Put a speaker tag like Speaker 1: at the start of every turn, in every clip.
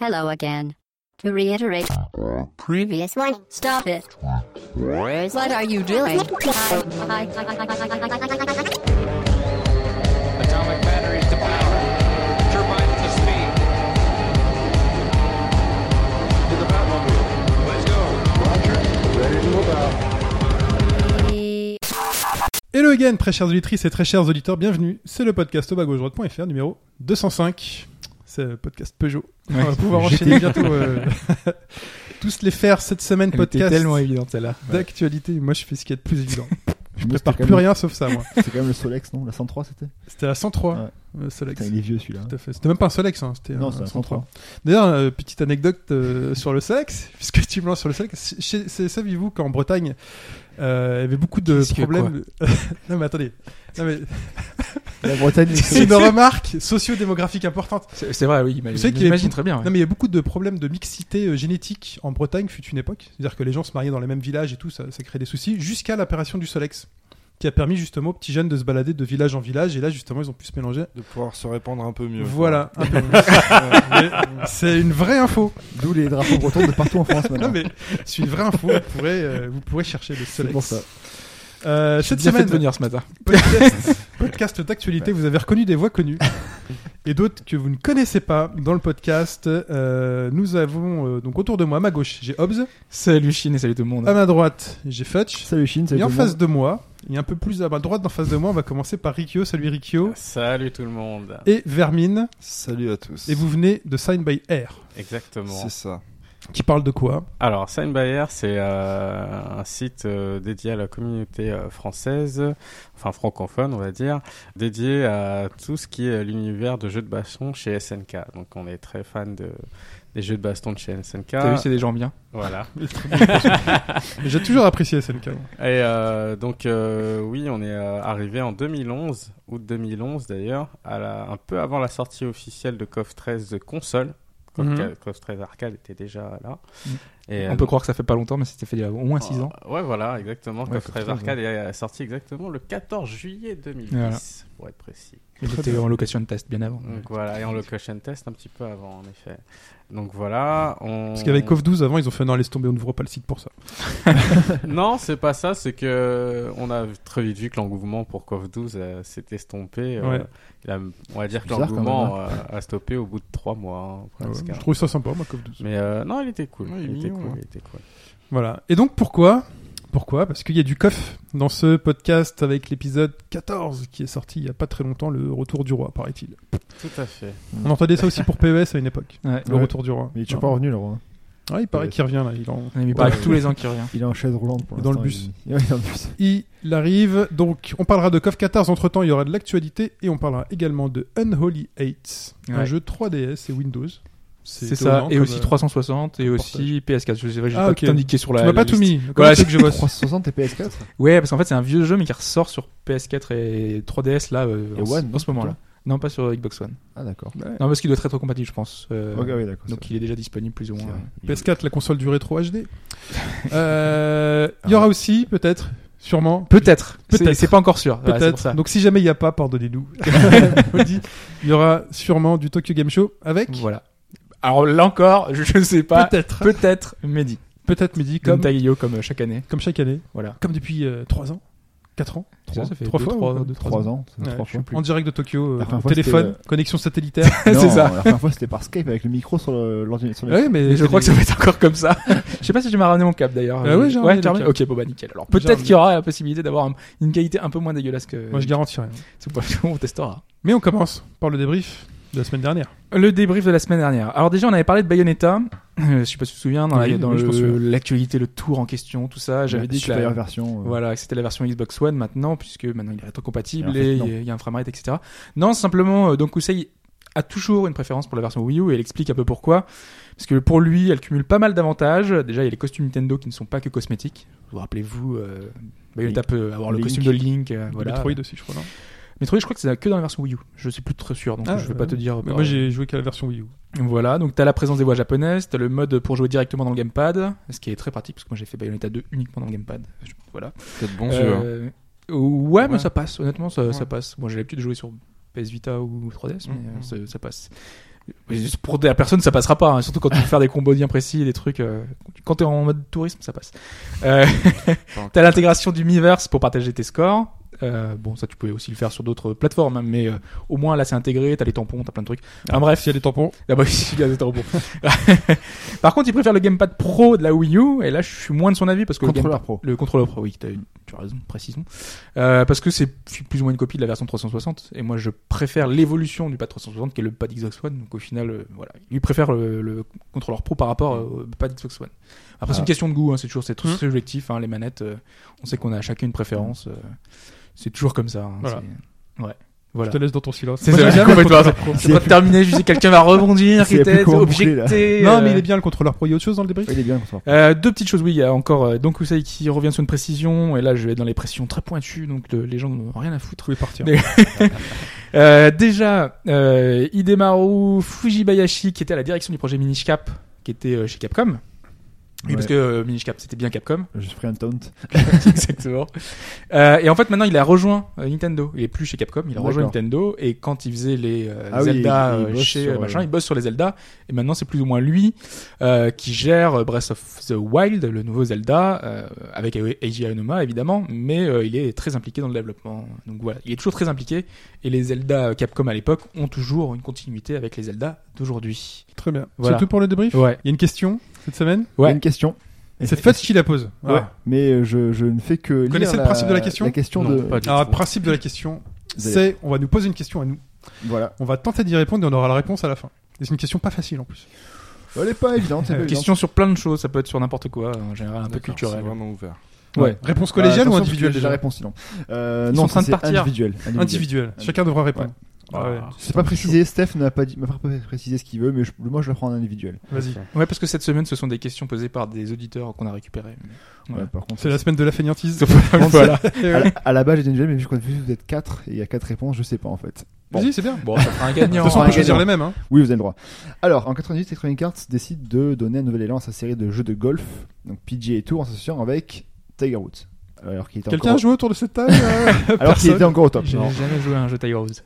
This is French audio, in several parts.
Speaker 1: Hello again. To reiterate, previous one, stop it. What are you doing?
Speaker 2: Atomic batteries to power. Turbines to speed. To the Batmobile. Let's go.
Speaker 3: Hello again, très chères auditrices et très chers auditeurs, bienvenue. C'est le podcast au droite.fr numéro 205. C'est le podcast Peugeot. On va pouvoir enchaîner bientôt euh, tous les faire cette semaine
Speaker 4: Elle était
Speaker 3: podcast
Speaker 4: tellement évidente celle-là.
Speaker 3: d'actualité. Moi, je fais ce qui est de plus évident.
Speaker 5: Je
Speaker 3: Je prépare plus rien sauf ça, moi.
Speaker 5: C'est quand même le Solex, non La 103, c'était
Speaker 3: C'était la 103, le Solex.
Speaker 5: Putain, il est vieux celui-là.
Speaker 3: Tout à fait. C'était même pas un Solex, hein, c'était
Speaker 5: Non,
Speaker 3: un
Speaker 5: c'est un 103.
Speaker 3: D'ailleurs, euh, petite anecdote euh, sur le Solex, puisque tu me lances sur le Solex. Chez- c'est- Saviez-vous qu'en Bretagne, euh, il y avait beaucoup de
Speaker 4: Qu'est-ce que
Speaker 3: problèmes. non, mais attendez. Non, mais
Speaker 5: La Bretagne,
Speaker 3: c'est
Speaker 5: c'est
Speaker 3: une remarque socio-démographique importante.
Speaker 4: C'est c'est vrai, oui.
Speaker 3: savez qu'il est-
Speaker 4: J'imagine très bien. ouais.
Speaker 3: Non, mais il y a beaucoup de problèmes de mixité euh, génétique en Bretagne, fut une époque. C'est-à-dire que les gens se mariaient dans les mêmes villages et tout, ça, ça crée des soucis, jusqu'à l'apparition du Solex, qui a permis justement aux petits jeunes de se balader de village en village. Et là, justement, ils ont pu se mélanger
Speaker 6: De pouvoir se répandre un peu mieux.
Speaker 3: Voilà, un peu
Speaker 6: Ouais.
Speaker 3: Mais c'est une vraie info.
Speaker 5: d'où les drapeaux bretons de partout en France
Speaker 3: Non
Speaker 5: maintenant.
Speaker 3: mais c'est une vraie info. Vous pourrez, euh, vous pourrez chercher le
Speaker 5: C'est
Speaker 3: soleil.
Speaker 5: pour ça.
Speaker 3: Euh,
Speaker 4: J'ai
Speaker 3: cette
Speaker 4: bien fait
Speaker 3: semaine,
Speaker 4: de venir ce matin.
Speaker 3: podcast, podcast d'actualité, vous avez reconnu des voix connues et d'autres que vous ne connaissez pas dans le podcast. Euh, nous avons euh, donc autour de moi, à ma gauche, j'ai Hobbs,
Speaker 4: Salut Chine et salut tout le monde.
Speaker 3: à ma droite, j'ai Futch,
Speaker 5: Salut Chine, salut
Speaker 3: et en
Speaker 5: tout le monde.
Speaker 3: face de moi, et un peu plus à ma droite, en face de moi, on va commencer par Rikyo. Salut Rikyo
Speaker 2: Salut tout le monde.
Speaker 3: et Vermine.
Speaker 6: Salut à tous.
Speaker 3: Et vous venez de Sign by Air,
Speaker 2: Exactement.
Speaker 6: C'est ça.
Speaker 3: qui parle de quoi
Speaker 2: Alors, Sign by Air, c'est euh, un site euh, dédié à la communauté euh, française, enfin francophone, on va dire, dédié à tout ce qui est euh, l'univers de jeux de baston chez SNK. Donc, on est très fan de, des jeux de baston de chez SNK.
Speaker 3: euh,
Speaker 4: T'as vu, c'est des gens bien.
Speaker 2: Voilà.
Speaker 3: J'ai toujours apprécié SNK.
Speaker 2: Et euh, donc, euh, oui, on est euh, arrivé en 2011, août 2011 d'ailleurs, à la- un peu avant la sortie officielle de KOF 13 de console. KOF,
Speaker 3: Mhm.
Speaker 2: ca- KOF 13 Arcade était déjà là.
Speaker 4: Mm.
Speaker 2: Et,
Speaker 4: On
Speaker 2: euh,
Speaker 4: peut croire que ça fait pas longtemps, mais c'était fait il y a au moins
Speaker 3: Oh,
Speaker 4: 6 ans.
Speaker 2: Ouais, voilà, exactement.
Speaker 4: Ouais,
Speaker 2: KOF 13
Speaker 4: 13,
Speaker 2: Arcade est euh, sorti exactement le 14 juillet 2010,
Speaker 4: Voilà.
Speaker 2: pour être précis.
Speaker 4: Il était en location de test bien avant.
Speaker 2: Donc voilà, et on le caution test un petit peu avant, en effet. Donc voilà, on...
Speaker 3: Parce qu'avec KOF 12 avant, ils ont fait non, laisse tomber, on n'ouvre pas le site pour ça.
Speaker 2: Non, c'est pas ça, c'est que euh, on a très vite vu que l'engouement pour KOF 12 euh, s'est estompé. euh,
Speaker 3: Ouais.
Speaker 2: il a- on va dire que
Speaker 5: Bizarre quand hein.
Speaker 2: l'engouement euh, a stoppé au bout de trois mois, hein, presque,
Speaker 3: je
Speaker 2: hein.
Speaker 3: trouve ça sympa, moi, KOF 12.
Speaker 2: Mais euh, non, il était cool.
Speaker 6: Ouais, il est
Speaker 2: il, était
Speaker 6: mignon,
Speaker 2: cool
Speaker 6: hein.
Speaker 2: il était cool.
Speaker 3: Voilà. Et donc, pourquoi Pourquoi Parce qu'il y a du KOF dans ce podcast avec l'épisode 14 qui est sorti il y a pas très longtemps, le retour du roi, paraît-il.
Speaker 2: Tout à fait.
Speaker 3: On entendait ça aussi pour PES à une époque,
Speaker 4: Ouais.
Speaker 3: le retour du roi.
Speaker 5: Mais il est
Speaker 3: tu
Speaker 5: toujours pas revenu, le roi.
Speaker 3: Ah, il paraît qu'il revient là. Il, en-
Speaker 4: On a mis pas
Speaker 5: Ouais.
Speaker 4: avec tous les ans qui revient.
Speaker 5: Il est en chaise roulante pour
Speaker 3: Et dans le
Speaker 5: l'instant, Il... Ouais, dans le bus.
Speaker 3: il arrive. Donc, on parlera de KOF 14. Entre temps, il y aura de l'actualité et on parlera également de Unholy 8, un
Speaker 4: Ouais.
Speaker 3: jeu 3DS et Windows.
Speaker 4: C'est ça.
Speaker 3: étonnant
Speaker 4: Et
Speaker 3: comme,
Speaker 4: aussi
Speaker 3: euh,
Speaker 4: 360 et
Speaker 3: reportage.
Speaker 4: aussi PS4. Je sais pas, j'ai
Speaker 3: Ah,
Speaker 4: pas
Speaker 3: ok.
Speaker 4: tout indiqué sur la.
Speaker 3: Tu m'as pas
Speaker 4: la
Speaker 3: tout
Speaker 4: liste.
Speaker 3: mis.
Speaker 4: Voilà, c'est que je bosse.
Speaker 5: 360 et PS4
Speaker 4: Ouais, parce qu'en fait, c'est un vieux jeu, mais qui ressort sur PS4 et 3DS là, euh,
Speaker 5: Et
Speaker 4: en,
Speaker 5: One,
Speaker 4: en ce
Speaker 5: non,
Speaker 4: moment là. Non, pas sur Xbox One.
Speaker 5: Ah d'accord.
Speaker 4: Non, parce qu'il doit être rétrocompatible, je pense. Euh,
Speaker 5: Ok, oui, d'accord.
Speaker 4: donc il est déjà disponible plus ou
Speaker 5: c'est
Speaker 4: moins.
Speaker 5: vrai.
Speaker 3: PS4, la console du rétro HD. Euh, Il y aura aussi, peut-être, sûrement.
Speaker 4: Peut-être.
Speaker 3: Peut-être.
Speaker 4: Ah. C'est- C'est pas encore sûr. Voilà, c'est pour
Speaker 3: Peut-être.
Speaker 4: ça.
Speaker 3: Donc si jamais il n'y a pas, pardonnez-nous. On le dit. Il y aura sûrement du Tokyo Game Show avec.
Speaker 4: Voilà. Alors là encore, je, je sais pas.
Speaker 3: Peut-être.
Speaker 4: Peut-être Mehdi.
Speaker 3: Peut-être Mehdi,
Speaker 4: Comme
Speaker 3: comme,
Speaker 4: Taguillo, comme euh, chaque année.
Speaker 3: comme chaque année.
Speaker 4: Voilà.
Speaker 3: Comme depuis 3 ans. 4 ans.
Speaker 4: Ça, ça fait
Speaker 3: Trois
Speaker 4: deux,
Speaker 3: fois,
Speaker 4: trois-
Speaker 3: ou pas
Speaker 4: deux, trois
Speaker 5: 3 ans, c'est
Speaker 3: Ouais,
Speaker 5: trois
Speaker 3: je
Speaker 5: fois.
Speaker 3: sais plus. En direct de Tokyo, euh,
Speaker 5: La première fois,
Speaker 3: téléphone,
Speaker 5: c'était,
Speaker 3: connexion satellitaire.
Speaker 4: C'est
Speaker 5: Non,
Speaker 4: ça.
Speaker 5: La première fois c'était par Skype avec le micro sur le- l'ordinateur. sur le-
Speaker 3: Ouais, mais
Speaker 4: Et je crois que ça va être encore comme ça. je sais pas si tu m'as ramené mon cap d'ailleurs.
Speaker 3: Ah ouais, j'ai ramené le
Speaker 4: t'as ramené-
Speaker 3: cap.
Speaker 4: Ok, bon bah nickel. Alors
Speaker 3: J'ai
Speaker 4: peut-être
Speaker 3: ramené.
Speaker 4: qu'il y aura la possibilité d'avoir un- une qualité un peu moins dégueulasse que.
Speaker 3: Moi, je garantis rien.
Speaker 4: C'est pas- On testera.
Speaker 3: Mais on commence par le débrief de la semaine dernière.
Speaker 4: Le débrief de la semaine dernière. Alors déjà, on avait parlé de Bayonetta. Euh, je sais pas si tu te souviens dans la-
Speaker 3: Oui,
Speaker 4: dans
Speaker 3: oui, je m'en
Speaker 4: le-
Speaker 3: souviens.
Speaker 4: l'actualité, le tour en question, tout ça. J'avais
Speaker 5: La
Speaker 4: dit que la-
Speaker 5: supérieure version. euh,
Speaker 4: Voilà, que c'était la version Xbox One maintenant, puisque maintenant il est rétrocompatible
Speaker 5: Et en fait,
Speaker 4: et il y
Speaker 5: non.
Speaker 4: a- il y, a un framerate, etc. Non, simplement, euh, donc Kusei a toujours une préférence pour la version Wii U et elle explique un peu pourquoi. Parce que pour lui, elle cumule pas mal d'avantages. Déjà, il y a les costumes Nintendo qui ne sont pas que cosmétiques. Vous rappelez-vous, euh, Bayonetta peut avoir le
Speaker 5: Link.
Speaker 4: costume de Link. euh,
Speaker 3: De
Speaker 4: voilà.
Speaker 3: Metroid aussi, je crois. non
Speaker 4: Metroid, je crois que c'est que dans la version Wii U. Je sais plus très sûr, donc
Speaker 3: Ah,
Speaker 4: je vais pas
Speaker 3: euh,
Speaker 4: te dire.
Speaker 3: Mais
Speaker 4: bah,
Speaker 3: moi, j'ai joué qu'à la version Wii U.
Speaker 4: voilà, donc t'as la présence des voix japonaises, t'as le mode pour jouer directement dans le gamepad, ce qui est très pratique parce que moi j'ai fait Bayonetta 2 uniquement dans le gamepad. Je- Voilà.
Speaker 6: Peut-être bon jeu.
Speaker 4: Euh, ouais, mais
Speaker 3: Ouais.
Speaker 4: ça passe. Honnêtement, ça,
Speaker 3: Ouais.
Speaker 4: ça passe. Moi, j'ai l'habitude de jouer sur PS Vita ou 3DS, mais
Speaker 3: Mhm.
Speaker 4: euh, ça, ça passe. Mais juste Pour des personnes, ça passera pas. hein, Surtout quand tu veux faire des combos bien précis, des trucs. euh, quand t'es en mode tourisme, ça passe. Euh, T'as l'intégration du Miiverse pour partager tes scores. Euh, bon, ça tu pouvais aussi le faire sur d'autres plateformes, hein, mais euh, au moins là c'est intégré, t'as les tampons, t'as plein de trucs. Enfin, bref,
Speaker 3: S'il y a des tampons,
Speaker 4: ah bah, si, il y a des tampons. Par contre, il préfère le Gamepad Pro de la Wii U, et là je suis moins de son avis parce que le
Speaker 5: Contrôleur pro.
Speaker 4: le contrôleur pro, oui, t'as une- tu as raison, précisons. Euh, parce que c'est plus ou moins une copie de la version 360, et moi je préfère l'évolution du pad 360 qui est le pad Xbox One, donc au final, euh, voilà, il préfère le, le contrôleur pro par rapport
Speaker 3: Mm.
Speaker 4: au pad Xbox One. Après, c'est
Speaker 5: Ah.
Speaker 4: une question de goût, hein, c'est toujours c'est très
Speaker 2: Mhm.
Speaker 4: subjectif, hein, les manettes, euh, on sait qu'on a chacun une préférence, euh, c'est toujours comme ça. hein,
Speaker 3: Mm. Voilà.
Speaker 4: c'est- Ouais, voilà.
Speaker 3: je te laisse dans ton silence.
Speaker 4: C'est
Speaker 3: Moi,
Speaker 4: ça,
Speaker 3: j'aime bien le
Speaker 4: complètement.
Speaker 3: contrôleur pro.
Speaker 4: C'est pas terminé, je sais quelqu'un va rebondir,
Speaker 5: C'est
Speaker 4: qui était
Speaker 5: plus compliqué, là.
Speaker 4: objecté.
Speaker 3: Non, mais
Speaker 4: euh,
Speaker 3: il est bien le contrôleur pro. Il y a autre chose dans le débrief
Speaker 5: Il est bien, bonsoir.
Speaker 4: euh, deux petites choses, oui. Il y a encore euh, Don Kusei qui revient sur une précision, et là je vais être dans les précisions très pointues, donc le- les gens n'ont rien à foutre.
Speaker 3: Vous pouvez partir.
Speaker 4: Des- Euh, déjà, euh, Hidemaru Fujibayashi qui était à la direction du projet Minish Cap, qui était euh, chez Capcom. Oui,
Speaker 5: Ouais.
Speaker 4: parce que euh, Minish Cap c'était bien Capcom,
Speaker 5: Je ferai un taunt.
Speaker 4: exactement. Euh, et en fait maintenant il a rejoint euh, Nintendo. Il est plus chez Capcom, il a rejoint
Speaker 5: D'accord.
Speaker 4: Nintendo. Et quand il faisait les euh,
Speaker 5: Ah oui,
Speaker 4: Zelda
Speaker 5: il- il
Speaker 4: euh,
Speaker 5: bosse
Speaker 4: chez euh,
Speaker 5: sur,
Speaker 4: machin,
Speaker 5: euh,
Speaker 4: il bosse sur les Zelda. Et maintenant c'est plus ou moins lui euh, qui gère euh, Breath of the Wild, le nouveau Zelda, euh, avec Eiji Aonuma évidemment, mais euh, il est très impliqué dans le développement. Donc voilà, il est toujours très impliqué. Et les Zelda euh, Capcom à l'époque ont toujours une continuité avec les Zelda d'aujourd'hui.
Speaker 3: Très bien.
Speaker 4: Voilà.
Speaker 3: C'est tout pour le débrief
Speaker 4: Ouais.
Speaker 3: Il y a une question cette semaine
Speaker 5: Il y
Speaker 4: Ouais.
Speaker 5: a Une question. Et
Speaker 3: C'est Fats qui la pose. Ah.
Speaker 5: Ouais. Mais euh, je, je ne fais que. lire
Speaker 3: connaissez le principe de la question
Speaker 5: La question
Speaker 2: Non,
Speaker 5: de.
Speaker 2: pas du
Speaker 3: Alors, le
Speaker 2: tout.
Speaker 3: principe de la question,
Speaker 5: Vous allez-
Speaker 3: c'est on va nous poser une question à nous.
Speaker 5: Voilà.
Speaker 3: On va tenter d'y répondre et on aura la réponse à la fin. Et c'est une question pas facile en plus.
Speaker 5: Elle est pas évidente.
Speaker 3: Euh,
Speaker 5: c'est pas évident.
Speaker 4: Question sur plein de choses, ça peut être sur n'importe quoi, en général un peu culturel.
Speaker 6: C'est vraiment ouvert.
Speaker 4: Ouais.
Speaker 3: Réponse collégiale
Speaker 5: Ah,
Speaker 3: ou
Speaker 5: attention,
Speaker 3: individuelle
Speaker 5: parce que j'ai la
Speaker 3: déjà
Speaker 5: réponse sinon. Euh,
Speaker 4: Ils
Speaker 5: non,
Speaker 4: sont en train de
Speaker 5: c'est
Speaker 4: partir.
Speaker 5: Individuel.
Speaker 3: Individuelle. Chacun devra répondre. Ah ouais.
Speaker 5: C'est pas précisé. Steph n'a pas dit- m'a pas précisé ce qu'il veut, mais je- moi je le prends en individuel.
Speaker 3: Vas-y.
Speaker 4: Ouais, parce que cette semaine, ce sont des questions posées par des auditeurs qu'on a récupérés. Ouais.
Speaker 5: Ouais, Euh, par contre,
Speaker 3: C'est euh, la semaine de la fainéantise.
Speaker 4: voilà.
Speaker 5: à, la- à la base j'étais individuel, mais vu qu'on vu que vous êtes 4 et il y a 4 réponses, je sais pas en fait.
Speaker 3: Vas-y, c'est bien.
Speaker 4: Bon, ça fera un
Speaker 3: De
Speaker 4: gagnant.
Speaker 3: toute façon, on
Speaker 5: un
Speaker 3: peut
Speaker 5: gagnant.
Speaker 3: choisir les mêmes. hein.
Speaker 5: Oui, vous avez le droit. Alors, en 98, Electronic Arts décide de donner un nouvel élan à sa série de jeux de golf, donc PGA Tour, en s'associant avec Tiger Woods. Alors qu'il était,
Speaker 3: Quelqu'un a
Speaker 5: encore...
Speaker 3: joué autour de cette table euh,
Speaker 5: Alors qu'il
Speaker 3: personne.
Speaker 5: était encore au top.
Speaker 4: J'ai jamais joué à un jeu Tiger Woods.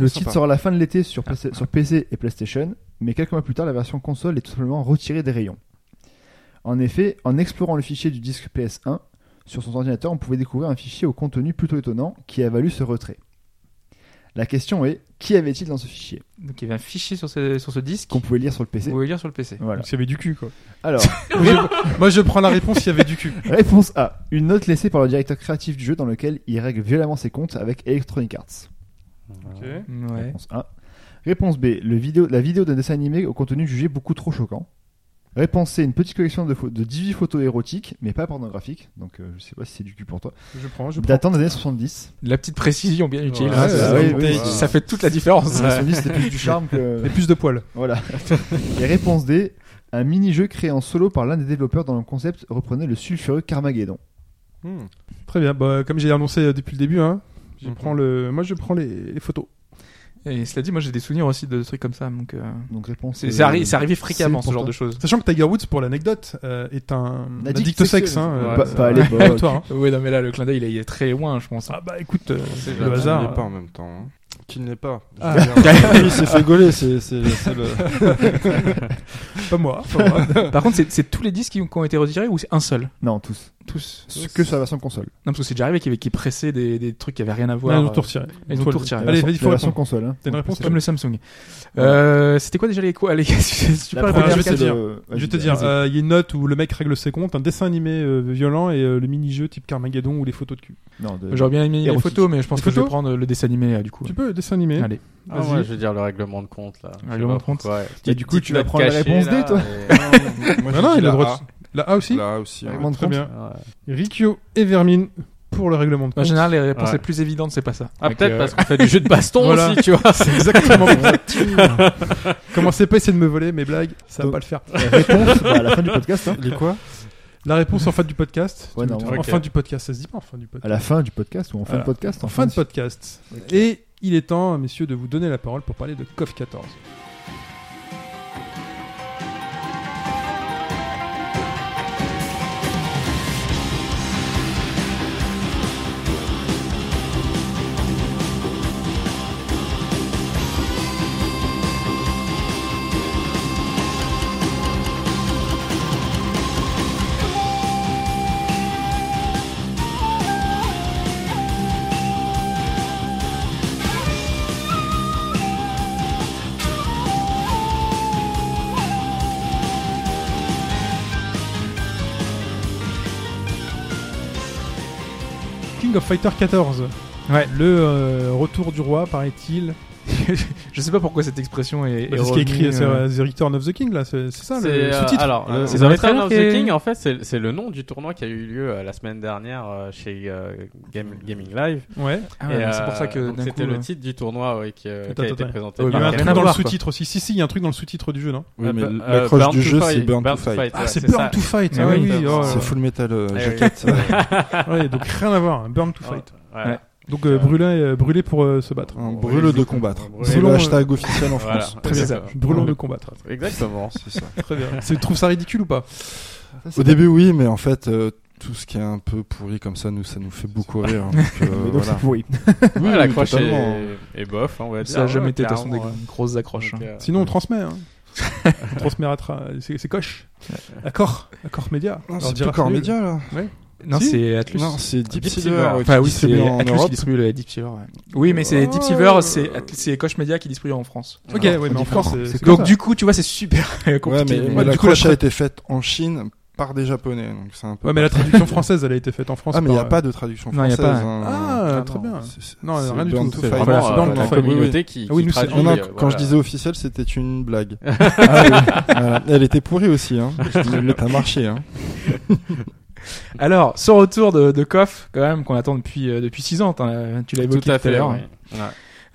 Speaker 5: Le titre
Speaker 6: Sympa.
Speaker 5: sort à la fin de l'été sur, PC sur PC et PlayStation, mais quelques mois plus tard, la version console est tout simplement retirée des rayons. En effet, en explorant le fichier du disque PS1 sur son ordinateur, on pouvait découvrir un fichier au contenu plutôt étonnant qui a valu ce retrait. La question est, qu'y avait-il dans ce fichier
Speaker 4: Donc il y avait un fichier sur ce, sur ce disque
Speaker 5: qu'on
Speaker 4: qu'on
Speaker 5: pouvait lire sur le PC
Speaker 4: pouvait lire sur le PC.
Speaker 5: Voilà.
Speaker 3: Donc, il y avait du cul, quoi.
Speaker 5: Alors,
Speaker 3: Moi, je- Moi, je prends la réponse il y avait du cul.
Speaker 5: réponse A, une note laissée par le directeur créatif du jeu dans lequel il règle violemment ses comptes avec Electronic Arts.
Speaker 4: Ouais.
Speaker 5: Réponse A. Réponse B. Le vidéo, la vidéo d'un dessin animé au contenu jugé beaucoup trop choquant. Réponse C. Une petite collection de, pho- de 18 photos érotiques, mais pas pornographiques. Donc euh, je sais pas si c'est du cul pour toi.
Speaker 3: Je prends, je prends.
Speaker 5: Datant des années 70.
Speaker 4: La petite précision bien utile.
Speaker 3: Ouais,
Speaker 4: hein,
Speaker 5: c'est
Speaker 4: ça-
Speaker 5: ça. oui,
Speaker 4: ça-
Speaker 5: oui.
Speaker 4: Ça fait toute la différence.
Speaker 5: Les années 70, c'était plus du charme que.
Speaker 3: Et plus de poils.
Speaker 5: Voilà. Et réponse D. Un mini-jeu créé en solo par l'un des développeurs dont le concept reprenait le sulfureux Carmageddon.
Speaker 6: Hmm.
Speaker 3: Très bien. Bah, comme j'ai annoncé euh, depuis le début, hein, je
Speaker 6: Mhm.
Speaker 3: prends le... moi je prends les, les photos.
Speaker 4: Et cela dit, moi j'ai des souvenirs aussi de trucs comme ça. Donc, euh,
Speaker 5: Donc réponse
Speaker 4: c'est
Speaker 5: euh,
Speaker 4: c'est arri- c'est arrivé fréquemment
Speaker 5: c'est
Speaker 4: ce genre
Speaker 5: pour
Speaker 4: de choses.
Speaker 3: Sachant que Tiger Woods, pour l'anecdote, euh, est un
Speaker 5: Un addict
Speaker 3: addict au sexe.
Speaker 5: sexuel.
Speaker 3: Hein, euh,
Speaker 5: Pas,
Speaker 2: Ouais,
Speaker 5: pas
Speaker 2: c'est
Speaker 5: à
Speaker 2: vrai.
Speaker 5: l'époque.
Speaker 3: toi, hein.
Speaker 4: Ouais, non, mais là, le clin d'œil il est- il est très loin, je pense.
Speaker 3: Ah bah écoute, euh,
Speaker 6: C'est
Speaker 3: le hasard.
Speaker 6: pas en même temps. hein. Qui ne l'est pas.
Speaker 3: Ah.
Speaker 6: Je veux dire,
Speaker 7: Il s'est fait gauler, c'est c'est- c'est le.
Speaker 3: pas moi. pas moi.
Speaker 4: Par contre, c'est- c'est tous les disques qui ont, qui ont été retirés ou c'est un seul
Speaker 5: euh, Non, tous.
Speaker 4: Tous.
Speaker 5: Que sur la version console.
Speaker 4: Non, parce que c'est déjà arrivé qu'il y avait- qui pressait des, des trucs qui avaient rien à voir.
Speaker 3: Non, ils ont
Speaker 4: euh,
Speaker 3: tout retiré.
Speaker 4: Ils ont
Speaker 3: Toi,
Speaker 4: tout retiré.
Speaker 3: Allez,
Speaker 5: La
Speaker 3: vas-y, faut
Speaker 5: version
Speaker 3: répondre.
Speaker 5: console. Hein.
Speaker 3: T'as une réponse, toi
Speaker 4: Comme le Samsung. Euh, C'était quoi déjà les quoi les c'est super
Speaker 5: La
Speaker 3: première,
Speaker 4: rapide.
Speaker 3: je vais te
Speaker 5: c'est
Speaker 3: dire.
Speaker 5: le-
Speaker 3: Je vais te
Speaker 5: Vas-y,
Speaker 3: dire,
Speaker 5: vas-y.
Speaker 3: euh, il y a une note où le mec règle ses comptes, un dessin animé euh, violent et euh, le mini-jeu type Carmageddon ou les photos de cul.
Speaker 5: Non, de-
Speaker 4: J'aurais bien aimé les
Speaker 5: Érotique.
Speaker 4: photos, mais je pense
Speaker 3: Les
Speaker 4: que je vais
Speaker 3: photos
Speaker 4: prendre le dessin animé euh, du coup.
Speaker 3: Tu peux, dessin animé.
Speaker 4: Allez.
Speaker 2: Ah
Speaker 3: Vas-y.
Speaker 2: ouais, je veux dire le règlement de compte là. Je sais
Speaker 4: Règlement
Speaker 2: pas
Speaker 4: de compte.
Speaker 2: pourquoi, ouais.
Speaker 5: Et du coup,
Speaker 2: Petite
Speaker 5: tu vas
Speaker 2: note
Speaker 5: prendre la
Speaker 2: cachée,
Speaker 5: réponse D,
Speaker 2: là,
Speaker 5: toi
Speaker 2: et-
Speaker 6: moi, j'ai
Speaker 3: Non, Ah non,
Speaker 6: dit
Speaker 3: il
Speaker 6: la
Speaker 3: a le
Speaker 6: A.
Speaker 3: droit. La A aussi
Speaker 6: Là
Speaker 7: hein.
Speaker 6: aussi. ouais.
Speaker 5: Règlement de
Speaker 3: Très
Speaker 5: compte.
Speaker 3: bien.
Speaker 2: Ouais.
Speaker 3: Rikyo et Vermine pour le règlement de
Speaker 4: En
Speaker 3: compte.
Speaker 4: général, les réponses
Speaker 2: Ouais.
Speaker 4: les plus évidentes, c'est pas ça.
Speaker 2: Ah,
Speaker 4: Donc,
Speaker 2: peut-être
Speaker 4: euh,
Speaker 2: parce qu'on fait du jeu de baston
Speaker 3: Voilà.
Speaker 2: aussi, tu vois.
Speaker 3: C'est exactement mon Commencez pas à essayer de me voler mes blagues, ça va
Speaker 5: Donc-
Speaker 3: pas le faire.
Speaker 5: La réponse bah, à la fin du podcast. hein.
Speaker 3: Les quoi La réponse en fin du podcast. Tu
Speaker 5: Ouais,
Speaker 3: me
Speaker 5: non,
Speaker 3: dis-
Speaker 5: ouais.
Speaker 3: en
Speaker 2: Ok.
Speaker 3: fin du podcast, ça se dit pas en fin du podcast.
Speaker 5: À la fin du podcast ou en fin
Speaker 3: Voilà.
Speaker 5: de podcast
Speaker 3: En fin de
Speaker 5: podcast.
Speaker 3: podcast. Et il est temps, messieurs, de vous donner la parole pour parler de COF 14. King of Fighter 14.
Speaker 4: Ouais.
Speaker 3: Le euh, retour du roi, paraît-il.
Speaker 4: je sais pas pourquoi cette expression est.
Speaker 3: Bah,
Speaker 4: est
Speaker 3: c'est ce qui est
Speaker 4: revenue,
Speaker 3: écrit, c'est
Speaker 4: euh,
Speaker 3: euh, The Return of the King, là. C'est c'est ça
Speaker 2: C'est,
Speaker 3: le
Speaker 2: euh,
Speaker 3: sous-titre.
Speaker 2: alors,
Speaker 3: Euh,
Speaker 2: c'est
Speaker 4: c'est dans le
Speaker 2: Return
Speaker 4: trailer
Speaker 2: of
Speaker 4: qui
Speaker 2: the
Speaker 4: est-
Speaker 2: King, en fait, c'est c'est le nom du tournoi qui a eu lieu euh, la semaine dernière euh, chez euh, Game- Gaming Live.
Speaker 3: Ouais.
Speaker 4: Ah ouais,
Speaker 2: Et,
Speaker 4: donc c'est
Speaker 2: euh,
Speaker 4: pour ça que
Speaker 2: donc
Speaker 4: d'un
Speaker 2: C'était
Speaker 4: coup,
Speaker 2: le
Speaker 4: euh,
Speaker 2: titre du tournoi ouais, qui, euh,
Speaker 3: Attends,
Speaker 2: qui a été
Speaker 3: attends.
Speaker 2: présenté.
Speaker 3: Il y
Speaker 2: par
Speaker 3: a un
Speaker 4: rien
Speaker 3: truc
Speaker 4: à
Speaker 3: dans le
Speaker 4: voir, quoi.
Speaker 3: sous-titre aussi. Si, si, il y a un truc dans le sous-titre du jeu, non
Speaker 7: Oui, mais
Speaker 2: Euh,
Speaker 7: l'accroche
Speaker 2: Burn
Speaker 7: du
Speaker 2: to
Speaker 7: jeu,
Speaker 2: Fight.
Speaker 7: c'est Burn to Fight.
Speaker 3: Ah, c'est
Speaker 2: ouais,
Speaker 3: Burn
Speaker 2: ça.
Speaker 3: to Fight.
Speaker 2: Ouais,
Speaker 3: ah
Speaker 2: oui,
Speaker 3: oui,
Speaker 2: exactement.
Speaker 3: oh là
Speaker 7: C'est
Speaker 3: là.
Speaker 7: full metal euh,
Speaker 2: Eh oui.
Speaker 7: jacket. euh,
Speaker 3: Ouais, donc rien à voir. hein. Burn to
Speaker 2: Ouais.
Speaker 3: Fight.
Speaker 2: Ouais.
Speaker 3: Donc euh, brûler, euh, brûler pour euh, se battre.
Speaker 7: on brûle de combattre.
Speaker 2: Brûlons,
Speaker 7: C'est le
Speaker 3: euh,
Speaker 7: hashtag officiel en
Speaker 2: Voilà.
Speaker 7: France.
Speaker 3: Très bien.
Speaker 2: Exactement.
Speaker 3: Brûlons de combattre.
Speaker 2: Exactement.
Speaker 7: C'est ça.
Speaker 3: Très bien. Tu trouves ça ridicule ou pas
Speaker 7: Au début, oui, mais en fait, euh, tout ce qui est un peu pourri comme ça, nous, ça nous fait beaucoup rire. hein, donc, euh,
Speaker 5: Mais donc
Speaker 7: voilà.
Speaker 5: c'est pourri.
Speaker 7: Oui,
Speaker 2: Ouais,
Speaker 7: oui,
Speaker 2: L'accroche
Speaker 7: totalement.
Speaker 2: Ah, est, est bof, hein, on va dire.
Speaker 4: Ça a jamais
Speaker 2: Ouais,
Speaker 4: été, de toute façon, des
Speaker 2: clairement,
Speaker 4: grosses accroches.
Speaker 2: ouais.
Speaker 4: hein.
Speaker 2: Donc, euh,
Speaker 3: Sinon, on transmet. Hein. on transmettra. C'est c'est coche. Accord. Accord média.
Speaker 7: Non,
Speaker 3: Alors,
Speaker 7: C'est
Speaker 3: dira
Speaker 7: plus Core
Speaker 3: nul.
Speaker 7: Media, là.
Speaker 4: Non,
Speaker 7: Si.
Speaker 4: c'est Atlus.
Speaker 7: Non, c'est Deep
Speaker 2: Deep
Speaker 7: Silver.
Speaker 2: Silver.
Speaker 7: ouais,
Speaker 4: Enfin
Speaker 7: qui
Speaker 4: oui,
Speaker 7: distribue
Speaker 4: c'est
Speaker 7: en
Speaker 4: Atlus qui
Speaker 7: Europe.
Speaker 4: distribue le Deep Silver. ouais. Oh. Oui, mais c'est Deep Silver, c'est Atlus- c'est Koch Media qui distribue en France.
Speaker 3: Ok, ouais, mais en
Speaker 5: différent.
Speaker 3: France, c'est-
Speaker 5: C'est
Speaker 3: c'est
Speaker 5: comme
Speaker 4: Donc
Speaker 5: ça.
Speaker 4: du coup, tu vois, c'est super
Speaker 7: Ouais,
Speaker 4: compliqué. mais-
Speaker 7: mais, mais
Speaker 3: du coup,
Speaker 7: l'accroche
Speaker 3: la
Speaker 7: a été faite en Chine par des Japonais. Donc c'est un peu
Speaker 3: Ouais, mais la traduction française, elle a été faite en France.
Speaker 7: Ah, mais il n'y
Speaker 3: par,
Speaker 7: a
Speaker 3: euh,
Speaker 7: pas de traduction
Speaker 4: Non, y a
Speaker 7: française.
Speaker 4: pas.
Speaker 7: hein.
Speaker 3: Ah,
Speaker 4: Ah,
Speaker 3: très
Speaker 4: non,
Speaker 3: bien.
Speaker 7: C'est- c'est-
Speaker 3: Non,
Speaker 7: c'est
Speaker 3: rien du
Speaker 7: Burn
Speaker 3: tout.
Speaker 7: to
Speaker 3: C'est
Speaker 7: Fight.
Speaker 3: vraiment,
Speaker 7: C'est
Speaker 2: euh,
Speaker 7: Burn
Speaker 3: dans
Speaker 7: to
Speaker 3: le
Speaker 2: la
Speaker 7: Fight.
Speaker 3: fond.
Speaker 2: communauté qui,
Speaker 3: Ah oui,
Speaker 2: qui
Speaker 3: nous, c'est-
Speaker 2: traduit,
Speaker 7: Non, non,
Speaker 2: euh,
Speaker 7: quand
Speaker 2: voilà.
Speaker 7: je disais officiel, c'était une blague. Ah Voilà. Elle était pourrie aussi. Hein. Mais t'as marché. Hein.
Speaker 4: Alors, ce retour de, de Koff, quand même, qu'on attend depuis euh, depuis six ans. t'en as- Tu l'as évoqué tout
Speaker 2: Tout
Speaker 4: à,
Speaker 2: à fait.
Speaker 4: l'heure.
Speaker 2: ouais. Ouais.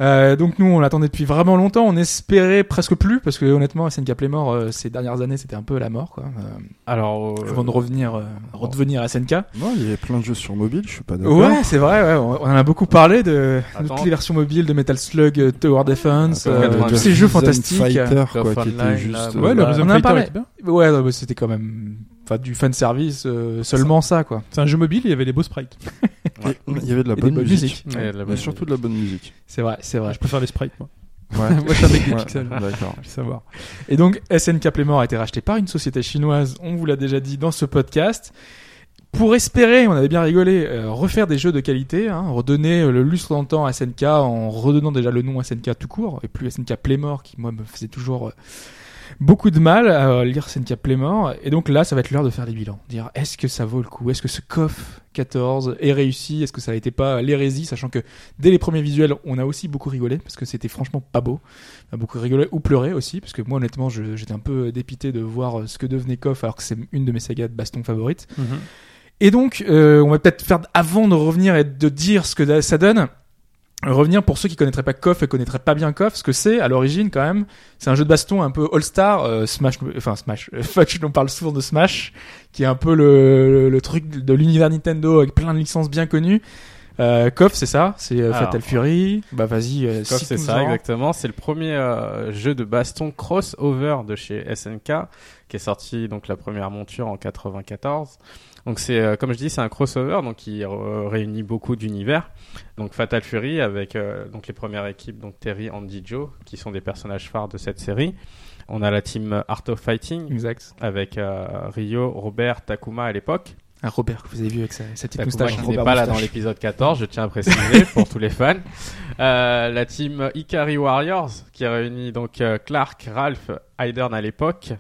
Speaker 4: Euh, donc nous, on l'attendait depuis vraiment longtemps. On espérait presque plus parce que honnêtement, SNK Playmore euh, ces dernières années, c'était un peu la mort, quoi. Euh,
Speaker 2: Alors, euh,
Speaker 4: avant de revenir, euh, redevenir SNK.
Speaker 7: Non, il y avait plein de jeux sur mobile, je suis pas d'accord. Euh,
Speaker 4: Ouais, c'est vrai. Ouais, on on en a beaucoup parlé de, de
Speaker 2: Attends.
Speaker 4: toutes les versions mobiles de Metal Slug, euh, Tower Defense,
Speaker 2: Attends,
Speaker 4: euh,
Speaker 2: Batman.
Speaker 4: tous ces jeux
Speaker 7: Rhythm
Speaker 4: fantastiques.
Speaker 7: Fighter, quoi,
Speaker 2: Golf
Speaker 7: qui
Speaker 2: Online,
Speaker 7: était juste. euh,
Speaker 2: là,
Speaker 3: Ouais, le
Speaker 2: Voilà.
Speaker 3: Rhythm
Speaker 4: On en a
Speaker 3: Fighter
Speaker 4: parlé.
Speaker 3: était bien.
Speaker 4: Ouais, non, mais c'était quand même, enfin, du fan service euh, seulement ça, quoi.
Speaker 3: C'est un jeu mobile, il y avait les beaux sprites.
Speaker 7: Et- Il y avait de la
Speaker 4: Et des
Speaker 7: bonne
Speaker 4: bonnes
Speaker 7: musique.
Speaker 4: musiques.
Speaker 2: et la
Speaker 7: Mais
Speaker 2: bonne-
Speaker 7: surtout de la bonne musique.
Speaker 4: C'est vrai, c'est vrai.
Speaker 3: Je préfère les sprites, moi.
Speaker 7: Ouais.
Speaker 3: Moi, je suis un mec des
Speaker 7: Ouais,
Speaker 3: pixels.
Speaker 7: D'accord.
Speaker 3: Je veux savoir.
Speaker 4: Et donc, SNK Playmore a été racheté par une société chinoise, on vous l'a déjà dit dans ce podcast. Pour espérer, on avait bien rigolé, euh, refaire des jeux de qualité, hein, redonner euh, le lustre d'antan à SNK en redonnant déjà le nom SNK tout court, et plus SNK Playmore qui, moi, me faisait toujours euh, beaucoup de mal à euh, lire SNK Playmore. Et donc là, ça va être l'heure de faire les bilans. Dire, est-ce que ça vaut le coup Est-ce que ce COF 14 est réussi Est-ce que ça a été pas l'hérésie Sachant que dès les premiers visuels, on a aussi beaucoup rigolé, parce que c'était franchement pas beau a beaucoup rigolé ou pleuré aussi, parce que moi honnêtement je- j'étais un peu dépité de voir euh, ce que devenait Koff alors que c'est une de mes sagas de baston favorites.
Speaker 2: Mhm.
Speaker 4: Et donc euh, on va peut-être faire avant de revenir et de dire ce que da- ça donne. euh, Revenir pour ceux qui connaîtraient pas Koff et connaîtraient pas bien Koff, ce que c'est à l'origine quand même, c'est un jeu de baston un peu all-star, euh, Smash, enfin Smash, euh, Fudge, on parle souvent de Smash, qui est un peu le, le- le truc de l'univers Nintendo avec plein de licences bien connues. Euh, Koff c'est ça, c'est euh,
Speaker 2: Alors,
Speaker 4: Fatal Fury, bah vas-y, euh,
Speaker 2: Coff, c'est
Speaker 4: cite-nous
Speaker 2: ça,
Speaker 4: en.
Speaker 2: exactement. C'est le premier euh, jeu de baston crossover de chez SNK, qui est sorti donc la première monture en 94. Donc c'est, euh, comme je dis, c'est un crossover, donc qui euh, réunit beaucoup d'univers. Donc Fatal Fury avec euh, donc les premières équipes, donc Terry, Andy, Joe, qui sont des personnages phares de cette série. On a la team Art of Fighting
Speaker 4: Exact.
Speaker 2: avec euh, Ryo, Robert, Takuma à l'époque.
Speaker 4: Ah, Robert, que vous avez vu avec sa, sa petite
Speaker 2: Takuma
Speaker 4: moustache.
Speaker 2: Bah, qui
Speaker 5: Robert
Speaker 2: n'est pas là
Speaker 5: Moustache.
Speaker 2: dans l'épisode 14, je tiens à préciser pour tous les fans. Euh, la team Ikari Warriors qui réunit donc euh, Clark, Ralph, Hayden à l'époque.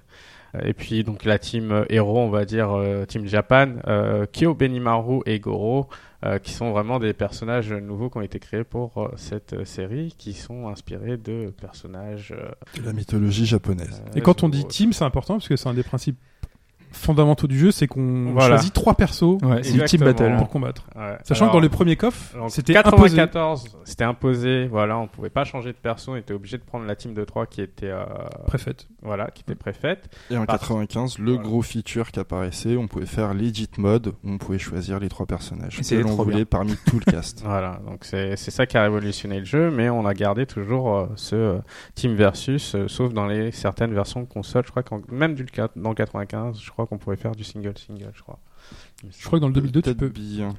Speaker 2: Euh, Et puis donc la team euh, héros, on va dire euh, Team Japan, euh, Kyo Benimaru et Goro, euh, qui sont vraiment des personnages nouveaux qui ont été créés pour euh, cette euh, série, qui sont inspirés de personnages. euh,
Speaker 7: De la mythologie japonaise.
Speaker 3: Et quand on
Speaker 2: ou-
Speaker 3: dit team, c'est important parce que c'est un des principes fondamentaux du jeu, c'est qu'on
Speaker 2: Voilà.
Speaker 3: choisit trois persos
Speaker 4: Ouais, c'est du team
Speaker 2: Exactement.
Speaker 4: battle.
Speaker 3: pour combattre.
Speaker 2: Ouais.
Speaker 3: Sachant
Speaker 2: Alors-
Speaker 3: que dans les premiers coffres,
Speaker 2: Alors,
Speaker 3: c'était imposé.
Speaker 2: 94, c'était imposé, voilà, on pouvait pas changer de perso, on était obligé de prendre la team de 3 qui était euh,
Speaker 3: Préfète.
Speaker 2: voilà, qui était préfète.
Speaker 7: Et en
Speaker 2: Par-
Speaker 7: 95, le
Speaker 2: Voilà.
Speaker 7: gros feature qui apparaissait, on pouvait faire legit mode, où on pouvait choisir les trois personnages
Speaker 4: Et
Speaker 7: que
Speaker 4: c'était
Speaker 7: l'on
Speaker 4: trop
Speaker 7: voulait
Speaker 4: bien.
Speaker 7: parmi tout le cast.
Speaker 2: Voilà, donc c'est c'est ça qui a révolutionné le jeu, mais on a gardé toujours euh, ce euh, team versus euh, sauf dans les certaines versions console, je crois qu'en même du quat- dans 95, je crois qu'on pouvait faire du single single, je crois.
Speaker 3: Je crois que dans le 2002, tu
Speaker 7: Peut-être
Speaker 3: peux.
Speaker 7: bien.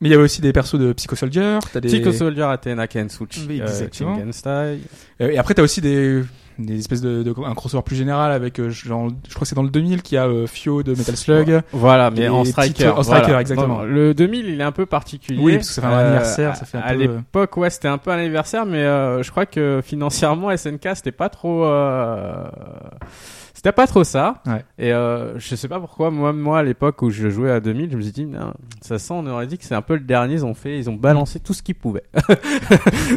Speaker 4: Mais il y avait aussi des persos de Psycho Soldier. t'as des-
Speaker 2: Psycho Soldier, Athena, Kensuchi,
Speaker 4: Oui,
Speaker 2: euh,
Speaker 4: exactement.
Speaker 2: Shingenstein.
Speaker 4: Euh, Et après, t'as aussi des, des espèces de, de- un crossover plus général avec, euh, genre, je crois que c'est dans le 2000 qu'il y a euh, Fio de Metal Slug.
Speaker 2: Voilà, mais
Speaker 4: Et
Speaker 2: en
Speaker 4: les
Speaker 2: striker.
Speaker 4: petites- en striker,
Speaker 2: voilà.
Speaker 4: exactement.
Speaker 2: Non, le 2000, il est un peu particulier.
Speaker 4: Oui, parce que ça fait un anniversaire, ça fait un
Speaker 2: à
Speaker 4: peu, euh,
Speaker 2: l'époque, ouais, c'était un peu un anniversaire, mais euh, je crois que financièrement, SNK, c'était pas trop. euh, C'était pas trop ça.
Speaker 4: Ouais.
Speaker 2: Et euh, je sais pas pourquoi, moi, moi à l'époque où je jouais à 2000, je me suis dit, Putain, ça sent, on aurait dit que c'est un peu le dernier, ils ont fait, ils ont balancé tout ce qu'ils pouvaient.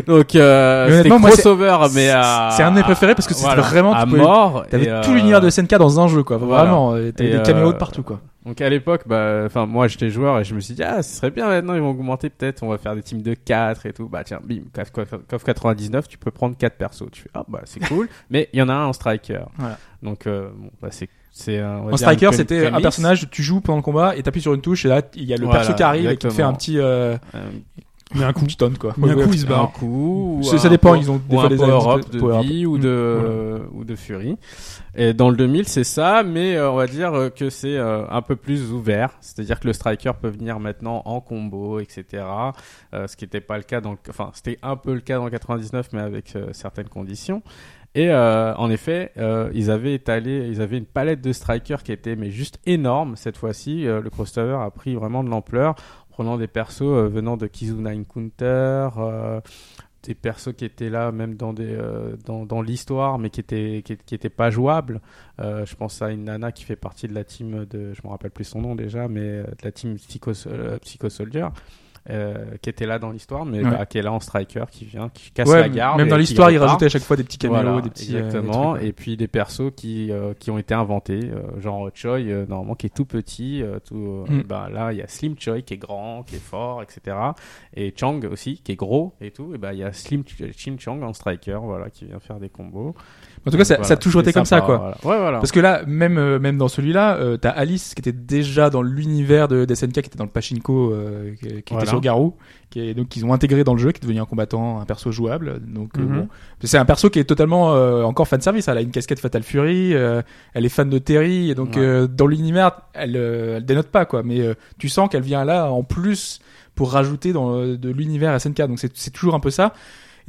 Speaker 2: Donc, euh,
Speaker 4: Mais
Speaker 2: c'était
Speaker 4: honnêtement, moi,
Speaker 2: crossover,
Speaker 4: c'est-
Speaker 2: mais à-
Speaker 4: c'est un de mes préférés parce que c'était
Speaker 2: voilà,
Speaker 4: vraiment-
Speaker 2: à
Speaker 4: tu pouvais-
Speaker 2: mort.
Speaker 4: T'avais
Speaker 2: et,
Speaker 4: tout
Speaker 2: euh,
Speaker 4: l'univers de SNK dans un jeu, quoi.
Speaker 2: voilà.
Speaker 4: Vraiment, euh, t'avais
Speaker 2: Et,
Speaker 4: des caméos
Speaker 2: euh,
Speaker 4: de partout, quoi.
Speaker 2: Donc à l'époque, bah, enfin moi j'étais joueur et je me suis dit ah ce serait bien maintenant ils vont augmenter peut-être on va faire des teams de 4 et tout bah tiens bim CoF CoF 99 tu peux prendre 4 persos tu fais ah bah c'est cool mais il y en a un en striker
Speaker 4: Voilà.
Speaker 2: donc euh, bon bah c'est c'est un- on va
Speaker 4: En
Speaker 2: dire une
Speaker 4: Striker,
Speaker 2: pré-
Speaker 4: c'était un
Speaker 2: prémisse.
Speaker 4: personnage, tu joues pendant le combat et t'appuies sur une touche et là, il y a le
Speaker 2: Voilà,
Speaker 4: perso qui arrive et qui te fait
Speaker 2: exactement.
Speaker 4: un petit, euh,
Speaker 2: Euh,
Speaker 3: Mais un coup.
Speaker 4: petit taunt, quoi.
Speaker 3: Mais un
Speaker 4: Ouais,
Speaker 3: coup,
Speaker 4: ouais.
Speaker 3: il se
Speaker 2: un
Speaker 3: barre.
Speaker 2: coup ou
Speaker 4: Ben, Ça,
Speaker 2: un
Speaker 4: ça dépend,
Speaker 2: power-
Speaker 4: ils ont des
Speaker 2: ou
Speaker 4: fois
Speaker 2: un
Speaker 4: des
Speaker 2: power
Speaker 4: avis
Speaker 2: up
Speaker 4: de-
Speaker 2: de
Speaker 4: power up.
Speaker 2: vie ou
Speaker 4: Mm,
Speaker 2: de ou de fury et dans le 2000 c'est ça mais euh, on va dire euh, que c'est euh, un peu plus ouvert c'est-à-dire que le striker peut venir maintenant en combo etc euh, ce qui n'était pas le cas dans le- enfin c'était un peu le cas dans 99 mais avec euh, certaines conditions et euh, en effet, euh, ils avaient étalé, ils avaient une palette de strikers qui était mais juste énorme cette fois-ci. Euh, le crossover a pris vraiment de l'ampleur, prenant des persos euh, venant de Kizuna Counter, euh, des persos qui étaient là même dans des euh, dans, dans l'histoire mais qui étaient qui, qui étaient pas jouables Euh, je pense à une nana qui fait partie de la team de je me rappelle plus son nom déjà mais euh, de la team Psycho, euh, Psycho Soldier euh, qui était là dans l'histoire mais
Speaker 4: Ouais.
Speaker 2: bah, qui est là en striker qui vient qui casse
Speaker 4: Ouais,
Speaker 2: la garde
Speaker 4: Même
Speaker 2: et
Speaker 4: dans
Speaker 2: qui
Speaker 4: l'histoire, ils
Speaker 2: repart.
Speaker 4: rajoutaient à chaque fois des petits caméos,
Speaker 2: Voilà,
Speaker 4: des petits. euh, des
Speaker 2: exactement
Speaker 4: trucs, ouais.
Speaker 2: et puis des persos qui euh, qui ont été inventés euh, genre Choi euh, normalement qui est tout petit euh, tout euh,
Speaker 4: Mm.
Speaker 2: et ben là il y a Slim Choi qui est grand qui est fort etc et Chang aussi qui est gros et tout et ben il y a Slim Ch- Slim Chang en striker voilà qui vient faire des combos
Speaker 4: En tout cas, ça, ça a toujours été comme ça, quoi.
Speaker 2: ouais voilà
Speaker 4: Parce que là, même, euh, même dans celui-là, euh, t'as Alice qui était déjà dans l'univers de, d'SNK, qui était dans le Pachinko, euh, qui, qui était
Speaker 2: Voilà.
Speaker 4: sur Garou, qui est, donc qu'ils ont intégré dans le jeu, qui est devenu un combattant, un perso jouable. Donc euh,
Speaker 2: Mhm.
Speaker 4: bon, c'est un perso qui est totalement euh, encore fan service. Elle a une casquette Fatal Fury, euh, elle est fan de Terry, et donc
Speaker 2: Ouais.
Speaker 4: euh, dans l'univers, elle, euh, elle dénote pas quoi. Mais euh, tu sens qu'elle vient là en plus pour rajouter dans euh, de l'univers SNK. Donc c'est c'est toujours un peu ça.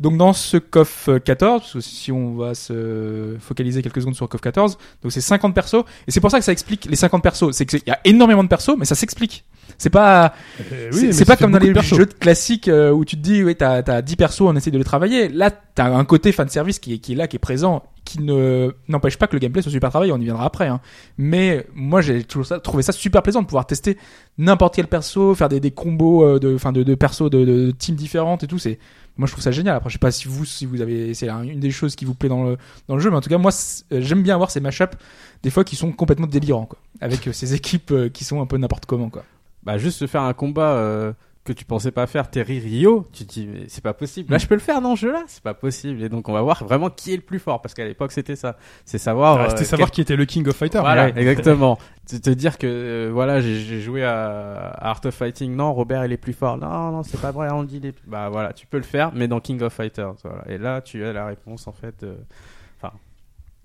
Speaker 4: Et donc dans ce COF 14, parce que si on va se focaliser quelques secondes sur COF 14, donc c'est 50 persos, et c'est pour ça que ça explique les 50 persos, c'est qu'il y a énormément de persos, mais ça s'explique. C'est pas,
Speaker 3: Eh oui,
Speaker 4: c'est
Speaker 3: mais
Speaker 4: c'est pas
Speaker 3: c'était
Speaker 4: comme dans
Speaker 3: beaucoup
Speaker 4: les
Speaker 3: de persos.
Speaker 4: jeux de classiques euh, où tu te dis, oui, t'as as 10 persos, on essaie de les travailler. Là, t'as un côté fan service qui est, qui est là, qui est présent, qui ne n'empêche pas que le gameplay soit super travaillé, on y viendra après. Hein. Mais moi, j'ai toujours ça, trouvé ça super plaisant de pouvoir tester n'importe quel perso, faire des, des combos euh, de, enfin de, de persos de, de teams différentes et tout. C'est moi, je trouve ça génial. Après, je sais pas si vous, si vous avez, c'est un- une des choses qui vous plaît dans le dans le jeu, mais en tout cas, moi, c'est- euh, j'aime bien avoir ces mashups des fois qui sont complètement délirants, quoi, avec euh, ces équipes euh, qui sont un peu n'importe comment, quoi.
Speaker 2: bah juste se faire un combat euh, que tu pensais pas faire Terry Rio tu te dis mais c'est pas possible
Speaker 4: Mm.
Speaker 2: là je peux le faire dans ce jeu là c'est pas possible et donc on va voir vraiment qui est le plus fort parce qu'à l'époque c'était ça c'est savoir
Speaker 3: Ah, C'était
Speaker 2: euh,
Speaker 3: savoir qui était le King of Fighters.
Speaker 2: Voilà,
Speaker 3: Ouais.
Speaker 2: exactement. Te, te dire que euh, voilà, j'ai- j'ai joué à à Art of Fighting. Non, Robert il est plus fort. Non, non, c'est pas vrai. On dit les. Bah voilà, tu peux le faire, mais dans King of Fighters. Voilà. Et là, tu as la réponse en fait. euh, Enfin,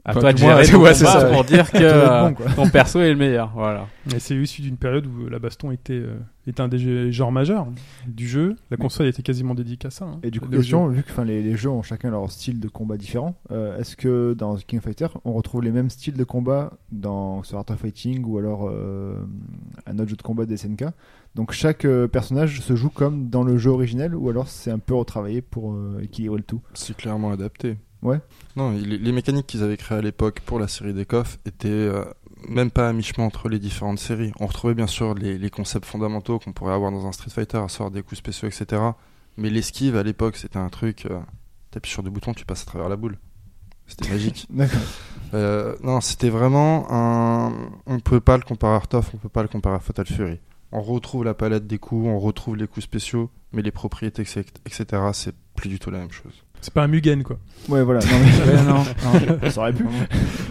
Speaker 2: à
Speaker 4: Enfin,
Speaker 2: toi de
Speaker 4: moi,
Speaker 2: gérer
Speaker 4: c'est-
Speaker 2: ton
Speaker 4: ouais, c'est
Speaker 2: combat
Speaker 4: ça.
Speaker 2: pour dire que
Speaker 5: doit être
Speaker 2: euh,
Speaker 5: bon, quoi.
Speaker 2: ton perso est le meilleur. Voilà.
Speaker 3: Et c'est issu d'une période où la baston était, euh, était un des jeux- genres majeurs du jeu. La console était quasiment dédiée à ça. hein.
Speaker 5: Et du coup,
Speaker 3: Le
Speaker 5: question, vu que enfin, les, les jeux ont chacun leur style de combat différent, euh, est-ce que dans King of Fighter, on retrouve les mêmes styles de combat dans sur Art of Fighting ou alors euh, un autre jeu de combat des SNK Donc chaque euh, personnage se joue comme dans le jeu originel ou alors c'est un peu retravaillé pour euh, équilibrer le tout
Speaker 7: C'est clairement adapté.
Speaker 5: Ouais.
Speaker 7: Non, il- les mécaniques qu'ils avaient créées à l'époque pour la série des coffres étaient euh, même pas à mi-chemin entre les différentes séries. On retrouvait bien sûr les, les concepts fondamentaux qu'on pourrait avoir dans un Street Fighter, à savoir des coups spéciaux, etc. Mais l'esquive à l'époque, c'était un truc. euh, T'appuies sur deux boutons, tu passes à travers la boule. C'était magique.
Speaker 5: D'accord.
Speaker 7: Euh, non, c'était vraiment un. On peut pas le comparer à Art of, on peut pas le comparer à Fatal Fury. On retrouve la palette des coups, on retrouve les coups spéciaux, mais les propriétés, etc., etc., c'est plus du tout la même chose.
Speaker 3: C'est pas un Mugen, quoi.
Speaker 5: Ouais, voilà. Non, mais-
Speaker 4: Ouais, non, non.
Speaker 5: ça aurait pu.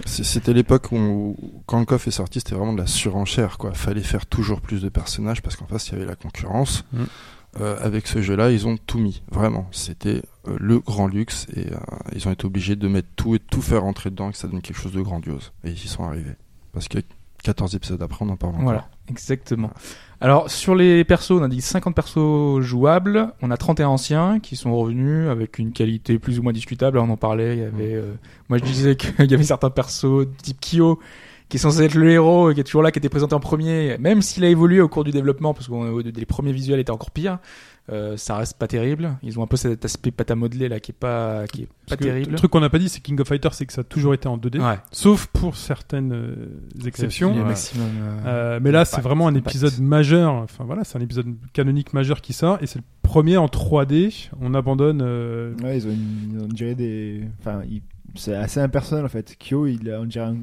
Speaker 7: C'est- C'était l'époque où, quand le coffre est sorti, c'était vraiment de la surenchère. Quoi. Fallait faire toujours plus de personnages parce qu'en face, il y avait la concurrence.
Speaker 2: Mm.
Speaker 7: Euh, avec ce jeu-là, ils ont tout mis. Vraiment, c'était euh, le grand luxe et euh, ils ont été obligés de mettre tout et de tout faire rentrer dedans et que ça donne quelque chose de grandiose. Et ils y sont arrivés. Parce que 14 épisodes après, on en parle encore.
Speaker 4: Voilà, exactement. Alors sur les persos, on a dit 50 persos jouables, on a 31 anciens qui sont revenus avec une qualité plus
Speaker 3: Mm.
Speaker 4: Hein, ou moins discutable, on en parlait, il y avait euh, moi je disais qu'il y avait certains persos type Kyo qui est censé être le héros et qui est toujours là, qui était présenté en premier, même s'il a évolué au cours du développement, parce que les premiers visuels étaient encore pires, euh, ça reste pas terrible. Ils ont un peu cet aspect pâte à modeler là qui est pas, qui est pas
Speaker 3: Parce que
Speaker 4: terrible.
Speaker 3: Le truc qu'on n'a pas dit, c'est que King of Fighters, c'est que ça a toujours été en 2D,
Speaker 4: ouais.
Speaker 3: sauf pour certaines euh, exceptions.
Speaker 4: Il y a
Speaker 2: Ouais.
Speaker 4: maximum, euh,
Speaker 3: Euh, mais là, c'est
Speaker 4: Impact,
Speaker 3: vraiment un
Speaker 4: Impact.
Speaker 3: épisode majeur. Enfin voilà, c'est un épisode canonique majeur qui sort et c'est le premier en 3D. On abandonne. euh,
Speaker 5: Ouais, ils ont, une- ils ont, on dirait des. Enfin, ils- c'est assez impersonnel en fait. Kyo, il a, on dirait un.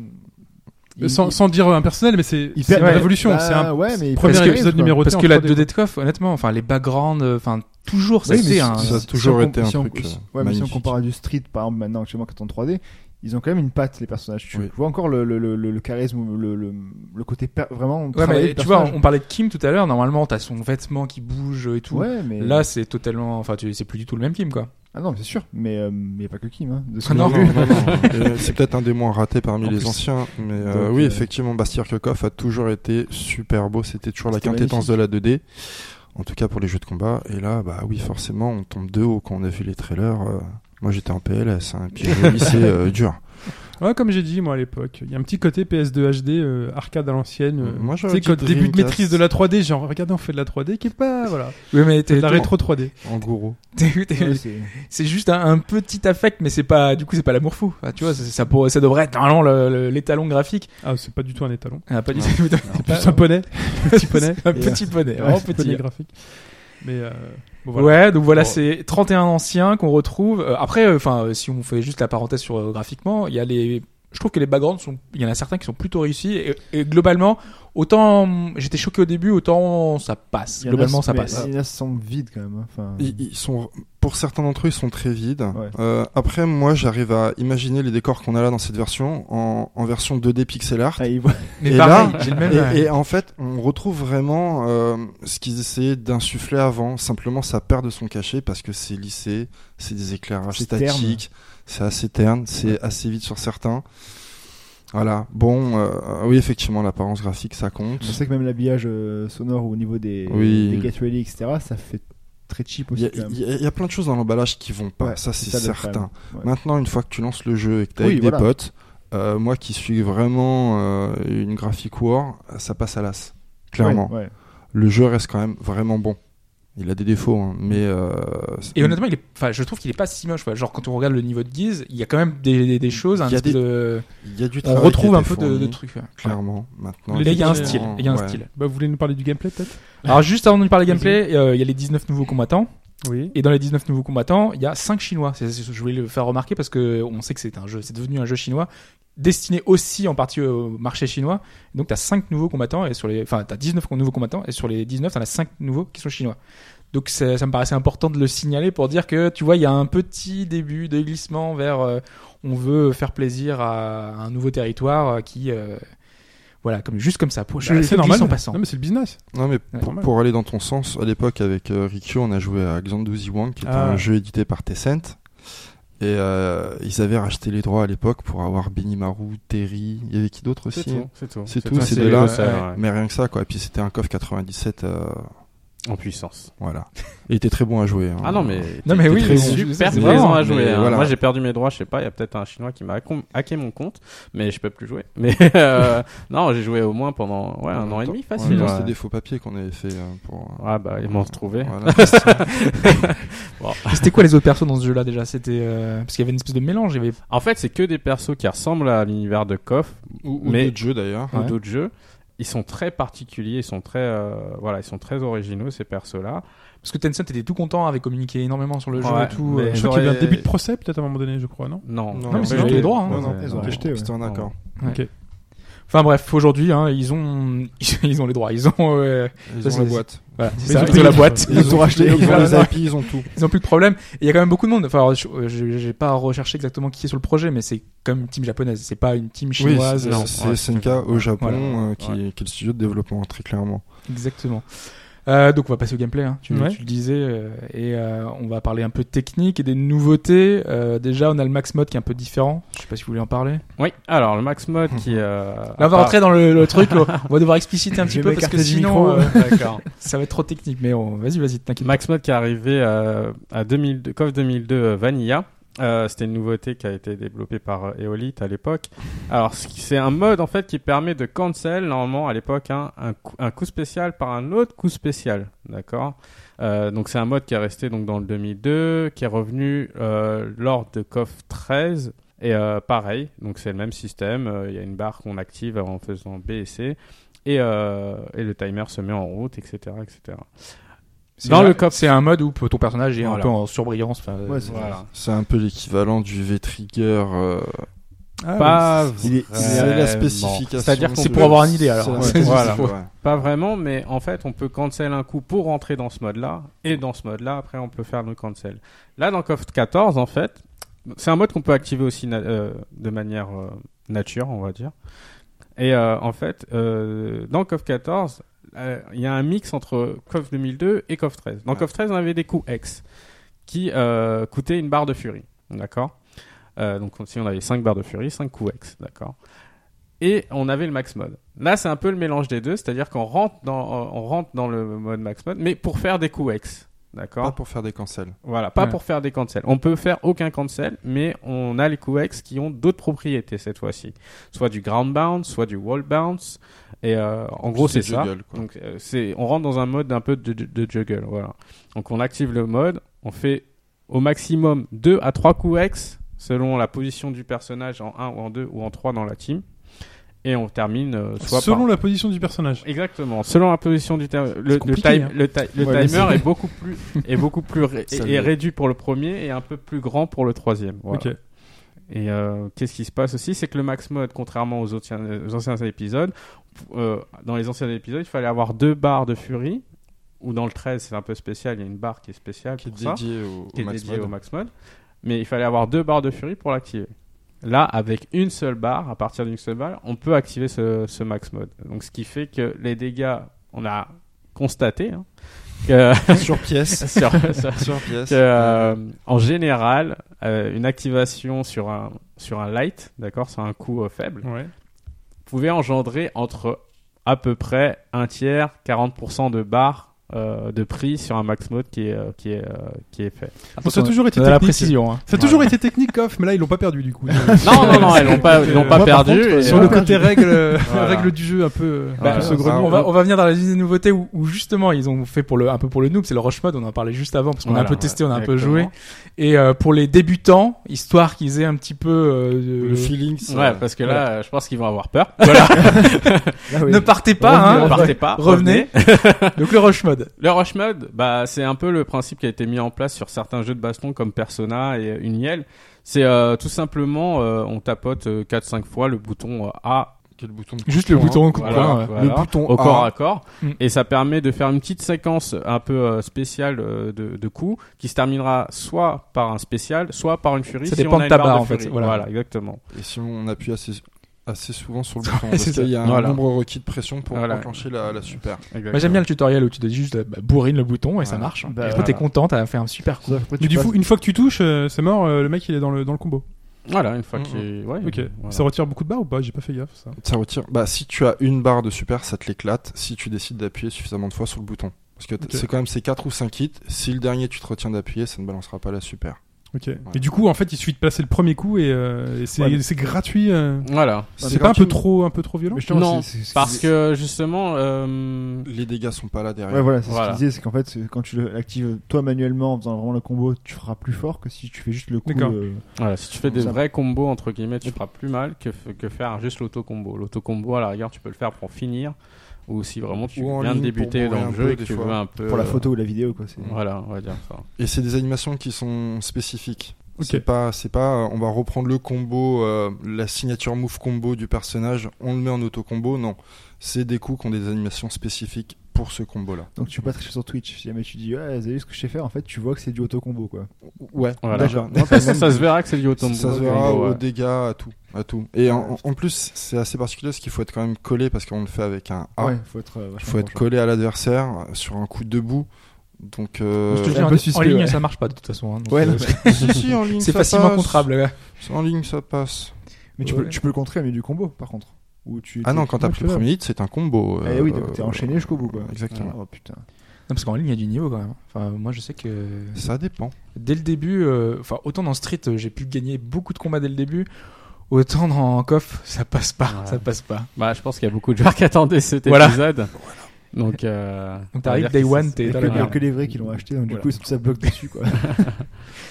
Speaker 5: il-
Speaker 3: sans,
Speaker 5: il-
Speaker 3: sans dire impersonnel, mais c'est
Speaker 5: Il
Speaker 3: c'est
Speaker 5: perd-
Speaker 3: une
Speaker 5: ouais.
Speaker 3: révolution.
Speaker 5: Bah,
Speaker 3: c'est un
Speaker 5: ouais, mais il
Speaker 3: premier
Speaker 5: perd-
Speaker 3: épisode
Speaker 5: quoi.
Speaker 3: numéro
Speaker 4: Parce
Speaker 3: 1 en
Speaker 4: que la
Speaker 3: 3D.
Speaker 4: 2D de Coff, honnêtement, enfin les backgrounds, euh, enfin toujours ça
Speaker 5: Oui, mais
Speaker 4: c'est un.
Speaker 5: si-
Speaker 7: ça a
Speaker 5: si
Speaker 7: toujours
Speaker 5: on
Speaker 7: été
Speaker 5: comp-
Speaker 7: un
Speaker 5: si on-
Speaker 7: truc, euh,
Speaker 5: si- Ouais, mais si on
Speaker 7: magnifique.
Speaker 5: compare à du street, par exemple, maintenant, actuellement, quand on 3D, ils ont quand même une patte, les personnages. Tu
Speaker 7: Oui.
Speaker 5: vois encore le, le, le, le charisme, ou le, le, le côté per- vraiment.
Speaker 4: Ouais,
Speaker 5: travaillé
Speaker 4: mais
Speaker 5: du
Speaker 4: tu vois,
Speaker 5: personnage.
Speaker 4: on, on parlait de Kim tout à l'heure. Normalement, t'as son vêtement qui bouge et tout.
Speaker 5: Ouais, mais.
Speaker 4: Là, c'est totalement, enfin, tu- c'est plus du tout le même Kim quoi.
Speaker 5: Ah non, c'est sûr, mais euh, mais il n'y a pas que Kim. Hein, de ce
Speaker 4: Ah
Speaker 5: que
Speaker 4: non.
Speaker 5: j'ai vu.
Speaker 7: Et Euh, C'est peut-être un des moins ratés parmi
Speaker 5: En
Speaker 7: les
Speaker 5: plus.
Speaker 7: anciens, mais euh,
Speaker 5: Donc,
Speaker 7: oui,
Speaker 5: euh,
Speaker 7: effectivement, Bastien Kirchhoff a toujours été super beau. C'était toujours la
Speaker 5: C'était
Speaker 7: quintessence de la 2D, en tout cas pour les jeux de combat. Et là, bah oui, forcément, on tombe de haut quand on a vu les trailers. euh, moi, j'étais en PLS, hein, puis le lycée euh, dur.
Speaker 3: Ouais, comme j'ai dit moi à l'époque, il y a un petit côté PS2 HD euh, arcade à l'ancienne. euh,
Speaker 7: Moi,
Speaker 3: tu
Speaker 7: j'aurais
Speaker 3: sais,
Speaker 7: dit
Speaker 3: quand début de
Speaker 7: Dreamcast.
Speaker 3: maîtrise de la 3D, genre regardez on fait de la 3D qui est pas voilà,
Speaker 4: Oui, mais t'es-
Speaker 3: de la rétro 3D.
Speaker 7: En gourou.
Speaker 4: t'es- t'es-
Speaker 5: Ouais, c'est-
Speaker 4: c'est juste un, un petit affect, mais c'est pas, du coup, c'est pas l'amour fou. Ah, tu vois, ça, ça, pourrait- ça devrait être normalement le- le- l'étalon graphique.
Speaker 3: Ah, c'est pas du tout un étalon.
Speaker 4: Ah, pas du tout.
Speaker 3: C'est plus un poney,
Speaker 4: petit
Speaker 3: poney.
Speaker 4: un petit poney,
Speaker 3: Ouais,
Speaker 4: vraiment
Speaker 3: c'est un
Speaker 4: petit.
Speaker 3: poney graphique. Mais euh, bon, voilà.
Speaker 4: Ouais, donc voilà,
Speaker 3: Bon.
Speaker 4: c'est 31 anciens qu'on retrouve. Euh, après, enfin, si on fait juste la parenthèse sur euh, graphiquement, il y a les, je trouve que les backgrounds sont, il y en a certains qui sont plutôt réussis et, et globalement, autant hum, j'étais choqué au début, autant ça passe.
Speaker 5: il y en a-
Speaker 4: Globalement, ça
Speaker 5: mais
Speaker 4: passe.
Speaker 5: Il y en a qui sont vides quand même. hein, Enfin,
Speaker 7: Ils, ils sont, pour certains d'entre eux, ils sont très vides.
Speaker 5: Ouais.
Speaker 7: Euh, après, moi, j'arrive à imaginer les décors qu'on a là dans cette version en, en version 2D pixel art.
Speaker 5: ah, ils voient-
Speaker 4: Mais
Speaker 7: Et
Speaker 4: pareil,
Speaker 7: là-
Speaker 4: j'ai le même. euh,
Speaker 7: Et, et en fait, on retrouve vraiment euh, ce qu'ils essayaient d'insuffler avant. Simplement, ça perd de son cachet parce que c'est lissé, c'est des éclairages
Speaker 5: C'est terne.
Speaker 7: statiques, c'est assez terne, c'est assez vite sur certains. Voilà. Bon, euh, oui, effectivement, l'apparence graphique, ça compte.
Speaker 5: On sait que même l'habillage euh, sonore au niveau des,
Speaker 7: Oui.
Speaker 5: des gateways, etc., ça fait très cheap
Speaker 7: Il
Speaker 5: aussi.
Speaker 7: y, a-
Speaker 5: quand même.
Speaker 7: il y a- il y a plein de choses dans l'emballage qui vont pas,
Speaker 5: Ouais,
Speaker 7: ça
Speaker 5: c'est
Speaker 7: c'est
Speaker 5: ça le problème.
Speaker 7: certain.
Speaker 5: Ouais.
Speaker 7: Maintenant, une fois que tu lances le jeu et que t'es
Speaker 5: Oui,
Speaker 7: avec
Speaker 5: voilà.
Speaker 7: des potes, euh, moi qui suis vraiment euh, une graphic war, ça passe à l'as. Clairement.
Speaker 5: Ouais, ouais.
Speaker 7: le jeu reste quand même vraiment bon. Il a des défauts, hein, mais euh,
Speaker 4: Et honnêtement, il est, enfin, je trouve qu'il est pas si moche. quoi. Genre, quand on regarde le niveau de guise, il y a quand même des, des, des choses, un
Speaker 7: Il y a
Speaker 4: espèce
Speaker 7: des- Ah
Speaker 4: de-
Speaker 7: il y a du
Speaker 4: on
Speaker 7: travail.
Speaker 4: retrouve
Speaker 7: qui a
Speaker 4: un
Speaker 7: été
Speaker 4: peu de,
Speaker 7: fourni,
Speaker 4: de trucs. ouais.
Speaker 7: Clairement, maintenant.
Speaker 4: Et il y a un style.
Speaker 7: effectivement,
Speaker 4: Il y a un
Speaker 7: ouais.
Speaker 4: style.
Speaker 3: Bah, vous voulez nous parler du gameplay peut-être
Speaker 4: Alors, juste avant de parler
Speaker 3: Vas-y.
Speaker 4: gameplay, euh, il y a les 19 nouveaux combattants.
Speaker 3: Oui.
Speaker 4: Et dans les 19 nouveaux combattants, il y a 5 chinois. C'est- c'est- je voulais le faire remarquer parce que on sait que c'est un jeu, c'est devenu un jeu chinois destiné aussi en partie au marché chinois. Donc tu as 5 nouveaux combattants et sur les enfin tu 19 com- nouveaux combattants et sur les 19, tu en as 5 nouveaux qui sont chinois. Donc ça, ça me paraissait important de le signaler pour dire que tu vois, il y a un petit début de glissement vers euh, on veut faire plaisir à un nouveau territoire euh, qui euh, voilà, comme juste comme ça. Pour, je-
Speaker 3: Bah,
Speaker 4: je
Speaker 3: c'est
Speaker 4: glisse
Speaker 3: normal.
Speaker 4: en passant.
Speaker 3: Non mais c'est le business.
Speaker 7: Non, mais
Speaker 4: Ouais.
Speaker 7: pour, pour aller dans ton sens, à l'époque avec euh, Rikyo, on a joué à Xanadu Ziwang, qui est
Speaker 3: Ah.
Speaker 7: un jeu édité par Tencent. Et euh, ils avaient racheté les droits à l'époque pour avoir Benimaru, Terry, il y avait qui d'autre aussi
Speaker 2: C'est tout, c'est tout.
Speaker 7: C'est tout,
Speaker 2: tout, Ah,
Speaker 7: c'est
Speaker 2: c'est
Speaker 7: de là.
Speaker 2: le seul, ouais.
Speaker 7: Mais rien que ça, quoi. Et puis c'était un KOF 97, euh,
Speaker 2: En puissance.
Speaker 7: voilà. Il était très bon à jouer. hein.
Speaker 2: Ah non, mais.
Speaker 4: Non, mais
Speaker 2: t'es
Speaker 4: oui,
Speaker 2: très
Speaker 4: c'est-
Speaker 2: super
Speaker 4: c'est
Speaker 2: présent
Speaker 4: vraiment,
Speaker 2: à
Speaker 7: mais
Speaker 2: jouer. hein.
Speaker 7: voilà.
Speaker 2: Moi, j'ai perdu mes droits, je sais pas, il y a peut-être un chinois qui m'a hack- hacké mon compte, mais je peux plus jouer. Mais euh, non, j'ai joué au moins pendant ouais, un an et demi,
Speaker 7: Ouais,
Speaker 2: facile.
Speaker 7: non,
Speaker 2: ouais.
Speaker 7: C'était des faux papiers qu'on avait fait euh, pour.
Speaker 2: Ah bah, ils m'ont retrouvé.
Speaker 7: Voilà.
Speaker 4: C'était quoi les autres persos dans ce jeu-là déjà C'était euh, parce qu'il y avait une espèce de mélange, il y avait
Speaker 2: En fait, c'est que des persos qui ressemblent à l'univers de KOF
Speaker 7: Ou,
Speaker 2: Mais- Ah
Speaker 7: mais... d'autres jeux d'ailleurs.
Speaker 2: ou
Speaker 4: Ouais.
Speaker 2: d'autres jeux. Ils sont très particuliers, ils sont très, euh, voilà, ils sont très originaux ces persos-là.
Speaker 4: Parce que Tencent était tout content, avait communiqué énormément sur le jeu
Speaker 2: Ouais,
Speaker 4: et tout.
Speaker 2: mais
Speaker 4: euh,
Speaker 3: Je
Speaker 2: genre-
Speaker 3: crois qu'il y avait un
Speaker 2: J'aurais-
Speaker 3: début de procès peut-être à un moment donné, je crois, non
Speaker 2: Non,
Speaker 7: Non,
Speaker 2: en
Speaker 7: mais
Speaker 2: fait,
Speaker 7: c'est
Speaker 2: j'ai-
Speaker 7: tous les
Speaker 4: droits, hein.
Speaker 7: Non, non,
Speaker 2: Ouais,
Speaker 5: ils
Speaker 2: non,
Speaker 5: ont
Speaker 2: non.
Speaker 5: racheté. ouais.
Speaker 7: C'était un accord.
Speaker 4: Enfin bref, aujourd'hui, hein, ils ont, ils ont les droits, ils ont, euh,
Speaker 7: Ils
Speaker 4: Ça,
Speaker 7: ont
Speaker 4: c'est-
Speaker 7: la boîte.
Speaker 4: voilà,
Speaker 3: Mais
Speaker 4: c'est
Speaker 3: ils
Speaker 4: ça,
Speaker 3: ont
Speaker 4: ils
Speaker 3: payé
Speaker 4: ont la
Speaker 3: tout
Speaker 4: boîte,
Speaker 5: Ils ont racheté,
Speaker 7: Ils ont
Speaker 4: voilà.
Speaker 7: les IP, ils ont tout.
Speaker 4: ils ont plus de problème. Et il y a quand même beaucoup de monde. Enfin, alors, je- euh, j'ai j'ai pas recherché exactement qui est sur le projet, mais c'est comme une team japonaise, c'est pas une team
Speaker 7: Oui,
Speaker 4: chinoise.
Speaker 7: c'est-
Speaker 4: euh,
Speaker 7: c'est SNK au Japon
Speaker 4: Voilà.
Speaker 7: euh, qui, qui est le studio de développement, très clairement.
Speaker 4: Exactement. Euh, donc on va passer au gameplay, hein. tu,
Speaker 3: Ouais.
Speaker 4: tu le disais, euh, et euh, on va parler un peu de technique et des nouveautés. Euh, déjà, on a le max mode qui est un peu différent. Je sais pas si vous voulez en parler.
Speaker 2: Oui, alors le Max Mode qui. euh,
Speaker 4: Là, on va
Speaker 2: appara-
Speaker 4: rentrer dans le, le truc. On on va devoir expliciter un
Speaker 5: Je
Speaker 4: petit
Speaker 5: vais
Speaker 4: peu parce que
Speaker 5: m'écarter du
Speaker 4: sinon,
Speaker 5: micro.
Speaker 4: euh,
Speaker 2: D'accord.
Speaker 4: ça va être trop technique. Mais on... vas-y, vas-y, t'inquiète.
Speaker 2: Max Mode qui est arrivé euh, à 2002, CoF 2002 euh, Vanilla. Euh, c'était une nouveauté qui a été développée par euh, Eolite à l'époque. Alors, ce qui- c'est un mode en fait qui permet de cancel normalement à l'époque hein, un, coup- un coup spécial par un autre coup spécial, d'accord. Euh, donc c'est un mode qui est resté donc dans le 2002, qui est revenu euh, lors de KOF 13. Et euh, pareil, donc c'est le même système. euh, Il y a une barre qu'on active en faisant B et C, et, euh, et le timer se met en route, etc., etc.
Speaker 4: C'est
Speaker 2: Dans
Speaker 4: un-
Speaker 2: le cop.
Speaker 4: c'est un mode où ton personnage est un
Speaker 2: Voilà.
Speaker 4: peu en surbrillance. enfin,
Speaker 5: Ouais, c'est
Speaker 2: Voilà.
Speaker 7: C'est un peu l'équivalent du V-Trigger. euh,
Speaker 2: Ah Pas
Speaker 5: Il est-
Speaker 7: C'est
Speaker 2: Vraiment.
Speaker 7: la spécification.
Speaker 2: C'est-à-dire qu'on
Speaker 7: du-
Speaker 4: c'est pour avoir une idée, alors.
Speaker 7: c'est la
Speaker 4: Ouais.
Speaker 7: spécification,
Speaker 2: Voilà.
Speaker 7: ouais.
Speaker 2: Pas vraiment, mais en fait, on peut cancel un coup pour rentrer dans ce mode-là, et dans ce mode-là, après, on peut faire le cancel. Là, dans KOF 14, en fait, c'est un mode qu'on peut activer aussi na- euh, de manière euh, nature, on va dire. Et euh, en fait, euh, dans KOF 14, euh, il y a un mix entre KOF 2002 et KOF 13. Dans KOF 13, on avait des coups X qui euh, coûtaient une barre de furie, d'accord Euh, Donc, si on avait 5 barres de furie, 5 coups X, d'accord et on avait le max mode. Là, c'est un peu le mélange des deux, c'est-à-dire qu'on rentre dans, euh, on rentre dans le mode max mode, mais pour faire des coups X.
Speaker 7: Pas
Speaker 2: D'accord
Speaker 7: pour faire des cancels.
Speaker 2: Voilà, pas
Speaker 4: Ouais.
Speaker 2: pour faire des cancels. On peut faire aucun cancel, mais on a les coups X qui ont d'autres propriétés cette fois-ci. Soit du ground bounce, soit du wall bounce. Et euh, en gros, c'est
Speaker 7: Juste
Speaker 2: ça.
Speaker 7: des juggle, quoi.
Speaker 2: Donc, euh, c'est, on rentre dans un mode un peu de, de- de juggle, voilà. Donc, on active le mode, on fait au maximum 2 à 3 coups X, selon la position du personnage en 1 ou en 2 ou en 3 dans la team. Et on termine euh, soit
Speaker 3: Selon
Speaker 2: par...
Speaker 3: la position du personnage.
Speaker 2: Exactement, selon la position du ter- le, le,
Speaker 4: compliqué,
Speaker 2: time-
Speaker 4: hein.
Speaker 2: le, ti- le
Speaker 5: Ouais, mais
Speaker 2: timer
Speaker 5: c'est-
Speaker 2: est beaucoup plus, est beaucoup plus ré-
Speaker 7: Ça
Speaker 2: est
Speaker 7: l'est.
Speaker 2: réduit pour le premier et un peu plus grand pour le troisième. Voilà.
Speaker 3: Ok.
Speaker 2: Et euh, qu'est-ce qui se passe aussi C'est que le max mode, contrairement aux, anciens- aux anciens épisodes, euh, dans les anciens épisodes, il fallait avoir deux barres de furie, ou dans le 13, c'est un peu spécial, il y a une barre qui est spéciale
Speaker 7: Qui est
Speaker 2: pour ça,
Speaker 7: dédié au,
Speaker 2: qui
Speaker 7: au
Speaker 2: est
Speaker 7: max
Speaker 2: dédiée
Speaker 7: mode.
Speaker 2: au max mode, mais il fallait avoir deux barres de furie pour l'activer. Là, avec une seule barre, à partir d'une seule barre, on peut activer ce, ce max mode. Donc, ce qui fait que les dégâts, on a constaté hein, que
Speaker 7: Sur pièce.
Speaker 2: sur- sur-
Speaker 7: Sur pièce.
Speaker 2: que, euh, en général, euh, une activation sur un, sur un light, d'accord, sur un coup euh, faible,
Speaker 3: Ouais.
Speaker 2: pouvait engendrer entre à peu près un tiers, 40% de barre euh, de prix sur un max mode qui est, euh, qui est, euh, qui est fait.
Speaker 3: Bon, ça a
Speaker 4: on-
Speaker 3: toujours été
Speaker 4: on a la
Speaker 3: technique.
Speaker 4: précision. hein.
Speaker 3: Ça a toujours été technique, off, mais là, ils l'ont pas perdu du coup.
Speaker 2: non, non, non, ils l'ont pas, ils l'ont pas
Speaker 5: Moi, par
Speaker 2: perdu.
Speaker 5: contre,
Speaker 2: et,
Speaker 5: sur
Speaker 3: Sur le
Speaker 2: euh,
Speaker 3: côté règle,
Speaker 2: Voilà.
Speaker 3: règle du jeu un peu.
Speaker 2: Bah,
Speaker 3: un peu
Speaker 2: euh,
Speaker 3: saugrenue.
Speaker 4: on, va, on va venir dans la liste des nouveautés où, où justement ils ont fait pour le, un peu pour le noob, c'est le rush mode, on en parlait juste avant parce qu'on a un
Speaker 2: Voilà,
Speaker 4: peu testé, on a un peu
Speaker 2: exactement.
Speaker 4: joué. Et euh, pour les débutants, histoire qu'ils aient un petit peu euh, de-
Speaker 7: Le feeling. c'est-
Speaker 2: Ouais, parce que là, euh, je pense qu'ils vont avoir peur.
Speaker 5: Là, oui.
Speaker 4: Ne partez pas,
Speaker 5: Revenez,
Speaker 4: hein,
Speaker 5: revenez.
Speaker 2: Partez pas.
Speaker 4: revenez. Donc le rush mode.
Speaker 2: Le rush mode, bah, c'est un peu le principe qui a été mis en place sur certains jeux de baston comme Persona et euh, Uniel. C'est euh, tout simplement, euh, on tapote euh, 4-5 fois le bouton euh, A
Speaker 7: Quel bouton de
Speaker 4: Juste le
Speaker 7: Voilà.
Speaker 4: bouton coup de
Speaker 2: Voilà,
Speaker 4: poing, ouais.
Speaker 2: voilà.
Speaker 7: bouton
Speaker 2: au
Speaker 7: A.
Speaker 2: corps à corps.
Speaker 4: Mm.
Speaker 2: Et ça permet de faire une petite séquence un peu euh, spéciale euh, de, de coups qui se terminera soit par un spécial, soit par une furie.
Speaker 4: Ça
Speaker 2: si
Speaker 4: dépend
Speaker 2: on a
Speaker 4: de
Speaker 2: une
Speaker 4: ta
Speaker 2: barre
Speaker 4: barre,
Speaker 2: de
Speaker 4: en fait.
Speaker 2: furie.
Speaker 4: Voilà.
Speaker 2: Voilà. exactement.
Speaker 7: Et si on appuie assez, assez souvent sur le bouton,
Speaker 4: c'est
Speaker 7: parce
Speaker 4: ça.
Speaker 7: qu'il y a un
Speaker 2: Voilà.
Speaker 7: nombre requis de pression pour
Speaker 2: Voilà.
Speaker 7: enclencher la, la super.
Speaker 4: Moi j'aime bien le tutoriel où tu te dis juste bah, bourrine le bouton et ça
Speaker 7: Voilà.
Speaker 4: marche.
Speaker 5: Bah,
Speaker 4: et après t'es
Speaker 2: voilà.
Speaker 4: content, t'as fait un super coup.
Speaker 5: Sauf qu'après, tu
Speaker 3: Mais du
Speaker 5: passes-
Speaker 3: coup, une fois que tu touches, euh, c'est mort, euh, le mec il est dans le, dans le combo.
Speaker 2: Voilà, une fois
Speaker 7: Mm,
Speaker 2: qu'il. Ouais,
Speaker 3: Ok.
Speaker 2: voilà.
Speaker 3: Ça retire beaucoup de barres ou pas J'ai pas fait gaffe ça.
Speaker 7: Ça retire. Bah, si tu as une barre de super, ça te l'éclate si tu décides d'appuyer suffisamment de fois sur le bouton. Parce que t-
Speaker 3: Ok.
Speaker 7: c'est quand même ces 4 ou 5 hits. Si le dernier tu te retiens d'appuyer, ça ne balancera pas la super.
Speaker 3: Ok. Et du coup, en fait, il suffit de placer le premier coup et, euh, et c'est c'est gratuit. euh.
Speaker 2: Voilà.
Speaker 3: C'est pas un peu trop, un peu trop violent
Speaker 5: Mais justement,
Speaker 2: Non,
Speaker 5: c'est- c'est- c'est-
Speaker 2: Parce que justement. euh,
Speaker 7: Les dégâts sont pas là derrière.
Speaker 5: Ouais, voilà, c'est
Speaker 2: Voilà.
Speaker 5: ce qu'il disait, c'est qu'en fait, c'est- quand tu le- l'actives toi manuellement en faisant vraiment le combo, tu feras plus fort que si tu fais juste le coup.
Speaker 3: D'accord.
Speaker 5: euh,
Speaker 2: Voilà, si tu fais des
Speaker 5: Ça-
Speaker 2: vrais combos, entre guillemets, tu feras plus mal que, f- que faire juste l'auto-combo. L'auto-combo, à la rigueur, tu peux le faire pour finir, ou si vraiment tu
Speaker 7: Ou en
Speaker 2: viens de
Speaker 7: ligne
Speaker 2: débuter
Speaker 7: pour
Speaker 2: dans le
Speaker 7: bourrer un
Speaker 2: jeu
Speaker 7: peu,
Speaker 2: et que
Speaker 7: des
Speaker 2: tu
Speaker 7: fois.
Speaker 2: veux un peu...
Speaker 5: pour la
Speaker 2: euh,
Speaker 5: photo ou la vidéo, quoi. c'est-
Speaker 2: Voilà, on va dire ça.
Speaker 7: Et c'est des animations qui sont spécifiques.
Speaker 3: Ok.
Speaker 7: C'est pas, c'est pas, euh, on va reprendre le combo, euh, la signature move combo du personnage, on le met en auto combo. Non, c'est des coups qui ont des animations spécifiques pour ce combo là.
Speaker 5: Donc tu peux pas tricher sur Twitch. Si jamais tu dis, ouais, vous avez vu ce que je sais faire, en fait, tu vois que c'est du auto-combo, quoi.
Speaker 7: Ouais,
Speaker 2: Voilà.
Speaker 7: déjà.
Speaker 5: Non,
Speaker 2: Ça,
Speaker 5: pas même-
Speaker 2: se verra que c'est du auto-combo.
Speaker 7: Ça se verra
Speaker 2: combo,
Speaker 7: aux
Speaker 2: ouais.
Speaker 7: dégâts, à tout, à tout. Et en, en plus, c'est assez particulier parce qu'il faut être quand même collé parce qu'on le fait avec un A.
Speaker 5: Ouais, faut être. euh,
Speaker 7: Il
Speaker 5: vachement
Speaker 7: faut être
Speaker 5: branché.
Speaker 7: collé à l'adversaire euh, sur un coup debout. Donc, euh,
Speaker 4: Je te dis,
Speaker 5: un
Speaker 4: en,
Speaker 5: peu
Speaker 4: en
Speaker 5: suspect,
Speaker 4: ligne
Speaker 5: ouais.
Speaker 4: ça marche pas de toute façon. hein, donc,
Speaker 5: Ouais,
Speaker 4: euh,
Speaker 5: non,
Speaker 7: si, si, en ligne,
Speaker 4: c'est
Speaker 7: ça
Speaker 4: facilement
Speaker 7: passe.
Speaker 4: contrable. ouais.
Speaker 7: En ligne, ça passe.
Speaker 5: Mais tu,
Speaker 4: Ouais.
Speaker 5: peux, tu peux le contrer, mais du combo, par contre. Ou tu,
Speaker 7: Ah non,
Speaker 5: tu-
Speaker 7: quand t'as
Speaker 5: tu
Speaker 7: pris le
Speaker 5: vois.
Speaker 7: premier hit, c'est un combo.
Speaker 5: Eh oui,
Speaker 7: euh,
Speaker 5: donc t'es enchaîné jusqu'au bout, quoi.
Speaker 7: Exactement.
Speaker 5: Oh putain.
Speaker 4: parce qu'en ligne, il y a du niveau quand même. Enfin, moi, je sais que
Speaker 7: Ça dépend.
Speaker 4: dès le début, euh, enfin, autant dans Street, euh, j'ai pu gagner beaucoup de combats dès le début, autant dans KOF, ça passe pas,
Speaker 2: Ouais.
Speaker 4: ça passe pas.
Speaker 2: Bah, je pense qu'il y a beaucoup de joueurs qui attendaient cet
Speaker 4: Voilà.
Speaker 2: épisode. Donc, euh,
Speaker 4: Donc,
Speaker 2: on va
Speaker 4: t'arrives
Speaker 2: dire
Speaker 4: day
Speaker 2: que c'est-
Speaker 4: one, t'es
Speaker 5: Il y
Speaker 4: dans
Speaker 5: a
Speaker 4: la
Speaker 5: que-
Speaker 4: merde.
Speaker 5: que les vrais qui l'ont acheté, donc du
Speaker 4: Voilà.
Speaker 5: coup, ça bloque dessus, quoi.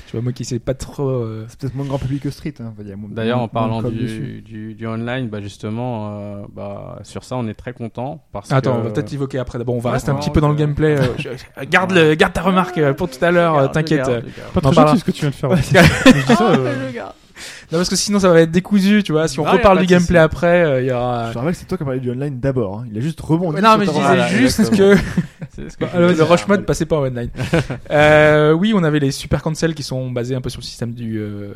Speaker 4: Tu vois, moi qui sais pas trop. euh,
Speaker 5: C'est peut-être moins grand public que Street. hein. Enfin, il y a moins-
Speaker 2: D'ailleurs, en
Speaker 5: moins de
Speaker 2: parlant
Speaker 5: com dessus.
Speaker 2: du, du, du online, bah justement, euh, bah, sur ça, on est très content parce
Speaker 4: Attends,
Speaker 2: que-
Speaker 4: on va peut-être évoquer après. Bon, on va
Speaker 2: Ouais,
Speaker 4: rester un
Speaker 2: non,
Speaker 4: petit peu dans le
Speaker 2: je-
Speaker 4: gameplay. euh, je- je- garde, le, garde ta remarque euh, pour tout à l'heure, euh,
Speaker 2: Regarde,
Speaker 4: t'inquiète.
Speaker 2: regarde,
Speaker 4: euh.
Speaker 2: regarde.
Speaker 3: Pas
Speaker 4: On en
Speaker 3: très
Speaker 4: parle.
Speaker 3: gentil ce que tu viens de faire. là.
Speaker 4: Je dis ça,
Speaker 1: Oh,
Speaker 4: euh, Non, parce que sinon ça va être décousu, tu vois. Si on
Speaker 2: Non, y a
Speaker 4: reparle
Speaker 2: pas
Speaker 4: du
Speaker 2: de souci.
Speaker 4: gameplay après, euh, il y aura.
Speaker 5: Je te rappelle que c'est toi qui as parlé du online d'abord. hein. Il a juste rebondi.
Speaker 4: Ouais, non, mais je
Speaker 5: sur ta
Speaker 4: disais
Speaker 2: Voilà,
Speaker 5: remarque.
Speaker 4: juste
Speaker 2: exactement.
Speaker 4: que
Speaker 2: C'est ce que je
Speaker 4: le,
Speaker 2: disais.
Speaker 4: le rush mode passait pas en online. euh, oui, on avait les super cancels qui sont basés un peu sur le système du euh,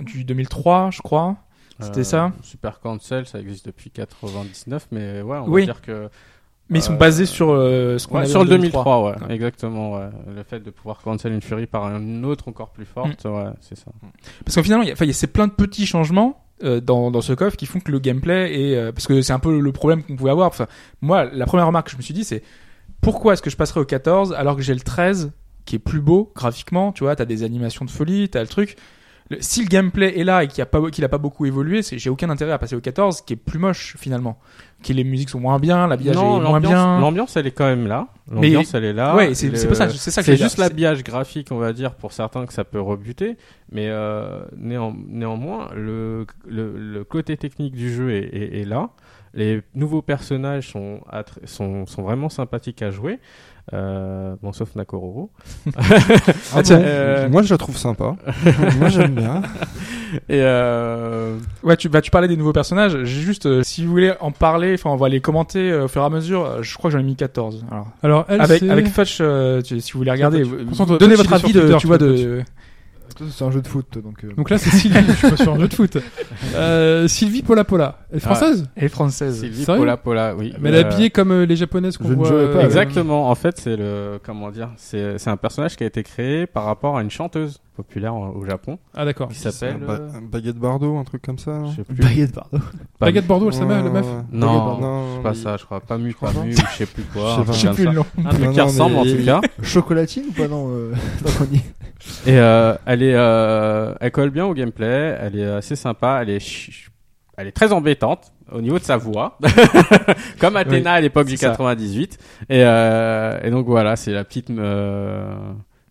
Speaker 4: du 2003, je crois. C'était
Speaker 2: Euh,
Speaker 4: ça
Speaker 2: Super Cancel, ça existe depuis 99, mais ouais, on
Speaker 4: Oui.
Speaker 2: va dire que.
Speaker 4: Mais ils sont
Speaker 2: Euh,
Speaker 4: basés sur euh, ce qu'on
Speaker 2: Ouais,
Speaker 4: avait
Speaker 2: sur
Speaker 4: en
Speaker 2: le 2003, ouais,
Speaker 4: Ouais.
Speaker 2: exactement. ouais. Le fait de pouvoir cancel une furie par une autre encore plus forte,
Speaker 4: Mm.
Speaker 2: ouais, c'est ça.
Speaker 4: Parce qu'en final, il y a, enfin, il y a ces plein de petits changements euh, dans, dans ce coffre qui font que le gameplay est. euh, parce que c'est un peu le problème qu'on pouvait avoir. Enfin, moi, la première remarque que je me suis dit, c'est pourquoi est-ce que je passerai au 14 alors que j'ai le 13 qui est plus beau graphiquement Tu vois, t'as des animations de folie, t'as le truc. Le- si le gameplay est là et qu'il n'a pas, qu'il a pas beaucoup évolué, c'est- j'ai aucun intérêt à passer au 14 qui est plus moche finalement. Qui les musiques sont moins bien, l'habillage est
Speaker 2: Non,
Speaker 4: moins
Speaker 2: l'ambiance,
Speaker 4: bien.
Speaker 2: l'ambience, elle est quand même là. L'ambiance, elle est là.
Speaker 4: ouais, c'est
Speaker 2: Le-
Speaker 4: c'est pas ça, c'est ça que
Speaker 2: C'est
Speaker 4: je veux
Speaker 2: juste
Speaker 4: dire.
Speaker 2: l'habillage graphique, on va dire, pour certains que ça peut rebuter, mais euh, néan- néanmoins, le, le, le côté technique du jeu est, est- est là. Les nouveaux personnages sont, attr- sont, sont vraiment sympathiques à jouer, Euh, bon, sauf Nakororo.
Speaker 4: Ah, tiens,
Speaker 2: euh,
Speaker 7: Moi, je la trouve sympa. Moi, j'aime bien.
Speaker 2: Et euh,
Speaker 4: Ouais, tu, bah, tu parlais des nouveaux personnages. J'ai juste, euh, si vous voulez en parler, enfin, on va les commenter euh, au fur et à mesure. Euh, Je crois que j'en ai mis 14. Alors,
Speaker 3: Alors, elle,
Speaker 4: avec,
Speaker 3: c'est-
Speaker 4: avec Fudge, euh, tu- si vous voulez regarder, vous-
Speaker 3: Concentre-
Speaker 4: donnez
Speaker 3: Fudge,
Speaker 4: votre
Speaker 3: il est sur
Speaker 4: avis de,
Speaker 3: Twitter,
Speaker 4: tu vois,
Speaker 3: tu vois,
Speaker 4: de.
Speaker 5: Toi, C'est un jeu de foot, donc. euh,
Speaker 3: Donc là, c'est Sylvie. je suis pas sur un jeu de foot. Euh, Sylvie Pola Pola. Elle est
Speaker 2: Ah,
Speaker 3: française
Speaker 2: bah,
Speaker 4: Et française.
Speaker 2: Sylvie
Speaker 3: Sérieux
Speaker 2: Pola Pola, oui.
Speaker 3: Mais elle est
Speaker 2: Euh,
Speaker 3: habillée comme euh, les japonaises qu'on
Speaker 5: je ne
Speaker 3: voit.
Speaker 5: jouerai
Speaker 3: euh,
Speaker 5: pas avec.
Speaker 2: Exactement, en fait, c'est le. Comment dire C'est c'est un personnage qui a été créé par rapport à une chanteuse populaire euh, au Japon
Speaker 3: Ah d'accord.
Speaker 2: qui s'appelle.
Speaker 7: Ba-
Speaker 2: euh,
Speaker 7: baguette Bardo, un truc comme ça. non
Speaker 2: je sais plus.
Speaker 5: Baguette, pardon.
Speaker 2: Pas-
Speaker 3: Baguette Bordeaux, elle, c'est ma- la meuf.
Speaker 7: Ouais.
Speaker 2: Non,
Speaker 7: non,
Speaker 2: c'est pas
Speaker 7: mais-
Speaker 2: ça, je crois. Pas mu,
Speaker 7: crois
Speaker 2: pas
Speaker 7: pas.
Speaker 2: mu, ou je sais plus quoi.
Speaker 7: Je sais
Speaker 2: un
Speaker 7: pas.
Speaker 2: truc
Speaker 7: Je sais
Speaker 2: comme
Speaker 4: plus
Speaker 2: ça.
Speaker 4: le nom.
Speaker 2: Un truc
Speaker 7: Non,
Speaker 2: qui
Speaker 7: non,
Speaker 2: ressemble en
Speaker 7: mais-
Speaker 2: tout cas.
Speaker 5: Chocolatine ou pas Non, euh, donc on y-
Speaker 2: Et euh, elle est, euh, elle colle bien au gameplay. Elle est assez sympa. Elle est, ch- elle est très embêtante au niveau de sa voix, comme Athéna à l'époque du
Speaker 4: c'est ça.
Speaker 2: 98. Et, euh, et donc voilà, c'est la petite euh,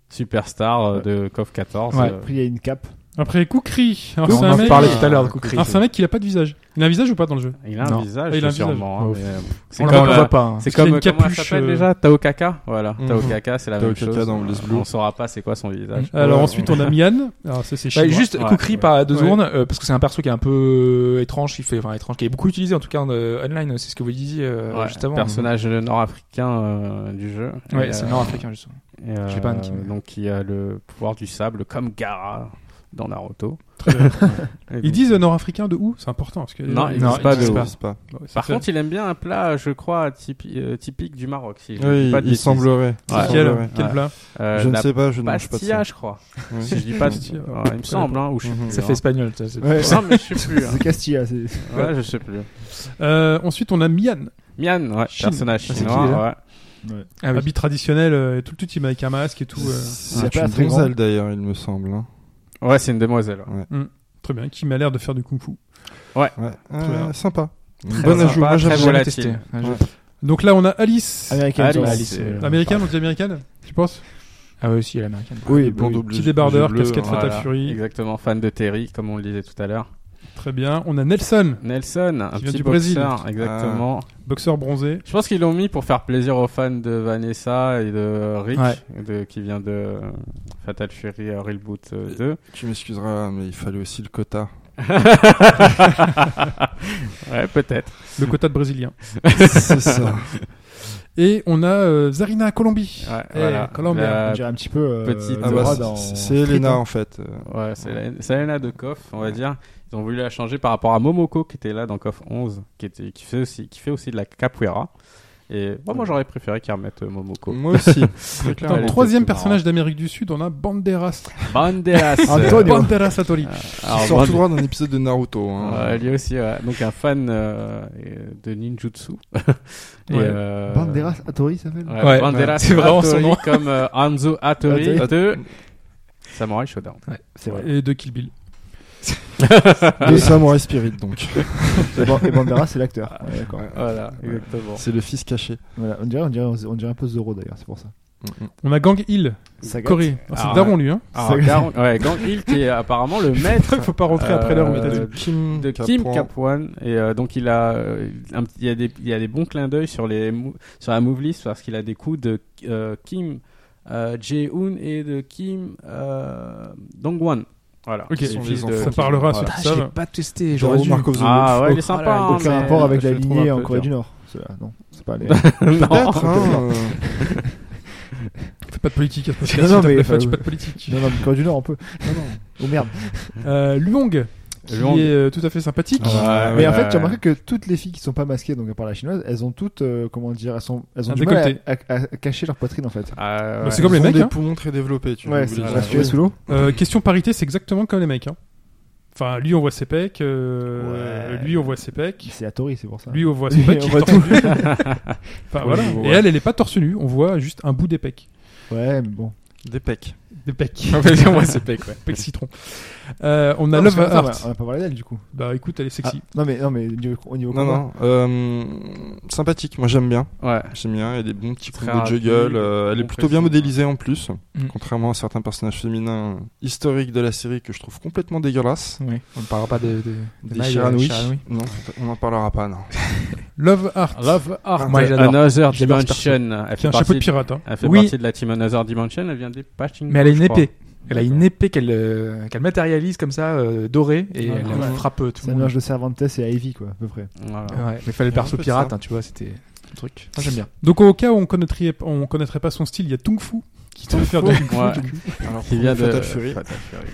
Speaker 2: superstar euh, de KOF 14.
Speaker 4: Ouais.
Speaker 2: euh,
Speaker 5: Après, il y a une cape.
Speaker 3: Après, Koukri. Alors,
Speaker 4: on
Speaker 3: c'est un
Speaker 4: en
Speaker 3: mec.
Speaker 4: parlait
Speaker 2: euh,
Speaker 4: tout à l'heure, de Koukri.
Speaker 3: Alors, c'est un mec qui a pas de visage. Il a un visage ou pas dans le jeu
Speaker 2: il a un
Speaker 4: Non.
Speaker 2: visage,
Speaker 3: Ah, il a un
Speaker 2: sûrement. hein,
Speaker 4: visage.
Speaker 2: mais, euh, c'est
Speaker 4: On la
Speaker 2: comme,
Speaker 4: voit- on
Speaker 2: euh,
Speaker 4: voit pas. hein.
Speaker 3: Parce
Speaker 2: c'est
Speaker 3: qu'il a
Speaker 2: comme
Speaker 3: une
Speaker 2: comment elle
Speaker 3: capuche,
Speaker 2: s'appelle
Speaker 3: euh,
Speaker 2: déjà Taokaka, voilà.
Speaker 7: Mhm.
Speaker 2: Taokaka, c'est la même
Speaker 7: Taokaka
Speaker 2: chose.
Speaker 7: dans Blaze Blue.
Speaker 2: On saura pas c'est quoi son visage.
Speaker 3: Alors
Speaker 7: Ouais,
Speaker 3: ensuite, on a Mian. Alors ça, c'est
Speaker 4: Bah,
Speaker 3: chinois.
Speaker 4: juste
Speaker 2: Euh, Ouais,
Speaker 4: Koukri
Speaker 2: ouais.
Speaker 4: par deux
Speaker 3: Ouais.
Speaker 4: secondes euh, parce que c'est un perso qui est un peu euh, étrange qui fait enfin étrange qui est beaucoup utilisé en tout cas en, euh, online euh, c'est ce que vous disiez euh,
Speaker 2: Ouais,
Speaker 4: juste avant
Speaker 2: personnage nord-africain euh, du jeu.
Speaker 4: ouais
Speaker 2: Et,
Speaker 4: c'est
Speaker 2: euh,
Speaker 4: nord-africain justement
Speaker 2: Et, euh,
Speaker 4: J'ai pas un qui me-
Speaker 2: Donc qui a le pouvoir du sable comme Gara dans Naruto. Et
Speaker 3: Ils
Speaker 2: donc-
Speaker 3: disent euh, nord-africain de où C'est important parce que
Speaker 2: Non, ils
Speaker 4: Non,
Speaker 2: disent pas
Speaker 4: ils
Speaker 2: Ah,
Speaker 4: disent
Speaker 2: de
Speaker 4: pas.
Speaker 2: ouf.
Speaker 7: C'est pas.
Speaker 3: Ouais, c'est
Speaker 2: Par
Speaker 3: fait.
Speaker 2: contre, il aime bien un plat, je crois, typi- euh, typique du Maroc. Si je dis
Speaker 7: Oui,
Speaker 2: pas de
Speaker 7: il
Speaker 2: bêtises.
Speaker 7: semblerait.
Speaker 2: Ouais.
Speaker 7: Il
Speaker 3: quel,
Speaker 7: semblerait.
Speaker 3: quel
Speaker 2: Ouais.
Speaker 3: plat
Speaker 2: Euh,
Speaker 7: Je ne
Speaker 2: la
Speaker 7: sais pas, je ne mange pas de
Speaker 2: pastilla,
Speaker 7: ça.
Speaker 2: je crois.
Speaker 7: Ouais.
Speaker 2: si je dis pas de-
Speaker 3: Pastilla.
Speaker 2: Ouais, il me semble, hein, ou je suis
Speaker 7: Mhm.
Speaker 2: plus,
Speaker 4: Mm. ça
Speaker 2: hein.
Speaker 4: fait espagnol ça, c'est-
Speaker 5: Ouais.
Speaker 2: Non, mais je sais plus. hein.
Speaker 5: C'est Castilla. c'est-
Speaker 2: Ouais, je sais plus.
Speaker 3: Euh, Ensuite, on a Mian,
Speaker 2: Mian, ouais,
Speaker 3: Chine.
Speaker 2: personnage
Speaker 4: Ah, c'est qui,
Speaker 2: chinois.
Speaker 4: déjà
Speaker 2: ouais.
Speaker 4: Ah oui.
Speaker 3: habit traditionnel, euh, tout le tout, il est avec un masque et tout. euh,
Speaker 5: C'est
Speaker 7: C'est
Speaker 5: pas
Speaker 7: une
Speaker 5: très grand.
Speaker 7: donzelle d'ailleurs, il me semble. hein.
Speaker 2: ouais, c'est une demoiselle. hein. ouais.
Speaker 3: Très bien, qui m'a l'air de faire du kung fu.
Speaker 7: Ouais.
Speaker 3: Très bien.
Speaker 7: Euh, Sympa.
Speaker 2: Très
Speaker 7: Bon ajout.
Speaker 2: sympa,
Speaker 7: Moi,
Speaker 2: très
Speaker 7: j'aime
Speaker 4: J'ai
Speaker 7: bien.
Speaker 4: jamais
Speaker 2: volatile.
Speaker 4: testé. Ouais, Ah, je-
Speaker 7: Ouais.
Speaker 3: Donc là, on a Alice.
Speaker 5: Américaine.
Speaker 2: Alice.
Speaker 5: genre.
Speaker 2: Alice.
Speaker 5: euh,
Speaker 3: Américaine, on dit américaine Je pense.
Speaker 4: ah ouais aussi elle est américaine
Speaker 5: Oui,
Speaker 7: Blond
Speaker 5: oui.
Speaker 7: double-
Speaker 3: Petit débardeur,
Speaker 7: bleu,
Speaker 3: casquette
Speaker 7: hein.
Speaker 3: Fatal
Speaker 2: Voilà,
Speaker 3: Fury.
Speaker 2: Exactement, fan de Terry, comme on le disait tout à l'heure.
Speaker 3: Très bien. On a Nelson,
Speaker 2: Nelson, un
Speaker 3: Qui vient
Speaker 2: petit
Speaker 3: du Brésil. Ah.
Speaker 2: boxeur, exactement.
Speaker 3: boxeur bronzé.
Speaker 2: Je pense qu'ils l'ont mis pour faire plaisir aux fans de Vanessa et de Rick, de, qui vient de euh, Fatal Fury euh, Real Boot euh, 2.
Speaker 7: Tu m'excuseras, mais il fallait aussi le quota.
Speaker 2: ouais, peut-être.
Speaker 3: Le quota de brésilien.
Speaker 7: C'est
Speaker 3: Ah
Speaker 7: ça.
Speaker 3: Et on a euh, Zarina Colombie.
Speaker 2: Ouais,
Speaker 3: Eh,
Speaker 2: voilà.
Speaker 3: Colombia.
Speaker 5: On
Speaker 2: La-
Speaker 5: dirait un petit peu. euh,
Speaker 2: petite-
Speaker 7: Ah
Speaker 5: Dora
Speaker 7: bah,
Speaker 5: dans
Speaker 7: c'est- c'est
Speaker 5: Street,
Speaker 7: Elena
Speaker 5: hein.
Speaker 7: en fait. Euh,
Speaker 2: Ouais, c'est la- c'est Elena de Koff, on va dire. Ils ont voulu la changer par rapport à Momoko qui était là dans Koff 11, qui, était, qui, fait, aussi, qui fait aussi de la capoeira. Et oh,
Speaker 3: Mm.
Speaker 2: moi, j'aurais préféré qu'ils remettent euh, Momoko.
Speaker 7: Moi aussi.
Speaker 3: Dans le
Speaker 2: elle
Speaker 3: Mm. troisième
Speaker 2: était
Speaker 3: personnage Ah, d'Amérique du Sud, on a Banderas.
Speaker 2: Banderas.
Speaker 5: Antonio.
Speaker 3: Banderas Satori.
Speaker 2: Alors,
Speaker 3: Ah,
Speaker 7: Il sort
Speaker 2: Band-
Speaker 7: tout droit d'un épisode de Naruto. hein.
Speaker 2: Euh, lui aussi, ouais. donc un fan euh, de ninjutsu. Et,
Speaker 4: Ouais.
Speaker 2: euh,
Speaker 5: Banderas Hattori s'appelle
Speaker 2: Ouais,
Speaker 4: Ouais,
Speaker 2: Banderas.
Speaker 4: ouais. C'est vraiment son
Speaker 2: Hattori
Speaker 4: nom.
Speaker 2: Comme euh, Hanzo Hattori de Samurai Shodown.
Speaker 5: C'est vrai.
Speaker 3: Et de Kill Bill.
Speaker 7: De Samurai Spirit, donc.
Speaker 5: Et Ban- et Banderas, c'est l'acteur. Ouais, d'accord.
Speaker 2: Voilà, exactement.
Speaker 7: C'est le fils caché. Euh,
Speaker 5: Voilà, on, dirait, on, dirait, on dirait un peu Zoro d'ailleurs, c'est pour ça.
Speaker 3: On a Gang Hill,
Speaker 5: Sagat.
Speaker 3: Corée. Ah,
Speaker 2: Ah,
Speaker 3: C'est Daron lui. Hein.
Speaker 2: Alors, Garon- ouais, Gang Hill qui est apparemment le maître
Speaker 3: Il faut pas rentrer après l'heure,
Speaker 2: Euh,
Speaker 3: mais t'as dit.
Speaker 2: de
Speaker 7: Kim,
Speaker 2: de Kim Capone et euh, donc il a euh, un petit- il y a des il y a des bons clins d'œil sur les mou- sur la move list parce qu'il a des coups de euh, Kim euh, Jae-hoon et de Kim euh, Dong-won. Voilà.
Speaker 3: Ok,
Speaker 2: Qui sont les
Speaker 3: ça
Speaker 2: enfants.
Speaker 3: parlera à
Speaker 2: Voilà.
Speaker 3: ceux qui
Speaker 4: je l'ai
Speaker 3: savent.
Speaker 4: pas testé, j'aurais dû.
Speaker 7: Mark of the
Speaker 2: Ah
Speaker 7: Wolf.
Speaker 2: ouais, il est sympa.
Speaker 4: Voilà,
Speaker 2: hein,
Speaker 5: Aucun
Speaker 2: mais
Speaker 5: rapport avec
Speaker 2: je
Speaker 5: la
Speaker 2: le trouve un
Speaker 5: lignée hein, en
Speaker 2: peu
Speaker 5: Corée du
Speaker 2: dur.
Speaker 5: Nord. ceux-là. Non, c'est pas les.
Speaker 2: Non.
Speaker 3: Oh,
Speaker 7: Peut-être, hein, euh,
Speaker 3: Fais pas de politique à ce podcast.
Speaker 5: Non, non,
Speaker 3: s'il te
Speaker 5: mais,
Speaker 3: plaît, Fudge,
Speaker 5: enfin,
Speaker 3: pas de politique.
Speaker 5: non, non, mais Corée du Nord, on peut. Oh merde.
Speaker 3: Euh, Luong, qui
Speaker 2: Luong.
Speaker 3: est euh, tout à fait sympathique.
Speaker 2: Ouais,
Speaker 5: Mais en
Speaker 2: ouais,
Speaker 5: fait, tu
Speaker 2: ouais.
Speaker 5: remarques que toutes les filles qui sont pas masquées, donc à part la chinoise, elles ont toutes, euh, comment dire, elles, sont, elles ont
Speaker 3: Un
Speaker 5: du mal
Speaker 3: décolleté.
Speaker 5: à, à- à cacher leur poitrine en fait.
Speaker 2: Ah,
Speaker 3: Bah,
Speaker 2: ouais.
Speaker 3: c'est comme les
Speaker 7: ils ont
Speaker 3: mecs.
Speaker 7: des
Speaker 3: hein.
Speaker 7: poumons très développés, tu
Speaker 5: Ouais,
Speaker 7: vois,
Speaker 5: c'est
Speaker 7: vous les
Speaker 5: ça,
Speaker 7: avez.
Speaker 5: tu es sous l'eau.
Speaker 3: Euh, question parité, c'est exactement comme les mecs. hein. Enfin, lui on voit ses pecs, euh,
Speaker 5: Ouais.
Speaker 3: lui on voit ses pecs,
Speaker 5: C'est Hattori, c'est pour ça.
Speaker 3: lui on voit ses pecs. il
Speaker 5: on
Speaker 3: est
Speaker 5: voit
Speaker 3: torse
Speaker 5: tout.
Speaker 3: nu. Enfin, voilà.
Speaker 7: Ouais, ouais.
Speaker 3: Et elle, elle est pas torse nu, on voit juste un bout des pecs. Ah
Speaker 5: Ouais, mais bon.
Speaker 7: Des pecs.
Speaker 3: Des pecs.
Speaker 4: Ouais, moi, c'est pec, ouais.
Speaker 3: Pecs citron. Euh, on a
Speaker 5: Non,
Speaker 3: Love
Speaker 5: parce que, attends,
Speaker 3: Heart.
Speaker 5: On va pas parlé d'elle du coup.
Speaker 3: Bah écoute, elle est sexy.
Speaker 5: Ah, non, mais, non, mais du- au niveau
Speaker 7: Non,
Speaker 5: combat.
Speaker 7: non. euh, sympathique, moi j'aime bien.
Speaker 2: Ouais.
Speaker 7: J'aime bien, il y a des bons petits
Speaker 2: Très
Speaker 7: coups de
Speaker 2: rapide,
Speaker 7: juggle. euh, elle est
Speaker 2: bon
Speaker 7: plutôt bien
Speaker 2: pressing.
Speaker 7: modélisée en plus,
Speaker 4: Mm.
Speaker 7: contrairement à certains personnages féminins historiques de la série que je trouve complètement dégueulasses.
Speaker 4: Ouais, On ne parlera pas de, de, de
Speaker 7: Des
Speaker 4: Maï, euh,
Speaker 7: Shiranoui.
Speaker 4: Shiranoui.
Speaker 7: Non, on n'en parlera pas, non.
Speaker 3: Love Heart,
Speaker 2: Love Heart.
Speaker 4: Moi, j'adore.
Speaker 2: Another
Speaker 4: J'adore ce
Speaker 2: Dimension. Elle
Speaker 3: qui
Speaker 2: fait
Speaker 3: a un chapeau de
Speaker 2: partie.
Speaker 3: pirate. hein.
Speaker 2: Elle fait
Speaker 4: Oui.
Speaker 2: partie de la team Another Dimension. Elle vient des Pachinko.
Speaker 4: Mais elle a une
Speaker 2: je crois.
Speaker 4: épée. Elle a une
Speaker 2: D'accord.
Speaker 4: épée qu'elle euh, qu'elle matérialise comme ça, euh, dorée, et
Speaker 5: Ah,
Speaker 4: elle
Speaker 5: ouais.
Speaker 4: euh, frappe euh, tout
Speaker 5: C'est
Speaker 4: le
Speaker 5: un
Speaker 4: monde.
Speaker 5: mélange de Cervantes et Ivy quoi, à peu près.
Speaker 2: Voilà.
Speaker 7: Ah,
Speaker 4: Ouais, mais fallait le
Speaker 7: Ouais, un
Speaker 4: perso
Speaker 7: peu de
Speaker 4: pirate,
Speaker 7: ça.
Speaker 4: hein, tu vois, c'était un truc. Moi, j'aime bien.
Speaker 3: Donc au cas où on connaîtrait, on connaîtrait pas son style, il y a Tung Fu qui doit faire du Kung Fu.
Speaker 2: Ouais.
Speaker 7: Alors,
Speaker 2: Qui vient de
Speaker 7: Fatal Fury.
Speaker 2: Fatal Fury.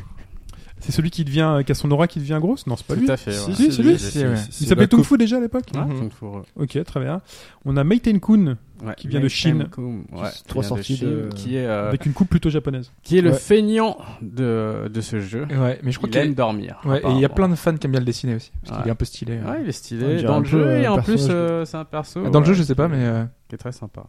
Speaker 3: C'est celui qui devient, qui a son aura qui devient grosse Non, c'est pas lui.
Speaker 2: Tout à fait. ouais.
Speaker 3: Si, c'est lui.
Speaker 7: c'est-
Speaker 4: Si, ouais.
Speaker 7: c'est-
Speaker 3: Il
Speaker 7: c'est
Speaker 3: s'appelait
Speaker 7: la
Speaker 3: Tung
Speaker 7: copie.
Speaker 3: Fu déjà à l'époque.
Speaker 2: Ah,
Speaker 7: Mhm.
Speaker 2: donc pour, euh,
Speaker 3: Ok, très bien. On a Meiten Kun
Speaker 2: ouais.
Speaker 3: Qui vient de Chine.
Speaker 2: Koum, ouais,
Speaker 5: Qui-
Speaker 2: qui
Speaker 5: trois
Speaker 2: vient
Speaker 5: sorties
Speaker 2: Chine,
Speaker 5: de-
Speaker 2: Qui est, euh,
Speaker 3: avec une coupe plutôt japonaise.
Speaker 2: qui est le
Speaker 5: Ouais.
Speaker 2: feignant de, de ce jeu.
Speaker 4: Ouais, mais je crois
Speaker 2: Il
Speaker 4: qu'il
Speaker 2: aime dormir.
Speaker 4: Ouais, et il y a
Speaker 2: apparemment.
Speaker 4: plein de fans qui aiment bien le dessiner aussi. Parce qu'il
Speaker 2: Ouais.
Speaker 4: est un peu stylé. euh.
Speaker 2: Ouais, il est
Speaker 5: On
Speaker 2: stylé.
Speaker 5: dirait
Speaker 2: Dans
Speaker 5: un
Speaker 2: le
Speaker 5: peu
Speaker 2: jeu, et
Speaker 5: un
Speaker 2: en plus,
Speaker 5: personnage.
Speaker 2: euh, c'est un perso.
Speaker 4: Dans le
Speaker 2: ouais,
Speaker 4: jeu, je sais pas, mais euh,
Speaker 2: Qui est très sympa.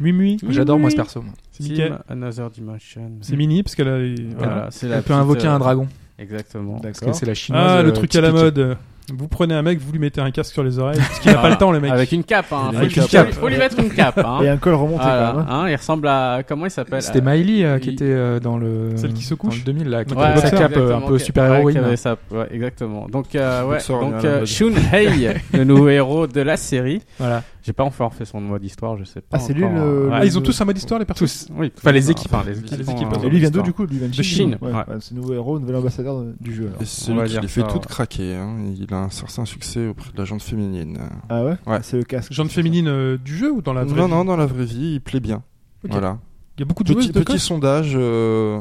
Speaker 3: Mui Mui,
Speaker 4: j'adore moi ce perso. moi.
Speaker 3: c'est nickel.
Speaker 2: Team Another Dimension.
Speaker 3: C'est mini parce qu'elle a. les-
Speaker 2: Voilà, c'est la
Speaker 4: Elle peut
Speaker 2: petite,
Speaker 4: invoquer
Speaker 2: euh,
Speaker 4: un dragon.
Speaker 2: Exactement.
Speaker 4: Parce que
Speaker 5: D'accord.
Speaker 4: c'est la chinoise.
Speaker 3: Ah, le
Speaker 4: euh,
Speaker 3: truc à la
Speaker 4: typique.
Speaker 3: mode. Vous prenez un mec, vous lui mettez un casque sur les oreilles. Parce qu'il a
Speaker 2: Ah,
Speaker 3: pas le temps, le mec.
Speaker 2: Avec une cape, hein.
Speaker 5: Il a
Speaker 2: Faut,
Speaker 5: une
Speaker 2: lui-
Speaker 5: cape.
Speaker 2: faut lui- faut lui mettre une cape, hein.
Speaker 5: Et un col remonté
Speaker 2: Voilà,
Speaker 5: quand même. hein.
Speaker 2: hein, il ressemble à. Comment il s'appelle
Speaker 4: C'était
Speaker 2: euh,
Speaker 4: Miley euh,
Speaker 2: il-
Speaker 4: qui était euh, dans le.
Speaker 3: Celle qui se couche
Speaker 4: dans le 2000 là, qui
Speaker 3: Ouais,
Speaker 4: avait sa
Speaker 3: ouais,
Speaker 4: cape euh, un
Speaker 2: exactement,
Speaker 4: peu
Speaker 2: ok.
Speaker 4: super
Speaker 2: Ouais, qui
Speaker 4: héroïne.
Speaker 2: avait sa- ouais, exactement. Donc, euh, ouais,
Speaker 7: Boxeur,
Speaker 2: donc
Speaker 7: il y en a
Speaker 2: euh,
Speaker 7: là-bas.
Speaker 2: Shun Hei, le nouveau héros de la série.
Speaker 4: Voilà.
Speaker 2: J'ai pas encore fait son mot d'histoire, je sais pas.
Speaker 5: Ah, c'est lui,
Speaker 2: encore,
Speaker 5: le-
Speaker 2: hein.
Speaker 3: Ah,
Speaker 2: Ouais.
Speaker 3: ils ont tous un mode d'histoire, les persos
Speaker 4: Tous.
Speaker 2: Oui,
Speaker 4: Enfin, les
Speaker 2: enfin,
Speaker 4: équipes.
Speaker 2: enfin, les équipes. euh,
Speaker 3: Les équipes,
Speaker 2: ont
Speaker 3: ouais.
Speaker 2: un-
Speaker 5: Et lui vient d'où du coup Lui vient de
Speaker 2: ah, De
Speaker 5: Chine.
Speaker 2: Chine, ouais.
Speaker 5: C'est nouveau héros, nouvel ambassadeur de- du jeu. alors.
Speaker 7: Et c'est lui
Speaker 2: va
Speaker 7: qui
Speaker 2: dire
Speaker 7: les fait
Speaker 2: ça,
Speaker 7: toutes
Speaker 2: ouais.
Speaker 7: craquer. hein. Il a un certain succès auprès de la gente féminine.
Speaker 5: Ah ouais,
Speaker 7: Ouais.
Speaker 5: C'est le casque.
Speaker 3: Genre de féminine euh, du jeu ou dans la vraie
Speaker 7: non,
Speaker 3: vie
Speaker 7: non, dans la vraie vie, il plaît bien.
Speaker 3: Ok.
Speaker 7: Voilà.
Speaker 3: Il y a beaucoup de
Speaker 7: Petit,
Speaker 3: joueuses de
Speaker 7: petit
Speaker 3: cosse.
Speaker 7: sondage, euh,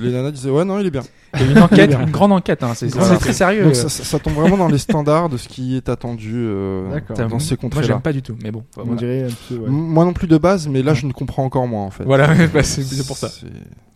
Speaker 7: les nanas disaient ouais non il est bien.
Speaker 4: Il y a eu une enquête, une grande enquête. hein, C'est
Speaker 7: Voilà.
Speaker 4: c'est très sérieux.
Speaker 7: Donc ça, ça- ça tombe vraiment dans les standards de ce qui est attendu euh,
Speaker 5: D'accord.
Speaker 7: dans ces
Speaker 4: Moi, j'aime
Speaker 7: contrées-là.
Speaker 4: pas du tout, mais bon.
Speaker 5: On
Speaker 4: voilà.
Speaker 5: dirait un peu.
Speaker 7: M-
Speaker 5: Ouais.
Speaker 7: Moi non plus de base, mais là je ne comprends encore moins en fait.
Speaker 4: Voilà, bah, c'est c'est pour ça.
Speaker 7: C'est-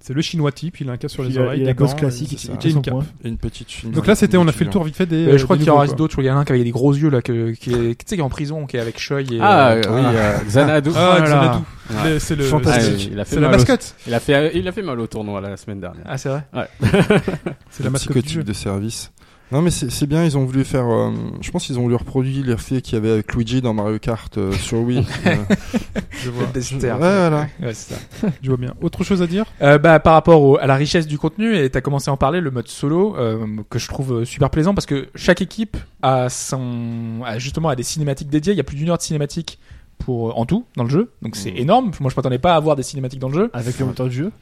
Speaker 3: C'est le chinois type, il a un casque sur les
Speaker 5: Il a-
Speaker 3: oreilles.
Speaker 5: il
Speaker 3: des
Speaker 5: a la gosse
Speaker 3: gants,
Speaker 5: classique.
Speaker 3: et-
Speaker 5: il
Speaker 7: c'est
Speaker 3: Et
Speaker 5: tient son
Speaker 7: ça.
Speaker 3: une cape.
Speaker 5: poing.
Speaker 7: Et une petite chemise
Speaker 3: Donc là, c'était, on a fait le
Speaker 7: d'étudiant.
Speaker 3: tour vite fait des.
Speaker 4: Euh, je crois
Speaker 3: des
Speaker 4: qu'il y en
Speaker 3: nouveaux,
Speaker 4: reste
Speaker 3: quoi.
Speaker 4: d'autres. Il y en a un qui avait des gros yeux là, que- qui est, tu sais, qui est en prison, qui est avec Choi et.
Speaker 2: Ah,
Speaker 4: euh,
Speaker 2: euh, oui, euh, Xanadu.
Speaker 3: Ah,
Speaker 4: Voilà.
Speaker 3: Xanadu.
Speaker 2: Ouais.
Speaker 3: Le- C'est le.
Speaker 7: Fantastique.
Speaker 3: c'est-
Speaker 2: Ah, il a fait
Speaker 3: C'est la
Speaker 2: mal au-
Speaker 3: mascotte.
Speaker 2: Il a fait, il a fait mal au tournoi là, la semaine dernière.
Speaker 4: Ah, c'est vrai.
Speaker 3: C'est
Speaker 7: le
Speaker 4: Ah,
Speaker 3: la mascotte du
Speaker 7: psychotype
Speaker 3: jeu.
Speaker 7: de service. Non mais c'est c'est bien, ils ont voulu faire. euh, je pense qu'ils ont voulu reproduire l'effet qu'il y avait avec Luigi dans Mario Kart euh, sur Wii. Euh,
Speaker 3: Je vois.
Speaker 4: Le Dexter.
Speaker 7: ouais, voilà.
Speaker 4: Ouais, c'est ça.
Speaker 3: Je vois bien. Autre chose à dire
Speaker 4: Euh, bah, par rapport au- à la richesse du contenu, et t'as commencé à en parler, le mode solo, euh, que je trouve euh, super plaisant parce que chaque équipe a son, a justement, a des cinématiques dédiées. Il y a plus d'une heure de cinématiques pour, euh, en tout, dans le jeu. Donc c'est
Speaker 7: Mm.
Speaker 4: énorme. Moi, je m'attendais pas à avoir des cinématiques dans le jeu.
Speaker 5: Avec le moteur du jeu.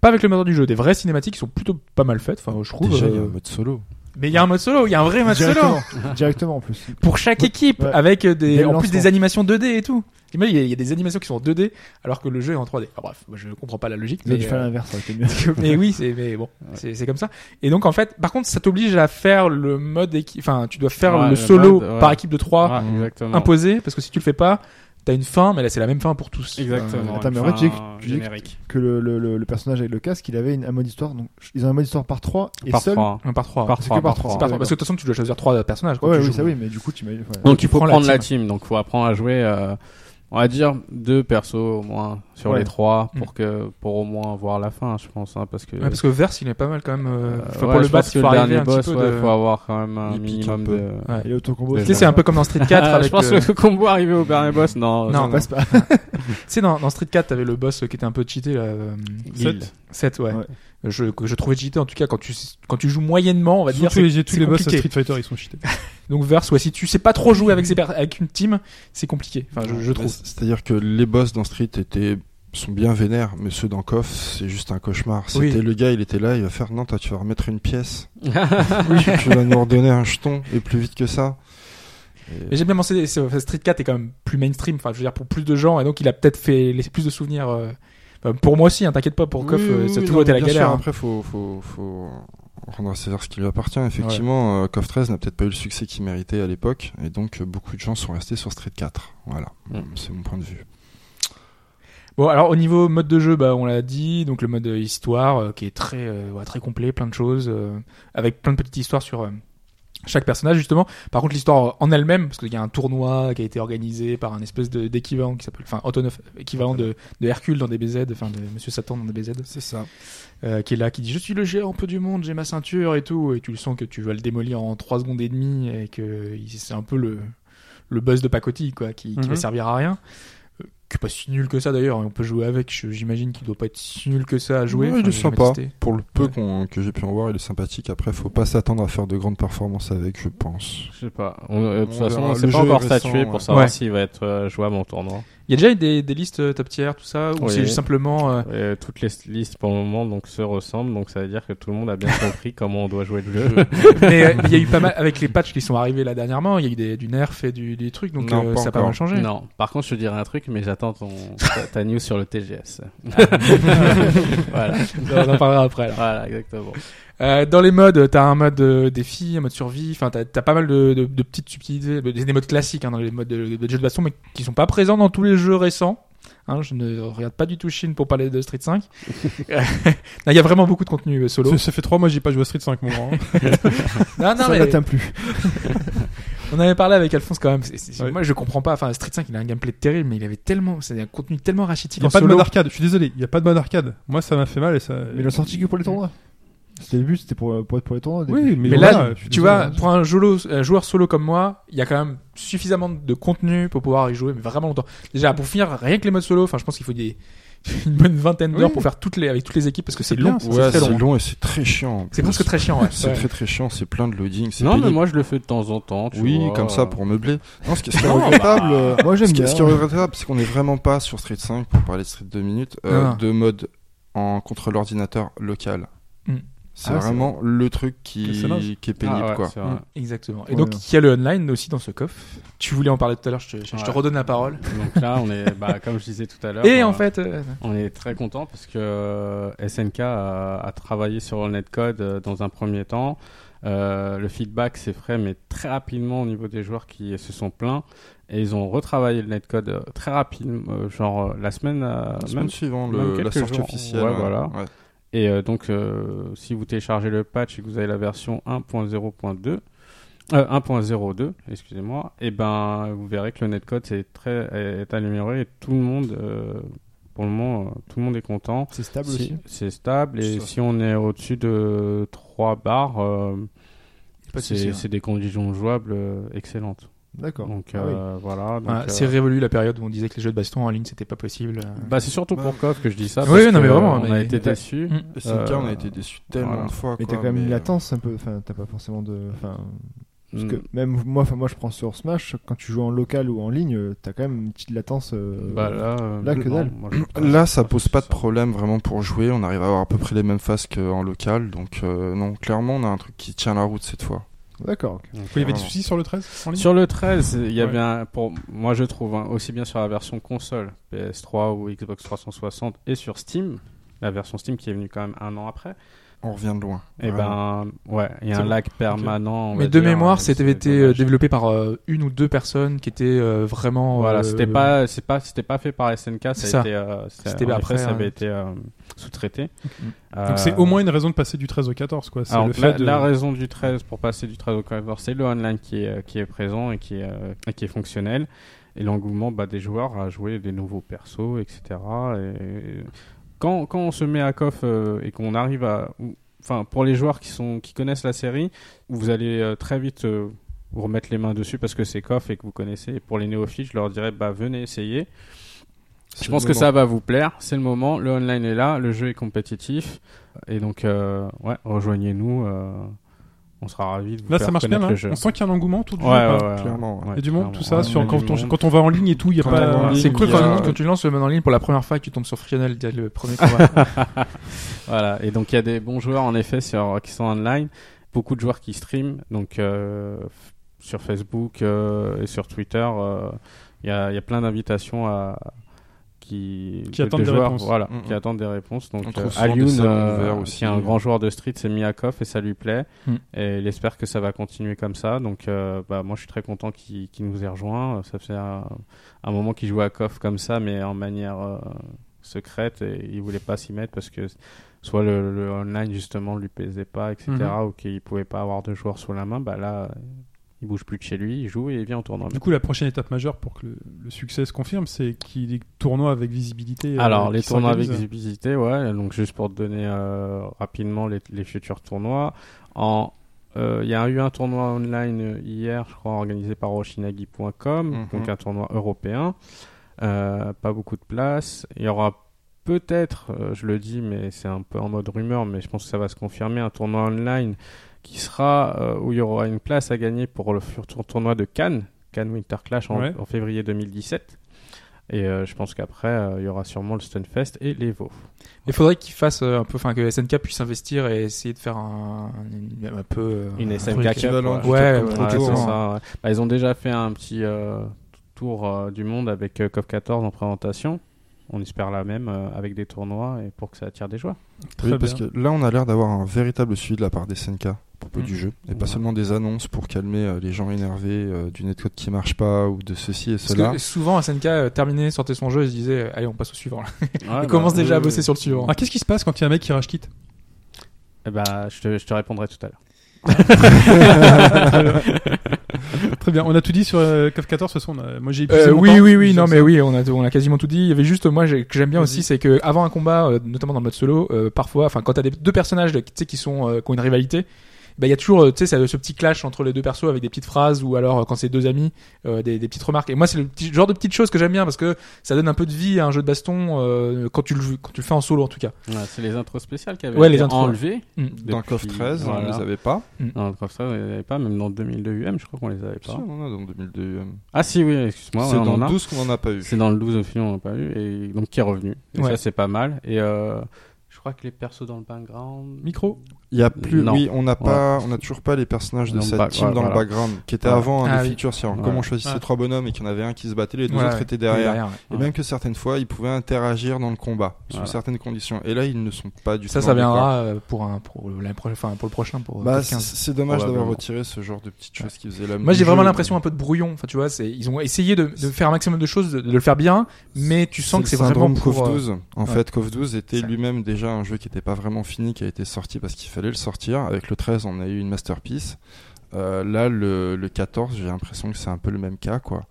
Speaker 4: Pas avec le moteur du jeu. Des vraies cinématiques qui sont plutôt pas mal faites. Enfin, je trouve.
Speaker 7: Déjà il y a
Speaker 4: euh,
Speaker 7: un mode Bah, solo.
Speaker 4: Mais il y a un mode solo. Il y a un vrai mode solo.
Speaker 5: Directement. Directement en plus.
Speaker 4: Pour chaque équipe.
Speaker 5: Ouais.
Speaker 4: Avec euh, des,
Speaker 5: Dès le
Speaker 4: en plus des
Speaker 5: lancement.
Speaker 4: animations 2D et tout. Il y, a- il y a des animations qui sont en 2D alors que le jeu est en 3D. Enfin, bref, moi, je comprends pas la logique.
Speaker 5: Ils ont
Speaker 4: mais,
Speaker 5: dû faire
Speaker 4: euh,
Speaker 5: l'inverse, ça aurait été mieux.
Speaker 4: mais oui, c'est mais bon, c'est c'est comme ça. Et donc en fait, par contre, ça t'oblige à faire le mode équipe. Enfin, tu dois faire
Speaker 2: Ouais,
Speaker 4: le
Speaker 2: le
Speaker 4: solo
Speaker 2: mode, ouais.
Speaker 4: par équipe de 3
Speaker 2: Ah, exactement.
Speaker 4: imposé parce que si tu le fais pas, t'as- t'as une fin, mais là c'est la même fin pour tous.
Speaker 2: Exactement.
Speaker 5: attends,
Speaker 2: une
Speaker 5: mais en fait, tu dis que-
Speaker 2: fin
Speaker 5: tu dis que-
Speaker 2: générique.
Speaker 5: que le, le, le, le personnage avec le casque, il avait une, un mode histoire. Donc, ils ont un mode histoire par 3 et
Speaker 2: Par
Speaker 5: seul.
Speaker 2: trois.
Speaker 4: Un par trois.
Speaker 2: Par
Speaker 5: C'est
Speaker 2: trois,
Speaker 5: que par
Speaker 2: par
Speaker 5: trois.
Speaker 2: trois.
Speaker 4: C'est par trois, Parce que de toute façon, tu dois choisir trois personnages. quand
Speaker 5: Ouais,
Speaker 4: tu
Speaker 5: oui,
Speaker 4: joues.
Speaker 5: ça oui, mais du coup, tu imagines. ouais.
Speaker 2: Donc tu faut
Speaker 4: prends la
Speaker 2: prendre la
Speaker 4: team.
Speaker 2: team. donc faut apprendre à jouer, euh, on va dire deux persos au moins sur
Speaker 5: Ouais.
Speaker 2: les trois pour que pour au moins voir la fin, je pense, hein, parce que.
Speaker 4: Mm. Ouais, parce que Verse, il est pas mal quand même. euh,
Speaker 2: euh,
Speaker 4: enfin,
Speaker 2: ouais,
Speaker 4: pour le
Speaker 2: je
Speaker 4: battre,
Speaker 2: pense
Speaker 4: il
Speaker 2: que
Speaker 4: faut
Speaker 2: le
Speaker 4: arriver
Speaker 2: dernier
Speaker 4: un
Speaker 2: boss,
Speaker 4: petit
Speaker 2: ouais,
Speaker 4: peu de.
Speaker 2: faut avoir quand même un
Speaker 7: Il pique
Speaker 2: minimum
Speaker 7: un peu.
Speaker 2: de.
Speaker 4: Ouais.
Speaker 5: Et l'autocombo,
Speaker 4: Tu sais, c'est un peu comme dans Street 4
Speaker 2: Ah,
Speaker 4: Euh, avec.
Speaker 2: je pense
Speaker 4: euh,
Speaker 2: que le combo arrivé au dernier boss, non.
Speaker 4: Non,
Speaker 5: Ça passe pas.
Speaker 4: Tu sais, dans, dans Street 4, t'avais le boss qui était un peu cheaté, là. euh,
Speaker 2: Guild.
Speaker 4: 7, ouais.
Speaker 5: Ouais.
Speaker 4: Je, que je trouvais cheaté, en tout cas, quand tu, quand tu joues moyennement, on va
Speaker 3: Tous
Speaker 4: dire.
Speaker 3: tous les, tous
Speaker 4: c'est
Speaker 3: les boss à
Speaker 4: compliqué.
Speaker 3: Street Fighter, ils sont cheatés.
Speaker 4: Donc, Verse, ouais, si tu sais pas trop jouer avec, ses per- avec une team, c'est compliqué. Enfin, je, je
Speaker 7: Mais
Speaker 4: trouve.
Speaker 7: c'est- C'est-à-dire que les boss dans Street étaient sont bien vénères, mais ceux dans Coff, c'est juste un cauchemar.
Speaker 4: Oui.
Speaker 7: C'était le gars, il était là, il va faire non, toi tu vas remettre une pièce, tu vas nous redonner un jeton et plus vite que ça.
Speaker 4: Mais j'aime bien penser, c'est- enfin, Street 4 est quand même plus mainstream, enfin, je veux dire, pour plus de gens, et donc il a peut-être fait laisser plus de souvenirs. euh, enfin, pour moi aussi, hein, t'inquiète pas, pour Koff,
Speaker 7: Oui,
Speaker 4: euh,
Speaker 7: oui,
Speaker 4: ça a
Speaker 7: oui,
Speaker 4: toujours
Speaker 7: non,
Speaker 4: été la
Speaker 7: bien sûr,
Speaker 4: galère. hein.
Speaker 7: Après, faut, faut, faut rendre à César ce qui lui appartient. Effectivement, euh, KOF 13 n'a peut-être pas eu le succès qu'il méritait à l'époque, et donc euh, beaucoup de gens sont restés sur Street 4. Voilà,
Speaker 2: Mm.
Speaker 7: c'est mon point de vue.
Speaker 4: Bon, alors au niveau mode de jeu, bah, on l'a dit, donc le mode euh, histoire euh, qui est très, euh, ouais, très complet, plein de choses, euh, avec plein de petites histoires sur euh, chaque personnage justement. Par contre, l'histoire euh, en elle-même, parce qu'il y a un tournoi qui a été organisé par un espèce de- d'équivalent qui s'appelle, enfin, Antonov, équivalent de, de Hercule dans DBZ, enfin de Monsieur Satan dans DBZ,
Speaker 7: C'est ça.
Speaker 4: euh, qui est là, qui dit Je suis le géant un peu du monde, j'ai ma ceinture et tout, et tu le sens que tu vas le démolir en 3 secondes et demie, et que il- c'est un peu le, le buzz de pacotille, quoi, qui, qui
Speaker 3: Mhm.
Speaker 4: va servir à rien. Euh, Qui est pas si nul que ça d'ailleurs, hein. on peut jouer avec, je- j'imagine qu'il doit pas être si nul que ça à jouer.
Speaker 7: Ouais, il est
Speaker 4: j'ai jamais
Speaker 7: sympa.
Speaker 4: testé.
Speaker 7: Pour le peu
Speaker 4: Ouais.
Speaker 7: qu'on- que j'ai pu en voir, il est sympathique. Après, faut pas s'attendre à faire de grandes performances avec, je pense.
Speaker 2: Je sais pas. On- euh, de toute
Speaker 7: On
Speaker 2: façon,
Speaker 7: verra.
Speaker 2: on
Speaker 7: Le
Speaker 2: s'est
Speaker 7: jeu
Speaker 2: pas
Speaker 7: est
Speaker 2: encore
Speaker 7: récent,
Speaker 2: statué
Speaker 7: ouais.
Speaker 2: pour savoir
Speaker 4: Ouais.
Speaker 2: s'il va être euh, jouable en tournoi.
Speaker 4: Il y a déjà des, des listes euh, top tier, tout ça, ou
Speaker 2: Oui.
Speaker 4: c'est juste simplement. euh,
Speaker 2: Et toutes les listes pour le moment donc se ressemblent, donc ça veut dire que tout le monde a bien compris comment on doit jouer le jeu.
Speaker 4: Mais euh, il y a eu pas mal, avec les patchs qui sont arrivés là dernièrement, il y a eu des, du nerf et du, des trucs, donc
Speaker 7: Non,
Speaker 4: euh,
Speaker 7: pas
Speaker 4: ça a pas
Speaker 7: encore.
Speaker 4: mal changé.
Speaker 2: Non, par contre, je te dirais un truc, mais j'attends ton, ta, ta news sur le TGS. voilà.
Speaker 4: on en parlera après. alors.
Speaker 2: Voilà, exactement.
Speaker 4: Euh, dans les modes, t'as un mode euh, défi, un mode survie, enfin t'as t'as pas mal de, de- de petites subtilités, des, des modes classiques hein, dans les modes de, de jeux de baston, mais qui sont pas présents dans tous les jeux récents. Hein, je ne regarde pas du tout Chine pour parler de Street 5. Euh, Il y a vraiment beaucoup de contenu euh, solo.
Speaker 3: Ça, ça fait 3 mois que j'ai pas joué à Street 5, mon grand.
Speaker 4: Non, non,
Speaker 5: Ça
Speaker 4: mais
Speaker 5: n'atteint plus.
Speaker 4: on avait parlé avec Alphonse quand même. c'est- c'est-
Speaker 3: Ouais.
Speaker 4: Moi, je comprends pas. Enfin, Street 5, il a un gameplay terrible, mais il avait tellement, c'est un contenu tellement rachitique
Speaker 3: Il n'y
Speaker 4: en
Speaker 3: a pas de
Speaker 4: solo.
Speaker 3: mode arcade, je suis désolé, il n'y a pas de mode arcade. Moi, ça m'a fait mal et ça.
Speaker 5: Mais ils l'ont sorti que pour les tournois. C'était le but, c'était pour, pour, pour les tournois. au début.
Speaker 3: Oui, mais,
Speaker 4: Mais
Speaker 3: voilà,
Speaker 4: là,
Speaker 3: je suis
Speaker 4: tu
Speaker 3: désolé.
Speaker 4: vois, pour un, jolo- un joueur solo comme moi, il y a quand même suffisamment de contenu pour pouvoir y jouer, mais vraiment longtemps. Déjà, pour finir, rien que les modes solo, enfin, je pense qu'il faut des, une bonne vingtaine d'heures
Speaker 3: Oui.
Speaker 4: pour faire toutes les, avec toutes les équipes parce que c'est
Speaker 3: bien,
Speaker 4: long.
Speaker 3: ça,
Speaker 7: Ouais,
Speaker 4: c'est très
Speaker 7: c'est
Speaker 4: long.
Speaker 7: long et c'est très chiant. en
Speaker 4: C'est
Speaker 7: plus.
Speaker 4: presque très chiant, ouais.
Speaker 7: C'est
Speaker 4: Ouais.
Speaker 7: très très chiant, c'est plein de loading. c'est
Speaker 2: Non, mais
Speaker 7: pénible.
Speaker 2: moi, je le fais de temps en temps. tu
Speaker 7: Oui,
Speaker 2: vois. euh,
Speaker 7: comme ça pour meubler. Non, ce qui ce qui est
Speaker 2: Non, bah,
Speaker 7: regrettable, euh,
Speaker 5: Moi, j'aime
Speaker 7: ce qui-
Speaker 5: bien.
Speaker 7: ce qui est regrettable, c'est qu'on n'est vraiment pas sur Street 5, pour parler de Street 2 minutes, euh,
Speaker 4: Ah.
Speaker 7: de mode en contre l'ordinateur local.
Speaker 4: Hmm.
Speaker 7: C'est
Speaker 5: Ah, c'est
Speaker 7: vraiment le truc
Speaker 3: Que c'est naze.
Speaker 7: qui, qui est
Speaker 2: Ah,
Speaker 7: pénible,
Speaker 2: ouais,
Speaker 7: quoi. Mm.
Speaker 2: c'est vrai.
Speaker 4: Mm, Exactement. Et
Speaker 5: Ouais,
Speaker 4: donc,
Speaker 5: ouais.
Speaker 4: il y a le online aussi dans ce coffre. Tu voulais en parler tout à l'heure, je, te- je te
Speaker 2: Ouais.
Speaker 4: redonne la parole.
Speaker 2: Donc là, on est, bah, comme je disais tout à l'heure,
Speaker 4: Et
Speaker 2: euh,
Speaker 4: en fait, euh,
Speaker 2: on est très content parce que euh, SNK a, a travaillé sur le netcode euh, dans un premier temps. Euh, le feedback s'est fait, mais très rapidement au niveau des joueurs qui se sont plaints. Et ils ont retravaillé le netcode euh, très rapide, euh, genre euh, la semaine, euh,
Speaker 7: La semaine
Speaker 2: même
Speaker 7: suivante,
Speaker 2: même
Speaker 7: le- la
Speaker 2: quelques
Speaker 7: sortie
Speaker 2: jours.
Speaker 7: officielle. hein.
Speaker 2: Ouais, voilà.
Speaker 7: ouais.
Speaker 2: Et euh, donc, euh, si vous téléchargez le patch et que vous avez la version 1.0.2, euh, 1.02, excusez-moi, et ben vous verrez que le netcode est très est amélioré et tout le monde, euh, pour le moment, euh, tout le monde est content.
Speaker 5: C'est stable
Speaker 2: Si-
Speaker 5: aussi.
Speaker 2: C'est stable et
Speaker 7: Ça.
Speaker 2: si on est au-dessus de 3 barres, euh,
Speaker 4: pas de
Speaker 2: c'est
Speaker 4: souci, ouais.
Speaker 2: c'est des conditions jouables euh, excellentes.
Speaker 5: D'accord.
Speaker 2: Donc
Speaker 5: Ah oui.
Speaker 2: euh, voilà. donc,
Speaker 4: voilà,
Speaker 2: euh,
Speaker 4: Bah, c'est révolu la période où on disait que les jeux de baston en ligne c'était pas possible. euh.
Speaker 2: bah, c'est surtout pour KOF que je dis ça.
Speaker 4: Oui,
Speaker 2: parce
Speaker 4: non, mais
Speaker 2: que
Speaker 4: vraiment,
Speaker 2: On a
Speaker 4: mais-
Speaker 2: été déçus.
Speaker 4: Mm.
Speaker 7: Et c'est le cas, on a
Speaker 2: Euh,
Speaker 7: été déçus tellement
Speaker 2: voilà.
Speaker 7: de fois.
Speaker 5: Mais
Speaker 7: quoi,
Speaker 5: t'as quand même
Speaker 7: mais,
Speaker 5: une
Speaker 7: euh,
Speaker 5: latence un peu. Enfin, t'as pas forcément de. Enfin, parce
Speaker 2: Mm.
Speaker 5: que même moi, enfin, moi, je prends sur Smash. Quand tu joues en local ou en ligne, euh, t'as quand même une petite latence. euh,
Speaker 2: Bah là, euh,
Speaker 5: là, que
Speaker 2: non,
Speaker 5: dalle.
Speaker 2: moi, je pense
Speaker 7: Là, ça pose
Speaker 2: c'est
Speaker 7: pas de
Speaker 2: ça.
Speaker 7: problème vraiment pour jouer. On arrive à avoir à peu près les mêmes phases qu'en local. Donc, euh, non, clairement, on a un truc qui tient la route cette fois.
Speaker 5: D'accord. ok.
Speaker 2: Donc,
Speaker 3: Il y avait
Speaker 2: euh,
Speaker 3: des soucis sur le 13 en ligne
Speaker 2: Sur le 13, il y
Speaker 3: Ouais.
Speaker 2: avait un- pour moi je trouve hein, aussi bien sur la version console PS3 ou Xbox 360 et sur Steam, la version Steam qui est venue quand même un an après.
Speaker 7: on revient de loin.
Speaker 2: Et
Speaker 7: Vraiment.
Speaker 2: ben, ouais, il y a
Speaker 3: C'est
Speaker 2: un
Speaker 3: bon.
Speaker 2: lag permanent. on va
Speaker 4: Mais de
Speaker 2: dire,
Speaker 4: mémoire,
Speaker 2: euh,
Speaker 4: c'était
Speaker 2: c'est
Speaker 4: été euh,
Speaker 2: dommage.
Speaker 4: développé par euh, une ou deux personnes qui étaient euh, vraiment.
Speaker 2: Voilà,
Speaker 4: euh,
Speaker 2: c'était pas, c'est pas, c'était pas fait par SNK. Ça,
Speaker 4: C'est
Speaker 2: a
Speaker 4: ça.
Speaker 2: été, euh, ça-
Speaker 4: C'était
Speaker 2: en effet,
Speaker 4: après,
Speaker 2: ça
Speaker 4: hein.
Speaker 2: avait été euh, sous-traité. Euh,
Speaker 3: Donc c'est au moins une raison de passer du 13 au 14, quoi. C'est
Speaker 2: alors,
Speaker 3: le
Speaker 2: la,
Speaker 3: fait de-
Speaker 2: la raison du 13 pour passer du 13 au 14, c'est le online qui est, euh, qui est présent et qui est, euh, et qui est fonctionnel. Et l'engouement bah, des joueurs à jouer des nouveaux persos, etc. Et quand, quand on se met à coff euh, et qu'on arrive à. ou- Enfin, pour les joueurs qui, sont, qui connaissent la série, vous allez euh, très vite euh, vous remettre les mains dessus parce que c'est coff et que vous connaissez. Et pour les néophytes, je leur dirais bah, venez essayer.
Speaker 7: C'est
Speaker 2: Je
Speaker 7: le
Speaker 2: pense que
Speaker 7: moment.
Speaker 2: ça va vous plaire, c'est le moment, le online est là, le jeu est compétitif, et donc euh, ouais, rejoignez-nous, euh, on sera ravis de vous
Speaker 3: Là,
Speaker 2: faire
Speaker 3: ça marche bien.
Speaker 2: connaître
Speaker 3: Là.
Speaker 2: le jeu.
Speaker 3: On sent qu'il y a un engouement tout du
Speaker 2: Ouais,
Speaker 3: jeu, quoi.
Speaker 2: ouais, ouais,
Speaker 7: clairement, ouais.
Speaker 3: Il y a du monde,
Speaker 2: clairement.
Speaker 3: tout ça.
Speaker 2: Ouais,
Speaker 3: sur
Speaker 2: il y a
Speaker 3: quand,
Speaker 2: du
Speaker 3: on,
Speaker 2: monde.
Speaker 3: quand on va en ligne et tout, il y a
Speaker 7: Quand on va en
Speaker 3: pas.
Speaker 7: ligne,
Speaker 4: C'est cool
Speaker 7: Il y a-
Speaker 2: euh,
Speaker 4: quand, quand tu lances le mode en ligne pour la première fois et que tu tombes sur Frionel dès le premier combat.
Speaker 2: Voilà, et donc il y a des bons joueurs en effet sur, qui sont online, beaucoup de joueurs qui streament, donc euh, f- sur Facebook euh, et sur Twitter, euh, il y, a, il y a plein d'invitations à qui,
Speaker 3: Qui attendent des réponses.
Speaker 2: voilà,
Speaker 7: Mm,
Speaker 2: qui
Speaker 7: mm.
Speaker 2: attendent des réponses. Donc
Speaker 7: On trouve
Speaker 2: euh,
Speaker 7: souvent des
Speaker 2: Alioun,
Speaker 7: salons
Speaker 2: euh,
Speaker 7: ouverts aussi.
Speaker 2: qui est un grand joueur de street, s'est mis à coff et ça lui plaît.
Speaker 4: Mm.
Speaker 2: Et il espère que ça va continuer comme ça. Donc euh, bah, moi je suis très content qu'il qu'il nous ait rejoint. Ça fait un, un moment qu'il jouait à coff comme ça, mais en manière euh, secrète et il voulait pas s'y mettre parce que soit le, le online justement lui plaisait pas, etc.
Speaker 4: Mhm.
Speaker 2: Ou qu'il pouvait pas avoir de joueurs sous la main. Bah là, il bouge plus de chez lui, il joue et il vient au tournoi.
Speaker 3: Du coup, la prochaine étape majeure pour que le, le succès se confirme, c'est qu'il y ait des tournois avec visibilité. euh,
Speaker 2: Alors,
Speaker 3: qui
Speaker 2: les tournois avec
Speaker 3: s'organisent.
Speaker 2: visibilité, ouais. Donc, juste pour te donner euh, rapidement les, les futurs tournois. En, euh, il y a eu un tournoi online euh, hier, je crois, organisé par Oshinagi.com,
Speaker 7: Mhm.
Speaker 2: donc un tournoi européen. Euh, pas beaucoup de places. Il y aura peut-être, euh, je le dis, mais c'est un peu en mode rumeur, mais je pense que ça va se confirmer, un tournoi online qui sera euh, où il y aura une place à gagner pour le futur tournoi de Cannes, Cannes Winter Clash en,
Speaker 3: Ouais.
Speaker 2: en février 2017. Et euh, je pense qu'après, euh, il y aura sûrement le Stunfest et les Vaux.
Speaker 4: Il faudrait qu'ils fassent euh, un peu, enfin que SNK puisse investir et essayer de faire un, une- un peu. euh, un truc, euh,
Speaker 7: équivalent
Speaker 2: ouais.
Speaker 7: du
Speaker 4: Ouais,
Speaker 7: Capcom
Speaker 4: ouais,
Speaker 7: Pro
Speaker 2: Ouais,
Speaker 7: Tour,
Speaker 2: c'est
Speaker 7: hein.
Speaker 2: ça, ouais. Bah, ils ont déjà fait un petit euh, tour euh, du monde avec euh, COP14 en présentation. On espère la même euh, avec des tournois et pour que ça attire des joueurs.
Speaker 3: Très
Speaker 7: Oui, parce
Speaker 3: bien.
Speaker 7: que là, on a l'air d'avoir un véritable suivi de la part des SNK à propos
Speaker 4: Mm.
Speaker 7: du jeu. Et pas
Speaker 2: Ouais.
Speaker 7: seulement des annonces pour calmer euh, les gens énervés euh, du netcode qui marche pas ou de ceci et
Speaker 4: Parce
Speaker 7: cela.
Speaker 4: que souvent, SNK euh, terminait, sortait son jeu et se disait euh, Allez, on passe au suivant. là.
Speaker 2: Ouais,
Speaker 4: Il commence
Speaker 2: bah,
Speaker 4: déjà à
Speaker 2: oui,
Speaker 4: bosser
Speaker 2: oui.
Speaker 4: sur le suivant.
Speaker 3: Ah, qu'est-ce qui se passe quand il y a un mec qui rage quitte
Speaker 2: Eh bah, je, te, je te répondrai tout à l'heure.
Speaker 3: Très bien, on a tout dit sur euh, CoF 14 de toute façon. on a- Moi j'ai épuisé
Speaker 4: Euh,
Speaker 3: mon
Speaker 4: oui,
Speaker 3: temps.
Speaker 4: oui, oui,
Speaker 3: J'ai
Speaker 4: non,
Speaker 3: fait
Speaker 4: mais
Speaker 3: ça.
Speaker 4: oui, on a, on a quasiment tout dit. Il y avait juste, moi, j'ai- que j'aime bien
Speaker 3: Vas-y.
Speaker 4: aussi, c'est que avant un combat, euh, notamment dans le mode solo, euh, parfois, enfin, quand t'as des, deux personnages tu sais, qui sont euh, qui ont une rivalité, bah, il y a toujours, euh, tu sais, ça- ce petit clash entre les deux persos avec des petites phrases ou alors euh, quand c'est deux amis, euh, des, des petites remarques. Et moi, c'est le petit, genre de petites choses que j'aime bien parce que ça donne un peu de vie à un jeu de baston euh, quand tu le joues- quand tu le fais en solo en tout cas.
Speaker 2: Ouais, c'est les intros spéciales qui avaient
Speaker 4: Ouais,
Speaker 2: été
Speaker 4: les intros.
Speaker 2: enlevées.
Speaker 4: Mm.
Speaker 7: Dans le COF
Speaker 2: Depuis-
Speaker 7: 13, on
Speaker 2: voilà.
Speaker 7: les avait pas.
Speaker 2: Non, dans le COF13, on les avait pas. Même dans 2002 UM, je crois qu'on les avait
Speaker 7: Si,
Speaker 2: pas.
Speaker 7: on en a dans 2002. euh,
Speaker 2: Ah si, oui, excuse-moi.
Speaker 7: C'est
Speaker 2: ouais, on
Speaker 7: dans
Speaker 2: en a.
Speaker 7: 12 qu'on en a pas eu.
Speaker 2: C'est dans le 12 au final, on n'a pas eu, et donc qui est revenu. Et
Speaker 4: Ouais.
Speaker 2: ça, c'est pas mal. Et euh, je crois que les persos dans le background.
Speaker 3: Micro.
Speaker 7: Il y a plus,
Speaker 2: Non.
Speaker 7: oui, on n'a pas, on a toujours pas les personnages de
Speaker 2: Dans le
Speaker 7: cette
Speaker 2: back-
Speaker 7: team
Speaker 2: ouais,
Speaker 7: dans le
Speaker 2: voilà.
Speaker 7: background, qui était
Speaker 2: Voilà.
Speaker 7: avant un
Speaker 4: Ah
Speaker 7: des
Speaker 4: oui.
Speaker 7: features. C'est-à-dire,
Speaker 2: Ouais.
Speaker 7: Comment on choisissait
Speaker 3: Ah.
Speaker 7: trois bonhommes et qu'il y en avait un qui se battait, les deux
Speaker 4: Ouais,
Speaker 7: autres
Speaker 4: ouais.
Speaker 7: étaient derrière.
Speaker 4: ouais.
Speaker 7: Et
Speaker 2: Ouais.
Speaker 7: même que certaines fois, ils pouvaient interagir dans le combat
Speaker 2: Voilà.
Speaker 7: sous certaines conditions. Et là, ils ne sont pas du
Speaker 4: Ça,
Speaker 7: tout.
Speaker 4: ça
Speaker 7: dans le décor.
Speaker 4: viendra euh, pour un pour l'année prochaine, enfin pour le prochain pour. euh,
Speaker 7: Bah,
Speaker 4: pour
Speaker 7: c'est
Speaker 4: 15.
Speaker 7: c'est dommage d'avoir
Speaker 2: Probablement.
Speaker 7: retiré ce genre de petites choses qui faisaient la.
Speaker 4: Moi, j'ai vraiment l'impression un peu de brouillon. Enfin, tu vois, c'est ils ont essayé de, de faire un maximum de choses, de, de le faire bien, mais tu sens que c'est vraiment pour.
Speaker 7: CoF
Speaker 4: euh,
Speaker 7: 12. En
Speaker 4: ouais.
Speaker 7: fait, CoF 12 était
Speaker 4: Ça-
Speaker 7: lui-même déjà un jeu qui n'était pas vraiment fini, qui a été sorti parce qu'il fallait le sortir. Avec le 13, on a eu une masterpiece. Euh, là, le, le 14, j'ai l'impression que c'est un peu le même cas, quoi.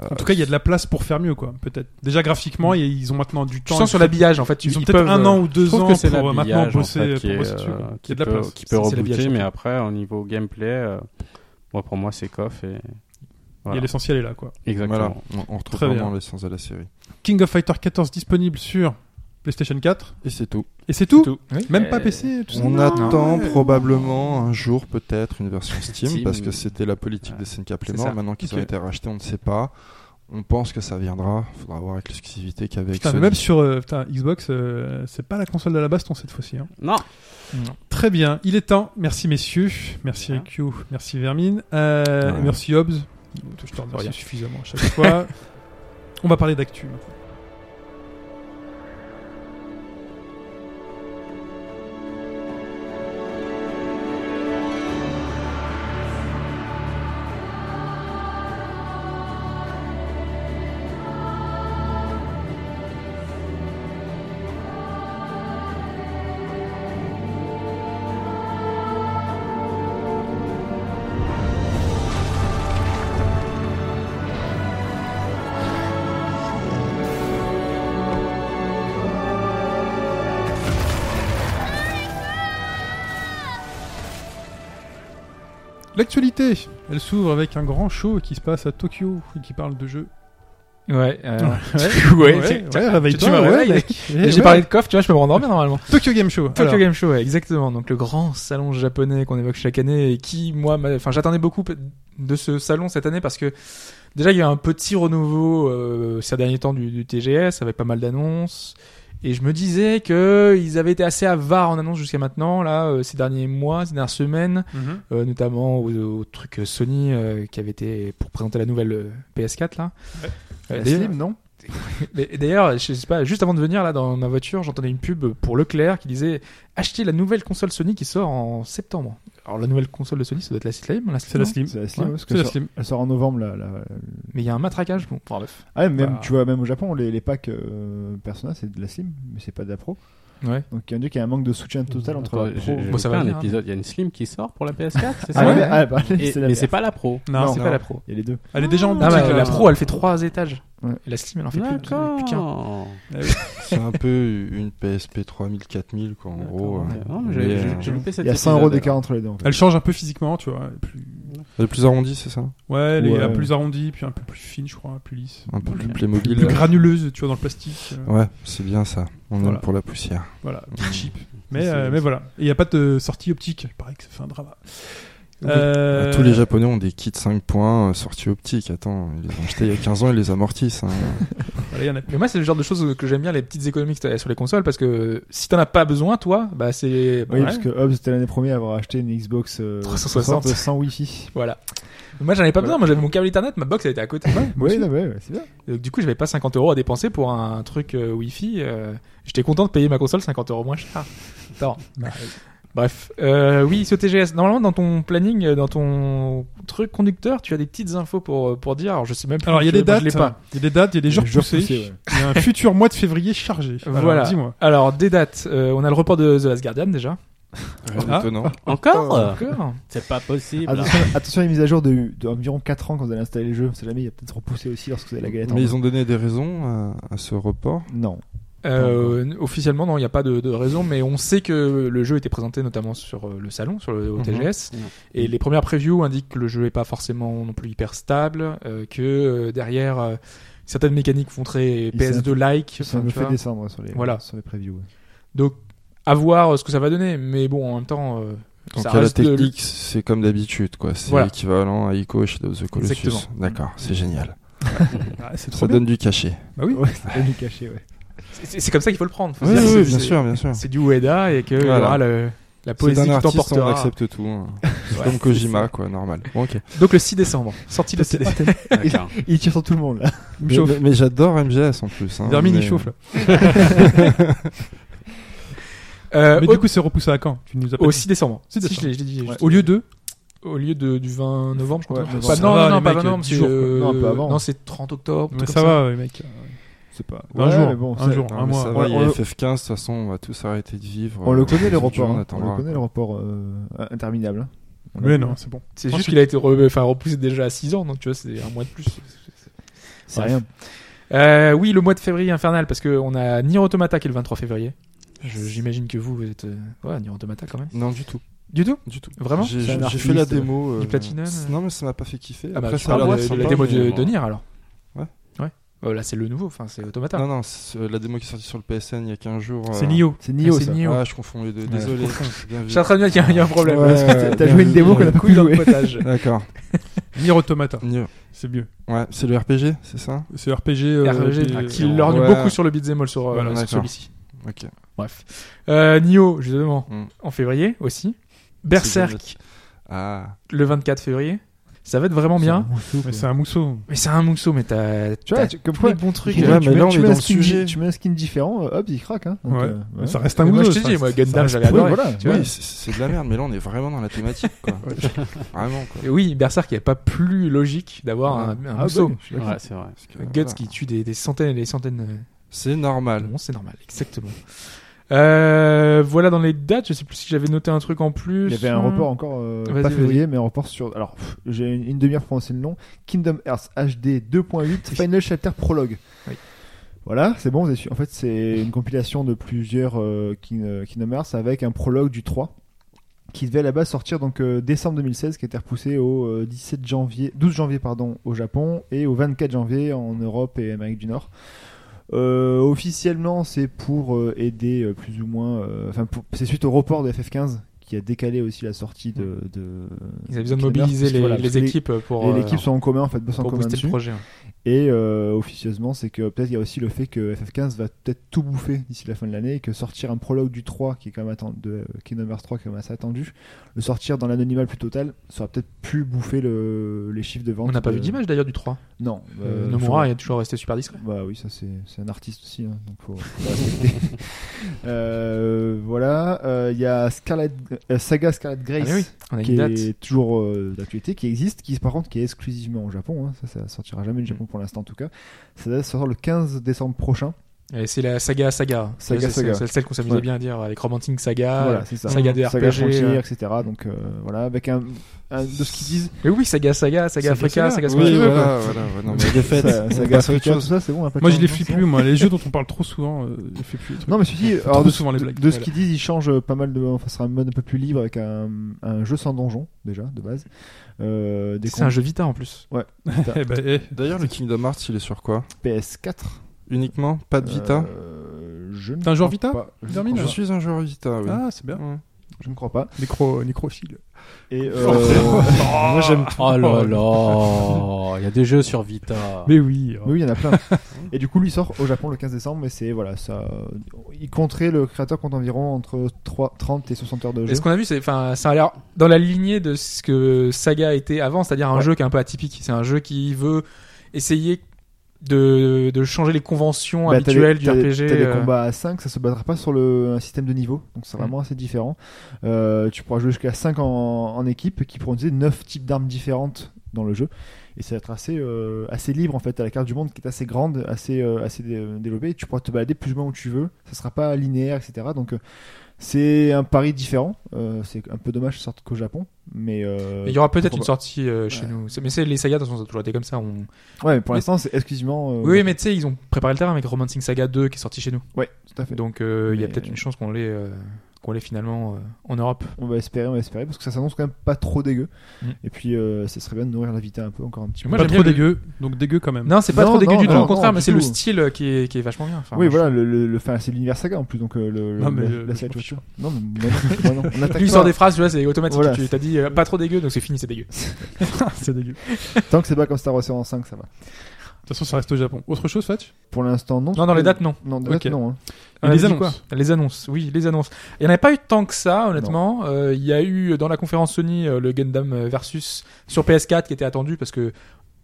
Speaker 7: Euh,
Speaker 3: En tout cas, il y a de la place pour faire mieux, quoi. Peut-être. Déjà graphiquement, il y a- ils ont maintenant du
Speaker 4: tu
Speaker 3: temps.
Speaker 4: sens sur l'habillage, en fait. tu-
Speaker 3: Ils ont
Speaker 4: peuvent,
Speaker 3: peut-être un
Speaker 4: euh,
Speaker 3: an ou
Speaker 2: Je
Speaker 3: deux
Speaker 2: trouve
Speaker 3: ans
Speaker 2: que c'est
Speaker 3: pour euh, maintenant
Speaker 2: l'habillage, en
Speaker 3: bosser,
Speaker 2: fait, qui
Speaker 3: pour
Speaker 2: est,
Speaker 3: bosser dessus.
Speaker 2: euh,
Speaker 3: quoi. Il y
Speaker 2: qui
Speaker 3: a de la
Speaker 2: peut-
Speaker 3: place.
Speaker 2: Qui
Speaker 4: C'est-
Speaker 2: peut
Speaker 4: c'est l'habillage,
Speaker 2: rebooter, mais
Speaker 4: surtout.
Speaker 2: après, au niveau gameplay, euh, moi, pour moi, c'est coff. Et...
Speaker 3: Et
Speaker 2: Voilà.
Speaker 3: l'essentiel est là, quoi.
Speaker 7: voilà,
Speaker 2: Exactement.
Speaker 7: on, on retrouve
Speaker 3: Très bien.
Speaker 7: vraiment l'essence de la série.
Speaker 3: King of Fighter 14 disponible sur PlayStation 4.
Speaker 7: Et c'est tout.
Speaker 3: Et c'est tout.
Speaker 4: tout. Oui.
Speaker 3: Même pas
Speaker 2: Euh,
Speaker 3: PC, tout ça.
Speaker 7: On
Speaker 3: Non.
Speaker 7: attend probablement un jour peut-être une version Steam,
Speaker 2: Steam.
Speaker 7: parce que c'était la politique des SNK
Speaker 2: ça.
Speaker 7: Playmore. Maintenant qu'ils
Speaker 3: Ok.
Speaker 7: ont été rachetés, on ne sait pas. On pense que ça viendra. Faudra voir avec l'exclusivité qu'avec.
Speaker 3: Putain, mais
Speaker 7: Sony.
Speaker 3: même sur euh, putain, Xbox, euh, c'est pas la console de la baston cette fois-ci. hein.
Speaker 2: Non,
Speaker 3: Très bien, il est temps. Merci messieurs, merci
Speaker 2: Ouais.
Speaker 3: IQ, merci Vermine, Euh,
Speaker 7: Ouais.
Speaker 3: merci Hobbs. Je te remercie suffisamment à chaque fois. On va parler d'actu. maintenant. L'actualité, elle s'ouvre avec un grand show qui se passe à Tokyo et qui parle de jeux.
Speaker 4: Ouais, euh,
Speaker 3: Ouais,
Speaker 4: ouais,
Speaker 3: ouais,
Speaker 4: tiens,
Speaker 3: ouais, réveille-toi,
Speaker 4: tu me
Speaker 3: ouais,
Speaker 4: réveilles.
Speaker 3: mec. Eh,
Speaker 4: J'ai
Speaker 3: ouais.
Speaker 4: parlé de coffre, tu vois, je peux me rendormir normalement.
Speaker 3: Tokyo Game Show.
Speaker 4: Tokyo
Speaker 3: Alors,
Speaker 4: Game Show, ouais, exactement. Donc le grand salon japonais qu'on évoque chaque année et qui, moi, m'a- enfin, j'attendais beaucoup p- de ce salon cette année parce que déjà il y a eu un petit renouveau euh, ces derniers temps du, du TGS avec pas mal d'annonces. Et je me disais que ils avaient été assez avares en annonces jusqu'à maintenant, là, euh, ces derniers mois, ces dernières semaines,
Speaker 3: Mhm.
Speaker 4: euh, notamment au, au truc euh, Sony euh, qui avait été pour présenter la nouvelle euh, PS4 là. Euh,
Speaker 5: La
Speaker 4: d'ailleurs-
Speaker 5: Slim, non
Speaker 4: mais d'ailleurs, je sais pas, juste avant de venir là dans ma voiture, j'entendais une pub pour Leclerc qui disait achetez la nouvelle console Sony qui sort en septembre. Alors la nouvelle console de Sony, ça doit être la Slim, la Slim,
Speaker 3: C'est la
Speaker 4: non
Speaker 3: Slim.
Speaker 5: C'est la Slim,
Speaker 3: Ouais,
Speaker 5: parce que
Speaker 3: c'est la
Speaker 5: ça-
Speaker 3: Slim.
Speaker 5: Elle sort en novembre, là. là.
Speaker 4: Mais il y a un matraquage, bon, enfin, bref.
Speaker 5: Ah, même,
Speaker 4: Bah.
Speaker 5: tu vois, même au Japon, les, les packs euh, Persona, c'est de la Slim, mais c'est pas de la Pro.
Speaker 4: Ouais.
Speaker 5: Donc, il y a un dieu qui a un manque de soutien total entre
Speaker 2: Attends,
Speaker 5: la Pro.
Speaker 2: j'ai- j'ai
Speaker 4: Bon, ça
Speaker 2: loupé
Speaker 4: va
Speaker 2: un
Speaker 4: venir, hein.
Speaker 2: épisode. Il y a une Slim qui sort pour la PS4, c'est
Speaker 5: Ah,
Speaker 2: ça
Speaker 5: ouais, ah, bah,
Speaker 2: Et-
Speaker 5: c'est la
Speaker 2: Mais
Speaker 5: merde.
Speaker 2: c'est pas la pro.
Speaker 3: Non,
Speaker 4: c'est
Speaker 5: non.
Speaker 4: pas la pro.
Speaker 5: Il y a les deux.
Speaker 3: Elle est déjà en
Speaker 4: Ah,
Speaker 3: boutique,
Speaker 4: ouais,
Speaker 3: là.
Speaker 4: la pro, elle fait trois étages.
Speaker 5: Ouais.
Speaker 4: Et la Slim, elle en fait plus, plus, plus qu'un.
Speaker 2: D'accord. Oh,
Speaker 7: C'est un peu une PSP 3000, 4000, quoi, en gros. euh,
Speaker 2: Non, mais
Speaker 7: mais,
Speaker 2: j'ai-
Speaker 7: euh,
Speaker 2: j'ai- j'ai loupé cet
Speaker 5: Il y a
Speaker 2: épisode,
Speaker 5: 100 euros
Speaker 2: alors.
Speaker 5: d'écart entre les deux. En fait.
Speaker 3: Elle change un peu physiquement, tu vois. elle est plus-
Speaker 7: Elle est plus arrondie, c'est ça
Speaker 3: Ouais, elle est
Speaker 5: Ouais.
Speaker 3: un peu plus arrondie, puis un peu plus fine, je crois, plus lisse.
Speaker 7: Un peu plus
Speaker 3: Plus
Speaker 2: Ok.
Speaker 7: Playmobil.
Speaker 3: granuleuse, tu vois, dans le plastique. euh,
Speaker 7: Ouais, c'est bien ça. On aime
Speaker 3: Voilà.
Speaker 7: pour la poussière.
Speaker 3: Voilà, plus cheap. Mais,
Speaker 2: C'est-
Speaker 3: euh, mais voilà. Et il n'y a pas de sortie optique. Il paraît que ça fait un drama.
Speaker 4: Oui.
Speaker 3: Euh,
Speaker 7: Tous les Japonais ont des kits 5 points euh, sortis optiques. Attends, ils les ont achetés il y a 15 ans, ils les amortissent. hein.
Speaker 3: voilà, il y en a-
Speaker 4: Mais moi, c'est le genre de choses que j'aime bien, les petites économies que t'as sur les consoles, parce que si t'en as pas besoin, toi, bah c'est.
Speaker 5: Oui,
Speaker 4: Ouais.
Speaker 5: parce que Hobbs était l'année première à avoir acheté une Xbox euh,
Speaker 4: 360.
Speaker 5: sans Wi-Fi.
Speaker 4: Voilà. Moi, j'en avais pas besoin, moi j'avais mon câble Ethernet, ma box elle était à côté.
Speaker 5: Oui, non, ouais, ouais, c'est bien.
Speaker 4: Et donc, du coup, j'avais pas 50 euros à dépenser pour un truc euh, Wi-Fi. euh, J'étais content de payer ma console 50 euros moins cher. Attends.
Speaker 3: Bah,
Speaker 4: Bref. Euh, oui, ce TGS. Normalement, dans ton planning, euh, dans ton truc conducteur, tu as des petites infos pour, euh, pour dire. Alors, je sais même plus.
Speaker 3: Alors, il y a
Speaker 4: je-
Speaker 3: des
Speaker 4: moi,
Speaker 3: dates.
Speaker 4: je l'ai pas.
Speaker 3: Il y a des dates, il y a des jours
Speaker 5: jours
Speaker 3: poussés.
Speaker 5: poussés, ouais.
Speaker 3: Il y a un futur mois de février chargé. Alors,
Speaker 4: Voilà.
Speaker 3: Dis-moi.
Speaker 4: Alors, des dates. Euh, on a le report de The Last Guardian déjà.
Speaker 7: Rien
Speaker 3: Ah.
Speaker 7: d'étonnant.
Speaker 2: Encore
Speaker 4: Encore.
Speaker 2: C'est pas
Speaker 5: Ah,
Speaker 2: possible.
Speaker 5: Attention, attention à les mises à jour de, de environ 4 ans quand vous allez installer le jeu. C'est jamais, il y a peut-être repoussé aussi lorsque vous avez la galette. en
Speaker 7: Mais ils
Speaker 5: main.
Speaker 7: ont donné des raisons euh, à, à ce report.
Speaker 5: Non.
Speaker 4: Euh, officiellement, non, il n'y a pas de, de raison, mais on sait que le jeu était présenté notamment sur euh, le salon, sur le au
Speaker 7: Mhm.
Speaker 4: TGS,
Speaker 2: Mhm.
Speaker 4: et les premières previews indiquent que le jeu n'est pas forcément non plus hyper stable, euh, que euh, derrière euh, certaines mécaniques font très
Speaker 5: Il
Speaker 4: PS2-like.
Speaker 5: Ça
Speaker 4: enfin,
Speaker 5: me
Speaker 4: tu
Speaker 5: fait
Speaker 4: vois.
Speaker 5: descendre sur les,
Speaker 4: Voilà.
Speaker 5: sur les previews. ouais.
Speaker 4: Donc, à voir euh, ce que ça va donner, mais bon, en même temps, euh,
Speaker 7: Donc
Speaker 4: ça
Speaker 7: à la
Speaker 4: reste le-
Speaker 7: technique, c'est comme d'habitude, quoi. C'est
Speaker 4: Voilà.
Speaker 7: équivalent à Ico et Shadow of the Colossus.
Speaker 4: Exactement.
Speaker 7: D'accord, c'est génial.
Speaker 3: Ah, c'est trop
Speaker 7: Ça
Speaker 3: bien.
Speaker 7: donne du cachet.
Speaker 3: Bah oui.
Speaker 5: Ouais, c'est du cachet, ouais.
Speaker 4: c'est c'est comme ça qu'il faut le prendre. Faut
Speaker 7: Oui,
Speaker 4: se dire, c'est-
Speaker 7: bien
Speaker 4: c'est-
Speaker 7: sûr, bien sûr.
Speaker 4: C'est du Ueda et que
Speaker 7: Voilà.
Speaker 4: il y aura le- la
Speaker 7: C'est
Speaker 4: poésie
Speaker 7: d'un
Speaker 4: qui
Speaker 7: artiste, on
Speaker 4: t'emportera.
Speaker 7: accepte tout. hein. C'est comme Kojima, quoi, normal. Bon, ok.
Speaker 4: Donc le 6 décembre, sortie le 6 décembre.
Speaker 2: D'accord.
Speaker 5: Ah, Il tire sur tout le monde là.
Speaker 3: Il me
Speaker 7: Mais,
Speaker 3: chauffe.
Speaker 7: mais- mais j'adore MGS en plus. Hein,
Speaker 3: Vermine, il
Speaker 7: Mais-
Speaker 3: chauffe là.
Speaker 4: Euh,
Speaker 3: Mais
Speaker 4: au,
Speaker 3: du coup, c'est repoussé à quand Tu nous as pas
Speaker 4: au
Speaker 3: dit.
Speaker 4: 6 décembre.
Speaker 3: Six
Speaker 4: Si,
Speaker 3: décembre.
Speaker 4: je l'ai- je l'ai dit, je-
Speaker 3: Au lieu de
Speaker 4: au lieu de, du 20 novembre, je crois.
Speaker 5: Ouais,
Speaker 4: Pas-
Speaker 5: novembre.
Speaker 4: non,
Speaker 3: Ça va,
Speaker 4: non,
Speaker 3: les
Speaker 4: pas
Speaker 3: mecs,
Speaker 4: 20 novembre,
Speaker 3: dix
Speaker 4: c'est
Speaker 3: jours,
Speaker 4: euh,
Speaker 5: quoi. Non, un peu avant.
Speaker 4: Non, c'est 30 octobre. un
Speaker 3: Mais
Speaker 4: truc
Speaker 3: ça
Speaker 4: comme
Speaker 3: va, ouais, mec.
Speaker 5: C'est pas.
Speaker 3: Un
Speaker 5: Ouais,
Speaker 3: jour,
Speaker 5: mais bon,
Speaker 3: un
Speaker 5: c'est-
Speaker 3: jour,
Speaker 7: Non,
Speaker 3: un
Speaker 7: mais
Speaker 3: mois.
Speaker 7: ça
Speaker 5: Ouais,
Speaker 7: va, il y a
Speaker 5: on le-
Speaker 7: FF15, de toute façon, on va tous arrêter de vivre. euh,
Speaker 5: On le connaît le
Speaker 7: les
Speaker 5: report.
Speaker 7: On
Speaker 5: hein.
Speaker 7: attendra.
Speaker 5: On le connaît le report euh, interminable. hein. On l'a
Speaker 3: Mais
Speaker 5: vu,
Speaker 3: non,
Speaker 5: hein.
Speaker 3: c'est bon.
Speaker 4: ça. C'est juste qu'il a été re- enfin, repoussé déjà à 6 ans, donc tu vois, c'est un mois de plus.
Speaker 5: C'est
Speaker 4: Bref.
Speaker 5: rien.
Speaker 4: Euh, oui, le mois de février infernal, parce qu'on a Nier Automata qui est le 23 février. Je- J'imagine que vous, vous êtes. euh, Ouais, Nier Automata quand même.
Speaker 7: Non, du tout.
Speaker 4: Du tout
Speaker 7: Du tout.
Speaker 4: Vraiment
Speaker 7: J'ai
Speaker 5: C'est un
Speaker 7: j'ai- j'ai
Speaker 5: artiste,
Speaker 7: fait la
Speaker 5: euh,
Speaker 7: démo. euh,
Speaker 4: du Platinum,
Speaker 7: c-
Speaker 4: euh.
Speaker 7: Non, mais ça m'a pas fait kiffer.
Speaker 4: Ah bah,
Speaker 7: Après,
Speaker 4: tu
Speaker 7: ça a
Speaker 4: parles
Speaker 7: l'air
Speaker 4: de-
Speaker 7: d'être
Speaker 4: de la
Speaker 7: sympa,
Speaker 4: démo
Speaker 7: mais-
Speaker 4: de, de Nier alors
Speaker 7: Ouais.
Speaker 4: Ouais. Euh, là, c'est le nouveau, enfin, c'est Automata.
Speaker 7: Non, non, c'est- euh, la démo qui est sortie sur le PSN il y a 15 jours.
Speaker 3: C'est
Speaker 7: euh,
Speaker 3: Nio.
Speaker 5: C'est Nio
Speaker 4: c'est
Speaker 5: ça.
Speaker 4: Nio.
Speaker 7: Ah, je confonds les deux. Désolé. Bien vu.
Speaker 4: Je suis en train de dire qu'il y a- il y, a un problème.
Speaker 7: Ouais,
Speaker 4: Parce que
Speaker 7: ouais,
Speaker 5: T'as
Speaker 7: bien
Speaker 5: joué
Speaker 7: vu.
Speaker 5: une démo qu'on a pas
Speaker 4: couille
Speaker 5: pu
Speaker 4: dans le
Speaker 5: jouer.
Speaker 4: potage.
Speaker 7: D'accord.
Speaker 3: Nier Automata.
Speaker 7: Nio.
Speaker 3: C'est mieux.
Speaker 7: Ouais, c'est le RPG, c'est ça
Speaker 3: C'est RPG. euh,
Speaker 4: RPG,
Speaker 3: des-
Speaker 7: ah,
Speaker 4: qui
Speaker 7: euh,
Speaker 4: lorgne
Speaker 7: ouais.
Speaker 4: beaucoup sur le beat'em all sur, euh,
Speaker 7: Voilà,
Speaker 4: sur
Speaker 7: d'accord.
Speaker 4: celui-ci.
Speaker 7: Ok.
Speaker 4: Bref. Euh, Nioh, justement,
Speaker 7: Mm.
Speaker 4: en février aussi. Berserk,
Speaker 7: C'est Ah.
Speaker 4: le 24 février. Ça va être vraiment bien.
Speaker 3: Mais c'est un mousseau.
Speaker 4: Mais c'est un mousseau, mais t'as.
Speaker 5: Tu vois,
Speaker 4: t'as
Speaker 5: tu- comme
Speaker 4: tous
Speaker 5: quoi.
Speaker 4: les bons trucs. euh,
Speaker 5: tu
Speaker 7: Ouais,
Speaker 5: mets-
Speaker 7: mais
Speaker 5: tu mets-
Speaker 7: là, on
Speaker 5: tu
Speaker 7: est
Speaker 5: mets
Speaker 7: dans
Speaker 5: un
Speaker 7: le
Speaker 5: skin
Speaker 7: sujet.
Speaker 5: di- Tu mets un skin différent, euh, hop, il craque. Hein. Donc,
Speaker 3: Ouais.
Speaker 5: euh, ouais.
Speaker 3: Ça reste un
Speaker 4: Mais
Speaker 3: mousseau.
Speaker 4: moi, je
Speaker 3: ça
Speaker 4: te dis,
Speaker 3: reste-
Speaker 4: moi,
Speaker 3: ça
Speaker 4: Gundam,
Speaker 3: reste-
Speaker 4: j'avais
Speaker 5: Oui,
Speaker 4: adoré.
Speaker 5: voilà.
Speaker 4: Tu vois.
Speaker 7: Oui, c'est- c'est de la merde, mais là on est vraiment dans la thématique, quoi. vraiment, quoi.
Speaker 4: Et oui, Berserk, il n'y a pas plus logique d'avoir
Speaker 7: Ouais.
Speaker 4: un, un
Speaker 5: Ah,
Speaker 4: mousseau.
Speaker 5: bah, je suis d'accord. Ah,
Speaker 2: Ouais, c'est vrai.
Speaker 7: Parce que,
Speaker 4: Guts
Speaker 7: voilà.
Speaker 4: qui tue des, des centaines et des centaines.
Speaker 7: C'est
Speaker 4: euh,
Speaker 7: normal.
Speaker 4: Bon, c'est normal, exactement. Euh, voilà dans les dates. Je sais plus si j'avais noté un truc en plus. Hmm.
Speaker 5: Il y avait un report encore, euh,
Speaker 4: Vas-y,
Speaker 5: pas
Speaker 4: vas-y.
Speaker 5: février, mais un report sur. Alors, pff, j'ai une, une demi-heure pour prononcer le nom. Kingdom Hearts HD 2.8 Final Chapter Prologue.
Speaker 4: Oui.
Speaker 5: Voilà, c'est bon, vous avez su- En fait, c'est une compilation de plusieurs euh, King- euh, Kingdom Hearts avec un prologue du 3. qui devait à la base sortir donc euh, décembre 2016, qui a été repoussé au euh, 17 janvier, 12 janvier pardon, au Japon et au 24 janvier en Europe et Amérique du Nord. Euh, officiellement, c'est pour euh, aider euh, plus ou moins. euh, Enfin, pour- c'est suite au report de FF15 qui a décalé aussi la sortie de. de
Speaker 4: Ils avaient besoin de
Speaker 5: Kingdom Hearts,
Speaker 4: mobiliser
Speaker 5: parce que
Speaker 4: les,
Speaker 5: voilà,
Speaker 4: les
Speaker 5: parce que
Speaker 4: équipes pour,
Speaker 5: Et
Speaker 4: euh,
Speaker 5: l'équipe sont en commun, en fait, bosse en
Speaker 4: pour
Speaker 5: commun
Speaker 4: booster
Speaker 5: dessus.
Speaker 4: le projet. hein.
Speaker 5: Et euh, officieusement, c'est que peut-être il y a aussi le fait que FF15 va peut-être tout bouffer d'ici la fin de l'année et que sortir un prologue du 3 qui est quand même attendu, de euh, Kingdom Hearts 3 qui est quand même assez attendu, le sortir dans l'anonymat le plus total, ça aurait peut-être pu bouffer le, les chiffres de vente.
Speaker 4: On n'a pas
Speaker 5: de-
Speaker 4: vu d'image d'ailleurs du 3.
Speaker 5: Non.
Speaker 4: Euh,
Speaker 5: euh,
Speaker 4: Nomura
Speaker 5: faut-
Speaker 4: est toujours resté super discret.
Speaker 5: Bah oui, ça c'est c'est un artiste aussi, hein, donc faut, faut respecter. Euh, voilà, euh, il y a Scarlet, euh, Saga Scarlet Grace
Speaker 4: Ah oui, On a
Speaker 5: qui
Speaker 4: une date.
Speaker 5: est toujours euh, d'actualité, qui existe, qui par contre qui est exclusivement au Japon. hein. Ça, ça sortira jamais du Japon pour l'instant en tout cas. Ça doit sortir le 15 décembre prochain.
Speaker 4: Et C'est la saga Saga.
Speaker 5: Saga
Speaker 4: C'est- c'est-
Speaker 5: Saga.
Speaker 4: C'est celle qu'on s'amusait
Speaker 5: Ouais.
Speaker 4: bien à dire avec Romantic
Speaker 3: Ah,
Speaker 4: Saga.
Speaker 5: voilà, c'est ça.
Speaker 4: Saga des
Speaker 5: Saga
Speaker 4: RPG,
Speaker 5: Frontier,
Speaker 4: euh.
Speaker 5: etc. Donc euh, voilà, avec un, un- de ce qu'ils disent.
Speaker 4: Mais oui, Saga Saga, Saga
Speaker 3: Saga
Speaker 4: Africa,
Speaker 3: Saga.
Speaker 4: Saga
Speaker 7: Oui,
Speaker 4: Smash Bros.
Speaker 7: voilà, voilà, ouais, non, mais défaite.
Speaker 5: ça-
Speaker 7: on
Speaker 5: Saga
Speaker 7: passe à autre
Speaker 5: Frontier, tout
Speaker 7: chose.
Speaker 5: ça, c'est bon. on a pas le
Speaker 3: Moi,
Speaker 5: temps,
Speaker 3: je les
Speaker 5: hein,
Speaker 3: fais
Speaker 5: c'est
Speaker 3: plus,
Speaker 5: bon.
Speaker 3: moi. Les jeux dont on parle trop souvent, euh, je fais plus les trucs.
Speaker 5: Non, mais ceci,
Speaker 3: Trop
Speaker 5: alors de,
Speaker 3: souvent les blagues.
Speaker 5: de ce
Speaker 4: Voilà.
Speaker 5: qu'ils disent, ils changent euh, pas mal de. Enfin, ce sera un mode un peu plus libre avec un, un jeu sans donjon, déjà, de base. Euh, des
Speaker 4: C'est un jeu Vita en plus.
Speaker 3: Eh ben, eh.
Speaker 7: D'ailleurs, le Kingdom Hearts, il est sur quoi
Speaker 5: PS4.
Speaker 7: Uniquement Pas de Vita
Speaker 5: Euh, je ne
Speaker 3: T'es un joueur
Speaker 5: crois
Speaker 3: Vita
Speaker 5: pas. Je,
Speaker 3: Termine.
Speaker 7: Je suis un joueur Vita, oui.
Speaker 3: Ah, c'est bien.
Speaker 7: Ouais.
Speaker 5: je ne crois pas.
Speaker 3: Nécro, nécrophile.
Speaker 5: Et euh,
Speaker 3: Moi, j'aime
Speaker 2: Oh là là, il y a des jeux sur Vita.
Speaker 3: Mais oui. hein.
Speaker 5: Mais oui, il y en a plein. et du coup, lui sort au Japon le 15 décembre, mais c'est voilà, ça. Il compterait le créateur compte environ entre 3, 30 et 60 heures de jeu.
Speaker 4: Et ce qu'on a vu, c'est, enfin, ça a l'air dans la lignée de ce que Saga était avant, c'est-à-dire un
Speaker 5: Ouais.
Speaker 4: jeu qui est un peu atypique. C'est un jeu qui veut essayer de, de changer les conventions
Speaker 5: Bah, t'as des-
Speaker 4: habituelles du
Speaker 5: t'as des-
Speaker 4: RPG.
Speaker 5: T'as
Speaker 4: euh, Mm.
Speaker 5: des combats à 5, ça se battra pas sur le, un système de niveau, donc c'est vraiment assez différent. Euh, tu pourras jouer jusqu'à 5 en, en équipe qui pourront utiliser 9 types d'armes différentes dans le jeu. Et ça va être assez, euh, assez libre en fait. T'as la carte du monde qui est assez grande, assez, euh, assez dé- développée. Tu pourras te balader plus ou moins où tu veux. Ça sera pas linéaire, etc. Donc euh, c'est un pari différent. Euh, c'est un peu dommage que ça sorte qu'au Japon. Mais euh,
Speaker 4: mais Il y aura peut-être une
Speaker 5: pourquoi
Speaker 4: sortie euh, chez nous. C'est- Mais c'est les sagas, de toute façon, ça a toujours été comme ça. on-
Speaker 5: pas. Ouais, mais pour
Speaker 4: mais-
Speaker 5: l'instant, c'est exclusivement. euh,
Speaker 4: Oui, oui, mais tu sais, ils ont préparé le terrain avec Romancing Saga 2 qui est sorti chez nous.
Speaker 5: Ouais, tout à fait.
Speaker 4: Donc euh, il y a
Speaker 5: Mais-
Speaker 4: peut-être une chance qu'on l'ait euh, qu'on l'ait finalement euh, en Europe.
Speaker 5: On va espérer, on va espérer, parce que ça s'annonce quand même pas trop dégueu.
Speaker 4: Mm.
Speaker 5: Et puis, euh, ça serait bien de nourrir la Vita un peu encore un petit peu.
Speaker 4: Moi,
Speaker 3: Pas
Speaker 4: j'aime
Speaker 3: trop
Speaker 4: bien le-
Speaker 3: dégueu, donc dégueu quand même.
Speaker 4: Non, c'est pas
Speaker 5: Non,
Speaker 4: trop dégueu
Speaker 5: non,
Speaker 4: du tout,
Speaker 5: non,
Speaker 4: au contraire,
Speaker 5: non,
Speaker 4: mais
Speaker 5: du
Speaker 4: c'est le
Speaker 5: tout.
Speaker 4: style euh, qui est, qui est vachement bien. Enfin,
Speaker 5: oui,
Speaker 4: moi,
Speaker 5: voilà, le, le, le- enfin, c'est l'univers saga en plus, donc euh, le,
Speaker 3: Non,
Speaker 5: le-
Speaker 3: mais,
Speaker 5: la,
Speaker 3: euh,
Speaker 5: la
Speaker 3: je
Speaker 5: série de
Speaker 3: m'en fiche
Speaker 5: voitures. Non, mais moi non, moi non, on
Speaker 4: je-
Speaker 5: attaque
Speaker 4: Lui il
Speaker 5: pas.
Speaker 4: sort des phrases, tu vois, c'est automatique.
Speaker 5: Voilà.
Speaker 4: Tu t'as dit euh, pas trop dégueu, donc c'est fini, c'est dégueu.
Speaker 3: c'est dégueu. De
Speaker 5: Tant que c'est pas comme Star Wars en 5, ça va.
Speaker 3: toute façon, ça reste au Japon. Autre chose, Fatch
Speaker 5: Pour l'instant, non.
Speaker 4: Non, dans les dates, non.
Speaker 5: Non, dans
Speaker 3: Ok.
Speaker 5: les dates, non. hein.
Speaker 3: Et
Speaker 4: On a
Speaker 3: les
Speaker 4: dit
Speaker 3: annonces.
Speaker 4: Ah, Les annonces, oui, les annonces. Il n'y en avait pas eu tant que ça, honnêtement. Euh, Il y a eu dans la conférence Sony euh, le Gundam euh, Versus sur PS4 qui était attendu parce que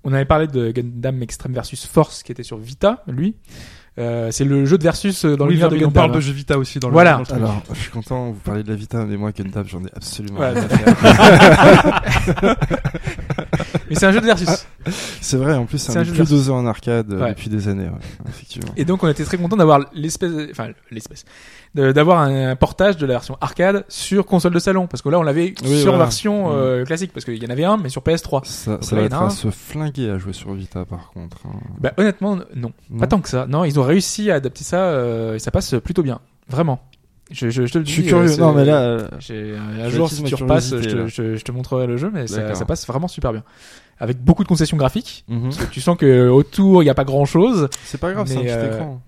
Speaker 4: on avait parlé de Gundam Extreme Versus Force qui était sur Vita, lui. Euh, c'est le jeu de Versus euh, dans
Speaker 3: Oui,
Speaker 4: l'univers
Speaker 3: non,
Speaker 4: de
Speaker 3: mais on
Speaker 4: Gundam.
Speaker 3: parle
Speaker 4: hein.
Speaker 3: de jeux Vita aussi dans le
Speaker 4: Voilà.
Speaker 3: dans le truc.
Speaker 7: Alors, je suis content, vous parlez de la Vita, mais moi, Gundam, j'en ai absolument
Speaker 4: Ouais.
Speaker 7: rien à faire.
Speaker 4: hein. Mais c'est un jeu de Versus.
Speaker 7: C'est vrai, en plus,
Speaker 4: C'est
Speaker 7: c'est
Speaker 4: un
Speaker 7: un
Speaker 4: jeu
Speaker 7: des
Speaker 4: de
Speaker 7: plus dosé en arcade euh,
Speaker 4: Ouais.
Speaker 7: depuis des années, ouais, effectivement.
Speaker 4: Et donc on était très content d'avoir l'espèce, enfin l'espèce, de- d'avoir un portage de la version arcade sur console de salon parce que là on l'avait
Speaker 7: Oui,
Speaker 4: sur
Speaker 3: Mmh.
Speaker 7: voilà.
Speaker 4: version euh, classique parce qu'il y en avait un mais sur PS3.
Speaker 7: Ça,
Speaker 4: Donc
Speaker 7: ça
Speaker 4: là,
Speaker 7: va
Speaker 4: il y en
Speaker 7: être
Speaker 4: a un.
Speaker 7: à se flinguer à jouer sur Vita, par contre. hein.
Speaker 4: Bah honnêtement non. Pas
Speaker 7: Non
Speaker 4: tant que ça. Non, ils ont réussi à adapter ça euh, et ça passe plutôt bien. Vraiment. Je, je- je te le
Speaker 7: Je
Speaker 4: dis.
Speaker 7: suis
Speaker 4: euh,
Speaker 7: curieux.
Speaker 4: c'est-
Speaker 7: Non, mais là, euh,
Speaker 4: j'ai- Un
Speaker 7: je
Speaker 4: jour,
Speaker 7: attise
Speaker 4: si
Speaker 7: ma
Speaker 4: tu repasses, je
Speaker 7: curiosité,
Speaker 4: te,
Speaker 7: là.
Speaker 4: je- je te montrerai le jeu, mais ça,
Speaker 7: D'accord.
Speaker 4: ça passe vraiment super bien. Avec beaucoup de concessions graphiques.
Speaker 7: mhm.
Speaker 4: Parce que tu sens que autour, il n'y a pas grand chose.
Speaker 7: c'est pas grave, c'est un
Speaker 4: Mais,
Speaker 7: petit
Speaker 4: euh,
Speaker 7: écran.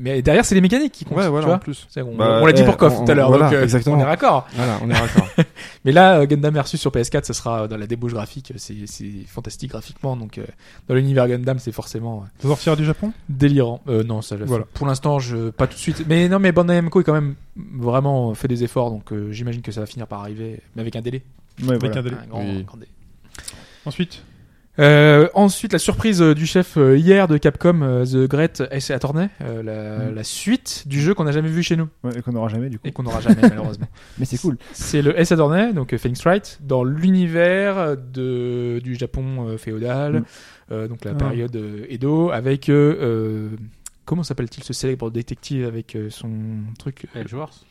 Speaker 4: Mais derrière, c'est les mécaniques qui comptent.
Speaker 7: Ouais,
Speaker 4: tu
Speaker 7: voilà,
Speaker 4: vois.
Speaker 7: en plus.
Speaker 4: C'est- on
Speaker 7: Bah,
Speaker 4: on l'a dit
Speaker 7: eh,
Speaker 4: pour Koff
Speaker 7: on-
Speaker 4: tout à l'heure,
Speaker 7: voilà,
Speaker 4: donc euh,
Speaker 7: exactement.
Speaker 4: on est raccord.
Speaker 7: Voilà, on est raccord.
Speaker 4: Mais là, euh, Gundam versus sur PS4, ça sera euh, dans la débauche graphique, c'est c'est fantastique graphiquement, donc euh, dans l'univers Gundam, c'est forcément euh,
Speaker 3: Ça sortira du Japon
Speaker 4: Délirant. Euh, non, ça l'a fait.
Speaker 3: Voilà.
Speaker 4: Pour l'instant, je pas tout de suite. Mais non, mais Bandai Namco est quand même vraiment fait des efforts, donc euh, j'imagine que ça va finir par arriver, mais avec un délai.
Speaker 5: Ouais,
Speaker 3: Avec
Speaker 5: voilà.
Speaker 3: un délai.
Speaker 4: Un grand,
Speaker 7: Oui.
Speaker 4: un grand délai.
Speaker 3: Ensuite,
Speaker 4: Euh, ensuite, la surprise euh, du chef euh, hier de Capcom, euh, The Great Ace Attorney, euh, la,
Speaker 5: Mm.
Speaker 4: la suite du jeu qu'on n'a jamais vu chez nous
Speaker 5: Ouais, et qu'on n'aura jamais du coup.
Speaker 4: et qu'on n'aura jamais malheureusement.
Speaker 5: Mais c'est cool.
Speaker 4: C'est le Ace Attorney, donc euh, Phoenix Wright, dans l'univers de du Japon euh, féodal,
Speaker 5: Mm.
Speaker 4: euh, donc la
Speaker 3: Ah.
Speaker 4: période euh, Edo, avec euh,
Speaker 2: Ah,
Speaker 4: euh, comment s'appelle-t-il ce célèbre détective avec euh, son truc euh,
Speaker 2: Edgeworth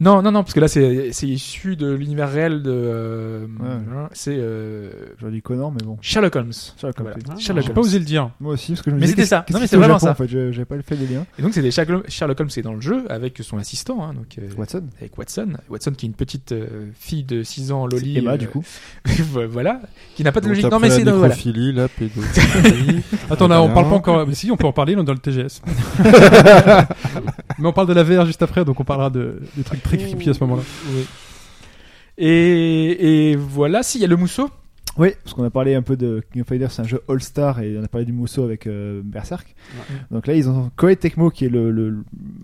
Speaker 4: Non, non, non, parce que là, c'est c'est issu de l'univers réel de. euh,
Speaker 5: Ouais.
Speaker 4: C'est euh,
Speaker 5: J'aurais dit Connor, mais bon.
Speaker 4: Sherlock Holmes.
Speaker 5: Sherlock Holmes.
Speaker 4: Voilà.
Speaker 2: Ah,
Speaker 4: Sherlock
Speaker 3: J'ai
Speaker 4: Holmes.
Speaker 3: pas osé le dire.
Speaker 5: Moi aussi, parce que je me
Speaker 4: Mais
Speaker 5: disais,
Speaker 4: c'était
Speaker 5: qu'est-ce-
Speaker 4: ça.
Speaker 5: qu'est-ce
Speaker 4: Non, mais
Speaker 5: qu'il
Speaker 4: c'est
Speaker 5: fait au
Speaker 4: vraiment
Speaker 5: Japon,
Speaker 4: ça.
Speaker 5: En fait, Je- j'avais pas fait les liens.
Speaker 4: Et donc, c'était Sherlock Sherlock Holmes qui est dans le jeu avec son assistant, hein, donc, euh,
Speaker 5: Watson.
Speaker 4: avec Watson. Watson qui est une petite euh, fille de 6 ans, Loli.
Speaker 5: Emma,
Speaker 4: euh,
Speaker 5: du coup.
Speaker 4: voilà. Qui n'a pas de
Speaker 7: Donc,
Speaker 4: logique.
Speaker 7: t'as
Speaker 4: Non, mais
Speaker 7: pris
Speaker 4: c'est.
Speaker 7: la
Speaker 4: dans- Voilà.
Speaker 7: nécrophilie, la pédophilie.
Speaker 3: Attends, là, on
Speaker 7: Rien.
Speaker 3: parle pas encore. mais si, on peut en parler, on est dans le TGS. mais on parle de la VR juste après, donc on parlera de, des trucs très creepy à ce moment-là.
Speaker 4: Et, et voilà, s'il y a le mousseau.
Speaker 5: Oui, parce qu'on a parlé un peu de King of Fighters, c'est un jeu All-Star et on a parlé du Mousseau avec euh, Berserk. Donc là, ils ont Koei Tecmo qui est le, le-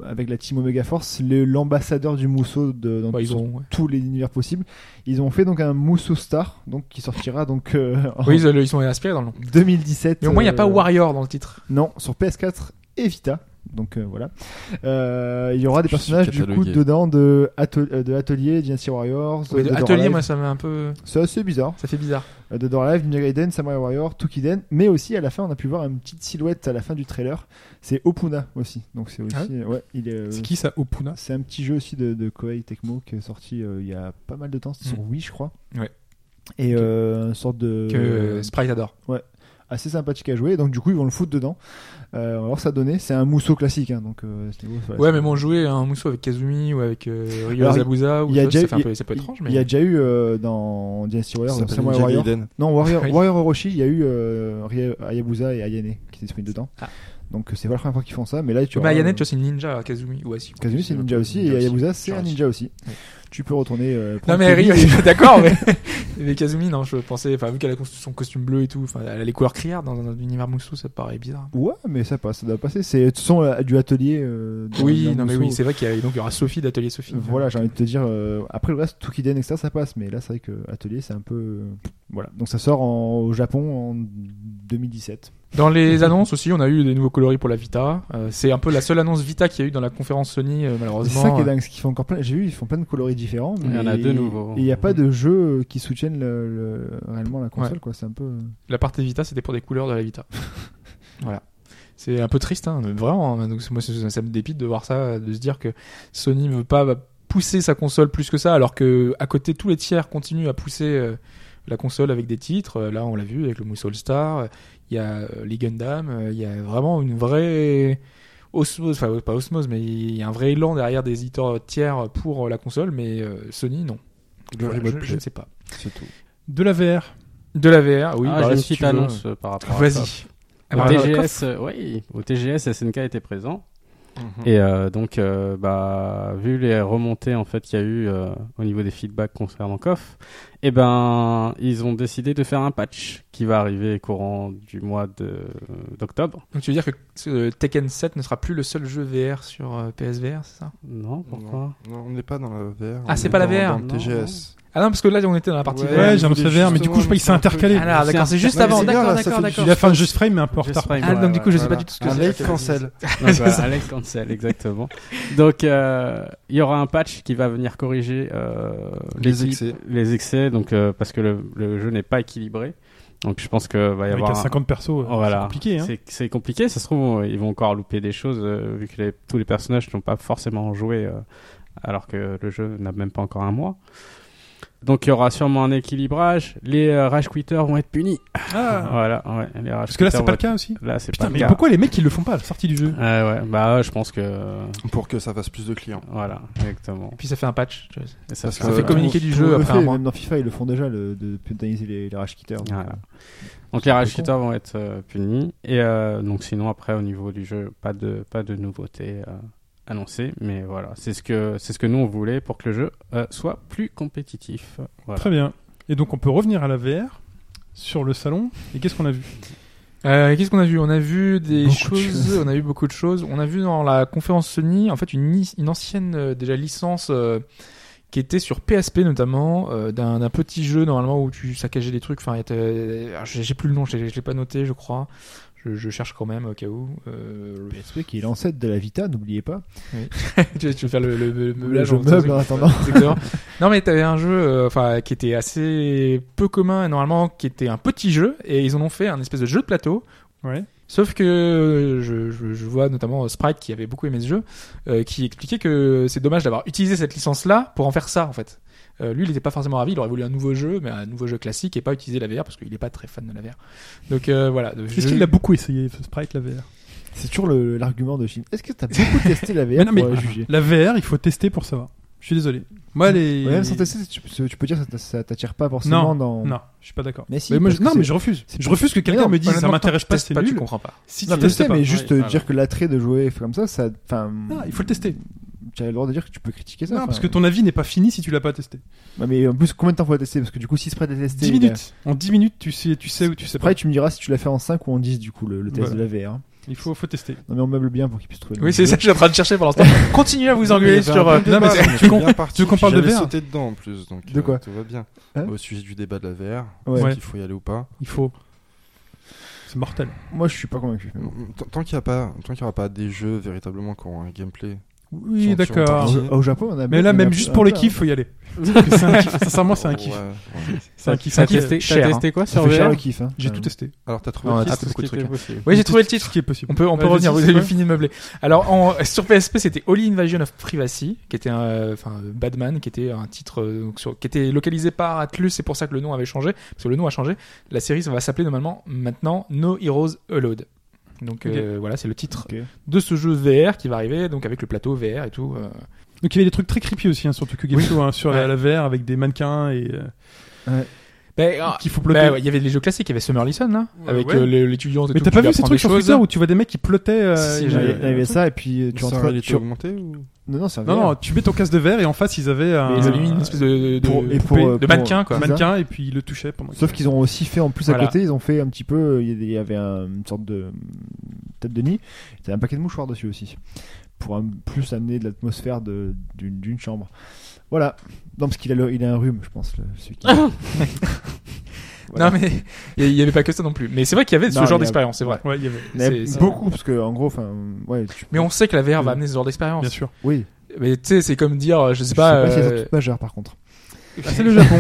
Speaker 5: avec la team Omega Force, le- l'ambassadeur du Mousseau de, dans
Speaker 4: Bah, ils
Speaker 5: son-
Speaker 4: ont.
Speaker 5: tous les univers possibles. Ils ont fait donc un Mousseau Star donc qui sortira donc euh, en
Speaker 4: Oui, ils, ils sont inspirés dans le nom.
Speaker 5: 2017.
Speaker 4: Mais au moins, il n'y a pas
Speaker 5: euh,
Speaker 4: Warrior dans le titre.
Speaker 5: Non, sur PS4 et Vita. Donc euh, voilà. Euh, il y aura des
Speaker 7: Je suis
Speaker 5: personnages du coup
Speaker 7: catalogué.
Speaker 5: dedans de, Atel- euh, de Atelier, Dynasty Warriors, euh,
Speaker 4: Oui,
Speaker 5: de
Speaker 4: de-
Speaker 5: Dora
Speaker 4: atelier,
Speaker 5: Live.
Speaker 4: moi, ça m'a un peu.
Speaker 5: C'est assez bizarre.
Speaker 4: Ça fait bizarre.
Speaker 5: Euh, De Dora Live, Ninja Gaiden, Samurai Warrior, Tukiden. Mais aussi à la fin, on a pu voir une petite silhouette à la fin du trailer. C'est Opuna aussi. Donc c'est aussi.
Speaker 4: Ah
Speaker 5: ouais, il est. euh,
Speaker 3: C'est qui ça, Opuna
Speaker 5: c'est un petit jeu aussi de, de Koei Tecmo qui est sorti euh, il y a pas mal de temps. C'était sur Wii, je crois.
Speaker 4: Mm. Ouais.
Speaker 5: Et euh, une sorte de.
Speaker 4: Que euh, Sprite adore.
Speaker 5: assez sympathique à jouer. Donc du coup, ils vont le foutre dedans. Euh, on va voir ça donner. C'est un mousseau classique. hein, donc, euh, c'est beau, voilà,
Speaker 4: Ouais,
Speaker 5: c'est-
Speaker 4: mais bon, jouer à un mousseau avec Kazumi ou avec euh, Ryo
Speaker 5: Alors,
Speaker 4: Azabuza, ou
Speaker 5: il y a
Speaker 4: ça, ça
Speaker 5: déjà-
Speaker 4: fait un peu- c'est un peu étrange, mais.
Speaker 5: Il y a déjà eu euh, dans Dynasty
Speaker 7: Ça
Speaker 5: Warrior, dans
Speaker 7: s'appelle
Speaker 5: Samurai
Speaker 7: Ninja
Speaker 5: Warrior.
Speaker 7: Gaiden.
Speaker 5: Non, Warrior,
Speaker 4: Oui.
Speaker 5: Warrior Orochi, il y a eu euh, Rie- Hayabusa et Ayane qui s'expriment dedans.
Speaker 4: Ah.
Speaker 5: Donc c'est pas la première fois qu'ils font ça, mais là tu
Speaker 4: Mais
Speaker 5: auras,
Speaker 4: Ayane,
Speaker 5: euh,
Speaker 4: tu vois, c'est une ninja, hein, Kazumi. Ouais, si.
Speaker 5: Kazumi c'est ninja aussi et Hayabusa c'est un ninja aussi.
Speaker 4: Ouais.
Speaker 5: Tu peux retourner. euh,
Speaker 4: Non,
Speaker 5: prendre tes
Speaker 4: mais Ryo,
Speaker 5: billes.
Speaker 4: d'accord, mais. Mais Kazumi, non, je pensais. Enfin, vu qu'elle a construit son costume bleu et tout, enfin, elle a les couleurs criardes dans un univers mousseau, ça paraît bizarre.
Speaker 5: Ouais, mais ça passe, ça doit passer. C'est de toute façon, euh, du atelier. euh, dans
Speaker 4: Oui,
Speaker 5: dans
Speaker 4: non, mais
Speaker 5: Mousseau.
Speaker 4: oui, c'est vrai qu'il y, a- donc, il y aura Sophie d'Atelier Sophie.
Speaker 5: Voilà, j'ai envie de te dire. euh, après le reste, Tukiden, etc., ça passe. Mais là, c'est vrai que Atelier, c'est un peu. euh, voilà. Donc ça sort en- au Japon en 2017.
Speaker 4: Dans les
Speaker 5: Mhm.
Speaker 4: annonces aussi, on a eu des nouveaux coloris pour la Vita. Euh, c'est un peu la seule annonce Vita qu'il y a eu dans la conférence Sony, euh,
Speaker 5: C'est
Speaker 4: malheureusement.
Speaker 5: ça qui est dingue, c'est qu'ils font encore plein. J'ai vu, ils font plein de coloris différents.
Speaker 2: Il y
Speaker 5: mais-
Speaker 2: en a deux nouveaux.
Speaker 5: Et il n'y a pas de jeux qui soutiennent le- le- réellement la console,
Speaker 4: Ouais.
Speaker 5: quoi. C'est un peu.
Speaker 4: La partie Vita, c'était pour des couleurs de la Vita. voilà. C'est un peu triste, hein, mais vraiment. hein. Donc, moi, ça, ça me dépite de voir ça, de se dire que Sony ne veut pas bah, pousser sa console plus que ça, alors que à côté, tous les tiers continuent à pousser euh, la console avec des titres. Euh, Là, on l'a vu avec le Moose All Star, euh, il y a euh, les Gundam, euh, il y a vraiment une vraie osmose, enfin pas osmose, mais il y a un vrai élan derrière des éditeurs tiers pour euh, la console, mais euh, Sony, non.
Speaker 7: Le
Speaker 4: Voilà,
Speaker 7: remote
Speaker 4: je, je
Speaker 7: play.
Speaker 4: ne sais pas.
Speaker 7: C'est tout.
Speaker 3: De la VR.
Speaker 4: De la VR, oui.
Speaker 2: Ah,
Speaker 4: bah,
Speaker 2: j'ai
Speaker 4: là,
Speaker 2: une
Speaker 4: si tu
Speaker 2: petite
Speaker 4: veux.
Speaker 2: annonce euh, par
Speaker 4: Ah,
Speaker 2: rapport à ça.
Speaker 4: Vas-y. Ah, bah,
Speaker 2: Au
Speaker 4: Alors,
Speaker 2: TGS, euh, oui, au TGS, SNK était présent.
Speaker 4: Mhm.
Speaker 2: Et euh, donc, euh, bah, vu les remontées en fait qu'il y a eu euh, au niveau des feedbacks concernant KOF, eh ben, ils ont décidé de faire un patch qui va arriver courant du mois de- d'octobre.
Speaker 4: Donc tu veux dire que euh, Tekken 7 ne sera plus le seul jeu VR sur euh, PSVR, c'est ça
Speaker 2: Non, pourquoi
Speaker 7: Non, non, on n'est pas dans la VR.
Speaker 4: Ah,
Speaker 7: on
Speaker 4: c'est
Speaker 7: est
Speaker 4: pas la
Speaker 7: dans-
Speaker 4: VR.
Speaker 7: Dans le
Speaker 2: Non,
Speaker 7: TGS.
Speaker 4: Ah non, parce que là on était dans la partie
Speaker 7: Ouais,
Speaker 4: VR.
Speaker 3: Ouais, j'ai
Speaker 7: je
Speaker 3: un
Speaker 7: voulais
Speaker 3: VR, mais du coup, je
Speaker 7: justement
Speaker 3: crois qu'il s'est
Speaker 7: faire un truc.
Speaker 3: intercalé.
Speaker 4: Ah là,
Speaker 2: C'est
Speaker 4: d'accord,
Speaker 2: un-
Speaker 4: c'est juste
Speaker 7: Mais
Speaker 4: avant.
Speaker 7: c'est bien,
Speaker 4: D'accord,
Speaker 7: là, ça
Speaker 4: d'accord,
Speaker 7: fait du
Speaker 4: d'accord.
Speaker 3: Il a fait un juste frame, mais un peu en
Speaker 2: Just
Speaker 3: retard.
Speaker 2: Frame,
Speaker 4: Ah, donc du coup, je sais pas du tout ce que
Speaker 7: Un
Speaker 4: c'est.
Speaker 7: live cancel.
Speaker 2: Donc, voilà, Alex Cancel, exactement. Donc, euh, il y aura un patch qui va venir corriger euh,
Speaker 7: Les
Speaker 2: l'équipe-
Speaker 7: excès.
Speaker 2: les excès, donc, euh, parce que le, le jeu n'est pas équilibré. Donc, je pense que va y
Speaker 3: Avec
Speaker 2: avoir.
Speaker 3: un
Speaker 2: un-
Speaker 3: 50 persos, euh,
Speaker 2: Oh, voilà.
Speaker 3: c'est compliqué. Hein.
Speaker 2: C'est- C'est compliqué, ça se trouve, euh, ils vont encore louper des choses, euh, vu que les- tous les personnages n'ont pas forcément joué, euh, alors que le jeu n'a même pas encore un mois. Donc il y aura sûrement un équilibrage, les euh, rage quitters vont être punis.
Speaker 3: Ah.
Speaker 2: Voilà, ouais, les rage
Speaker 3: Parce que là, c'est pas
Speaker 2: quitters vont
Speaker 3: le cas aussi.
Speaker 2: être- Là, c'est pas
Speaker 3: Putain,
Speaker 2: le
Speaker 3: mais
Speaker 2: cas.
Speaker 3: pourquoi les mecs ils le font pas à la sortie du jeu
Speaker 2: Ouais, ouais, bah, euh, je pense que. euh,
Speaker 7: Pour que ça fasse plus de clients.
Speaker 2: Voilà, exactement.
Speaker 4: Et puis ça fait un patch. tu vois.
Speaker 2: Et ça,
Speaker 7: Parce
Speaker 2: fait
Speaker 7: que-
Speaker 2: un
Speaker 4: Ça fait
Speaker 2: peu-
Speaker 4: communiquer du
Speaker 5: Ils
Speaker 4: jeu
Speaker 5: le
Speaker 4: après
Speaker 5: fait,
Speaker 4: un mois.
Speaker 5: Même dans FIFA, ils le font déjà le, de pétaniser les, les rage quitters. donc,
Speaker 2: Voilà.
Speaker 5: euh,
Speaker 2: Donc les rage quitters vont être euh, punis. Et euh, donc sinon après au niveau du jeu, pas de pas de nouveautés euh, annoncées, mais voilà, c'est ce que c'est ce que nous on voulait pour que le jeu euh, soit plus compétitif. Voilà.
Speaker 3: Très bien. Et donc, on peut revenir à la VR sur le salon. Et qu'est-ce qu'on a vu
Speaker 4: Euh, Qu'est-ce qu'on a vu On a vu des
Speaker 5: Beaucoup de
Speaker 4: choses,
Speaker 5: choses.
Speaker 4: on a vu beaucoup de choses. On a vu dans la conférence Sony, en fait, une, is- une ancienne euh, déjà licence euh, qui était sur PSP notamment, euh, d'un d'un petit jeu normalement où tu saccageais des trucs. Enfin, il y a- euh, alors, j'ai j'ai plus le nom, je l'ai je l'ai pas noté, je crois. Je, je cherche quand même au cas où. Euh,
Speaker 5: PSP qui est l'ancêtre de la Vita, n'oubliez pas.
Speaker 4: tu, veux- tu veux faire le, le, le
Speaker 5: Le
Speaker 4: meublage
Speaker 5: jeu
Speaker 4: en-
Speaker 5: meuble en attendant.
Speaker 4: Exactement. non mais t'avais un jeu, euh, enfin qui était assez peu commun normalement, qui était un petit jeu et ils en ont fait un espèce de jeu de plateau
Speaker 3: Ouais.
Speaker 4: Sauf que euh, je, je- je vois notamment euh, Sprite qui avait beaucoup aimé ce jeu, euh, qui expliquait que c'est dommage d'avoir utilisé cette licence-là pour en faire ça en fait. Euh, lui, il n'était pas forcément ravi, il aurait voulu un nouveau jeu, mais un nouveau jeu classique et pas utiliser la VR parce qu'il n'est pas très fan de la VR. Donc euh, voilà. Donc,
Speaker 3: Est-ce
Speaker 4: je-
Speaker 3: qu'il l'a beaucoup essayé, ce Sprite, la VR
Speaker 5: C'est toujours le- l'argument de Chine. Est-ce que t'as beaucoup testé la VR
Speaker 3: Mais non, mais-
Speaker 5: pour euh, juger
Speaker 3: La VR, il faut tester pour savoir. Je suis désolé. Moi, les.
Speaker 5: Ouais, Même sans tester, tu, tu peux dire que ça t'a- ça t'attire pas forcément dans.
Speaker 3: Non, je suis pas d'accord.
Speaker 5: Mais si,
Speaker 3: Mais moi,
Speaker 5: parce
Speaker 3: je-
Speaker 5: que
Speaker 3: non,
Speaker 5: c'est-
Speaker 3: mais je refuse.
Speaker 5: c'est-
Speaker 3: Je refuse que quelqu'un
Speaker 5: non,
Speaker 3: me dise ça
Speaker 4: honnêtement,
Speaker 3: m'intéresse
Speaker 4: tant que
Speaker 3: pas,
Speaker 4: tu testes
Speaker 3: c'est
Speaker 4: pas, tu
Speaker 3: nul.
Speaker 4: comprends pas.
Speaker 3: Si
Speaker 5: Non,
Speaker 3: tu
Speaker 5: tester,
Speaker 3: testes pas.
Speaker 5: mais juste
Speaker 2: Ouais,
Speaker 5: euh,
Speaker 2: voilà.
Speaker 5: dire que l'attrait de jouer comme ça, ça. Enfin.
Speaker 3: Non, il faut le tester.
Speaker 5: Tu as le droit de dire que tu peux critiquer ça.
Speaker 3: Non,
Speaker 5: enfin.
Speaker 3: parce que ton avis n'est pas fini si tu l'as pas testé.
Speaker 5: Ouais, mais en plus, combien de temps faut la tester Parce que du coup, si Sprite a testé.
Speaker 3: 10
Speaker 5: il a-
Speaker 3: minutes. En 10 minutes, tu sais, tu sais où tu sais pas.
Speaker 5: Sprite, tu me diras si tu l'as fait en 5 ou en 10, du coup, le, le test
Speaker 3: Voilà.
Speaker 5: de la VR.
Speaker 3: Il faut, faut tester.
Speaker 5: Non, mais on meuble bien pour qu'il puisse trouver le
Speaker 4: Oui, c'est
Speaker 5: jeu.
Speaker 4: ça que je suis en train de chercher pour l'instant. Continuez à vous engueuler
Speaker 7: Il y avait
Speaker 4: sur.
Speaker 7: un
Speaker 4: euh,
Speaker 7: bon
Speaker 3: non, mais
Speaker 7: débat,
Speaker 3: c'est-
Speaker 7: on
Speaker 3: tu
Speaker 7: était
Speaker 3: com-
Speaker 7: bien parti,
Speaker 3: tu veux qu'on
Speaker 7: puis
Speaker 3: parle de
Speaker 7: j'avais
Speaker 3: VR?
Speaker 7: sauté dedans en plus, donc
Speaker 5: De
Speaker 7: euh,
Speaker 5: quoi
Speaker 7: tout va bien.
Speaker 5: Hein
Speaker 7: Au sujet du débat de la VR,
Speaker 5: Ouais.
Speaker 7: est-ce qu'il faut y aller ou pas
Speaker 3: Il faut. C'est mortel.
Speaker 5: Moi, je suis pas convaincu. mais bon.
Speaker 7: Tant tant qu'il n'y a pas, tant qu'il y aura pas des jeux véritablement qui ont un gameplay. Sur-
Speaker 3: Oui,
Speaker 7: sur
Speaker 3: d'accord.
Speaker 7: Internet.
Speaker 5: Au, au Japon, on a.
Speaker 3: Ah, Mais là, même juste pour les kiffs, faut y aller. Parce que c'est un kiff. Sincèrement, Ah, c'est un
Speaker 7: Ouais,
Speaker 3: kiff.
Speaker 7: ouais.
Speaker 3: C'est un
Speaker 2: T'as
Speaker 3: kiff.
Speaker 2: t'as
Speaker 3: C'est un kiff.
Speaker 2: testé, t'as
Speaker 4: cher,
Speaker 2: testé quoi
Speaker 5: Ça
Speaker 2: sur
Speaker 5: fait cher
Speaker 2: VR
Speaker 5: le kiff. hein.
Speaker 3: J'ai tout
Speaker 5: Euh,
Speaker 3: testé.
Speaker 7: Alors t'as trouvé
Speaker 4: Non,
Speaker 7: le
Speaker 4: t'as
Speaker 7: kiff
Speaker 4: testé beaucoup de
Speaker 2: Qu'est-ce qui
Speaker 4: trucs,
Speaker 2: était
Speaker 4: ouais.
Speaker 2: possible
Speaker 4: Oui, j'ai trouvé le
Speaker 3: Tout
Speaker 4: titre.
Speaker 3: ce qui est possible.
Speaker 4: On peut, on peut
Speaker 3: Ouais,
Speaker 4: revenir.
Speaker 3: vas-y,
Speaker 4: Vous
Speaker 3: c'est
Speaker 4: avez
Speaker 3: quoi
Speaker 4: fini de meubler. Alors, en, sur PSP, c'était All Invasion of Privacy, qui était un, euh, enfin, euh, Badman, qui était un titre euh, donc, sur- qui était localisé par Atlus. C'est pour ça que le nom avait changé, parce que le nom a changé. La série, ça va s'appeler normalement maintenant No Heroes Allowed. Donc euh, voilà, c'est le titre
Speaker 5: Ok.
Speaker 4: de ce jeu VR qui va arriver, donc avec le plateau VR et tout. euh.
Speaker 3: Donc il y avait des trucs très creepy aussi hein, sur Tokyo Game
Speaker 4: Oui.
Speaker 3: Show, hein, sur la,
Speaker 4: Ouais.
Speaker 3: la VR avec des mannequins et euh,
Speaker 4: Ben, ah,
Speaker 3: qu'il faut
Speaker 4: ben,
Speaker 3: plotter.
Speaker 4: ouais, il y avait les jeux classiques, il y avait Summer Listen là,
Speaker 3: Ouais,
Speaker 4: avec
Speaker 3: ouais.
Speaker 4: euh, le- l'étudiant. et
Speaker 3: mais
Speaker 4: tout,
Speaker 3: t'as
Speaker 4: qui
Speaker 3: pas
Speaker 4: lui
Speaker 3: vu ces
Speaker 4: apprend
Speaker 3: trucs
Speaker 4: des
Speaker 3: sur
Speaker 4: choses. hein.
Speaker 3: Twitter où tu vois des mecs qui plottaient euh,
Speaker 4: Si, si,
Speaker 3: et-
Speaker 5: Il y
Speaker 4: j'avais-
Speaker 5: avait- il y avait ça, et puis euh, tu
Speaker 7: Ça
Speaker 5: rentres.
Speaker 7: aurait été
Speaker 5: tu-
Speaker 7: augmenté ou
Speaker 5: Non, non, c'est un
Speaker 3: Non,
Speaker 5: VR.
Speaker 3: non, tu mets ton casque de verre et en face ils avaient
Speaker 4: Mais
Speaker 3: un,
Speaker 4: ils avaient mis une espèce de, de, de-
Speaker 5: Pour- et pour,
Speaker 4: poupée,
Speaker 5: euh,
Speaker 4: de
Speaker 5: pour-
Speaker 4: mannequin quoi.
Speaker 5: de
Speaker 3: mannequin et puis ils le touchaient pendant.
Speaker 5: Sauf qu'ils ont aussi fait en plus à
Speaker 4: Voilà.
Speaker 5: côté, ils ont fait un petit peu. euh, Il y a des- il y avait un- une sorte de mm, tête de nid. Il y avait un paquet de mouchoirs dessus aussi. Pour un- plus amener de l'atmosphère de- d'une d'une chambre. Voilà. Non, parce qu'il a, le- il a un rhume, je pense. le- celui qui- Voilà.
Speaker 4: Non mais il y avait pas que ça non plus. Mais c'est vrai qu'il y avait ce
Speaker 5: Non, il y
Speaker 4: genre
Speaker 5: a-
Speaker 4: d'expérience, c'est vrai.
Speaker 3: Ouais, il y avait.
Speaker 5: Mais Mm.
Speaker 4: C'est- c'est-
Speaker 5: beaucoup, parce que en gros, enfin. Ouais, tu-
Speaker 4: Mais on sait que la VR va
Speaker 3: Ouais.
Speaker 4: amener ce genre d'expérience.
Speaker 3: Bien sûr.
Speaker 5: Oui.
Speaker 4: Mais tu sais, c'est comme dire, euh, je sais
Speaker 5: Je sais
Speaker 4: pas.
Speaker 5: pas si elles sont
Speaker 4: euh,
Speaker 5: toutes majeures, par contre.
Speaker 3: Ah, c'est le Japon.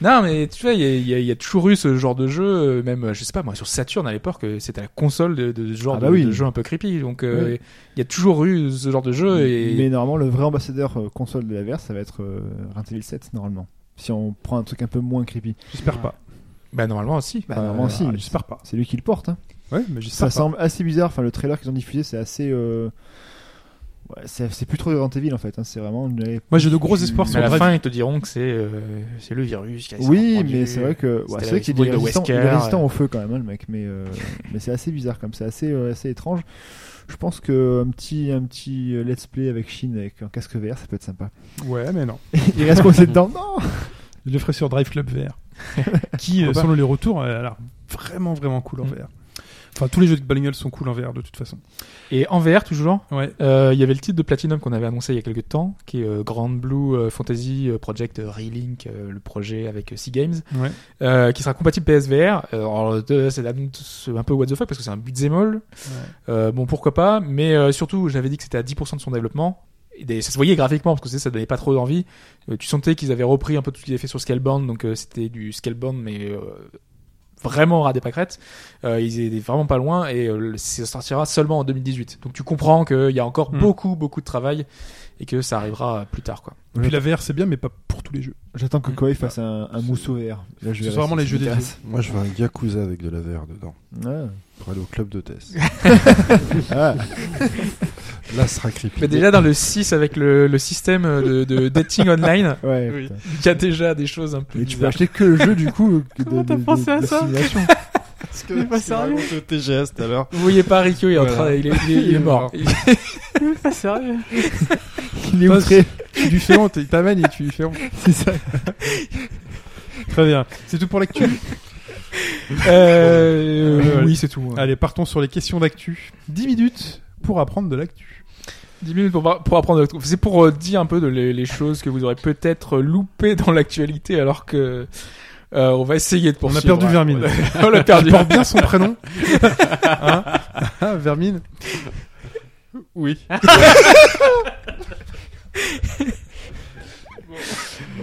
Speaker 4: Non, mais tu vois, il y, a- il y a- il y a toujours eu ce genre de jeu, euh, même, euh, je sais pas, moi, sur Saturn à l'époque, euh, c'était la console de, de ce genre
Speaker 5: Ah bah
Speaker 4: de,
Speaker 5: oui.
Speaker 4: de jeu un peu creepy. Donc, euh, il
Speaker 5: Oui.
Speaker 4: y a toujours eu ce genre de jeu. Et...
Speaker 5: Mais normalement, le vrai ambassadeur euh, console de la VR, ça va être euh, Resident Evil 7, normalement. Si on prend un truc un peu moins creepy.
Speaker 3: J'espère pas.
Speaker 4: Bah, normalement Euh, aussi.
Speaker 5: Bah, normalement, si.
Speaker 3: ah, J'espère pas.
Speaker 5: C'est lui qui le porte. hein.
Speaker 3: Ouais, mais j'espère
Speaker 5: Ça
Speaker 3: pas.
Speaker 5: semble assez bizarre. Enfin, le trailer qu'ils ont diffusé, c'est assez. euh, ouais, c'est c'est plus trop Resident Evil en fait. hein. C'est vraiment. une-
Speaker 3: Moi, j'ai de gros espoirs
Speaker 4: Mais
Speaker 3: sur
Speaker 4: à la
Speaker 3: Bref.
Speaker 4: fin, ils te diront que c'est euh, c'est le virus qui a
Speaker 5: Oui,
Speaker 4: répandu.
Speaker 5: mais c'est vrai que.
Speaker 4: C'était
Speaker 5: ouais,
Speaker 4: la
Speaker 5: c'est vrai qu'il est
Speaker 4: Wii de
Speaker 5: résistant, il est
Speaker 4: Wesker,
Speaker 5: résistant
Speaker 4: euh.
Speaker 5: au feu quand même, hein, le mec. Mais, euh, mais c'est assez bizarre comme. C'est assez, euh, assez étrange. Je pense qu'un petit, un petit euh, let's play avec Shin avec un casque vert, ça peut être sympa.
Speaker 3: Ouais, mais non.
Speaker 5: Il reste coincé dedans. Non
Speaker 3: Je le ferai sur Drive Club VR. qui, euh,
Speaker 5: Pourquoi
Speaker 3: selon les retours, euh, a l'air vraiment, vraiment cool en
Speaker 4: Mm.
Speaker 3: VR. Enfin, tous les jeux de bagnole sont cool en VR de toute façon.
Speaker 4: Et en VR, toujours,
Speaker 3: Ouais.
Speaker 4: euh, il y avait le titre de Platinum qu'on avait annoncé il y a quelques temps, qui est euh, Grand Blue euh, Fantasy Project Relink, euh, le projet avec euh, Sea Games.
Speaker 3: Ouais.
Speaker 4: euh, qui sera compatible PSVR. Euh, alors, euh, c'est la- c'est un peu what the fuck parce que c'est un beat'em all. Euh, bon, pourquoi pas. Mais euh, surtout, j'avais dit que c'était à 10% de son développement. Et des- ça se voyait graphiquement parce que tu sais, ça donnait pas trop d'envie. Euh, tu sentais qu'ils avaient repris un peu tout ce qu'ils avaient fait sur Scalebound, donc euh, c'était du Scalebound, mais euh, vraiment ras des pâquerettes. Euh, ils étaient vraiment pas loin et euh, le- ça sortira seulement en 2018. Donc tu comprends qu'il y a encore
Speaker 3: Hmm.
Speaker 4: beaucoup, beaucoup de travail et que ça arrivera plus tard, quoi.
Speaker 3: Et puis la VR, c'est bien, mais pas pour tous les jeux.
Speaker 5: J'attends que
Speaker 4: Mm.
Speaker 5: Koei fasse un, un mousseau vert. Là, je
Speaker 3: Ce
Speaker 5: verrai
Speaker 3: sont vraiment
Speaker 5: si
Speaker 3: les
Speaker 5: ça
Speaker 3: jeux des
Speaker 5: m'intéresse.
Speaker 7: Moi, je veux un Yakuza avec de la VR dedans
Speaker 5: Ouais.
Speaker 7: pour aller au club d'hôtesse.
Speaker 5: Ah,
Speaker 7: Là, ce sera creepy.
Speaker 4: Mais déjà dans le 6 avec le, le système de, de dating online,
Speaker 5: ouais.
Speaker 2: Oui.
Speaker 5: putain.
Speaker 4: il y a déjà des choses un peu.
Speaker 5: Mais tu peux
Speaker 4: bizarres.
Speaker 5: acheter que le jeu du coup. que de-
Speaker 4: Comment t'as
Speaker 5: de- de-
Speaker 4: pensé à
Speaker 5: de
Speaker 4: ça
Speaker 5: simulation.
Speaker 7: Parce
Speaker 4: Mais pas sérieux.
Speaker 7: le TGS tout à l'heure.
Speaker 4: Vous voyez pas Rico, il est, en train, il est, il est- il est mort. pas sérieux.
Speaker 5: Il est outré.
Speaker 3: Tu lui fais honte, il t'amène et tu lui fais honte.
Speaker 5: C'est ça.
Speaker 3: Très bien. C'est tout pour l'actu.
Speaker 4: Euh, oui, c'est tout.
Speaker 3: Allez, partons sur les questions d'actu. 10 minutes pour apprendre de l'actu.
Speaker 4: 10 minutes pour, par- pour apprendre. votre- C'est pour euh, dire un peu de les, les choses que vous aurez peut-être euh, loupées dans l'actualité, alors que euh, on va essayer de
Speaker 3: On a
Speaker 4: poursuivre.
Speaker 3: perdu Vermine.
Speaker 4: on l'a perdu.
Speaker 3: Il porte bien son prénom. Hein Ah, Vermine.
Speaker 2: Oui.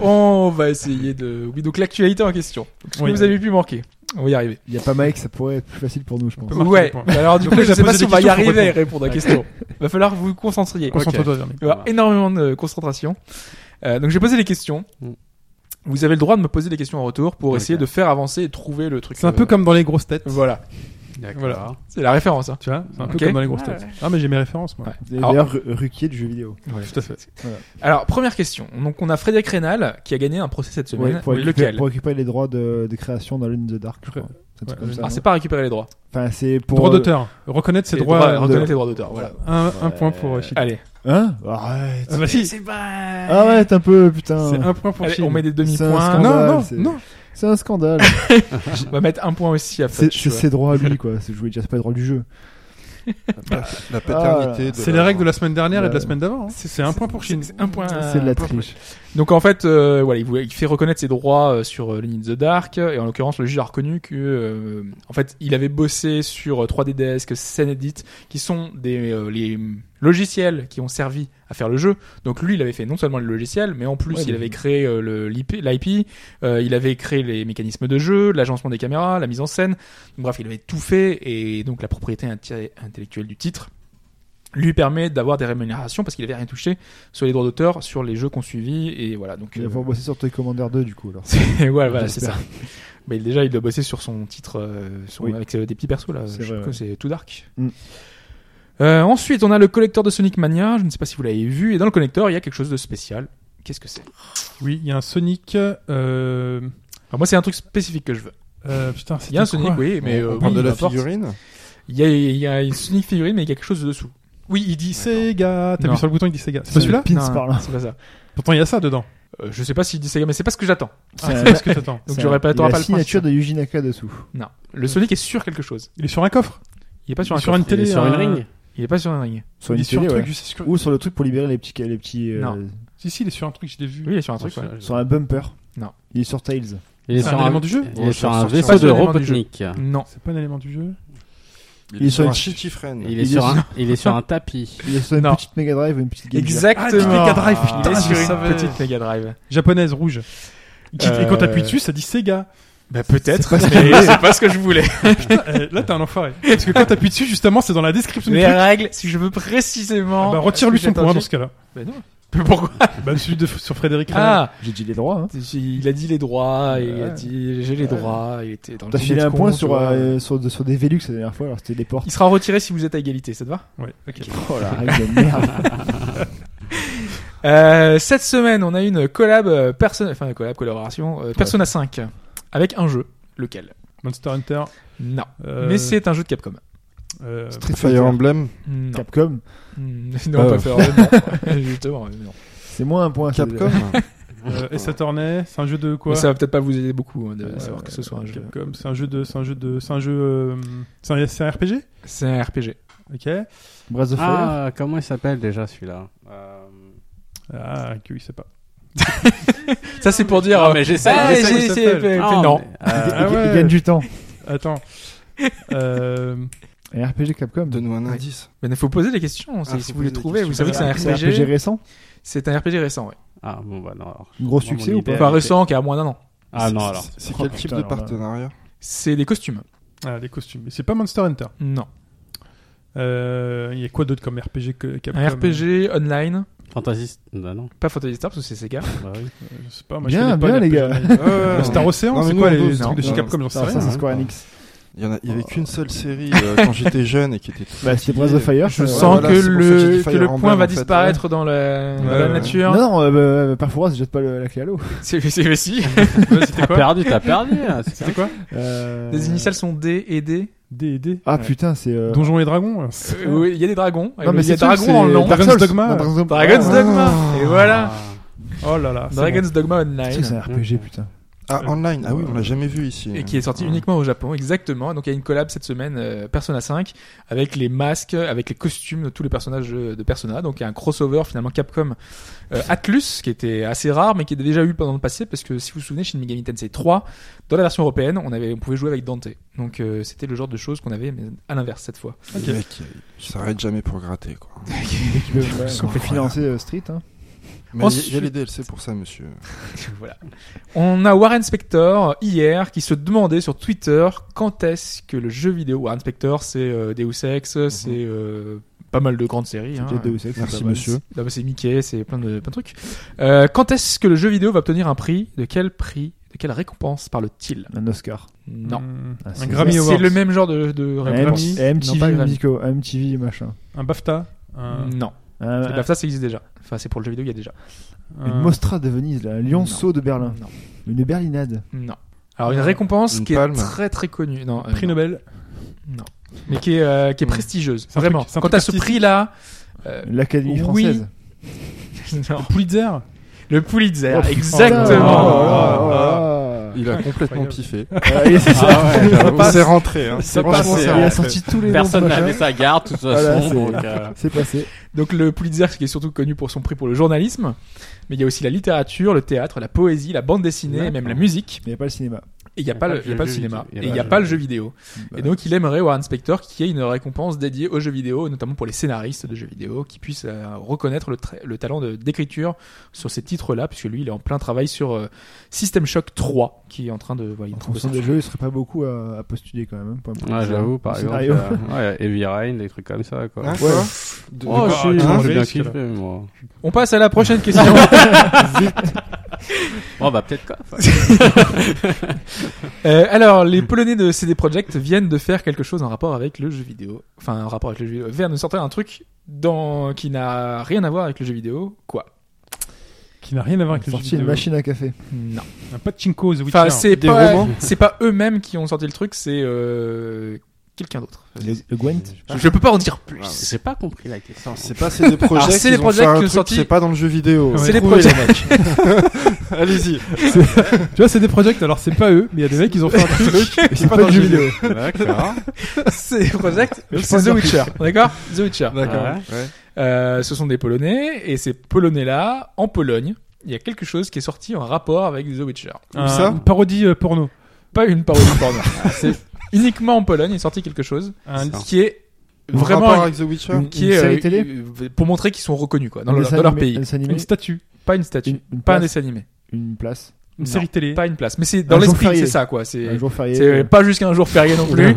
Speaker 4: On va essayer de. Oui, donc l'actualité en question. Donc, ce
Speaker 3: Oui.
Speaker 4: que vous avez pu manquer. On va y arriver.
Speaker 5: Il y a pas Mike, ça pourrait être plus facile pour nous, je pense.
Speaker 3: peut marquer
Speaker 4: Ouais.
Speaker 3: des points.
Speaker 4: Bah Alors du
Speaker 3: Donc
Speaker 4: coup,
Speaker 3: là,
Speaker 4: je
Speaker 3: j'ai
Speaker 4: sais pas
Speaker 3: posé
Speaker 4: si on
Speaker 3: des
Speaker 4: va y
Speaker 3: questions pour
Speaker 4: arriver à répondre à la question. Va falloir que vous vous concentriez.
Speaker 3: Concentre-toi, Jérémy.
Speaker 4: Il va y avoir énormément de concentration. Euh, donc j'ai posé des questions.
Speaker 2: Mm.
Speaker 4: Vous avez le droit de me poser des questions en retour pour
Speaker 2: D'accord.
Speaker 4: essayer de faire avancer et trouver le truc.
Speaker 3: C'est un peu
Speaker 4: euh,
Speaker 3: comme dans les grosses têtes.
Speaker 4: Voilà,
Speaker 2: D'accord.
Speaker 3: Voilà.
Speaker 4: c'est la référence. hein.
Speaker 3: Tu vois, c'est un peu
Speaker 4: Ok.
Speaker 3: comme dans les grosses têtes. Ah, mais j'ai mes références, moi.
Speaker 5: Vous avez
Speaker 4: Alors-
Speaker 5: d'ailleurs Ru- Ruquier du jeu vidéo.
Speaker 3: Tout à fait.
Speaker 4: Alors première question. Donc on a Frédéric Reynal qui a gagné un procès cette semaine.
Speaker 5: Ouais, pour, récupérer,
Speaker 4: Lequel
Speaker 5: pour récupérer les droits de, de création dans Lune in the Dark, je crois. C'est un truc
Speaker 3: Ouais,
Speaker 5: comme
Speaker 3: Lune-
Speaker 5: ça,
Speaker 4: Ah
Speaker 5: non
Speaker 4: c'est pas récupérer les droits.
Speaker 5: Enfin, c'est pour. euh,
Speaker 3: Droit d'auteur. Reconnaître ses
Speaker 4: Les
Speaker 3: droits.
Speaker 4: droits- reconnaître les droits d'auteur. Voilà.
Speaker 3: Un, un point pour euh, Chili.
Speaker 4: Allez.
Speaker 5: Hein Arrête. Ah,
Speaker 3: Ah, bah, si.
Speaker 5: Arrête un peu, putain.
Speaker 3: C'est un point pour
Speaker 4: Allez,
Speaker 3: Chili.
Speaker 4: on met des
Speaker 5: C'est un
Speaker 4: demi-points.
Speaker 5: scandale.
Speaker 3: Non, non,
Speaker 5: c'est-
Speaker 3: non.
Speaker 5: C'est un scandale.
Speaker 4: On va mettre un point aussi à
Speaker 5: C'est
Speaker 4: Fudge,
Speaker 5: c'est
Speaker 4: ouais.
Speaker 5: ses droits à lui, quoi. C'est- Je voulais dire, c'est pas les droits du jeu.
Speaker 7: La paternité. de
Speaker 3: C'est
Speaker 7: la-
Speaker 3: les règles de la semaine dernière et de
Speaker 5: Ouais.
Speaker 3: la semaine d'avant. hein. C'est un point pour Chili.
Speaker 4: C'est un point.
Speaker 5: C'est de la
Speaker 4: un point.
Speaker 5: triche.
Speaker 4: Donc en fait, euh, voilà, il, voulait- il fait reconnaître ses droits euh, sur euh, Lune in the Dark, et en l'occurrence, le juge a reconnu que, euh, en fait, il avait bossé sur euh, 3D Desk, Scene Edit, qui sont des euh, les mm, logiciels qui ont servi à faire le jeu. Donc lui, il avait fait non seulement le logiciel, mais en plus,
Speaker 5: Ouais,
Speaker 4: il
Speaker 5: mais-
Speaker 4: avait créé euh, le l'IP, l'IP, euh, il avait créé les mécanismes de jeu, l'agencement des caméras, la mise en scène. Donc, bref, il avait tout fait, et donc la propriété inti- intellectuelle du titre lui permet d'avoir des rémunérations parce qu'il avait rien touché sur les droits d'auteur sur les jeux qu'on suivit et voilà donc
Speaker 5: Il
Speaker 4: euh,
Speaker 5: va pouvoir bosser sur Toy Commander 2, du coup. Alors.
Speaker 4: c'est- voilà, voilà, c'est ça.
Speaker 5: J'espère.
Speaker 4: Mais déjà, il doit bosser sur son titre euh, son-
Speaker 5: Oui.
Speaker 4: avec euh, des petits persos là.
Speaker 5: C'est
Speaker 4: Je sais
Speaker 5: vrai,
Speaker 4: pas,
Speaker 5: ouais.
Speaker 4: C'est tout dark.
Speaker 5: Mm.
Speaker 4: Euh, ensuite, on a le collecteur de Sonic Mania. Je ne sais pas si vous l'avez vu. Et dans le collecteur, il y a quelque chose de spécial. Qu'est-ce que c'est
Speaker 3: Oui, il y a un Sonic. euh,
Speaker 4: Alors moi, c'est un truc spécifique que je veux.
Speaker 3: euh, Putain, c'est
Speaker 4: Il y a un Sonic, oui, mais
Speaker 7: On
Speaker 4: euh,
Speaker 7: parle
Speaker 4: oui,
Speaker 7: de la
Speaker 4: peu importe.
Speaker 7: figurine.
Speaker 4: Il y, a, il y a une Sonic figurine, mais il y a quelque chose dessous.
Speaker 3: Oui, il dit Sega. T'as
Speaker 4: Non.
Speaker 3: vu sur le bouton, il dit Sega. C'est pas
Speaker 5: C'est
Speaker 3: celui-là
Speaker 5: Pins
Speaker 4: Non,
Speaker 5: par là.
Speaker 4: C'est pas ça.
Speaker 3: Pourtant, il y a ça dedans.
Speaker 4: Euh, je sais pas s'il dit Sega, mais Ah, c'est pas ce que j'attends.
Speaker 5: C'est un-
Speaker 3: C'est pas ce que t'attends.
Speaker 4: Donc
Speaker 5: c'est
Speaker 4: j'aurais
Speaker 5: un-
Speaker 4: pas-
Speaker 5: il y a
Speaker 4: t'auras
Speaker 5: la
Speaker 4: pas le point,
Speaker 5: signature
Speaker 4: c'est
Speaker 5: de Yuji Naka dessous.
Speaker 4: Non, le Sonic est sur quelque chose.
Speaker 3: Il est sur un coffre.
Speaker 4: Il est pas sur
Speaker 3: Il
Speaker 4: un
Speaker 3: est sur une
Speaker 4: coffre.
Speaker 3: télé.
Speaker 2: sur une
Speaker 3: un-
Speaker 2: ring.
Speaker 4: Il est pas sur un ring.
Speaker 5: Sur
Speaker 3: il est
Speaker 5: une
Speaker 3: sur un
Speaker 5: télé,
Speaker 3: truc.
Speaker 5: ouais.
Speaker 3: je sais ce que-
Speaker 5: Ou sur le truc pour libérer les petits. Les petits euh,
Speaker 4: Non.
Speaker 3: Si, si, il est sur un truc, je l'ai vu.
Speaker 4: Oui, il est sur un truc. ouais.
Speaker 5: Sur un bumper.
Speaker 4: Non.
Speaker 5: Il est sur Tails.
Speaker 2: Il est
Speaker 3: C'est
Speaker 2: sur
Speaker 3: un
Speaker 2: un,
Speaker 3: élément du jeu
Speaker 2: il est sur un
Speaker 7: Pas
Speaker 2: vaisseau de
Speaker 4: un élément du jeu.
Speaker 2: Robotnik.
Speaker 4: Non.
Speaker 3: C'est pas un élément du jeu.
Speaker 5: Il est sur
Speaker 7: un
Speaker 5: une-
Speaker 7: shitty friend.
Speaker 2: Il
Speaker 5: est
Speaker 2: est sur
Speaker 5: sur-
Speaker 2: un, il est sur un tapis.
Speaker 5: Il est sur une
Speaker 4: Non.
Speaker 5: petite Mega Drive ou une petite Game Gear.
Speaker 4: Exactement.
Speaker 3: Ah, Mega Drive,
Speaker 4: il
Speaker 3: putain,
Speaker 4: est
Speaker 3: je
Speaker 4: sur une
Speaker 3: savais.
Speaker 4: petite Mega Drive.
Speaker 3: Japonaise, rouge. Qui- Et quand
Speaker 4: Euh.
Speaker 3: t'appuies dessus, ça dit Sega.
Speaker 4: Bah peut-être,
Speaker 5: pas ce que je
Speaker 4: mais c'est pas ce que je voulais.
Speaker 3: Putain, euh, là, t'es un enfoiré. Parce que quand t'appuies dessus, justement, c'est dans la description du
Speaker 4: Les
Speaker 3: truc.
Speaker 4: règles, si je veux précisément.
Speaker 3: Ah Bah, retire-lui son point dans ce cas-là.
Speaker 4: Bah non. Mais pourquoi
Speaker 3: Bah, celui de, sur Frédéric Renal.
Speaker 4: Ah,
Speaker 5: J'ai dit les droits. Hein.
Speaker 4: il a dit les droits, il a
Speaker 5: Ouais.
Speaker 4: dit j'ai les droits, il était dans le
Speaker 5: T'as
Speaker 4: dîner
Speaker 5: filé
Speaker 4: de
Speaker 5: un
Speaker 4: cons,
Speaker 5: point
Speaker 4: tu
Speaker 5: sur,
Speaker 4: vois.
Speaker 5: euh, sur, de- sur des Velux la dernière fois, alors c'était des portes.
Speaker 4: Il sera retiré si vous êtes à égalité, ça te va
Speaker 3: Ouais, ok.
Speaker 5: Oh la règle de merde.
Speaker 4: Euh, Cette semaine, on a une collab, euh, perso- enfin collab, collaboration, euh, Persona 5, avec un jeu. Lequel
Speaker 3: Monster Hunter.
Speaker 4: Non.
Speaker 3: euh,
Speaker 4: Mais c'est un jeu de Capcom.
Speaker 3: euh,
Speaker 5: Street
Speaker 7: Fire
Speaker 5: Fighter.
Speaker 7: Emblem.
Speaker 4: Non.
Speaker 5: Capcom.
Speaker 4: Mm, Non, pas
Speaker 7: Euh.
Speaker 4: faire. non. Justement, non.
Speaker 5: C'est moins un point. c'est-
Speaker 7: Capcom.
Speaker 3: euh, et Saturnet. C'est un jeu de quoi Euh,
Speaker 4: Mais ça va peut-être pas vous aider beaucoup hein, de
Speaker 5: Ouais,
Speaker 4: savoir que ce soit un jeu.
Speaker 3: Capcom, c'est un jeu de, c'est un jeu de, c'est un jeu, euh, c'est un, c'est un RPG.
Speaker 4: C'est un RPG.
Speaker 3: Ok.
Speaker 5: Breath of Fire.
Speaker 2: Ah, comment il s'appelle déjà celui-là Euh,
Speaker 3: Ah, que oui, c'est pas.
Speaker 4: Ça, c'est pour dire.
Speaker 2: Non,
Speaker 4: euh,
Speaker 2: mais j'essaie.
Speaker 4: Ah,
Speaker 3: j'essaie,
Speaker 4: j'ai
Speaker 3: ça
Speaker 4: essayé,
Speaker 3: s'appelle.
Speaker 4: fait- fait-
Speaker 2: Ah,
Speaker 4: non.
Speaker 2: mais, euh,
Speaker 5: Il-
Speaker 3: Ah
Speaker 5: il- Il
Speaker 3: ouais.
Speaker 5: gagne du temps.
Speaker 3: Attends. euh,
Speaker 5: Un RPG Capcom.
Speaker 7: Donne-nous un indice.
Speaker 4: Mais il faut poser des questions. c'est-
Speaker 7: Ah,
Speaker 4: si
Speaker 7: faut
Speaker 4: vous les
Speaker 7: poser des
Speaker 4: trouvez, vous savez que c'est un
Speaker 5: C'est un RPG
Speaker 4: RPG.
Speaker 5: récent.
Speaker 4: C'est un RPG récent, ouais.
Speaker 2: Ah, bon, bah non. alors.
Speaker 5: Gros
Speaker 2: Moi, mon
Speaker 5: succès ou
Speaker 2: idée,
Speaker 5: pas
Speaker 2: elle
Speaker 4: Enfin,
Speaker 2: était-
Speaker 4: récent, qui a moins d'un an.
Speaker 2: Ah, non,
Speaker 7: C'est-
Speaker 2: alors.
Speaker 7: C'est
Speaker 5: Oh,
Speaker 7: quel
Speaker 5: putain,
Speaker 7: type de
Speaker 5: alors là.
Speaker 7: partenariat
Speaker 4: C'est des costumes.
Speaker 3: ah, les costumes. Mais c'est pas Monster Hunter.
Speaker 4: Non.
Speaker 3: Euh, Il y a quoi d'autre comme RPG que Capcom
Speaker 4: Un RPG online.
Speaker 2: Fantasy. Bah non.
Speaker 4: Pas Fantasy Star, parce que c'est Sega.
Speaker 2: Bah oui.
Speaker 3: Euh, Je sais pas. Moi,
Speaker 5: Bien,
Speaker 3: je connais
Speaker 5: bien,
Speaker 3: pas
Speaker 5: les
Speaker 3: RPG.
Speaker 5: gars.
Speaker 7: Euh,
Speaker 3: Star Ocean,
Speaker 7: Non, mais
Speaker 3: c'est
Speaker 7: nous,
Speaker 3: quoi
Speaker 7: on
Speaker 3: les
Speaker 7: bosse,
Speaker 3: trucs de chez
Speaker 7: non.
Speaker 3: Capcom J'en sais
Speaker 5: Alors,
Speaker 3: rien.
Speaker 5: ça, c'est
Speaker 7: hein.
Speaker 5: Square Enix.
Speaker 7: Il y en a- il y avait qu'une seule série euh, quand j'étais jeune et qui était. très
Speaker 5: Bah, c'est
Speaker 7: vieille.
Speaker 5: Breath of Fire.
Speaker 4: Je
Speaker 5: euh,
Speaker 4: sens
Speaker 7: voilà,
Speaker 4: que
Speaker 7: c'est pour ça que j'ai
Speaker 4: le,
Speaker 7: dit
Speaker 4: que
Speaker 7: Fire
Speaker 4: le
Speaker 7: Emblem,
Speaker 4: point va
Speaker 7: en fait,
Speaker 4: disparaître dans la, dans
Speaker 3: Ouais,
Speaker 4: la
Speaker 3: ouais.
Speaker 4: nature.
Speaker 5: Non, non, euh, bah, Parfois, je jette pas le- la clé à l'eau.
Speaker 4: C'est, c'est, si.
Speaker 3: Ouais, C'était
Speaker 2: T'as
Speaker 3: quoi
Speaker 2: perdu, t'as perdu. là. C'est
Speaker 3: C'était quoi
Speaker 5: Euh,
Speaker 4: Les initiales sont D et D.
Speaker 3: D&D.
Speaker 5: Ah
Speaker 3: Ouais.
Speaker 5: putain, c'est. euh,
Speaker 3: Donjons et Dragons. hein.
Speaker 4: Euh, oui, Il y a des dragons.
Speaker 5: Non, mais
Speaker 4: il y a
Speaker 5: c'est
Speaker 4: dragons
Speaker 5: sûr,
Speaker 4: en
Speaker 5: c'est
Speaker 4: long.
Speaker 5: Dark
Speaker 3: Dragon's
Speaker 5: Souls.
Speaker 3: Dogma.
Speaker 5: Non, Dragon's Dogma.
Speaker 4: Dragon's
Speaker 5: Ah,
Speaker 4: Dogma. Et
Speaker 2: Ah,
Speaker 4: voilà.
Speaker 3: Oh là là. c'est
Speaker 4: Dragon's Dogma
Speaker 5: c'est vrai que
Speaker 4: Online.
Speaker 5: C'est un RPG, putain.
Speaker 7: Ah, online. Ah oui, on l'a jamais vu ici.
Speaker 4: Et qui est sorti uniquement au Japon, exactement. Donc il y a une collab cette semaine, euh, Persona 5, avec les masques, avec les costumes de tous les personnages euh, de Persona. Donc il y a un crossover finalement Capcom euh, Atlus, qui était assez rare, mais qui était déjà eu pendant le passé, parce que si vous vous souvenez, Shin Megami Tensei 3, dans la version européenne, on, avait, on pouvait jouer avec Dante. Donc euh, c'était le genre de choses qu'on avait, mais à l'inverse cette fois.
Speaker 7: bon. Le mec, il il s'arrête jamais pour gratter, quoi.
Speaker 5: Qui peut, ouais,
Speaker 7: sont
Speaker 5: on fait
Speaker 7: incroyables.
Speaker 5: financer euh, Street. Hein.
Speaker 7: Mais il y a
Speaker 4: Ensuite-
Speaker 7: les DLC pour ça, monsieur.
Speaker 4: voilà. On a Warren Spector euh, hier qui se demandait sur Twitter quand est-ce que le jeu vidéo Warren Spector, c'est euh, Deus Ex, c'est euh, pas mal de grandes séries. hein.
Speaker 5: J'ai Deus Ex, c'est
Speaker 7: Merci,
Speaker 5: pas mal.
Speaker 7: monsieur.
Speaker 4: Non, mais Bah, c'est Mickey, c'est plein de, plein de trucs. Euh, quand est-ce que le jeu vidéo va obtenir un prix De quel prix De quelle récompense parle-t-il
Speaker 5: Un Oscar.
Speaker 4: Non.
Speaker 3: Mm,
Speaker 5: Ah,
Speaker 3: un
Speaker 5: c'est-
Speaker 3: Grammy
Speaker 4: C'est
Speaker 3: Award.
Speaker 4: le même genre de, de
Speaker 5: Un
Speaker 4: récompense.
Speaker 5: M-
Speaker 4: Non, pas
Speaker 5: MTV
Speaker 4: Grammy.
Speaker 5: Musico, MTV machin.
Speaker 3: Un BAFTA. Un,
Speaker 4: Non.
Speaker 3: Ah.
Speaker 5: Un-
Speaker 4: Le BAFTA, ça existe déjà. Enfin, c'est pour le jeu vidéo, il y a déjà.
Speaker 3: un-
Speaker 5: Euh, Une Mostra de Venise, là, un lionceau de Berlin.
Speaker 4: Non.
Speaker 5: Une berlinade.
Speaker 4: Non. Alors, une récompense
Speaker 7: Une
Speaker 4: qui
Speaker 7: palme.
Speaker 4: est très très connue. Non, euh,
Speaker 3: prix
Speaker 4: non.
Speaker 3: Nobel. Mm.
Speaker 4: Non. Mais qui est, euh, qui est prestigieuse.
Speaker 3: C'est un truc-
Speaker 4: Vraiment.
Speaker 3: c'est un
Speaker 4: Quand
Speaker 3: truc
Speaker 4: à ce
Speaker 3: artistique.
Speaker 4: prix-là. euh,
Speaker 5: L'Académie
Speaker 4: Oui.
Speaker 5: française.
Speaker 4: non.
Speaker 3: Pulitzer.
Speaker 4: Le Pulitzer,
Speaker 5: Oh, putain.
Speaker 4: Ah, exactement.
Speaker 5: Oh là là.
Speaker 7: Il a complètement piffé.
Speaker 5: Ah, et c'est ça.
Speaker 7: On s'est rentré. Hein.
Speaker 2: C'est
Speaker 5: Franchement,
Speaker 2: passé,
Speaker 5: ça-
Speaker 2: hein.
Speaker 5: il a sorti tous les noms
Speaker 2: Personne
Speaker 5: de
Speaker 2: n'a
Speaker 5: machin.
Speaker 2: mis sa garde, de toute
Speaker 5: Voilà,
Speaker 2: façon.
Speaker 5: c'est-
Speaker 2: donc, euh,
Speaker 5: C'est passé.
Speaker 4: Donc le Pulitzer qui est surtout connu pour son prix pour le journalisme, mais il y a aussi la littérature, le théâtre, la poésie, la bande dessinée, et même la musique.
Speaker 5: Il n'y a pas le cinéma.
Speaker 4: Et il n'y a, pas le, il y a pas le
Speaker 2: jeu
Speaker 4: cinéma,
Speaker 2: vidéo.
Speaker 4: et il n'y a pas le jeu vidéo. Et donc il aimerait Warren Spector qui ait une récompense dédiée aux jeux vidéo, notamment pour les scénaristes de jeux vidéo, qui puissent euh, reconnaître le, tra- le talent de- d'écriture sur ces titres-là, puisque lui il est en plein travail sur euh, System Shock 3, qui est en train de... voilà, il est en
Speaker 5: En
Speaker 4: train de
Speaker 5: fonction des jeux, il serait pas beaucoup à, à postuler quand même. hein, pour un
Speaker 2: Ouais,
Speaker 5: Pulitzer.
Speaker 2: j'avoue, par exemple.
Speaker 5: Scénario.
Speaker 2: euh, ouais, Heavy Rain, des trucs comme ça, quoi.
Speaker 7: Hein,
Speaker 5: Ouais.
Speaker 7: quoi
Speaker 2: Oh,
Speaker 7: De-
Speaker 2: je
Speaker 7: de-
Speaker 2: suis-
Speaker 7: Ah,
Speaker 2: moi,
Speaker 3: hein.
Speaker 2: j'ai bien
Speaker 3: Risque, là.
Speaker 2: kiffé, moi.
Speaker 4: On passe à la prochaine question.
Speaker 2: Oh, bah, peut-être
Speaker 5: Ah,
Speaker 2: quoi.
Speaker 4: Euh, alors, les Polonais de CD Projekt viennent de faire quelque chose en rapport avec le jeu vidéo. Enfin, un rapport avec le jeu vidéo. Viennent de sortir un truc dans... qui n'a rien à voir avec le jeu vidéo. Quoi
Speaker 3: Qui n'a rien à voir
Speaker 4: euh,
Speaker 3: avec le jeu
Speaker 5: Sorti une
Speaker 3: vidéo.
Speaker 5: machine à café.
Speaker 4: Non.
Speaker 3: Un pachinko, The Witcher.
Speaker 4: Enfin, c'est
Speaker 7: des
Speaker 4: pas,
Speaker 7: romans
Speaker 4: c'est pas eux-mêmes qui ont sorti le truc, c'est euh, quelqu'un d'autre.
Speaker 5: Le, le Gwent.
Speaker 4: Je, je peux pas en dire plus.
Speaker 2: Ah, J'ai pas compris la question.
Speaker 7: C'est pas c'est des projets.
Speaker 4: Ah, c'est des
Speaker 7: qu'ils ont
Speaker 4: projets
Speaker 7: fait un
Speaker 4: qui ont
Speaker 7: truc,
Speaker 4: sorti-
Speaker 7: C'est pas dans le jeu vidéo.
Speaker 4: C'est des
Speaker 7: Trouvez
Speaker 4: projets.
Speaker 7: les mecs. Allez-y.
Speaker 3: Tu vois, c'est des projects, alors c'est pas eux, mais il y a des mecs, ils ont fait un truc.
Speaker 5: C'est pas,
Speaker 7: dans
Speaker 5: du jeu vidéo.
Speaker 2: D'accord.
Speaker 4: CD Projekt,
Speaker 5: Je
Speaker 4: c'est
Speaker 5: peux en
Speaker 4: The
Speaker 5: dire
Speaker 4: Witcher. D'accord The Witcher.
Speaker 7: D'accord.
Speaker 2: Ouais.
Speaker 7: Ouais.
Speaker 4: Euh, ce sont des Polonais, et ces Polonais-là, en Pologne, il y a quelque chose qui est sorti en rapport avec The Witcher.
Speaker 3: Un-
Speaker 7: ça
Speaker 3: une parodie euh, porno.
Speaker 4: Pas une parodie porno. C'est uniquement en Pologne, il est sorti quelque chose
Speaker 3: Un-
Speaker 2: C'est-
Speaker 4: qui est
Speaker 7: En
Speaker 4: vraiment
Speaker 7: rapport avec The Witcher.
Speaker 4: une- qui
Speaker 5: Une
Speaker 4: est
Speaker 5: série
Speaker 4: euh,
Speaker 5: télé
Speaker 4: euh, pour montrer qu'ils sont reconnus quoi dans,
Speaker 5: Un
Speaker 4: leur,
Speaker 5: dessin
Speaker 4: dans leur
Speaker 5: animé-
Speaker 4: pays.
Speaker 5: un dessin animé,
Speaker 3: Une statue.
Speaker 4: Pas une statue,
Speaker 5: Une- une
Speaker 4: pas un
Speaker 5: place.
Speaker 4: dessin animé,
Speaker 5: une place.
Speaker 3: Une
Speaker 4: Non.
Speaker 3: série télé.
Speaker 4: pas une place. Mais c'est dans
Speaker 5: Un jour
Speaker 4: l'esprit,
Speaker 5: férié.
Speaker 4: c'est ça quoi.
Speaker 5: Un
Speaker 4: C'est
Speaker 5: jour férié.
Speaker 4: c'est pas jusqu'à un jour férié non plus.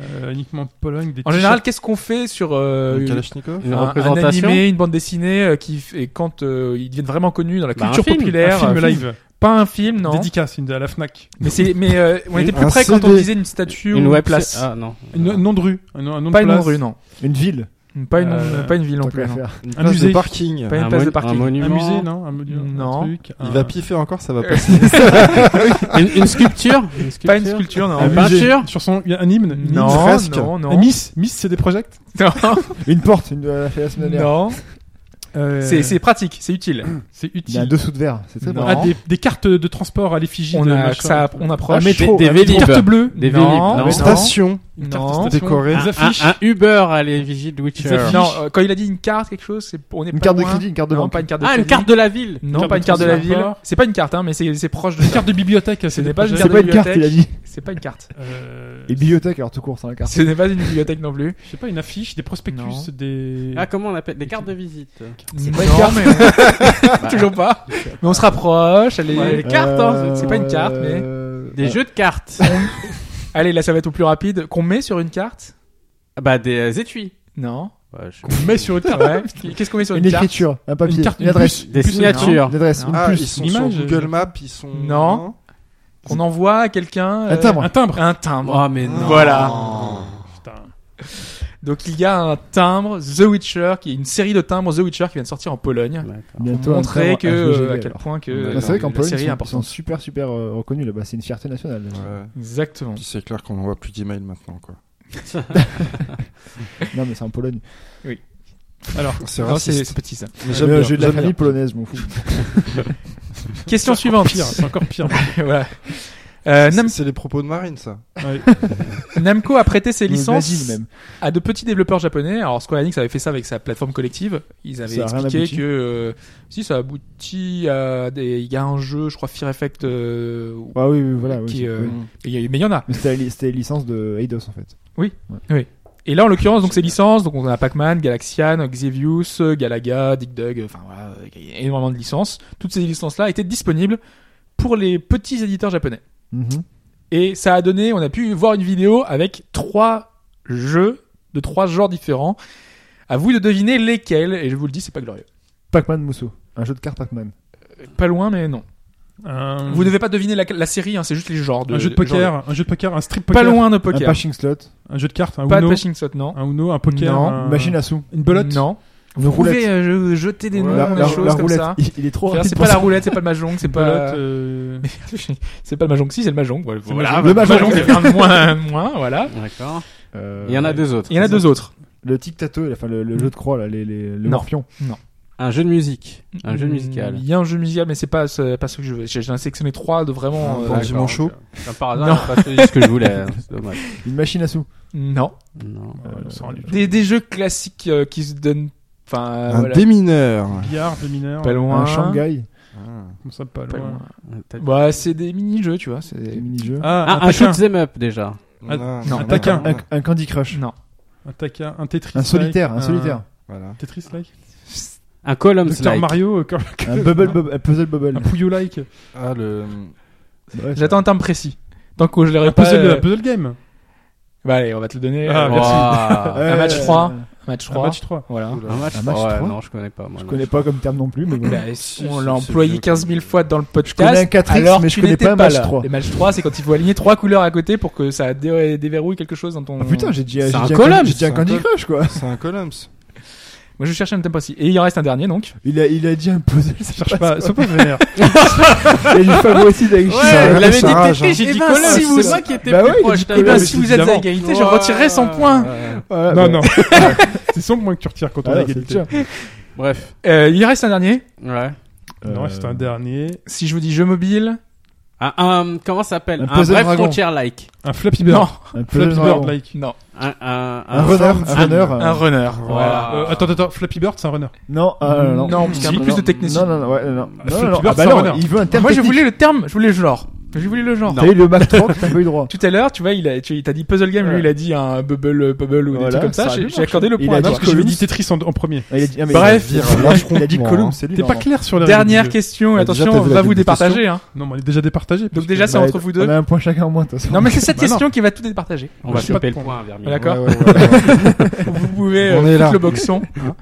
Speaker 3: Euh, uniquement Pologne. Des
Speaker 4: en général, qu'est-ce qu'on fait sur euh,
Speaker 7: Une
Speaker 4: une-
Speaker 7: Kalachnikov.
Speaker 2: Une
Speaker 4: un- un,
Speaker 2: représentation.
Speaker 4: animé, une bande dessinée euh, qui f- et quand euh, ils deviennent vraiment connus dans la
Speaker 2: Bah, un
Speaker 4: culture
Speaker 2: film, un
Speaker 3: un
Speaker 4: populaire,
Speaker 3: film
Speaker 4: euh,
Speaker 3: live.
Speaker 4: pas un film non.
Speaker 3: Dédicace une- à la Fnac.
Speaker 4: Mais c'est mais euh, on était plus
Speaker 7: Un
Speaker 4: près quand on
Speaker 7: CD.
Speaker 4: disait une statue
Speaker 2: Une
Speaker 4: ou une
Speaker 2: web
Speaker 4: place.
Speaker 2: Ah, non.
Speaker 3: Un nom de rue. Un nom, un nom
Speaker 4: Pas
Speaker 3: de
Speaker 4: une
Speaker 3: place.
Speaker 4: rue non.
Speaker 5: Une ville.
Speaker 4: Pas une
Speaker 3: Euh,
Speaker 4: pas une ville non
Speaker 5: Tant
Speaker 4: plus.
Speaker 5: qu'à
Speaker 4: non.
Speaker 5: faire.
Speaker 7: Une
Speaker 3: Un
Speaker 7: place de
Speaker 3: musée.
Speaker 7: parking.
Speaker 4: Pas une
Speaker 2: Un
Speaker 4: place de
Speaker 2: mon- Un
Speaker 4: parking.
Speaker 2: monument.
Speaker 3: Un musée, non Un monument,
Speaker 4: Non.
Speaker 3: Un truc,
Speaker 7: Il
Speaker 3: un-
Speaker 7: va piffer encore, ça va
Speaker 4: Euh,
Speaker 7: passer.
Speaker 2: Une, une sculpture.
Speaker 4: Pas une sculpture non.
Speaker 3: un
Speaker 2: Une
Speaker 3: musée.
Speaker 2: peinture
Speaker 3: Sur son, un hymne. une
Speaker 4: Non,
Speaker 3: hymne.
Speaker 7: fresque.
Speaker 4: non,
Speaker 3: Et
Speaker 4: non.
Speaker 3: Miss, Miss, c'est des projets.
Speaker 4: Non,
Speaker 5: Une porte. Une, euh, la fait la semaine dernière.
Speaker 4: non.
Speaker 3: Euh,
Speaker 4: C'est c'est pratique, c'est utile.
Speaker 3: c'est
Speaker 5: Il y a un
Speaker 3: utile.
Speaker 5: dessous de verre. C'est très
Speaker 4: Non.
Speaker 5: bon.
Speaker 3: Ah, des, des cartes de transport à l'effigie
Speaker 4: On
Speaker 3: de
Speaker 4: a
Speaker 3: machin.
Speaker 4: ça, on approche.
Speaker 5: Un métro.
Speaker 2: Des,
Speaker 5: un
Speaker 2: des
Speaker 5: métro.
Speaker 2: Vélib.
Speaker 3: Carte bleue.
Speaker 2: Des
Speaker 4: Non,
Speaker 2: Vélib. Non.
Speaker 4: mais
Speaker 7: Une station
Speaker 4: Non.
Speaker 3: carte de
Speaker 7: décorée.
Speaker 4: Ah,
Speaker 3: Des
Speaker 2: Un,
Speaker 3: affiches.
Speaker 2: un- un Uber à les vigiles de Witcher.
Speaker 3: affiches.
Speaker 4: Non, euh, quand il a dit une carte, quelque chose, Ah, c'est on est
Speaker 5: Une
Speaker 4: pas
Speaker 5: carte de
Speaker 4: loin.
Speaker 5: crédit, une carte de
Speaker 4: Non,
Speaker 5: banque.
Speaker 4: pas une carte de
Speaker 2: Ah, une
Speaker 4: crédit.
Speaker 2: carte de la ville.
Speaker 4: Non,
Speaker 3: Une
Speaker 4: pas
Speaker 3: carte
Speaker 4: une
Speaker 3: de
Speaker 4: carte de la ville.
Speaker 3: transport.
Speaker 4: C'est pas une carte, hein, mais c'est c'est proche de.
Speaker 3: Une carte de bibliothèque.
Speaker 4: Ce n'est pas une
Speaker 5: C'est
Speaker 4: carte
Speaker 5: pas une
Speaker 4: de
Speaker 5: carte, il a dit.
Speaker 4: C'est pas une carte.
Speaker 3: Euh,
Speaker 5: Et bibliothèque, alors tout court, c'est la carte.
Speaker 4: Ce n'est pas une bibliothèque non plus.
Speaker 3: je sais pas, une affiche, des prospectus,
Speaker 4: Non.
Speaker 3: des.
Speaker 2: Ah, comment on appelle Des cartes de visite.
Speaker 4: C'est
Speaker 5: pas une carte.
Speaker 4: mais on- toujours pas. Mais on se rapproche. Elle est
Speaker 2: Ouais.
Speaker 4: elle est carte, hein.
Speaker 5: Euh,
Speaker 4: C'est pas une carte, mais
Speaker 5: euh,
Speaker 2: Des
Speaker 5: euh,
Speaker 2: jeux de cartes.
Speaker 4: allez, là, ça va être au plus rapide. Qu'on met sur une carte
Speaker 2: bah, des euh, étuis.
Speaker 4: Non.
Speaker 2: Ouais, je-
Speaker 4: met sur une carte. Qu'est-ce qu'on met sur une,
Speaker 5: Une
Speaker 4: carte
Speaker 5: écriture, un papier,
Speaker 3: Une carte,
Speaker 5: une
Speaker 3: une
Speaker 5: adresse.
Speaker 2: Des
Speaker 4: plus,
Speaker 2: signatures.
Speaker 5: Une adresse,
Speaker 4: Non.
Speaker 5: une
Speaker 7: Ah,
Speaker 5: puce.
Speaker 7: ils sont
Speaker 3: une
Speaker 7: sur
Speaker 3: image.
Speaker 7: Google Maps, ils sont.
Speaker 4: euh, Non. Qu'on envoie à quelqu'un. euh,
Speaker 5: Un timbre.
Speaker 3: Un timbre.
Speaker 4: Un timbre. Ah.
Speaker 2: Oh, mais non.
Speaker 4: Voilà.
Speaker 3: Putain.
Speaker 4: Donc il y a un timbre The Witcher qui est une série de timbres The Witcher qui vient de sortir en Pologne
Speaker 2: D'accord.
Speaker 4: pour
Speaker 5: Bientôt un
Speaker 4: montrer
Speaker 5: timbre
Speaker 4: que
Speaker 5: HGV,
Speaker 4: euh, à
Speaker 5: alors.
Speaker 4: quel point que
Speaker 7: Bah,
Speaker 5: Bah,
Speaker 4: euh,
Speaker 5: c'est vrai qu'en
Speaker 4: la
Speaker 5: Pologne,
Speaker 4: série
Speaker 5: ils sont, ils
Speaker 4: est
Speaker 5: sont
Speaker 4: importante.
Speaker 5: super super euh, reconnus là-bas, c'est une fierté nationale.
Speaker 7: Ouais.
Speaker 4: Exactement.
Speaker 7: Puis c'est clair qu'on envoie plus d'emails maintenant, quoi.
Speaker 5: Non mais c'est en Pologne.
Speaker 3: Alors,
Speaker 7: C'est
Speaker 4: Non, c'est
Speaker 7: raciste.
Speaker 4: c'est petit ça.
Speaker 7: Mais
Speaker 5: Mais,
Speaker 7: j'aime
Speaker 5: euh,
Speaker 7: bien,
Speaker 5: J'ai de la
Speaker 7: j'aime
Speaker 5: famille
Speaker 7: bien.
Speaker 5: polonaise, je m'en fous.
Speaker 4: Question suivante.
Speaker 3: pire, c'est encore pire.
Speaker 4: voilà. Euh, Nam-
Speaker 7: C'est- C'est les propos de Marine, ça.
Speaker 3: Ouais.
Speaker 4: Namco a prêté ses
Speaker 5: Le
Speaker 4: licences
Speaker 5: nazi, même.
Speaker 4: à de petits développeurs japonais. Alors Square Enix avait fait ça avec sa plateforme collective. Ils avaient
Speaker 5: Ça a rien
Speaker 4: expliqué
Speaker 5: abouti.
Speaker 4: que euh, si ça aboutit à des, il y a un jeu, je crois Fear Effect. euh,
Speaker 5: Ah oui, oui voilà. oui,
Speaker 4: Qui,
Speaker 5: c'est-
Speaker 4: euh,
Speaker 5: oui.
Speaker 4: il y a- mais il y en a.
Speaker 5: Mais C'était la li- c'était les licences de Eidos en fait.
Speaker 4: Oui. Et là, en l'occurrence, donc c'est licences, donc on a Pac-Man, Galaxian, Xevious, euh, Galaga, Dig Dug, enfin voilà, il y a énormément de licences. Toutes ces licences-là étaient disponibles pour les petits éditeurs japonais.
Speaker 5: Mhm.
Speaker 4: Et ça a donné, on a pu voir une vidéo avec trois jeux de trois genres différents. À vous de deviner lesquels, et je vous le dis, c'est pas glorieux.
Speaker 5: Pac-Man Mousso. Un jeu de cartes Pac-Man.
Speaker 4: Pas loin, mais non.
Speaker 3: Un,
Speaker 4: Vous devez pas deviner la, la série, hein, c'est juste les genres. De,
Speaker 3: Mm. un jeu de
Speaker 4: genre
Speaker 3: poker, un jeu de poker, un strip
Speaker 4: de-
Speaker 3: poker.
Speaker 4: Pas loin de
Speaker 5: Un
Speaker 4: poker.
Speaker 5: Pashing Slot.
Speaker 3: Un jeu de cartes, un
Speaker 4: Pas de
Speaker 3: Uno.
Speaker 4: Pashing Slot, non.
Speaker 3: Un Uno, un poker.
Speaker 4: Non.
Speaker 3: un-
Speaker 5: Une machine à sous.
Speaker 3: Une belote.
Speaker 4: Non.
Speaker 5: Une
Speaker 4: Vous pouvez
Speaker 5: roulette.
Speaker 4: euh, je- jeter des noms,
Speaker 5: La-
Speaker 4: des
Speaker 5: la-
Speaker 4: choses
Speaker 5: la
Speaker 4: comme
Speaker 5: roulette.
Speaker 4: ça.
Speaker 5: Il, il est trop
Speaker 4: Faire,
Speaker 5: rapide
Speaker 4: C'est
Speaker 5: pour
Speaker 4: pas la
Speaker 5: ça.
Speaker 4: roulette, c'est pas le mahjong, c'est
Speaker 3: Une belote.
Speaker 4: pas.
Speaker 3: euh,
Speaker 4: c'est pas le mahjong, si c'est le mahjong. Voilà, voilà,
Speaker 5: mahjong. Le mahjong.
Speaker 4: c'est un de moins, un de moins, voilà.
Speaker 2: D'accord.
Speaker 5: Euh,
Speaker 2: Il y en a deux autres.
Speaker 4: Il y en a deux autres.
Speaker 5: Le tic-tato, enfin le, le jeu de croix, là, les, les, le
Speaker 4: Non.
Speaker 5: morpion.
Speaker 2: Un jeu de musique. Un jeu
Speaker 4: Mm,
Speaker 2: musical.
Speaker 4: Il y a un jeu musical, mais c'est pas ce, pas ce que je veux. J'ai j'en ai sélectionné trois de
Speaker 5: Ah
Speaker 4: vraiment.
Speaker 7: Bon,
Speaker 4: euh,
Speaker 7: Dimanche chaud.
Speaker 2: Comme par hasard, c'est pas celui que je voulais. hein. C'est dommage.
Speaker 5: Une machine à sous.
Speaker 4: euh, Non.
Speaker 2: Non.
Speaker 3: euh, ça rend du
Speaker 4: Des, des jeux classiques euh, qui se donnent. Enfin, euh,
Speaker 7: Un
Speaker 4: voilà. Ah.
Speaker 7: démineur. Ah.
Speaker 3: billard, des mineurs.
Speaker 4: Pas loin.
Speaker 5: Un Shanghai.
Speaker 4: Ah,
Speaker 3: Comme ça, pas
Speaker 4: Pas
Speaker 3: loin.
Speaker 4: loin. Bah, c'est des mini-jeux, tu vois.
Speaker 5: Des
Speaker 4: C'est.
Speaker 5: mini-jeux.
Speaker 3: Ah,
Speaker 2: euh, Ah, un shoot them up déjà.
Speaker 3: Ah,
Speaker 7: Non,
Speaker 4: non,
Speaker 7: non,
Speaker 3: taquin.
Speaker 7: non,
Speaker 5: Un,
Speaker 7: non.
Speaker 5: un Candy Crush.
Speaker 4: Non.
Speaker 3: Un taquin, un Tetris.
Speaker 5: Un solitaire. Un solitaire.
Speaker 7: Voilà.
Speaker 3: Tetris-like.
Speaker 2: Un column
Speaker 3: Docteur
Speaker 2: slide.
Speaker 3: Mario, euh, comme-
Speaker 5: Un, bubble, bubble- un puzzle
Speaker 3: un
Speaker 5: bubble.
Speaker 3: Puyo-like.
Speaker 7: Ah, le.
Speaker 5: Ouais, ça-
Speaker 4: J'attends un terme précis. Tant que je l'aurai
Speaker 3: Un
Speaker 4: pas.
Speaker 3: puzzle,
Speaker 4: euh,
Speaker 3: un puzzle game.
Speaker 4: Bah, allez, on va te le donner.
Speaker 3: Ah,
Speaker 4: Euh,
Speaker 3: merci.
Speaker 2: Waouh.
Speaker 5: Ouais,
Speaker 4: un match
Speaker 5: ouais,
Speaker 4: froid.
Speaker 5: ouais.
Speaker 4: Match
Speaker 3: Un
Speaker 4: 3.
Speaker 3: match 3.
Speaker 4: Voilà.
Speaker 2: Un match,
Speaker 5: Un match
Speaker 2: Ah, ouais,
Speaker 5: trois
Speaker 2: non, je connais pas. Moi,
Speaker 5: Je
Speaker 2: non.
Speaker 5: connais pas comme terme non plus, mais bon.
Speaker 4: Bah, si, on
Speaker 7: si,
Speaker 4: l'a
Speaker 7: c'est
Speaker 4: employé
Speaker 7: vieux,
Speaker 4: 15 000 fois dans le podcast.
Speaker 5: connais un 4X,
Speaker 4: alors
Speaker 5: mais je
Speaker 4: tu
Speaker 5: connais
Speaker 4: n'étais
Speaker 5: pas un match
Speaker 4: là.
Speaker 5: 3.
Speaker 4: Les matchs 3, c'est quand il faut aligner trois couleurs à côté pour que ça dé- déverrouille quelque chose dans ton.
Speaker 5: Ah, putain, j'ai dit, j'ai
Speaker 2: C'est
Speaker 5: dit
Speaker 2: un
Speaker 5: un
Speaker 2: collab,
Speaker 5: Candy- j'ai dit un
Speaker 7: c'est un
Speaker 5: Candy
Speaker 7: collab.
Speaker 5: Crush quoi.
Speaker 7: C'est un Columns.
Speaker 4: Moi, je cherchais un thème précis. Et il en reste un dernier, donc.
Speaker 5: Il a, il a dit un puzzle.
Speaker 3: Ça cherche pas, sois pas vénère.
Speaker 5: Il a dit favorite avec
Speaker 7: Ça,
Speaker 2: Ouais, il avait
Speaker 7: ça
Speaker 2: dit
Speaker 7: rage,
Speaker 2: Tetris, j'ai
Speaker 4: Eh
Speaker 2: dit
Speaker 4: ben,
Speaker 2: Column.
Speaker 4: si vous-
Speaker 2: C'est moi qui étais
Speaker 5: Bah ouais, il
Speaker 2: plus
Speaker 5: a
Speaker 2: proche.
Speaker 5: dit
Speaker 2: t'as
Speaker 4: Eh
Speaker 2: vu.
Speaker 4: ben,
Speaker 5: Colin,
Speaker 4: si vous êtes à
Speaker 2: évidemment.
Speaker 4: égalité, je retirerai 100 points.
Speaker 5: Ah
Speaker 3: Non, non. c'est 100 moins que tu retires quand on a égalité.
Speaker 2: Bref.
Speaker 4: Euh, il reste un dernier.
Speaker 2: Ouais.
Speaker 3: Non,
Speaker 5: Euh.
Speaker 3: c'est un dernier.
Speaker 4: Si je vous dis jeu mobile.
Speaker 2: Un, un- comment ça s'appelle
Speaker 5: Un
Speaker 2: Un,
Speaker 5: puzzle
Speaker 2: bref
Speaker 5: dragon.
Speaker 2: frontière-like.
Speaker 3: Un Flappy
Speaker 4: Non.
Speaker 3: Bird.
Speaker 5: Un puzzle
Speaker 3: Flappy Bird,
Speaker 5: dragon.
Speaker 3: like.
Speaker 4: Non.
Speaker 2: Un, un,
Speaker 5: Un runner. Un runner.
Speaker 4: Un
Speaker 5: euh,
Speaker 4: runner. Ah.
Speaker 2: Voilà.
Speaker 3: Euh, attends, attends, Flappy Bird, c'est un runner.
Speaker 5: Non, euh, non.
Speaker 4: Non, parce qu'il y a un peu
Speaker 5: Non,
Speaker 4: plus de
Speaker 5: non,
Speaker 4: technicité.
Speaker 5: Non, non, non, ouais, non. non,
Speaker 3: Flappy
Speaker 5: non, non.
Speaker 3: Bird,
Speaker 5: Ah bah
Speaker 3: c'est un
Speaker 5: non,
Speaker 3: runner.
Speaker 5: il veut un terme
Speaker 4: Moi, je
Speaker 5: technique.
Speaker 4: voulais le terme, je voulais le genre. Je voulais le genre.
Speaker 5: T'as eu le Mac 30, t'as pas eu droit.
Speaker 4: Tout à l'heure, tu vois, il a, tu, t'as dit puzzle game, lui, il a dit un bubble, euh, bubble ou des
Speaker 5: Voilà,
Speaker 4: trucs comme ça.
Speaker 5: ça aurait
Speaker 4: J'ai,
Speaker 5: dû
Speaker 4: j'ai accordé le
Speaker 5: marcher.
Speaker 4: point
Speaker 5: Il
Speaker 4: à
Speaker 5: a
Speaker 4: toi.
Speaker 5: dit
Speaker 3: Parce que je lui ai dit Tetris en, en premier.
Speaker 5: Ah, il a dit- ah, mais
Speaker 4: Bref,
Speaker 5: il a dit- il a dit Colum, c'est lui.
Speaker 3: T'es pas
Speaker 5: marrant.
Speaker 3: clair sur les
Speaker 4: Dernière
Speaker 3: règles du jeu.
Speaker 4: question,
Speaker 7: Ah,
Speaker 4: et
Speaker 7: déjà,
Speaker 4: attention,
Speaker 7: t'as
Speaker 4: on
Speaker 7: vu la
Speaker 4: va vous
Speaker 7: double
Speaker 4: départager. Hein.
Speaker 3: Non, mais on est déjà départagé.
Speaker 4: Donc déjà, c'est
Speaker 5: Bah,
Speaker 4: entre vous
Speaker 5: On
Speaker 4: deux.
Speaker 5: a un point chacun en moins, de toute façon.
Speaker 4: Non, mais c'est cette
Speaker 3: Bah, non.
Speaker 4: question qui va tout départager.
Speaker 2: Ah, On va
Speaker 3: Je sais pas
Speaker 2: choper le
Speaker 3: de point.
Speaker 2: point, Vermine.
Speaker 4: D'accord.
Speaker 7: Ouais, ouais, ouais, ouais.
Speaker 4: vous pouvez euh,
Speaker 7: On est
Speaker 4: foutre
Speaker 7: là.
Speaker 4: le boxon. hein.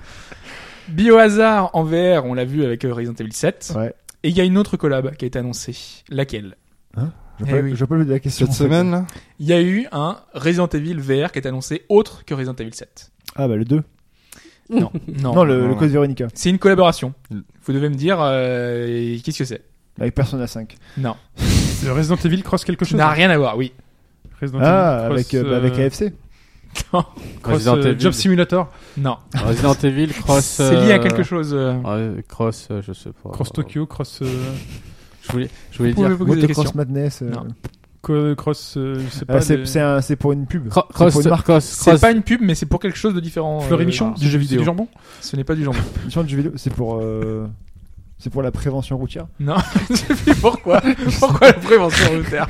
Speaker 4: Biohazard en VR, on l'a vu avec euh, Resident Evil 7.
Speaker 5: Ouais.
Speaker 4: Et il y a une autre collab qui a été annoncée. Laquelle
Speaker 5: Je
Speaker 4: Eh
Speaker 5: peux
Speaker 4: oui.
Speaker 5: je peux pas lui poser la question.
Speaker 7: Cette
Speaker 5: en fait.
Speaker 7: semaine, là
Speaker 4: Il y a eu un Resident Evil VR qui est annoncé autre que Resident Evil 7.
Speaker 5: Ah bah le 2.
Speaker 4: Non, non.
Speaker 5: Non, le
Speaker 7: non.
Speaker 5: le Code Veronica.
Speaker 4: C'est une collaboration.
Speaker 7: Mm.
Speaker 4: Vous devez me dire euh, qu'est-ce que c'est.
Speaker 5: Avec Persona 5.
Speaker 4: Non,
Speaker 3: C'est le Resident Evil Cross quelque
Speaker 4: ça
Speaker 3: chose.
Speaker 4: n'a rien à voir. Oui,
Speaker 3: Resident
Speaker 5: Ah,
Speaker 3: Evil
Speaker 5: avec,
Speaker 3: Cross,
Speaker 5: euh, bah, avec
Speaker 3: euh,
Speaker 5: AFC.
Speaker 3: Cross,
Speaker 2: Resident
Speaker 3: euh,
Speaker 2: Evil.
Speaker 3: Job Simulator,
Speaker 4: non.
Speaker 2: Resident Evil Cross.
Speaker 4: c'est lié à
Speaker 2: euh,
Speaker 4: quelque chose. euh,
Speaker 2: ouais, cross, euh, je sais pas.
Speaker 3: Cross Tokyo, Cross, euh,
Speaker 2: Je voulais, je voulais
Speaker 4: Vous pouvez
Speaker 2: dire.
Speaker 4: vous poser des
Speaker 5: Motocross
Speaker 4: questions.
Speaker 5: Madness. euh,
Speaker 4: Non.
Speaker 3: co- Cross, euh, je sais
Speaker 5: ah,
Speaker 3: pas.
Speaker 5: C'est
Speaker 3: des-
Speaker 5: c'est un- c'est pour une pub.
Speaker 2: Cro-
Speaker 5: C'est pour
Speaker 2: Cross,
Speaker 5: une marque.
Speaker 2: cross,
Speaker 4: C'est
Speaker 2: cross.
Speaker 4: pas une pub, mais c'est pour quelque chose de différent. euh,
Speaker 3: Fleury-Michon,
Speaker 4: voilà.
Speaker 3: du jeu vidéo.
Speaker 4: C'est
Speaker 3: Du
Speaker 4: du jambon.
Speaker 3: jambon
Speaker 4: Ce n'est pas du jambon.
Speaker 5: Ils font du jeu vidéo. C'est pour. euh, C'est pour la prévention routière.
Speaker 4: Non, je sais plus pourquoi. Pourquoi la prévention routière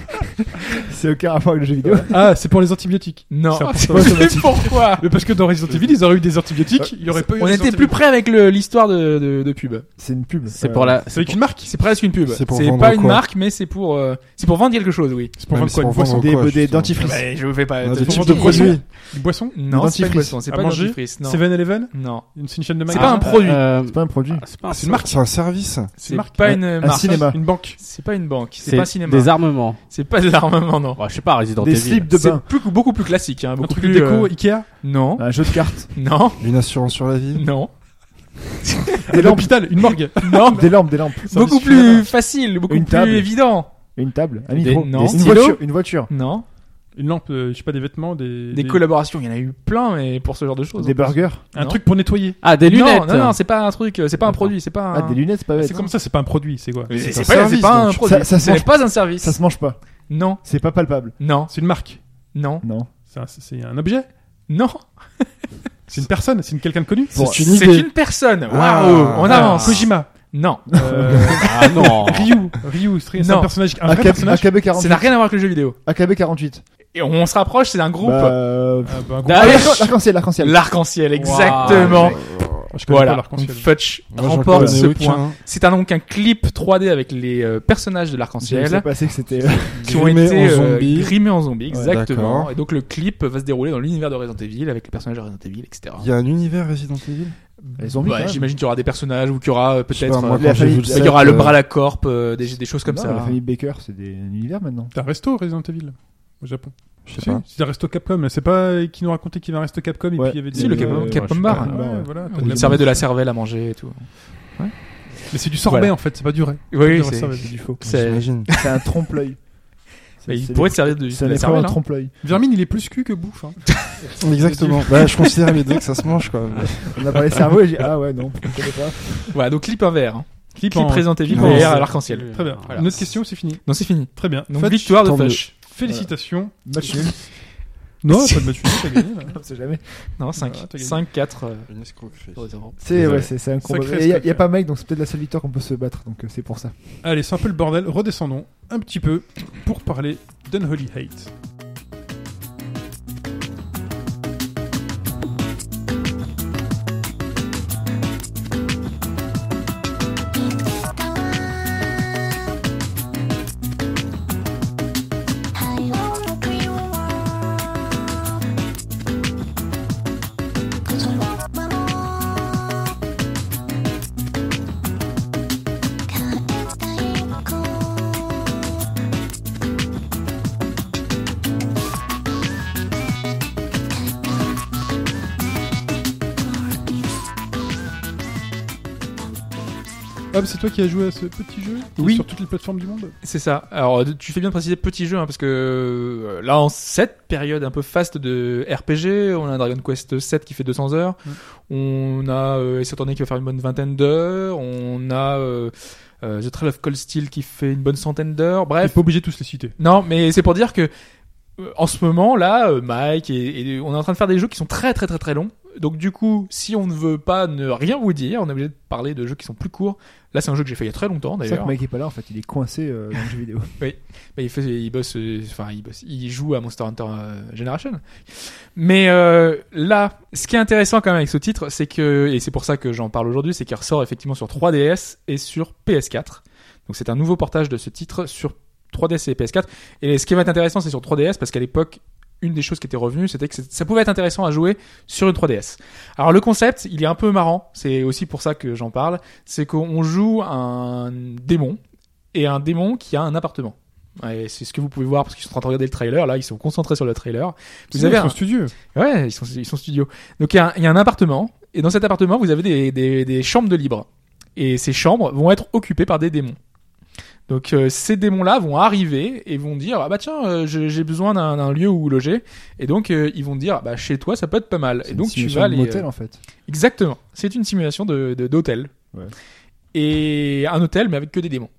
Speaker 5: C'est aucun rapport avec le jeu vidéo.
Speaker 3: Ah, c'est pour les antibiotiques.
Speaker 4: Non,
Speaker 3: C'est important.
Speaker 4: je sais plus pourquoi.
Speaker 3: Mais parce que dans Resident Evil, ils auraient eu des antibiotiques, il aurait pas eu
Speaker 4: Ah, On
Speaker 3: des
Speaker 4: était plus
Speaker 3: antibiotiques.
Speaker 4: près avec le- l'histoire de, de, de pub.
Speaker 5: C'est une pub.
Speaker 2: C'est
Speaker 5: Euh,
Speaker 2: pour la.
Speaker 3: C'est avec une marque.
Speaker 4: C'est presque une pub.
Speaker 7: C'est pour
Speaker 4: C'est
Speaker 7: vendre
Speaker 4: pas une
Speaker 7: quoi
Speaker 4: marque, mais c'est pour euh, c'est pour vendre quelque chose, oui.
Speaker 3: C'est pour
Speaker 7: Ouais,
Speaker 3: vendre
Speaker 7: mais
Speaker 3: quoi
Speaker 7: c'est
Speaker 3: Une
Speaker 7: pour
Speaker 3: boisson
Speaker 7: vendre
Speaker 5: Des,
Speaker 7: quoi,
Speaker 5: des
Speaker 7: justement
Speaker 5: dentifrices.
Speaker 4: Bah, je vais pas.
Speaker 7: Ah,
Speaker 4: te-
Speaker 7: des
Speaker 4: te-
Speaker 7: types
Speaker 4: te-
Speaker 7: de
Speaker 4: te-
Speaker 7: produits.
Speaker 3: Une boisson
Speaker 4: Non, c'est pas
Speaker 5: dentifrice.
Speaker 4: une boisson. C'est
Speaker 3: À
Speaker 4: pas une
Speaker 3: manger
Speaker 4: dentifrice. Non.
Speaker 3: 7-Eleven
Speaker 4: Non.
Speaker 3: Une c'est une chaîne de
Speaker 4: C'est
Speaker 3: magasin
Speaker 4: pas un produit.
Speaker 2: Euh,
Speaker 5: C'est pas un produit.
Speaker 2: c'est pas un-
Speaker 7: C'est une marque, c'est un service.
Speaker 4: C'est
Speaker 3: marque.
Speaker 4: pas
Speaker 5: Un-
Speaker 4: une
Speaker 5: un
Speaker 4: marque.
Speaker 5: cinéma.
Speaker 3: Une banque.
Speaker 4: C'est pas une banque. C'est
Speaker 2: c'est
Speaker 4: pas un cinéma.
Speaker 2: Des armements.
Speaker 4: C'est pas de l'armement, non.
Speaker 2: Bah, je sais pas, Resident
Speaker 5: Des
Speaker 2: Evil.
Speaker 5: slips de
Speaker 4: C'est
Speaker 5: bain.
Speaker 4: plus- beaucoup plus classique. Hein,
Speaker 3: Un
Speaker 4: beaucoup
Speaker 3: truc
Speaker 4: plus
Speaker 3: de déco,
Speaker 4: euh,
Speaker 3: Ikea.
Speaker 4: Non.
Speaker 5: Un jeu de cartes.
Speaker 4: Non.
Speaker 7: Une assurance sur la vie.
Speaker 4: Non.
Speaker 5: Des
Speaker 3: Un
Speaker 5: lampes.
Speaker 3: hôpital, une morgue.
Speaker 4: Non.
Speaker 5: Des lampes. Des lampes.
Speaker 4: Beaucoup plus facile. Beaucoup
Speaker 5: Une table.
Speaker 4: plus évident.
Speaker 5: Une table. Un
Speaker 4: Des-
Speaker 5: micro.
Speaker 4: non.
Speaker 5: Une
Speaker 4: Stylo.
Speaker 5: voiture. Une voiture.
Speaker 4: Non.
Speaker 3: Une lampe, euh, je sais pas, des vêtements, des.
Speaker 4: Des collaborations, il y en a eu plein, mais pour ce genre de choses.
Speaker 5: Des
Speaker 4: en plus.
Speaker 5: burgers.
Speaker 3: Un
Speaker 4: Non.
Speaker 3: truc pour nettoyer.
Speaker 2: Ah, des lunettes.
Speaker 4: Non, non, non, c'est pas un truc, euh, c'est pas un
Speaker 2: D'accord.
Speaker 4: produit, c'est pas un.
Speaker 5: Ah, des lunettes, c'est pas bête.
Speaker 3: C'est comme ça, c'est pas un produit, c'est quoi
Speaker 4: Mais c'est
Speaker 7: C'est un
Speaker 4: pas, c'est
Speaker 7: service,
Speaker 4: pas un
Speaker 7: donc.
Speaker 4: produit.
Speaker 5: Ça- ça se
Speaker 4: ce n'est
Speaker 5: mange-
Speaker 4: pas un service.
Speaker 5: Ça se mange pas.
Speaker 4: Non,
Speaker 5: C'est pas palpable.
Speaker 4: non,
Speaker 3: C'est une marque.
Speaker 4: non,
Speaker 5: Non.
Speaker 3: C'est un- C'est un objet.
Speaker 4: non.
Speaker 3: C'est une personne. C'est une- quelqu'un de connu.
Speaker 5: Bon,
Speaker 7: C'est une
Speaker 4: C'est
Speaker 7: idée.
Speaker 4: une personne. Waouh,
Speaker 7: Oh, Ah.
Speaker 4: on
Speaker 3: Ah,
Speaker 4: avance.
Speaker 3: Kojima.
Speaker 4: Non,
Speaker 3: Euh,
Speaker 2: Ah non.
Speaker 3: Ryu. Ryu, c'est un
Speaker 4: Non.
Speaker 3: personnage. Un vrai
Speaker 5: AKB
Speaker 3: personnage.
Speaker 5: AKB
Speaker 4: ça
Speaker 5: 48.
Speaker 4: n'a rien à voir avec le jeu vidéo.
Speaker 5: AKB 48.
Speaker 4: Et on se rapproche, c'est un groupe.
Speaker 5: Bah, euh, pff,
Speaker 3: Ah, bah, un gros-
Speaker 4: Dash.
Speaker 5: ah, l'arc- L'arc-en-ciel, l'arc-en-ciel.
Speaker 4: L'arc-en-ciel, exactement.
Speaker 3: je connais pas
Speaker 4: voilà.
Speaker 3: l'arc-en-ciel.
Speaker 4: Donc, Futch
Speaker 7: j'en
Speaker 4: remporte
Speaker 7: connais
Speaker 4: ce
Speaker 7: aucun.
Speaker 4: point. C'est un, donc un clip 3D avec les euh, personnages de
Speaker 5: Je
Speaker 4: l'arc-en-ciel
Speaker 5: sais pas, c'est que c'était. euh,
Speaker 4: qui ont
Speaker 7: Grimés
Speaker 4: été
Speaker 7: en
Speaker 4: euh,
Speaker 7: zombies.
Speaker 4: grimés en zombies, exactement.
Speaker 7: d'accord.
Speaker 4: et donc le clip va se dérouler dans l'univers de Resident Evil avec les personnages de Resident Evil, etc.
Speaker 7: Il y a un univers Resident Evil
Speaker 5: Les zombies,
Speaker 4: Ouais,
Speaker 5: quand même.
Speaker 4: J'imagine qu'il y aura des personnages ou qu'il y aura euh,
Speaker 7: Je sais pas,
Speaker 4: peut-être.
Speaker 7: moi,
Speaker 4: euh,
Speaker 5: la
Speaker 7: quand j'ai
Speaker 5: famille-
Speaker 7: vu le
Speaker 5: il y
Speaker 4: Il
Speaker 7: set,
Speaker 4: y aura le
Speaker 7: euh,
Speaker 4: bras la corp, euh, des, des choses comme
Speaker 5: Non,
Speaker 4: ça.
Speaker 5: La famille Baker, c'est des... un univers maintenant.
Speaker 3: T'as un resto Resident Evil au Japon.
Speaker 7: Je sais
Speaker 3: Si,
Speaker 7: pas.
Speaker 3: C'est un resto Capcom. C'est pas euh, qui nous racontait qu'il y avait un resto Capcom et
Speaker 5: Ouais.
Speaker 3: puis il y avait des.
Speaker 4: Si, le Capcom-
Speaker 3: Ouais, je
Speaker 4: Capcom
Speaker 3: sais
Speaker 4: Bar.
Speaker 3: pas.
Speaker 5: Capcom Bar,
Speaker 3: Ouais,
Speaker 5: ouais.
Speaker 3: voilà.
Speaker 4: Où
Speaker 3: T'as
Speaker 4: il
Speaker 3: Ah, de la-
Speaker 4: servait de la cervelle à manger et tout.
Speaker 3: Mais c'est du sorbet
Speaker 4: Voilà.
Speaker 3: en fait, c'est pas du vrai.
Speaker 4: Oui,
Speaker 3: c'est-
Speaker 4: c'est.
Speaker 3: Ouais,
Speaker 5: C'est du faux.
Speaker 4: c'est-
Speaker 7: J'imagine.
Speaker 5: C'est un trompe-l'œil.
Speaker 4: bah, Il
Speaker 5: C'est-
Speaker 4: pourrait
Speaker 5: c'est-
Speaker 4: te servir de,
Speaker 5: C'est un
Speaker 4: de la
Speaker 5: effort, un
Speaker 4: cervelle. hein.
Speaker 5: trompe-l'œil.
Speaker 3: Vermine, il est plus cul que bouffe. hein.
Speaker 7: Exactement. Bah, je considère les deux que ça se mange, quoi.
Speaker 5: On a parlé cerveau et j'ai dit, ah ouais, non, je connais pas.
Speaker 4: Voilà, donc clip en vert. hein.
Speaker 3: Clip
Speaker 4: Clip
Speaker 3: en-
Speaker 4: Resident Evil
Speaker 7: Non,
Speaker 4: VR à
Speaker 7: c'est-
Speaker 4: l'arc-en-ciel.
Speaker 3: Très bien.
Speaker 2: Voilà.
Speaker 3: Une autre question, c'est fini.
Speaker 4: Non, c'est fini.
Speaker 3: Très bien.
Speaker 4: Donc
Speaker 3: Fudge,
Speaker 4: victoire de
Speaker 7: tant mieux.
Speaker 4: Fush.
Speaker 3: Félicitations.
Speaker 5: Match nul,
Speaker 3: Non, pas de match nul, t'as gagné, là.
Speaker 5: on sait jamais.
Speaker 4: Non, 5,
Speaker 3: Voilà, t'as gagné.
Speaker 4: 5 4.
Speaker 7: Une escroquerie.
Speaker 5: C'est ouais, c'est c'est un combat.
Speaker 3: Sacré
Speaker 5: Il y, a-
Speaker 3: scope,
Speaker 5: y a
Speaker 4: hein.
Speaker 3: ouais.
Speaker 5: pas Mike, donc c'est peut-être la seule victoire qu'on peut se battre, donc euh, c'est pour ça.
Speaker 3: Allez, c'est un peu le bordel. Redescendons un petit peu pour parler d'Unholy Hate. Hop, Ah, c'est toi qui as joué à ce petit jeu qui est
Speaker 4: Oui.
Speaker 3: Sur toutes les plateformes du monde
Speaker 4: C'est ça. Alors, euh, tu fais bien de préciser petit jeu, hein, parce que euh, là, en cette période un peu faste de RPG, on a Dragon Quest 7 qui fait 200 heures, on a euh, Ace Attorney qui va faire une bonne vingtaine d'heures, on a euh, euh, The Trail of Cold Steel qui fait une bonne centaine d'heures,
Speaker 3: T'es
Speaker 4: bref.
Speaker 3: pas obligé de tous les citer.
Speaker 4: Non, mais c'est pour dire que euh, en ce moment là, euh, Mike et, et on est en train de faire des jeux qui sont très très très très longs. Donc du coup, si on ne veut pas ne rien vous dire, on est obligé de parler de jeux qui sont plus courts. Là, c'est un jeu que j'ai fait il y a très longtemps
Speaker 5: C'est ça
Speaker 4: d'ailleurs.
Speaker 5: que Mike est pas là, en fait, il est coincé euh, dans le jeu vidéo.
Speaker 4: Bah, il, fait, il bosse, euh, enfin il bosse, il joue à Monster Hunter euh, Generation. Mais euh, là, ce qui est intéressant quand même avec ce titre, c'est que et c'est pour ça que j'en parle aujourd'hui, c'est qu'il ressort effectivement sur 3DS et sur PS4. Donc c'est un nouveau portage de ce titre sur 3DS et PS4. Et ce qui va être intéressant, c'est sur 3DS parce qu'à l'époque, une des choses qui était revenue, c'était que c'est- ça pouvait être intéressant à jouer sur une 3DS. Alors le concept, il est un peu marrant. C'est aussi pour ça que j'en parle. C'est qu'on joue un démon et un démon qui a un appartement. Et c'est ce que vous pouvez voir parce qu'ils sont en train de regarder le trailer. Là, ils sont concentrés sur le trailer. Vous
Speaker 3: Sinon,
Speaker 4: avez
Speaker 3: ils sont
Speaker 4: un-
Speaker 3: studieux.
Speaker 4: Ouais, ils sont, ils sont studios. Donc il y, a un- il y a un appartement, et dans cet appartement, vous avez des, des, des chambres de libre. Et ces chambres vont être occupées par des démons. Donc euh, ces démons-là vont arriver et vont dire ah bah tiens euh, je- j'ai besoin d'un d'un lieu où loger et donc euh, ils vont dire Ah bah chez toi ça peut être pas mal
Speaker 5: C'est
Speaker 4: et
Speaker 5: une
Speaker 4: donc tu
Speaker 5: simulation
Speaker 4: vas euh,
Speaker 5: de
Speaker 4: aller
Speaker 5: motel, hein. en fait.
Speaker 4: Exactement. C'est une simulation de de- d'hôtel.
Speaker 5: Ouais.
Speaker 4: Et un hôtel, mais avec que des démons.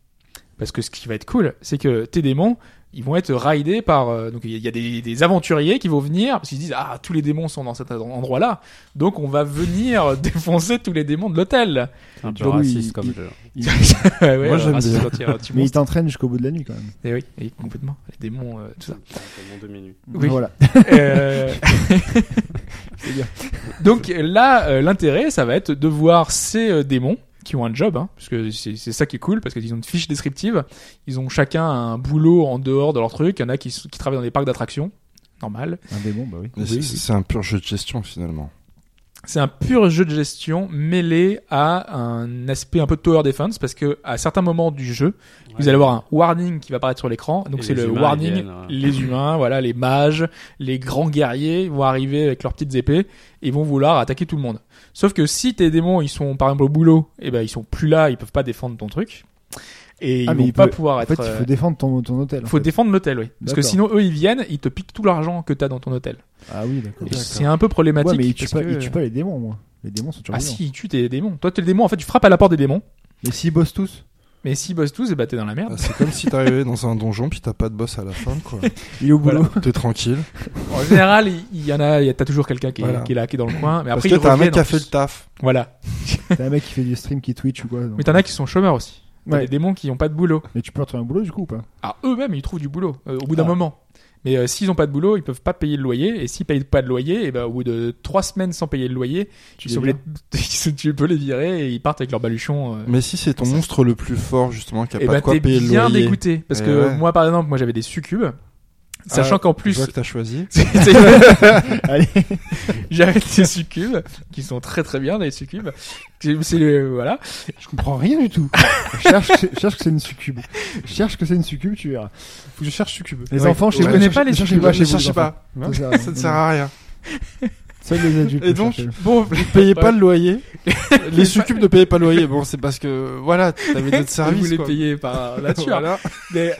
Speaker 4: Parce que ce qui va être cool, c'est que tes démons, ils vont être raidés par. euh, donc il y a- il y a des, des aventuriers qui vont venir, parce qu'ils se disent Ah, tous les démons sont dans cet en- endroit-là. Donc on va venir défoncer tous les démons de l'hôtel.
Speaker 2: C'est un peu
Speaker 5: Genre,
Speaker 2: raciste
Speaker 5: il-
Speaker 2: comme
Speaker 5: il-
Speaker 2: jeu.
Speaker 4: Ouais, ouais, Ah,
Speaker 7: Moi, j'aime
Speaker 4: raciste,
Speaker 7: bien.
Speaker 4: quand il y a un petit
Speaker 5: Mais il
Speaker 4: monstre.
Speaker 5: t'entraîne jusqu'au bout de la nuit, quand même.
Speaker 4: Eh oui, eh, complètement. Les démons, euh, tout ça. Oui.
Speaker 5: Voilà.
Speaker 4: Euh,
Speaker 5: bien.
Speaker 4: Donc euh, là, euh, l'intérêt, ça va être de voir ces euh, démons qui ont un job, hein, parce que c'est c'est ça qui est cool, parce qu'ils ont une fiche descriptive, ils ont chacun un boulot en dehors de leur truc, il y en a qui, s- qui travaillent dans des parcs d'attractions, normal.
Speaker 5: Un démon, bah oui.
Speaker 7: Mais c'est- C'est un pur jeu de gestion, finalement.
Speaker 4: C'est un pur jeu de gestion mêlé à un aspect un peu tower defense, parce que à certains moments du jeu, vous allez avoir un warning qui va apparaître sur l'écran, donc
Speaker 2: Et
Speaker 4: c'est
Speaker 2: les
Speaker 4: le
Speaker 2: humains,
Speaker 4: warning,
Speaker 2: ils viennent, ouais.
Speaker 4: les humains, voilà, les mages, les grands guerriers vont arriver avec leurs petites épées et vont vouloir attaquer tout le monde. Sauf que si tes démons, ils sont par exemple au boulot, et ben ils sont plus là, ils peuvent pas défendre ton truc et
Speaker 5: Ah,
Speaker 4: ils
Speaker 5: mais
Speaker 4: vont
Speaker 5: il
Speaker 4: pas
Speaker 5: peut-
Speaker 4: pouvoir
Speaker 5: En
Speaker 4: être.
Speaker 5: fait, il
Speaker 4: euh,
Speaker 5: faut défendre ton, ton hôtel. en
Speaker 4: faut
Speaker 5: fait.
Speaker 4: défendre l'hôtel, oui. Parce que
Speaker 5: D'accord.
Speaker 4: sinon eux ils viennent, ils te piquent tout l'argent que t'as dans ton hôtel.
Speaker 5: Ah oui, d'accord.
Speaker 4: Et C'est un peu problématique.
Speaker 5: Ouais, mais il tue,
Speaker 4: parce
Speaker 5: pas,
Speaker 4: que-
Speaker 5: il tue pas les démons, moi. Les démons sont
Speaker 4: Ah
Speaker 5: turbulents.
Speaker 4: si, ils tuent tes démons. Toi t'es le démon, en fait tu frappes à la porte des démons.
Speaker 5: Mais s'ils bossent tous,
Speaker 4: Mais s'ils bossent tous, et bah t'es dans la merde.
Speaker 7: Ah, C'est comme si t'arrivais dans un donjon puis t'as pas de boss à la fin, quoi.
Speaker 5: il est au boulot.
Speaker 7: T'es tranquille.
Speaker 4: En général, il il y en a, il y a- t'as toujours quelqu'un qui, est-
Speaker 7: Voilà.
Speaker 4: qui est là, qui est dans le coin. Mais
Speaker 7: Parce
Speaker 4: après,
Speaker 7: que
Speaker 4: ils
Speaker 7: t'as un mec
Speaker 4: reviennent.
Speaker 7: qui
Speaker 4: en
Speaker 7: a fait le
Speaker 4: plus.
Speaker 7: taf.
Speaker 4: Voilà.
Speaker 5: T'as un mec qui fait du stream, qui Twitch ou quoi. donc.
Speaker 4: Mais t'en as qui sont chômeurs aussi. T'as
Speaker 5: Ouais.
Speaker 4: des démons qui n'ont pas de boulot. Ah,
Speaker 5: Mais tu peux retrouver un boulot, du coup, ou pas
Speaker 4: Alors eux-mêmes, ils trouvent du boulot euh, au bout d'un
Speaker 5: Ah.
Speaker 4: moment. Mais euh, s'ils n'ont pas de boulot, ils peuvent pas payer le loyer. Et s'ils payent pas de loyer, et ben, au bout de trois semaines sans payer le loyer,
Speaker 5: Tu
Speaker 4: ils sont
Speaker 5: les
Speaker 4: obligés- tu peux les virer et ils partent avec leur baluchon. euh,
Speaker 7: Mais si c'est ton
Speaker 4: Ça-
Speaker 7: monstre le plus fort, justement, qui a
Speaker 4: et
Speaker 7: Mm. pas
Speaker 4: bah
Speaker 7: de quoi
Speaker 4: t'es
Speaker 7: payer le
Speaker 4: bien
Speaker 7: loyer.
Speaker 4: dégoûté parce
Speaker 7: Eh
Speaker 4: que
Speaker 7: ouais.
Speaker 4: moi par exemple moi j'avais des succubes sachant
Speaker 7: Ah,
Speaker 4: qu'en
Speaker 7: Je vois
Speaker 4: plus
Speaker 7: que t'as choisi.
Speaker 5: Allez.
Speaker 4: j'avais des succubes qui sont très très bien des succubes C'est- c'est le- voilà
Speaker 5: Je comprends rien du tout. cherche, cherche que c'est une succube. Cherche que c'est une succube, tu verras.
Speaker 3: Faut que je cherche succube.
Speaker 5: Les
Speaker 7: Ouais.
Speaker 5: enfants, chez
Speaker 7: Ouais,
Speaker 5: vous,
Speaker 7: je
Speaker 5: ne
Speaker 4: connais pas les
Speaker 5: cherchez
Speaker 4: succubes,
Speaker 5: pas
Speaker 7: Je
Speaker 5: chez vous. les
Speaker 7: cherche
Speaker 5: enfants.
Speaker 7: pas.
Speaker 5: Ça sert à rien.
Speaker 7: Ça ne sert à rien.
Speaker 5: Seuls les adultes.
Speaker 7: Et
Speaker 5: le
Speaker 7: donc,
Speaker 5: cherchent.
Speaker 7: bon, vous payez pas le loyer. les succubes ne payaient pas le loyer. Bon, c'est parce que, voilà, t'avais d'autres
Speaker 4: vous
Speaker 7: services.
Speaker 4: les
Speaker 7: quoi.
Speaker 4: payez par la tueur
Speaker 7: Voilà.
Speaker 4: Mais-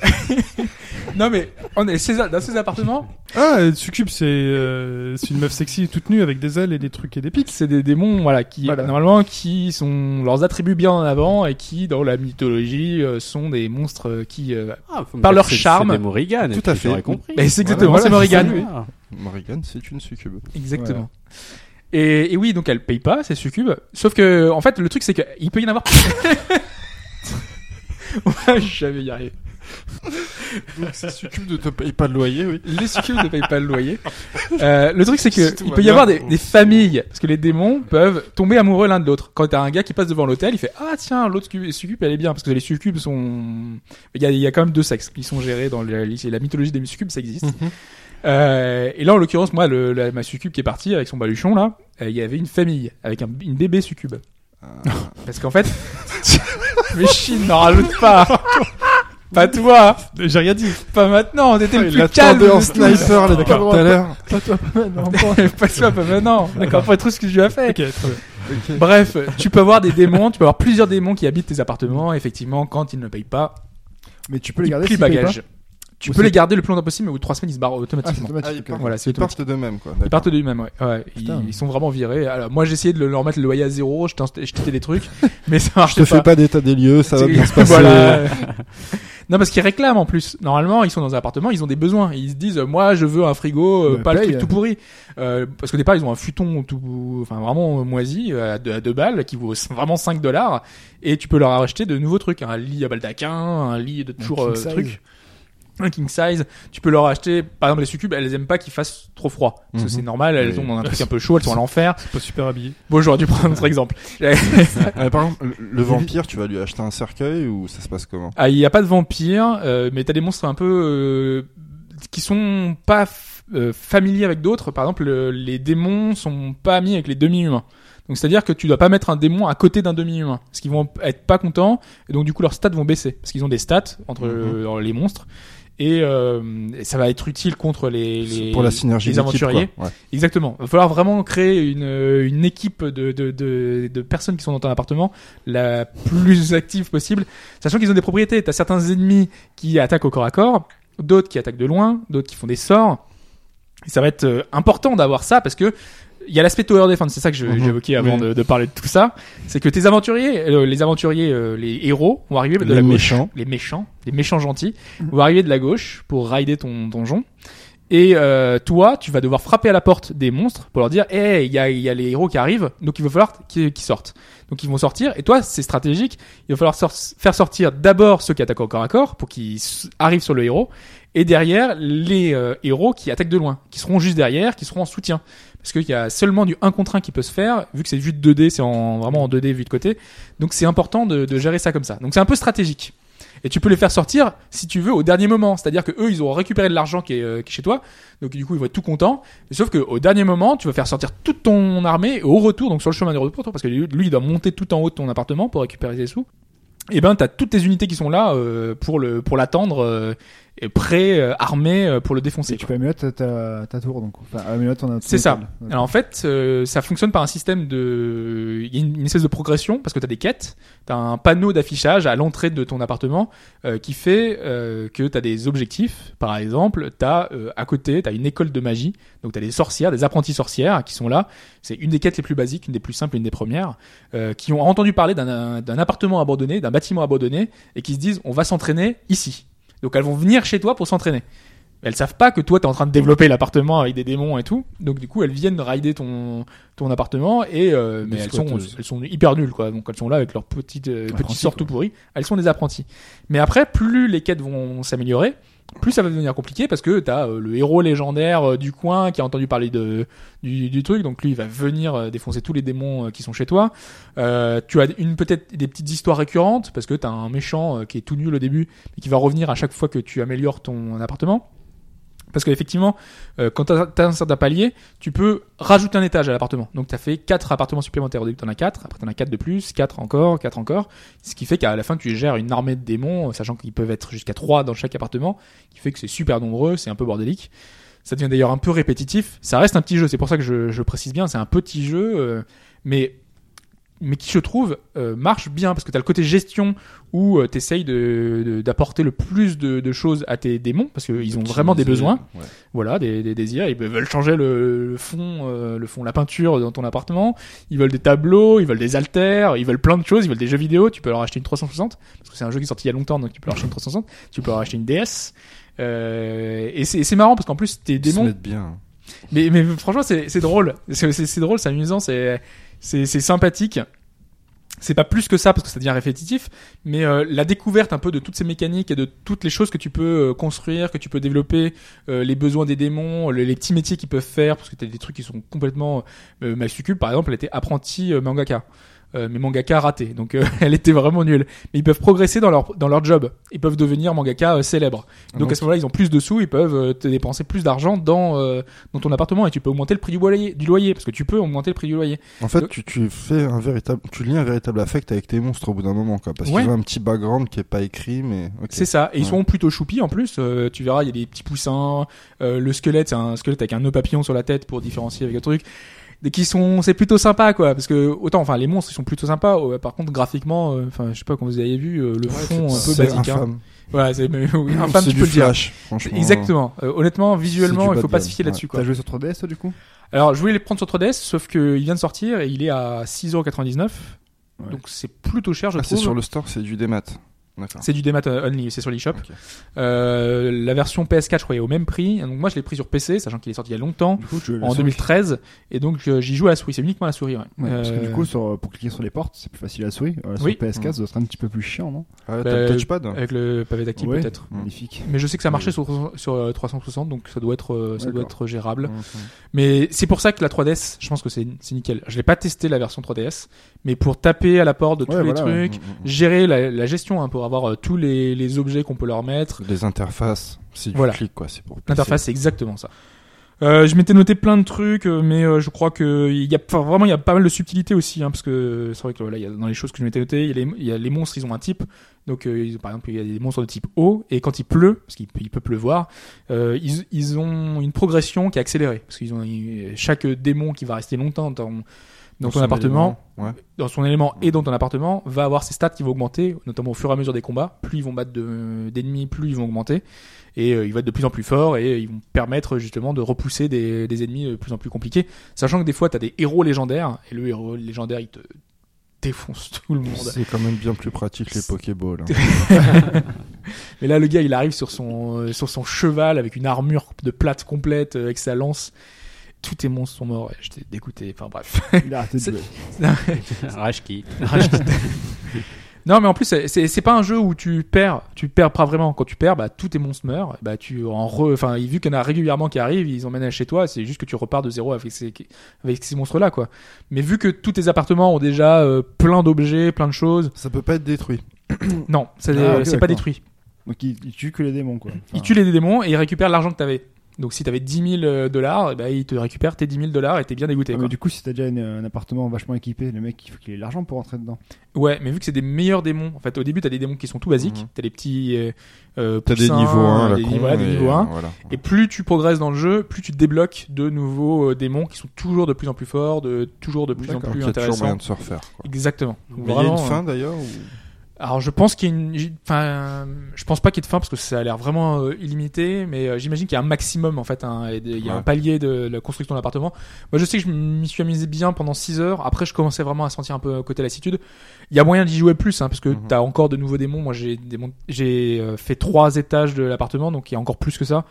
Speaker 4: non mais on est ces- dans ces appartements
Speaker 3: Ah, euh, succube, c'est euh, c'est une meuf sexy toute nue avec des ailes et des trucs et des pics.
Speaker 4: c'est des démons voilà qui
Speaker 5: Voilà.
Speaker 4: normalement qui sont leurs attributs bien en avant et qui dans la mythologie euh, sont des monstres euh, qui euh,
Speaker 2: Ah, faut me
Speaker 4: Par
Speaker 2: dire
Speaker 4: leur
Speaker 2: que c'est-
Speaker 4: charme.
Speaker 2: C'est des Morrigan.
Speaker 7: Tout à fait.
Speaker 2: J'aurais compris.
Speaker 4: Mais c'est exactement
Speaker 7: Voilà,
Speaker 4: c'est
Speaker 7: voilà,
Speaker 4: Morrigan
Speaker 7: c'est
Speaker 2: Ah.
Speaker 7: Morrigan, c'est une succube.
Speaker 4: Exactement. Et, et oui, donc elle paye pas, c'est succube. Sauf que, en fait, le truc, c'est qu'il peut y en avoir. ouais, j'avais y arrivé.
Speaker 7: Donc, ces succubes ne te payent pas le loyer, oui.
Speaker 4: Les succubes ne payent pas le loyer. Euh, le truc, c'est
Speaker 7: Si tout
Speaker 4: qu'il
Speaker 7: va
Speaker 4: peut y
Speaker 7: bien.
Speaker 4: avoir des, des familles. Parce que les démons peuvent tomber amoureux l'un de l'autre. Quand t'as un gars qui passe devant l'hôtel, il fait Ah, tiens, l'autre succube- succube, elle est bien. Parce que les succubes sont. Il y a, il y a quand même deux sexes qui sont gérés dans la, la mythologie des succubes, ça existe.
Speaker 7: Mhm.
Speaker 4: Euh, et là, en l'occurrence, moi, le, la- ma succube qui est partie avec son baluchon, là, euh, il y avait une famille avec un- une bébé succube.
Speaker 7: Ah.
Speaker 4: Parce qu'en fait, mais Chine n'en rajoute pas. pas toi,
Speaker 3: J'ai rien dit.
Speaker 4: pas maintenant. On était le
Speaker 7: Il
Speaker 4: plus calme.
Speaker 7: l'attendait en
Speaker 4: de
Speaker 7: sniper, là, depuis
Speaker 5: Pas le
Speaker 7: tout
Speaker 5: droit.
Speaker 7: à l'heure.
Speaker 5: Toi, toi, pas mal, non,
Speaker 4: tous.
Speaker 5: bon.
Speaker 4: pas toi, pas maintenant. D'accord, après tout ce que tu as fait.
Speaker 3: Ok, très bien.
Speaker 4: Bref, tu peux avoir des démons, tu peux avoir plusieurs démons qui habitent tes appartements. Effectivement, quand ils ne payent pas,
Speaker 5: Mais tu peux les
Speaker 4: ils
Speaker 5: garder
Speaker 4: plient
Speaker 5: si
Speaker 4: le bagage. Tu
Speaker 5: Ou
Speaker 4: peux les
Speaker 5: c'est-
Speaker 4: garder le plus longtemps possible, mais au bout de trois semaines, ils se barrent
Speaker 5: Ah, c'est
Speaker 4: automatiquement.
Speaker 7: Ah, il
Speaker 5: automatique. ok.
Speaker 7: part.
Speaker 4: voilà, c'est
Speaker 7: Ils
Speaker 4: automatique.
Speaker 7: partent de même, quoi.
Speaker 4: Ils partent de même, ouais. ouais ils,
Speaker 5: Putain.
Speaker 4: ils sont vraiment virés. Alors, moi, j'ai essayé de le- leur mettre le loyer à zéro, je t'en- je t'étais des trucs, mais ça marche
Speaker 7: Je te fais pas d'état des lieux, ça va
Speaker 4: C'est-
Speaker 7: bien se passer.
Speaker 4: voilà. non, parce qu'ils réclament en plus. Normalement, ils sont dans un appartement, ils ont des besoins. Ils se disent, euh, moi, je veux un frigo, euh,
Speaker 5: Bah,
Speaker 4: pas le
Speaker 5: paye.
Speaker 4: truc tout pourri. Euh, parce qu'au départ, ils ont un futon tout, enfin, vraiment moisi, euh, à deux, à deux balles, qui vaut vraiment 5 dollars. Et tu peux leur acheter de nouveaux trucs. Un lit à baldaquin, un lit de toujours
Speaker 5: king
Speaker 4: euh,
Speaker 5: size.
Speaker 4: truc. Un king size, tu peux leur acheter, par exemple, les succubes, elles aiment pas qu'il fasse trop froid. Parce que
Speaker 7: Mhm.
Speaker 4: c'est normal, elles
Speaker 7: Oui.
Speaker 4: ont un truc un peu chaud, elles sont à l'enfer.
Speaker 3: C'est pas super habillé.
Speaker 4: Bon, j'aurais dû prendre un autre exemple.
Speaker 7: Ah, par exemple, le- le vampire, tu vas lui acheter un cercueil ou ça se passe comment
Speaker 4: Ah, il n'y a pas de vampires, euh, mais t'as des monstres un peu euh, qui sont pas f- euh, familiers avec d'autres. Par exemple, le- les démons sont pas amis avec les demi-humains. Donc c'est-à-dire que tu dois pas mettre un démon à côté d'un demi-humain, parce qu'ils vont être pas contents, et donc du coup leurs stats vont baisser, parce qu'ils ont des stats entre
Speaker 7: Mhm.
Speaker 4: euh, les monstres, et, euh, et ça va être utile contre les, les
Speaker 7: Pour la synergie
Speaker 4: les
Speaker 7: d'équipe, quoi.
Speaker 4: aventuriers.
Speaker 7: Ouais.
Speaker 4: Exactement. Il va falloir vraiment créer une, euh, une équipe de, de, de, de personnes qui sont dans ton appartement la plus active possible, sachant qu'ils ont des propriétés. T'as certains ennemis qui attaquent au corps à corps, d'autres qui attaquent de loin, d'autres qui font des sorts. Et ça va être euh, important d'avoir ça parce que il y a l'aspect tower defense, c'est ça que je-
Speaker 7: Mhm.
Speaker 4: j'évoquais avant
Speaker 7: Oui.
Speaker 4: de, de parler de tout ça. C'est que tes aventuriers, euh, les aventuriers, euh, les héros vont arriver de
Speaker 7: Les
Speaker 4: la gauche
Speaker 7: méchants.
Speaker 4: les méchants, les méchants gentils, vont arriver de la gauche pour rider ton donjon. Et euh, toi, tu vas devoir frapper à la porte des monstres pour leur dire, hé, il y a, il y a les héros qui arrivent, donc il va falloir qu'ils qu'ils sortent. Donc ils vont sortir, et toi, c'est stratégique, il va falloir sor- faire sortir d'abord ceux qui attaquent au corps à corps pour qu'ils s- arrivent sur le héros, et derrière, les euh, héros qui attaquent de loin, qui seront juste derrière, qui seront en soutien. Parce qu'il y a seulement du 1 contre 1 qui peut se faire, vu que c'est vu de 2D, c'est en, vraiment en 2D vu de côté. Donc c'est important de, de gérer ça comme ça. Donc c'est un peu stratégique. Et tu peux les faire sortir, si tu veux, au dernier moment. C'est-à-dire que eux, ils auront récupéré de l'argent qui, est, euh, qui est chez toi. Donc, du coup, ils vont être tout contents. Sauf que, au dernier moment, tu vas faire sortir toute ton armée et au retour, donc sur le chemin du retour, parce que lui, il doit monter tout en haut de ton appartement pour récupérer ses sous. Et ben, t'as toutes tes unités qui sont là, euh, pour le, pour l'attendre, euh, et prêts, euh, armés, euh, pour le défoncer.
Speaker 5: Et tu peux améliorer ta, ta, ta tour, donc. Enfin, améliorer ton- ton
Speaker 4: C'est ça.
Speaker 5: hôtel. Ouais.
Speaker 4: Alors en fait, euh, ça fonctionne par un système de, il y a une, une espèce de progression parce que t'as des quêtes, t'as un panneau d'affichage à l'entrée de ton appartement euh, qui fait euh, que t'as des objectifs. Par exemple, t'as euh, à côté, t'as une école de magie, donc t'as des sorcières, des apprentis sorcières qui sont là. C'est une des quêtes les plus basiques, une des plus simples, une des premières, euh, qui ont entendu parler d'un d'un appartement abandonné, d'un bâtiment abandonné, et qui se disent on va s'entraîner ici. Donc elles vont venir chez toi pour s'entraîner. Elles savent pas que toi t'es en train de développer l'appartement avec des démons et tout. Donc du coup elles viennent rider ton ton appartement et euh, mais
Speaker 7: Des
Speaker 4: elles sont
Speaker 7: squatteuses.
Speaker 4: elles sont hyper nulles quoi. Donc elles sont là avec leurs petites euh, petits
Speaker 5: Apprentis,
Speaker 4: sorts tout pourris. Elles sont des apprentis. Mais après plus les quêtes vont s'améliorer, plus ça va devenir compliqué parce que t'as euh, le héros légendaire euh, du coin qui a entendu parler de, du, du truc, donc lui il va venir euh, défoncer tous les démons euh, qui sont chez toi. Euh, tu as une peut-être des petites histoires récurrentes parce que t'as un méchant euh, qui est tout nul au début mais qui va revenir à chaque fois que tu améliores ton appartement. Parce qu'effectivement, euh, quand t'as t'as un certain palier, tu peux rajouter un étage à l'appartement. Donc t'as fait quatre appartements supplémentaires. Au début t'en as quatre, après t'en as quatre de plus, quatre encore, quatre encore. Ce qui fait qu'à la fin tu gères une armée de démons, euh, sachant qu'ils peuvent être jusqu'à trois dans chaque appartement qui fait que c'est super nombreux, c'est un peu bordélique. Ça devient d'ailleurs un peu répétitif. Ça reste un petit jeu, c'est pour ça que je, je précise bien, c'est un petit jeu, euh, mais mais qui je trouve euh, marche bien parce que t'as le côté gestion où euh, t'essayes de de- d'apporter le plus de, de choses à tes démons parce qu'ils ont vraiment des besoins
Speaker 7: Ouais.
Speaker 4: voilà des, des désirs ils veulent changer le, le fond euh, le fond la peinture dans ton appartement ils veulent des tableaux ils veulent des haltères ils veulent plein de choses ils veulent des jeux vidéo tu peux leur acheter une 360 parce que c'est un jeu qui est sorti il y a longtemps donc tu peux leur acheter une 360 tu peux leur acheter une DS euh, et c'est et c'est marrant parce qu'en plus tes
Speaker 7: Ils se
Speaker 4: démons
Speaker 7: mettent bien.
Speaker 4: mais, mais franchement c'est c'est drôle c'est c'est- c'est drôle c'est amusant c'est c'est c'est sympathique c'est pas plus que ça parce que ça devient répétitif mais euh, la découverte un peu de toutes ces mécaniques et de toutes les choses que tu peux euh, construire que tu peux développer euh, les besoins des démons le- les petits métiers qu'ils peuvent faire parce que t'as des trucs qui sont complètement euh, Matsuku, par exemple elle était apprentie euh, mangaka Euh, mais mangaka raté donc euh, elle était vraiment nulle mais ils peuvent progresser dans leur dans leur job ils peuvent devenir mangaka euh, célèbre donc,
Speaker 7: Donc,
Speaker 4: à ce moment-là ils ont plus de sous ils peuvent euh, te dépenser plus d'argent dans euh, dans ton appartement et tu peux augmenter le prix du loyer du loyer parce que tu peux augmenter le prix du loyer
Speaker 7: En fait,
Speaker 4: Donc-
Speaker 7: tu, tu fais un véritable, tu lies un véritable affect avec tes monstres au bout d'un moment, quoi, parce
Speaker 4: Ouais.
Speaker 7: qu'ils ont un petit background qui est pas écrit, mais ok.
Speaker 4: C'est ça. Et ils
Speaker 7: Ouais.
Speaker 4: sont plutôt choupis en plus. Euh, tu verras, il y a des petits poussins. Euh, le squelette, c'est un squelette avec un nœud papillon sur la tête pour différencier avec le truc. Des qui sont, c'est plutôt sympa quoi. Parce que autant, enfin, les monstres ils sont plutôt sympas. Euh, par contre, graphiquement, euh, enfin, je sais pas quand vous avez vu euh, le fond un peu
Speaker 7: C'est
Speaker 4: basique. hein.
Speaker 7: infâme.
Speaker 4: Voilà, c'est mais- oui, infâme,
Speaker 7: C'est
Speaker 4: tu
Speaker 7: du
Speaker 4: peux le dire.
Speaker 7: flash, franchement.
Speaker 4: Exactement. Euh, honnêtement, visuellement,
Speaker 7: bas
Speaker 4: il faut
Speaker 7: de
Speaker 4: pas
Speaker 7: gamme.
Speaker 4: se fier
Speaker 7: Ouais.
Speaker 4: là-dessus quoi.
Speaker 5: T'as joué sur 3DS toi du coup
Speaker 4: Alors, je voulais les prendre sur 3DS, sauf que il vient de sortir et il est à 6,99€.
Speaker 7: Ouais.
Speaker 4: Donc c'est plutôt cher, je
Speaker 7: Ah, c'est
Speaker 4: trouve.
Speaker 7: sur le store, c'est du démat. D'accord.
Speaker 4: C'est du démat euh, only, c'est sur l'eShop.
Speaker 7: Ok.
Speaker 4: Euh, la version PS4, je crois, est au même prix. Donc moi, je l'ai pris sur PC, sachant qu'il est sorti il y a longtemps,
Speaker 5: Du coup, tu-
Speaker 4: en 2013. Et donc, euh, j'y joue à la souris. C'est uniquement à la souris, ouais.
Speaker 5: Ouais, parce que
Speaker 4: Euh,
Speaker 5: du coup, sur, pour cliquer sur les portes, c'est plus facile à la souris. Euh, sur
Speaker 4: Oui.
Speaker 5: PS4, ça doit être un petit peu plus chiant, non
Speaker 7: Ah,
Speaker 4: Bah,
Speaker 7: t'as le touchpad
Speaker 4: Avec le pavé tactile,
Speaker 5: Ouais.
Speaker 4: peut-être.
Speaker 7: Mm.
Speaker 5: Magnifique.
Speaker 4: Mais je sais que ça marchait sur, sur euh, 360, donc ça doit être, euh, ça doit
Speaker 5: D'accord.
Speaker 4: être gérable.
Speaker 7: Mhm.
Speaker 4: Mais c'est pour ça que la 3DS, je pense que c'est c'est nickel. Je l'ai pas testé la version 3DS, mais pour taper à la porte de tous
Speaker 5: Ouais,
Speaker 4: les
Speaker 5: voilà,
Speaker 4: trucs,
Speaker 7: Mm, mm,
Speaker 4: gérer la, la gestion hein, pour avoir euh, tous les, les objets qu'on peut leur mettre,
Speaker 7: mm. Les interfaces, c'est du
Speaker 4: Voilà.
Speaker 7: clic, quoi. C'est pour.
Speaker 4: L'interface, c'est exactement ça. Euh, je m'étais noté plein de trucs, euh, mais euh, je crois que il y a enfin, vraiment il y a pas mal de subtilités aussi, hein, parce que c'est vrai que là, il y a, dans les choses que je m'étais noté, il y, a les- il y a les monstres, ils ont un type. Donc euh, ils- par exemple, il y a des monstres de type eau, et quand il pleut, parce qu'il peut- il peut pleuvoir, euh, ils, ils ont une progression qui est accélérée, parce qu'ils ont ils- chaque démon qui va rester longtemps dans, dans ton
Speaker 7: son
Speaker 4: appartement,
Speaker 7: élément, ouais.
Speaker 4: dans son élément et dans ton appartement, va avoir ses stats qui vont augmenter, notamment au fur et à mesure des combats. Plus ils vont battre de- d'ennemis, plus ils vont augmenter. Et euh, ils vont être de plus en plus forts et ils vont permettre justement de repousser des, des ennemis euh, de plus en plus compliqués. Sachant que des fois, t'as des héros légendaires, et le héros légendaire, il te défonce tout le monde.
Speaker 7: C'est quand même bien plus pratique les Pokéballs. hein.
Speaker 4: Mais là, le gars, il arrive sur son, euh, sur son cheval avec une armure de plate complète, euh, avec sa lance. Tous tes monstres sont morts. et J'étais dégoûté. Enfin bref.
Speaker 5: Il a arrêté de
Speaker 4: C'est-
Speaker 5: jouer.
Speaker 2: Rage qui
Speaker 4: non, mais en plus, c'est- c'est c'est pas un jeu où tu perds. Tu perds pas vraiment. Quand tu perds, bah, tous tes monstres meurent. Bah, tu en re. Enfin, vu qu'il y en a régulièrement qui arrivent, ils emmènent à chez toi. C'est juste que tu repars de zéro avec ces, avec ces monstres-là, quoi. Mais vu que tous tes appartements ont déjà euh, plein d'objets, plein de choses,
Speaker 7: Ça peut pas être détruit.
Speaker 4: non, ça-
Speaker 5: Ah, ok,
Speaker 4: c'est pas
Speaker 5: d'accord. Ah.
Speaker 4: détruit.
Speaker 5: Donc il, il tue que les démons quoi. Enfin,
Speaker 4: Il tue les démons et il récupère l'argent que t'avais. Donc si t'avais 10 000 dollars, bah, il te récupère tes 10 000 dollars et t'es bien dégoûté.
Speaker 5: ah,
Speaker 4: quoi.
Speaker 5: mais du coup, si t'as déjà une- un appartement vachement équipé, le mec il faut qu'il ait l'argent pour rentrer dedans.
Speaker 4: Ouais, mais vu que c'est des meilleurs démons, en fait au début t'as des démons qui sont tout basiques,
Speaker 7: Mhm.
Speaker 4: t'as des petits... Euh, euh,
Speaker 7: T'as des
Speaker 4: poussins,
Speaker 7: niveaux 1, la
Speaker 4: des,
Speaker 7: con.
Speaker 4: voilà, des
Speaker 7: et,
Speaker 4: niveaux
Speaker 7: euh,
Speaker 4: 1.
Speaker 7: voilà.
Speaker 4: Et plus tu progresses dans le jeu, plus tu débloques de nouveaux euh, démons qui sont toujours de plus en plus forts, de toujours de plus en
Speaker 7: D'accord.
Speaker 4: plus
Speaker 7: Il y a toujours moyen
Speaker 4: intéressants.
Speaker 7: de se refaire. quoi.
Speaker 4: Exactement.
Speaker 7: Mais il y a
Speaker 4: Vraiment,
Speaker 7: une
Speaker 4: euh,
Speaker 7: fin d'ailleurs ou-
Speaker 4: Alors je pense qu'il y a une, j'ai- enfin, je pense pas qu'il y ait de fin parce que ça a l'air vraiment euh, illimité, mais euh, j'imagine qu'il y a un maximum en fait, hein, et de- il y a un
Speaker 7: Ouais.
Speaker 4: palier de la construction de l'appartement. Moi je sais que je m'y suis amusé bien pendant 6 heures. Après je commençais vraiment à sentir un peu côté lassitude. Il y a moyen d'y jouer plus hein, parce que
Speaker 7: Mhm.
Speaker 4: t'as encore de nouveaux démons. Moi j'ai des mon- j'ai euh, fait trois étages de l'appartement donc il y a encore plus que ça.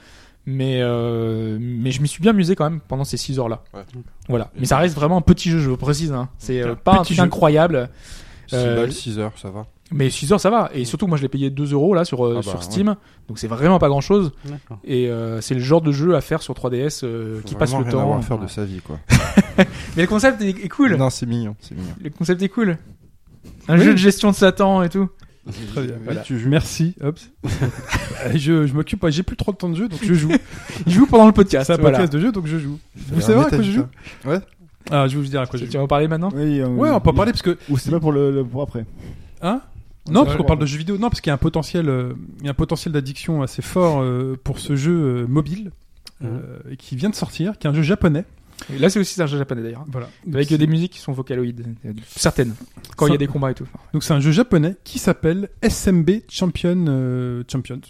Speaker 4: Mais euh, mais je m'y suis bien amusé quand même pendant ces 6 heures là.
Speaker 7: Ouais.
Speaker 4: Voilà. Mais ça reste vraiment un petit jeu, je vous précise. Hein. C'est euh,
Speaker 2: Un
Speaker 4: pas un
Speaker 2: petit
Speaker 4: truc
Speaker 2: jeu.
Speaker 4: incroyable.
Speaker 7: Six
Speaker 4: Euh,
Speaker 7: balles, 6 heures, ça va.
Speaker 4: Mais 6 heures, ça va. Et surtout, moi, je l'ai payé 2 euros là sur, euh,
Speaker 7: Ah bah,
Speaker 4: sur Steam. Donc, c'est vraiment pas grand chose.
Speaker 2: D'accord.
Speaker 4: Et euh, c'est le genre de jeu à faire sur 3DS euh, qui passe
Speaker 7: Vraiment
Speaker 4: le
Speaker 7: rien avoir
Speaker 4: temps.
Speaker 7: à faire de sa vie, quoi.
Speaker 4: Mais le concept est, est cool.
Speaker 7: Non, c'est mignon, c'est mignon.
Speaker 4: Le concept est cool. Un jeu de gestion de Satan et tout.
Speaker 3: Très
Speaker 5: Euh,
Speaker 3: bien, voilà.
Speaker 7: tu
Speaker 3: Merci. Hop. Euh, je je m'occupe, j'ai plus trop de temps de jeu, donc je joue.
Speaker 4: Il joue pendant le podcast.
Speaker 3: C'est un
Speaker 4: voilà.
Speaker 3: podcast de jeu, donc je joue. Vous
Speaker 7: un
Speaker 3: savez à
Speaker 7: métal
Speaker 3: quoi je joue
Speaker 7: Ouais.
Speaker 3: Ah, je vais vous dire à quoi je
Speaker 4: Tu
Speaker 3: joue.
Speaker 4: vas en parler maintenant
Speaker 5: Oui, on...
Speaker 3: Ouais, on peut en parler parce que
Speaker 5: Ou c'est pas pour le, le- pour après.
Speaker 3: Hein non,
Speaker 5: Ouais,
Speaker 3: parce qu'on
Speaker 5: ouais.
Speaker 3: parle de jeux vidéo. Non, parce qu'il y a un potentiel, euh, il y a un potentiel d'addiction assez fort euh, pour ce jeu euh, mobile euh, qui vient de sortir, qui est un jeu japonais.
Speaker 4: Et Là, c'est aussi un jeu japonais d'ailleurs.
Speaker 3: Voilà.
Speaker 4: Avec des musiques qui sont vocaloïdes. Certaines. Quand il y a des combats et tout.
Speaker 3: Donc c'est un jeu japonais qui s'appelle SMB Champion euh, Champions.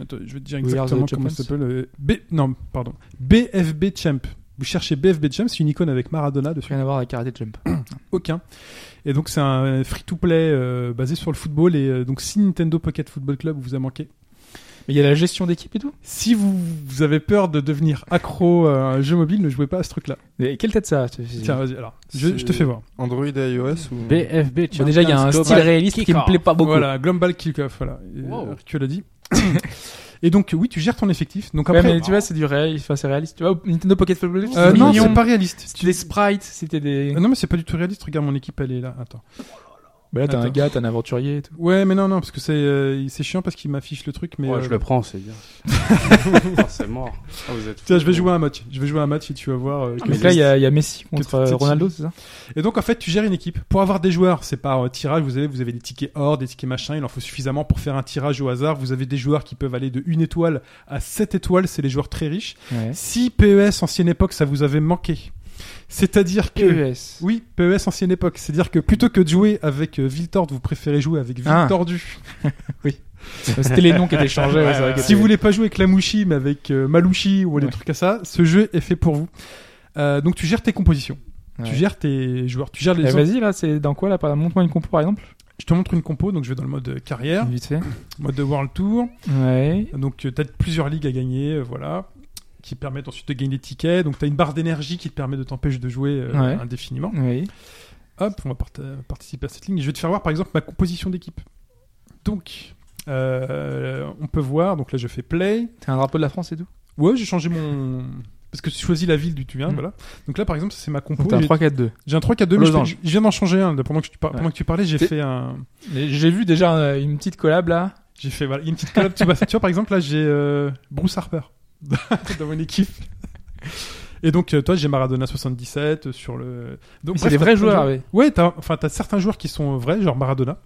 Speaker 3: Attends, je vais te dire
Speaker 4: We are the
Speaker 3: exactement comment ça
Speaker 4: champions.
Speaker 3: s'appelle. euh, B... Non, pardon. BFB Champ. Vous cherchez BFB Champ, c'est une icône avec Maradona dessus.
Speaker 4: Rien à voir avec Karate Jump.
Speaker 3: Aucun. Et donc c'est un free-to-play euh, basé sur le football. Et euh, donc si Nintendo Pocket Football Club vous a manqué,
Speaker 4: Mais il y a la gestion d'équipe et tout.
Speaker 3: Si vous, vous avez peur de devenir accro euh, à un jeu mobile, ne jouez pas à ce truc-là.
Speaker 4: Mais quelle tête ça
Speaker 3: Tiens, vas-y, alors, je, je te fais voir.
Speaker 7: Android et iOS ou
Speaker 2: BFB,
Speaker 4: Bon, déjà, il y a un
Speaker 2: Champions
Speaker 4: style
Speaker 2: Global
Speaker 4: réaliste qui me
Speaker 2: Kick-Off.
Speaker 4: plaît pas beaucoup.
Speaker 3: Voilà, Global Kickoff, voilà. Et,
Speaker 2: Wow.
Speaker 3: euh, tu l'as dit. Et donc, oui, tu gères ton effectif. Donc
Speaker 4: Ouais,
Speaker 3: après,
Speaker 4: mais tu vois, c'est du réel, enfin, c'est réaliste. Tu vois, Nintendo Pocket Football,
Speaker 3: Euh,
Speaker 4: c'est
Speaker 3: non,
Speaker 4: mignon.
Speaker 3: c'est pas réaliste.
Speaker 4: C'était des sprites, c'était des.
Speaker 3: Euh, non, mais c'est pas du tout réaliste. Regarde, mon équipe, elle est là. Attends.
Speaker 4: Bah là, t'as un
Speaker 3: Attends.
Speaker 4: gars, t'as un aventurier et tout.
Speaker 3: Ouais, mais non, non, parce que c'est euh, il- c'est chiant parce qu'il m'affiche le truc. Mais
Speaker 2: Ouais,
Speaker 3: euh,
Speaker 2: je le prends, c'est bien. Ah, c'est mort. Ah, vous êtes
Speaker 3: tiens,
Speaker 2: fous.
Speaker 3: je vais jouer à un match. Je vais jouer à un match et tu vas voir. euh, que-
Speaker 4: Donc Ah, là, il y, a il y a Messi contre
Speaker 3: Qu'est-ce que
Speaker 4: euh,
Speaker 3: c'est
Speaker 4: Ronaldo, c'est ça
Speaker 3: Et donc, en fait, tu gères une équipe. Pour avoir des joueurs, c'est par euh, tirage. Vous avez, vous avez des tickets or, des tickets machin. Il en faut suffisamment pour faire un tirage au hasard. Vous avez des joueurs qui peuvent aller de une étoile à 7 étoiles. C'est les joueurs très riches.
Speaker 4: Ouais.
Speaker 3: Si PES, ancienne époque, ça vous avait manqué. C'est-à-dire
Speaker 4: E
Speaker 3: que.
Speaker 4: PES.
Speaker 3: Oui, PES, ancienne époque. C'est-à-dire que plutôt que de jouer avec euh, Ville Tordue, vous préférez jouer avec Ville
Speaker 4: Ah.
Speaker 3: Tordue.
Speaker 4: C'était les noms qui étaient changés. ouais, c'est vrai que
Speaker 3: Si vous voulez pas jouer avec Lamouchi, mais avec euh, Malouchi ou des
Speaker 4: Ah Ouais.
Speaker 3: trucs à ça, ce jeu est fait pour vous. Euh, donc, tu gères tes compositions.
Speaker 4: Ouais.
Speaker 3: Tu gères tes joueurs. Tu gères
Speaker 4: Eh,
Speaker 3: les.
Speaker 4: Vas-y, là, c'est dans quoi là par- Montre-moi une compo par exemple.
Speaker 3: Je te montre une compo. Donc, je vais dans le mode euh, carrière.
Speaker 4: Vite fait.
Speaker 3: mode de World Tour.
Speaker 4: Ouais.
Speaker 3: Donc, tu as plusieurs ligues à gagner, euh, voilà, qui te permettent ensuite de gagner des tickets. Donc, tu as une barre d'énergie qui te permet de t'empêcher de jouer euh,
Speaker 4: Ouais.
Speaker 3: indéfiniment.
Speaker 4: Oui.
Speaker 3: Hop, on va part- euh, participer à cette ligne. Je vais te faire voir, par exemple, ma composition d'équipe. Donc, euh, on peut voir. Donc là, je fais play.
Speaker 4: T'as un drapeau de la France et tout.
Speaker 3: Ouais, j'ai changé mon. Parce que tu choisis la ville d'où tu viens,
Speaker 4: Mm.
Speaker 3: voilà. Donc là, par exemple, ça, c'est ma compo.
Speaker 4: Donc t'as un
Speaker 3: J'ai-
Speaker 4: 3-4-2.
Speaker 3: J'ai un 3-4-2, mais je,
Speaker 4: Losange.
Speaker 3: fais- je viens d'en changer un. là, Pendant que tu, par-
Speaker 4: Ouais.
Speaker 3: pendant que tu parlais, j'ai
Speaker 4: T'es-
Speaker 3: fait un.
Speaker 4: Mais J'ai vu déjà euh, une petite collab là.
Speaker 3: J'ai fait voilà, une petite collab. tu, vois, tu vois, par exemple, là, j'ai euh, Bruce Harper dans mon équipe. Et donc, euh, toi, j'ai Maradona 77 sur le. Donc, bref,
Speaker 4: C'est des
Speaker 3: t'as
Speaker 4: vrais
Speaker 3: plein de
Speaker 4: joueurs, oui.
Speaker 3: Ouais, t'as enfin, t'as certains joueurs qui sont vrais, genre Maradona.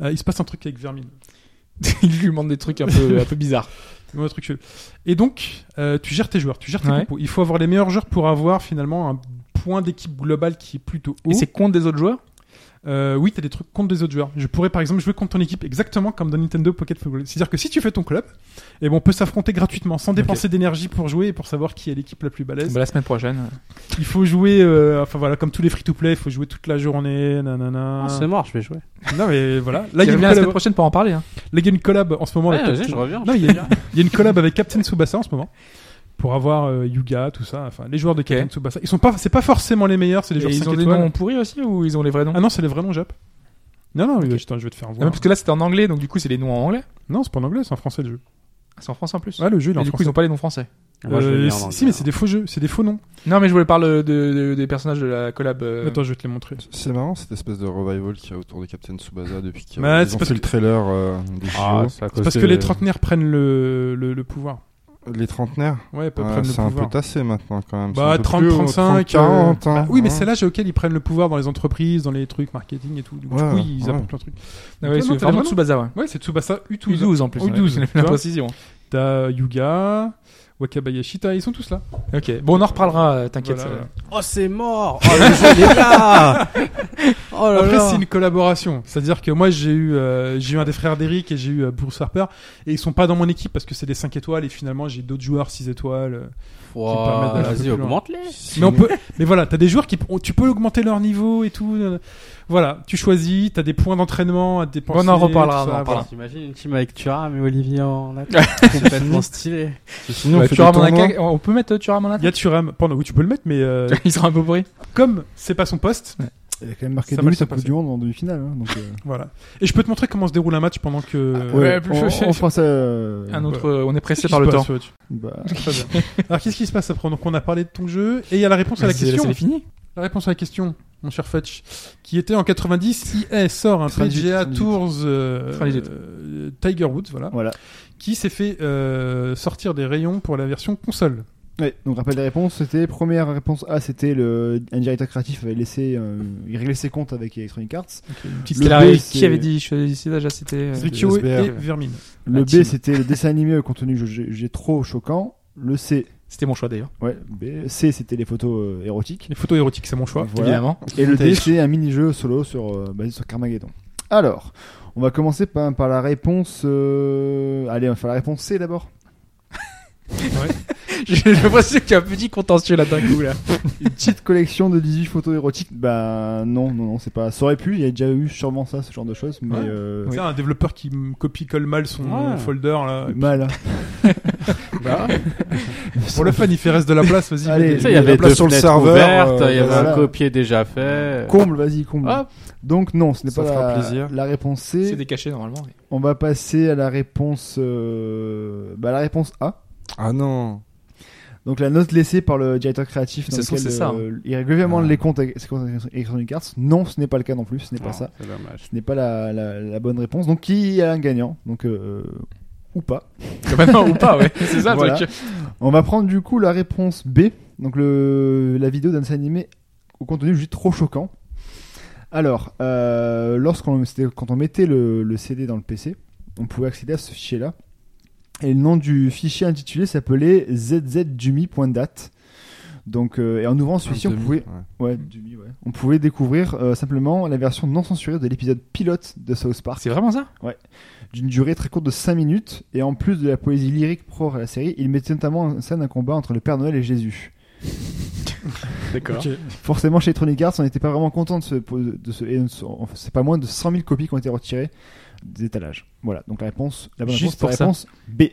Speaker 3: Euh, il se passe un truc avec Vermine.
Speaker 4: Il lui demande des trucs un peu, un peu bizarres.
Speaker 3: Ouais, un truc chelou. Et donc, euh, tu gères tes joueurs, tu gères tes
Speaker 4: Ouais.
Speaker 3: compos. Il faut avoir les meilleurs joueurs pour avoir finalement un point d'équipe global qui est plutôt haut.
Speaker 4: Et c'est contre des autres joueurs
Speaker 3: Euh, oui, t'as des trucs contre des autres joueurs. Je pourrais par exemple jouer contre ton équipe exactement comme dans Nintendo Pocket Football. C'est-à-dire que si tu fais ton club, eh ben, on peut s'affronter gratuitement, sans dépenser d'énergie pour jouer et pour savoir qui est l'équipe la plus balèze.
Speaker 4: Bah, La semaine prochaine.
Speaker 3: Il faut jouer, euh, enfin voilà, comme tous les free-to-play, il faut jouer toute la journée, nanana.
Speaker 2: Ah, c'est mort, je vais jouer.
Speaker 3: non mais voilà. Là
Speaker 4: Là,
Speaker 3: il y, a
Speaker 4: il
Speaker 3: une
Speaker 4: bien la semaine
Speaker 3: collab...
Speaker 4: prochaine pour en parler. hein.
Speaker 3: Là, il y a une collab en ce moment.
Speaker 4: Ah,
Speaker 2: Ouais,
Speaker 3: avec
Speaker 2: vas-y,
Speaker 3: Captain-
Speaker 2: je reviens.
Speaker 3: Non, il y, a, il y a une collab avec Captain Tsubasa en ce moment pour avoir euh, Yuga, tout ça. Enfin, les joueurs de Captain
Speaker 4: Ok.
Speaker 3: Tsubasa, ils sont pas, c'est pas forcément les meilleurs, c'est les
Speaker 4: Et
Speaker 3: joueurs 5
Speaker 4: ils ont des
Speaker 3: étoiles.
Speaker 4: noms pourris aussi ou ils ont les vrais noms
Speaker 3: Ah non, c'est les vrais noms Jap. Non non,
Speaker 4: Ok.
Speaker 3: attends, je vais te faire
Speaker 4: Ah,
Speaker 3: voir.
Speaker 4: Parce que là, c'était en anglais, donc du coup, c'est les noms en anglais.
Speaker 3: Non, c'est pas en anglais, c'est en français le jeu.
Speaker 4: Ah, C'est en français en plus.
Speaker 3: Ouais, le jeu, il est
Speaker 4: Et
Speaker 3: en
Speaker 4: du coup,
Speaker 3: français.
Speaker 4: ils ont pas les noms français.
Speaker 2: Moi, je
Speaker 3: Euh,
Speaker 2: vais lire en
Speaker 3: si,
Speaker 2: anglais,
Speaker 3: si, mais c'est
Speaker 2: hein.
Speaker 3: des faux jeux, c'est des faux noms.
Speaker 4: Non, mais je voulais parler de, de- des personnages de la collab. euh,
Speaker 3: Attends, je vais te les montrer.
Speaker 7: C'est marrant cette espèce de revival qu'il y a autour de Captain Tsubasa depuis qu'ils
Speaker 3: Bah, c'est
Speaker 7: ont
Speaker 3: parce
Speaker 7: fait le
Speaker 3: que-
Speaker 7: trailer euh, des
Speaker 2: Ah,
Speaker 7: JO.
Speaker 2: c'est à cause
Speaker 3: C'est parce
Speaker 2: de-
Speaker 3: que les trentenaires prennent le, le, le pouvoir.
Speaker 7: Les trentenaires,
Speaker 3: Ouais, ils peuvent
Speaker 4: Ah,
Speaker 7: ouais,
Speaker 3: prendre le
Speaker 7: c'est un peu
Speaker 3: pouvoir.
Speaker 7: tassé maintenant quand même.
Speaker 3: bah,
Speaker 7: C'est un peu
Speaker 3: 30,
Speaker 7: plus haut,
Speaker 3: 35,
Speaker 7: 40.
Speaker 3: euh,
Speaker 7: hein,
Speaker 3: bah oui, mais
Speaker 7: ouais.
Speaker 3: c'est l'âge auquel ils prennent le pouvoir dans les entreprises, dans les trucs marketing et tout. Du coup,
Speaker 7: Ouais,
Speaker 3: oui, ils
Speaker 7: ouais.
Speaker 3: apportent plein de trucs.
Speaker 4: Ah ouais,
Speaker 3: Non,
Speaker 4: c'est
Speaker 3: non, t'as
Speaker 4: vraiment
Speaker 3: les
Speaker 4: Tsubasa, ouais.
Speaker 3: Ouais, c'est Tsubasa U12.
Speaker 4: U12 en plus.
Speaker 3: Oh,
Speaker 4: ouais,
Speaker 3: U12,
Speaker 4: c'est
Speaker 3: tu
Speaker 4: La
Speaker 3: vois.
Speaker 4: précision.
Speaker 3: T'as Yuga, Wakabayashi, t'as- ils sont tous là.
Speaker 4: Ok. Bon, on en reparlera, euh, t'inquiète.
Speaker 3: Voilà,
Speaker 4: ça va.
Speaker 3: voilà.
Speaker 2: Oh, c'est mort Oh, le jeu, il est là Oh là
Speaker 3: Après,
Speaker 2: là
Speaker 3: c'est une collaboration. C'est-à-dire que moi, j'ai eu, euh, j'ai eu un des frères d'Eric et j'ai eu euh, Bruce Harper. Et ils sont pas dans mon équipe parce que c'est des 5 étoiles et finalement, j'ai d'autres joueurs 6 étoiles. euh,
Speaker 2: Ouah,
Speaker 3: qui permettent d'aller un peu
Speaker 2: Vas-y,
Speaker 3: plus loin.
Speaker 2: augmente-les
Speaker 3: Mais on peut, mais voilà, t'as des joueurs qui, on- tu peux augmenter leur niveau et tout. euh, Voilà, tu choisis, t'as des points d'entraînement à dépenser.
Speaker 4: Bon, on en reparlera,
Speaker 3: tout
Speaker 4: on en
Speaker 3: ça,
Speaker 4: reparlera.
Speaker 3: voilà.
Speaker 2: T'imagines une team avec Thuram et Olivier en attaque C'est complètement stylé.
Speaker 7: Sinon, on
Speaker 4: Bah,
Speaker 7: fait
Speaker 4: Thuram
Speaker 7: des
Speaker 4: en
Speaker 7: tournois.
Speaker 4: attaque- On peut mettre euh, Thuram en
Speaker 3: Il y
Speaker 4: attaque
Speaker 3: a Thuram, pardon, oui, tu peux le mettre, mais euh,
Speaker 4: Il sera un peu pourri.
Speaker 3: comme c'est pas son poste,
Speaker 5: Il a quand même marqué
Speaker 3: Ça
Speaker 5: deux
Speaker 3: va le
Speaker 5: buts
Speaker 3: se
Speaker 5: à Coupe
Speaker 3: passer.
Speaker 5: du Monde en demi-finale. hein, donc, euh,
Speaker 3: Voilà. Et je peux te montrer comment se déroule un match pendant que.
Speaker 4: Ah, ouais,
Speaker 5: ouais,
Speaker 4: plus-
Speaker 5: on, on fera ça. euh,
Speaker 4: Un autre, euh, on est
Speaker 3: Qu'est-ce
Speaker 4: pressé
Speaker 3: qui
Speaker 4: par
Speaker 3: se
Speaker 4: le temps.
Speaker 3: passe, ouais, tu-
Speaker 5: bah,
Speaker 3: Très bien. Alors qu'est-ce qui se passe après Donc on a parlé de ton jeu et il y a la réponse à la
Speaker 4: C'est- c'est-
Speaker 3: question.
Speaker 4: C'est fini.
Speaker 3: La réponse à la question, mon cher Fetch, qui était en 90, EA sort un
Speaker 5: 98,
Speaker 3: PGA
Speaker 5: 98.
Speaker 3: Tours euh,
Speaker 4: 98.
Speaker 3: euh, Tiger Woods, voilà,
Speaker 5: voilà.
Speaker 3: qui s'est fait euh, sortir des rayons pour la version console.
Speaker 5: Ouais, donc rappel des réponses, c'était première réponse A, c'était le un directeur créatif avait laissé, euh, il réglait ses comptes avec Electronic Arts.
Speaker 4: Petite
Speaker 5: Le
Speaker 4: qui avait-
Speaker 5: B,
Speaker 4: qui
Speaker 5: c'est-
Speaker 4: avait dit choisissez déjà c'était. euh,
Speaker 5: Zrikyo
Speaker 3: Riccio
Speaker 5: SBR.
Speaker 3: et Vermine.
Speaker 5: Le
Speaker 4: La
Speaker 5: B,
Speaker 4: team.
Speaker 5: c'était le dessin animé au contenu que j'ai j'ai trop choquant. Le C,
Speaker 4: C'était mon choix d'ailleurs.
Speaker 5: ouais, B, C, c'était les photos euh, érotiques.
Speaker 3: Les photos érotiques, c'est mon choix.
Speaker 5: Voilà.
Speaker 4: Évidemment.
Speaker 5: Et le D, c'est un mini-jeu solo sur, euh, basé sur Carmageddon. Alors, on va commencer par, par la réponse. euh, Allez, on va faire la réponse C d'abord.
Speaker 4: J'ai l'impression qu'il y a un petit contentieux là d'un coup là.
Speaker 5: Une petite collection de 18 photos érotiques. Bah non, non, non, c'est pas. Ça aurait pu, il y a déjà eu sûrement ça, ce genre de choses, mais
Speaker 3: Ouais.
Speaker 5: euh,
Speaker 3: C'est un développeur qui me copie-colle mal son
Speaker 2: Ouais.
Speaker 3: folder. Là.
Speaker 5: mal. hein.
Speaker 3: Pour le fun, il fait reste de la place, vas-y.
Speaker 5: Allez.
Speaker 3: mets
Speaker 2: Tu
Speaker 3: des-
Speaker 2: sais, il y avait
Speaker 7: place
Speaker 2: deux
Speaker 7: sur le
Speaker 2: fenêtres
Speaker 7: serveur,
Speaker 2: ouvertes,
Speaker 7: euh,
Speaker 2: il y avait
Speaker 5: voilà.
Speaker 2: un copier déjà fait.
Speaker 5: Comble, vas-y, comble.
Speaker 2: Hop.
Speaker 5: Donc non, ce n'est
Speaker 7: Ça
Speaker 5: pas
Speaker 7: fera
Speaker 5: la,
Speaker 7: plaisir.
Speaker 5: la réponse C.
Speaker 4: C'est décaché normalement. mais-
Speaker 5: On va passer à la réponse, euh, bah, la réponse A.
Speaker 7: Ah non.
Speaker 5: Donc la note laissée par le directeur créatif dans
Speaker 4: Ça se trouve,
Speaker 5: lequel,
Speaker 4: c'est ça,
Speaker 5: euh, il règle vraiment
Speaker 7: Ah.
Speaker 5: les comptes avec ses comptes avec Electronic Arts. Non, ce n'est pas le cas non plus. Ce n'est pas
Speaker 2: Non,
Speaker 5: ça.
Speaker 2: C'est dommage.
Speaker 5: Ce n'est pas la, la- la bonne réponse. Donc qui a un gagnant Donc euh, ou pas.
Speaker 4: Bah non, ou pas, ouais. C'est ça le
Speaker 5: Voilà.
Speaker 4: truc.
Speaker 5: On va prendre du coup la réponse B. Donc le, la vidéo d'un dessin animé au contenu juste trop choquant. Alors, euh, lorsqu'on c'était quand on mettait le, le CD dans le PC, on pouvait accéder à ce fichier-là. Et le nom du fichier intitulé s'appelait zzjumi.date. Donc, euh, et en ouvrant celui-ci, on
Speaker 7: Demi,
Speaker 5: pouvait,
Speaker 7: ouais.
Speaker 5: ouais, Jumi, ouais. on pouvait découvrir euh, simplement la version non censurée de l'épisode pilote de South Park
Speaker 4: C'est vraiment ça
Speaker 5: d'une durée très courte de 5 minutes, et en plus de la poésie lyrique propre à la série, il mettait notamment en scène un combat entre le Père Noël et Jésus.
Speaker 4: D'accord.
Speaker 3: Ok.
Speaker 5: Forcément, chez Electronic Arts, on n'était pas vraiment content de ce, de ce et on- c'est pas moins de 100 000 copies qui ont été retirées des étalages. Voilà, donc la réponse, la bonne
Speaker 4: Juste
Speaker 5: réponse, c'est la
Speaker 4: pour ça.
Speaker 5: réponse B.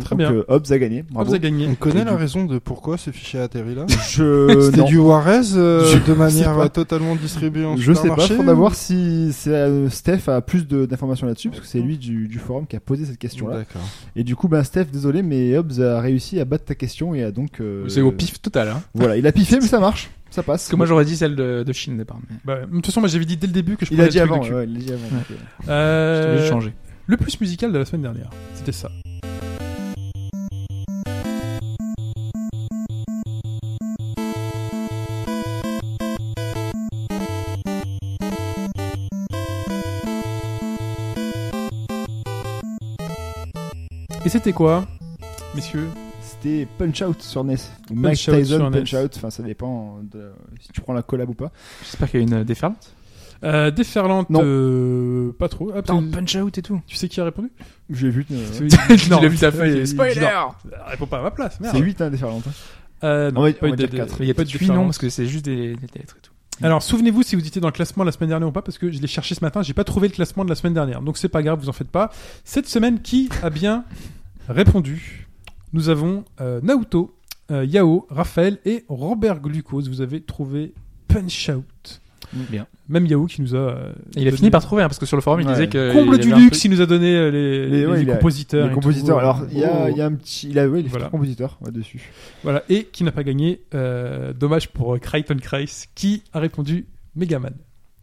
Speaker 3: Très
Speaker 5: donc,
Speaker 3: bien.
Speaker 5: euh, Hobbs a gagné.
Speaker 3: Ah,
Speaker 5: Bravo.
Speaker 3: vous avez gagné.
Speaker 7: On connaît
Speaker 5: Et
Speaker 7: la
Speaker 5: du-
Speaker 7: raison de pourquoi ce fichier a atterri là
Speaker 5: Je,
Speaker 7: C'était
Speaker 5: non.
Speaker 7: du Warez euh,
Speaker 5: Je
Speaker 7: de
Speaker 5: sais
Speaker 7: manière
Speaker 5: pas.
Speaker 7: euh, totalement distribuée en
Speaker 5: Je sais pas,
Speaker 7: supermarché
Speaker 5: faut
Speaker 7: ou-
Speaker 5: d'avoir si c'est, euh, Steph a plus de- d'informations là-dessus, parce que c'est lui du, du forum qui a posé cette question-là.
Speaker 7: D'accord.
Speaker 5: Et du coup, ben Steph, désolé, mais Hobbs a réussi à battre ta question et a donc. euh,
Speaker 4: C'est au pif total. Hein.
Speaker 5: Voilà, il a piffé, mais ça marche, ça passe.
Speaker 4: Parce que moi j'aurais dit celle de, de Chine au départ. mais
Speaker 3: Bah, de toute façon, moi j'avais dit dès le début que je
Speaker 5: Il a
Speaker 3: prenais
Speaker 5: dit
Speaker 3: le truc
Speaker 5: avant,
Speaker 3: de cul.
Speaker 5: ouais, il a dit avant. donc, euh,
Speaker 4: Je t'ai
Speaker 3: Euh,
Speaker 4: vu changer.
Speaker 3: le plus musical de la semaine dernière, c'était ça. Et c'était quoi, messieurs
Speaker 5: C'était Punch Out sur NES. Ou Mike
Speaker 3: Out
Speaker 5: Tyson
Speaker 3: sur NES.
Speaker 5: Punch Out, enfin ça dépend de- si tu prends la collab ou pas.
Speaker 4: J'espère qu'il y a une euh, déferlante.
Speaker 3: euh, Déferlante,
Speaker 5: Non.
Speaker 3: euh, pas trop. Ah,
Speaker 4: Attends,
Speaker 3: tu-
Speaker 4: punch out et tout.
Speaker 3: tu sais qui a répondu
Speaker 5: J'ai vu. euh,
Speaker 4: Tu l'as vu ta
Speaker 3: il-
Speaker 4: feuille.
Speaker 3: il-
Speaker 4: Spoiler
Speaker 3: non, Elle répond pas à ma place, merde.
Speaker 5: C'est 8 hein, déferlantes. hein.
Speaker 3: Euh,
Speaker 5: On va-
Speaker 3: pas
Speaker 5: on
Speaker 3: eu
Speaker 5: va
Speaker 3: de-
Speaker 5: dire quatre.
Speaker 3: de-
Speaker 4: Mais il y a
Speaker 3: pas eu
Speaker 4: peut-être
Speaker 3: de
Speaker 4: 8 noms
Speaker 3: différence.
Speaker 4: parce que c'est juste des, des lettres et tout.
Speaker 3: Alors, souvenez-vous si vous étiez dans le classement la semaine dernière ou pas, parce que je l'ai cherché ce matin, j'ai pas trouvé le classement de la semaine dernière. Donc, c'est pas grave, vous en faites pas. Cette semaine, qui a bien répondu Nous avons euh, Naoto, euh, Yao, Raphaël et Robert Glucose. Vous avez trouvé Punch Out.
Speaker 4: Bien.
Speaker 3: Même Yao qui nous a. euh,
Speaker 4: Et il a
Speaker 3: donné-
Speaker 4: fini par trouver hein, parce que sur le forum il
Speaker 5: Ouais.
Speaker 4: disait que.
Speaker 3: Comble
Speaker 4: il
Speaker 3: du
Speaker 4: avait un
Speaker 3: luxe,
Speaker 4: truc-
Speaker 3: il nous a donné euh, les,
Speaker 5: Les- ouais,
Speaker 3: les
Speaker 5: il a-
Speaker 3: compositeurs.
Speaker 5: Les
Speaker 3: et
Speaker 5: compositeurs.
Speaker 3: tout.
Speaker 5: Alors il y, a
Speaker 3: Oh.
Speaker 5: il y a un petit, il a, ouais, il a fait
Speaker 3: Voilà.
Speaker 5: compositeur ouais, dessus.
Speaker 3: Voilà, et qui n'a pas gagné. euh, dommage pour euh, Crichton Kreis, qui a répondu Megaman.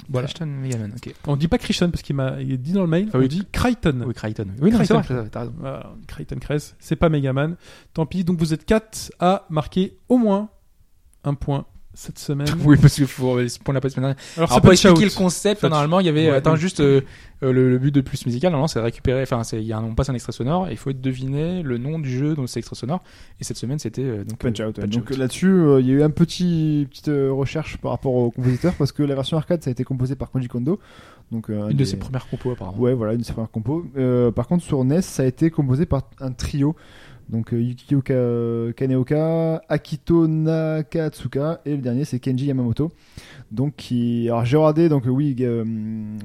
Speaker 3: Voilà.
Speaker 4: Ashton Megaman, ok.
Speaker 3: On dit pas Crichton parce qu'il m'a il est dit dans le mail,
Speaker 4: Ah oui.
Speaker 3: on dit Crichton.
Speaker 4: Oui, Crichton. Oui, non, mais c'est
Speaker 3: Crichton.
Speaker 4: vrai, t'as- t'as raison.
Speaker 3: Voilà, Crichton Kreis, c'est pas Megaman. Tant pis, donc vous êtes 4 à marquer au moins un point cette semaine.
Speaker 4: Oui, parce que faut euh, ce point de la semaine dernière.
Speaker 3: Alors,
Speaker 4: Alors
Speaker 3: c'est
Speaker 4: pour
Speaker 3: pas shout.
Speaker 4: expliquer le concept,
Speaker 3: Fudge.
Speaker 4: normalement il y avait
Speaker 3: Ouais.
Speaker 4: attends juste euh, euh, le, le but de plus musical. Normalement c'est de récupérer, enfin c'est il y a un, on passe un extrait sonore et il faut deviner le nom du jeu dont c'est extrait sonore. Et cette semaine c'était euh, donc
Speaker 5: Punch
Speaker 4: euh,
Speaker 5: Out. ouais.
Speaker 4: Punch
Speaker 5: Donc
Speaker 4: Out.
Speaker 5: là-dessus, euh, il y a eu un petit petite euh, recherche par rapport au compositeur parce que la version arcade ça a été composée par Koji Kondo. Donc euh, un
Speaker 4: une de
Speaker 5: des-
Speaker 4: ses premières compos apparemment.
Speaker 5: E Ouais, voilà, une de ses premières compos. Euh, par contre, sur NES, ça a été composé par un trio Donc euh, Yukioka euh, Kaneoka, Akito Nakatsuka et le dernier c'est Kenji Yamamoto. Donc qui alors j'ai regardé donc euh, oui euh,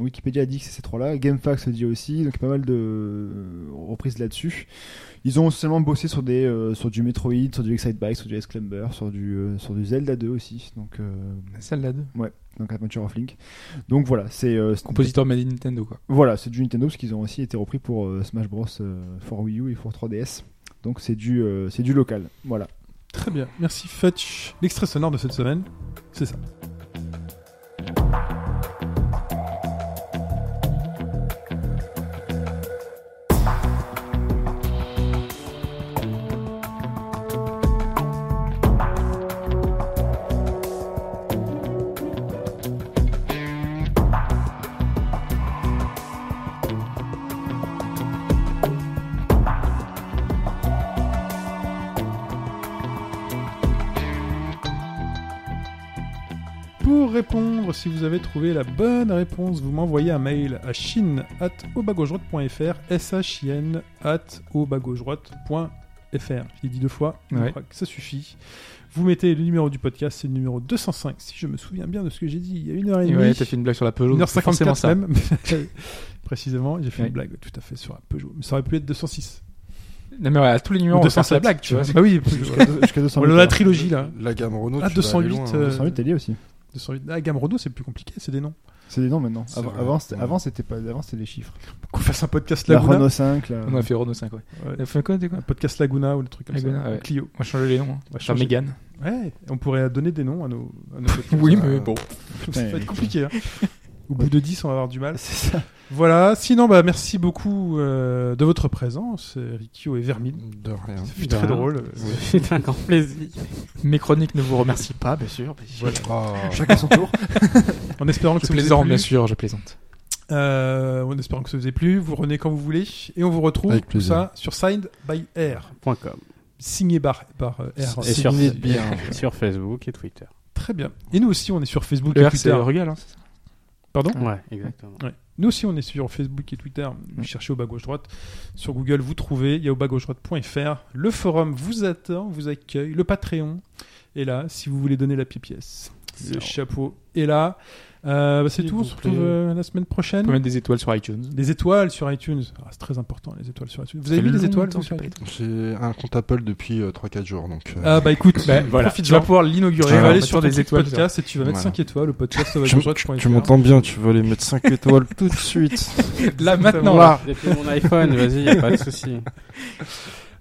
Speaker 5: Wikipédia dit que c'est ces trois-là, GameFAQs dit aussi donc pas mal de euh, reprises là-dessus. Ils ont seulement bossé sur des euh, sur du Metroid, sur du Excite Bike, sur du Exclamber, sur du euh, sur du Zelda 2 aussi. Donc euh,
Speaker 4: Celle-là, de-
Speaker 5: donc Adventure of Link. Donc voilà, c'est euh, c'est-
Speaker 4: compositeur made in Nintendo, quoi.
Speaker 5: voilà, c'est du Nintendo parce qu'ils ont aussi été repris pour euh, Smash Bros euh, for Wii U et pour 3DS. Donc c'est du euh, c'est du local. Voilà.
Speaker 3: Très bien, merci Fetch. L'extrait sonore de cette semaine, c'est ça. Pour répondre, si vous avez trouvé la bonne réponse, vous m'envoyez un mail à chine at shin at Je l'ai dit deux fois, je
Speaker 4: Ouais.
Speaker 3: crois que ça suffit. Vous mettez le numéro du podcast, c'est le numéro 205, si je me souviens bien de ce que j'ai dit il y a une heure et
Speaker 4: Et
Speaker 3: demie.
Speaker 4: Ah, ouais, t'as fait une blague sur la Peugeot, donc c'est forcément
Speaker 3: 1h54
Speaker 4: ça.
Speaker 3: même. Précisément, j'ai fait
Speaker 4: Ouais.
Speaker 3: une blague tout à fait sur un Peugeot. Mais ça aurait pu être 206.
Speaker 4: Non, mais ouais, à tous les numéros,
Speaker 3: Ou
Speaker 4: on va faire
Speaker 3: 207.
Speaker 4: sa blague, tu vois.
Speaker 3: Bah oui,
Speaker 5: Jusqu'à deux- Euh, jusqu'à 200
Speaker 3: la trilogie là.
Speaker 7: La gamme Renault.
Speaker 3: Ah,
Speaker 7: tu vas
Speaker 3: 208,
Speaker 7: aller loin, hein.
Speaker 3: euh,
Speaker 5: 208 t'es lié aussi.
Speaker 3: 208. La Ah, gamme Renault, c'est plus compliqué, c'est des noms.
Speaker 5: C'est des noms maintenant.
Speaker 7: C'est
Speaker 5: Avant,
Speaker 7: vrai,
Speaker 5: avant, c'était,
Speaker 7: ouais.
Speaker 5: avant, c'était pas, avant c'était des chiffres.
Speaker 3: Qu'on fasse un podcast
Speaker 5: La
Speaker 3: Laguna.
Speaker 5: Renault 5, la...
Speaker 4: On a fait Renault 5, ouais.
Speaker 3: Ouais.
Speaker 4: On a fait quoi, t'es quoi
Speaker 3: Un podcast Laguna ou des trucs comme
Speaker 4: Laguna,
Speaker 3: ça.
Speaker 4: ouais.
Speaker 3: Clio.
Speaker 4: On va changer les noms. hein. On va faire
Speaker 3: changer.
Speaker 4: Mégane.
Speaker 3: Ouais, on pourrait donner des noms à nos, à nos podcasts.
Speaker 4: Oui,
Speaker 3: Ça-
Speaker 4: mais bon.
Speaker 3: Ça va être compliqué. hein. Au bout de 10, on va avoir du mal.
Speaker 5: C'est ça.
Speaker 3: Voilà, sinon, bah, merci beaucoup euh, de votre présence, euh, Rikio et Vermine.
Speaker 7: De rien.
Speaker 3: Ça fut
Speaker 2: De
Speaker 3: très
Speaker 2: rien.
Speaker 3: drôle.
Speaker 2: C'est un grand plaisir.
Speaker 4: Mes chroniques ne vous remercient pas, bien sûr.
Speaker 3: Voilà.
Speaker 7: Ah.
Speaker 5: Chacun son tour.
Speaker 3: En espérant que
Speaker 4: Je
Speaker 3: ça vous ait
Speaker 4: plaisante,
Speaker 3: plu.
Speaker 4: bien sûr, je plaisante.
Speaker 3: Euh, en espérant que ça vous ait plu. Vous revenez quand vous voulez. Et on vous retrouve,
Speaker 7: Avec
Speaker 3: tout
Speaker 7: plaisir.
Speaker 3: ça, sur Signed by Air.
Speaker 2: Point com.
Speaker 3: Signé par, par euh, Air.
Speaker 2: Et sur,
Speaker 7: Signez bien.
Speaker 2: sur Facebook et Twitter.
Speaker 3: Très bien. Et nous aussi, on est sur Facebook
Speaker 4: Le
Speaker 3: et
Speaker 4: R, c'est
Speaker 3: Twitter.
Speaker 4: Rugal, hein, c'est ça
Speaker 3: Pardon
Speaker 2: Ouais, exactement.
Speaker 3: Ouais. Nous aussi, on est sur Facebook et Twitter.
Speaker 4: Mm.
Speaker 3: Vous cherchez au bas gauche droite. Sur Google, vous trouvez. Il y a au bas gauche droite.fr. Le forum vous attend, vous accueille. Le Patreon est là si vous voulez donner la petite pièce. Le chapeau est là. Euh, bah, c'est
Speaker 4: S'il
Speaker 3: tout.
Speaker 4: vous
Speaker 3: On se retrouve
Speaker 4: plaît.
Speaker 3: euh, la semaine
Speaker 4: On peut
Speaker 3: prochaine.
Speaker 4: mettre des étoiles sur iTunes.
Speaker 3: Les étoiles sur iTunes. Ah, c'est très important, les étoiles sur iTunes. Vous avez
Speaker 4: Ça fait
Speaker 3: mis les étoiles
Speaker 4: longtemps
Speaker 3: vous, sur
Speaker 4: que j'ai
Speaker 3: iTunes
Speaker 4: pas
Speaker 7: J'ai un compte Apple depuis 3-4 jours, donc. euh,
Speaker 3: Ah, bah écoute,
Speaker 4: Ben, voilà. Tu
Speaker 3: profite-en.
Speaker 4: vas pouvoir l'inaugurer. hein,
Speaker 3: Tu
Speaker 4: en
Speaker 3: vas aller
Speaker 4: mettant
Speaker 3: sur
Speaker 4: des étoiles. sur-
Speaker 3: podcast et tu vas mettre
Speaker 7: Voilà.
Speaker 3: 5 étoiles au podcast au bas
Speaker 7: bah, Tu,
Speaker 3: gauche droite.fr.
Speaker 7: tu m'entends bien, tu veux les mettre 5 étoiles tout de suite.
Speaker 4: Là, maintenant.
Speaker 7: Voilà.
Speaker 2: Depuis mon iPhone, vas-y, y a pas de souci.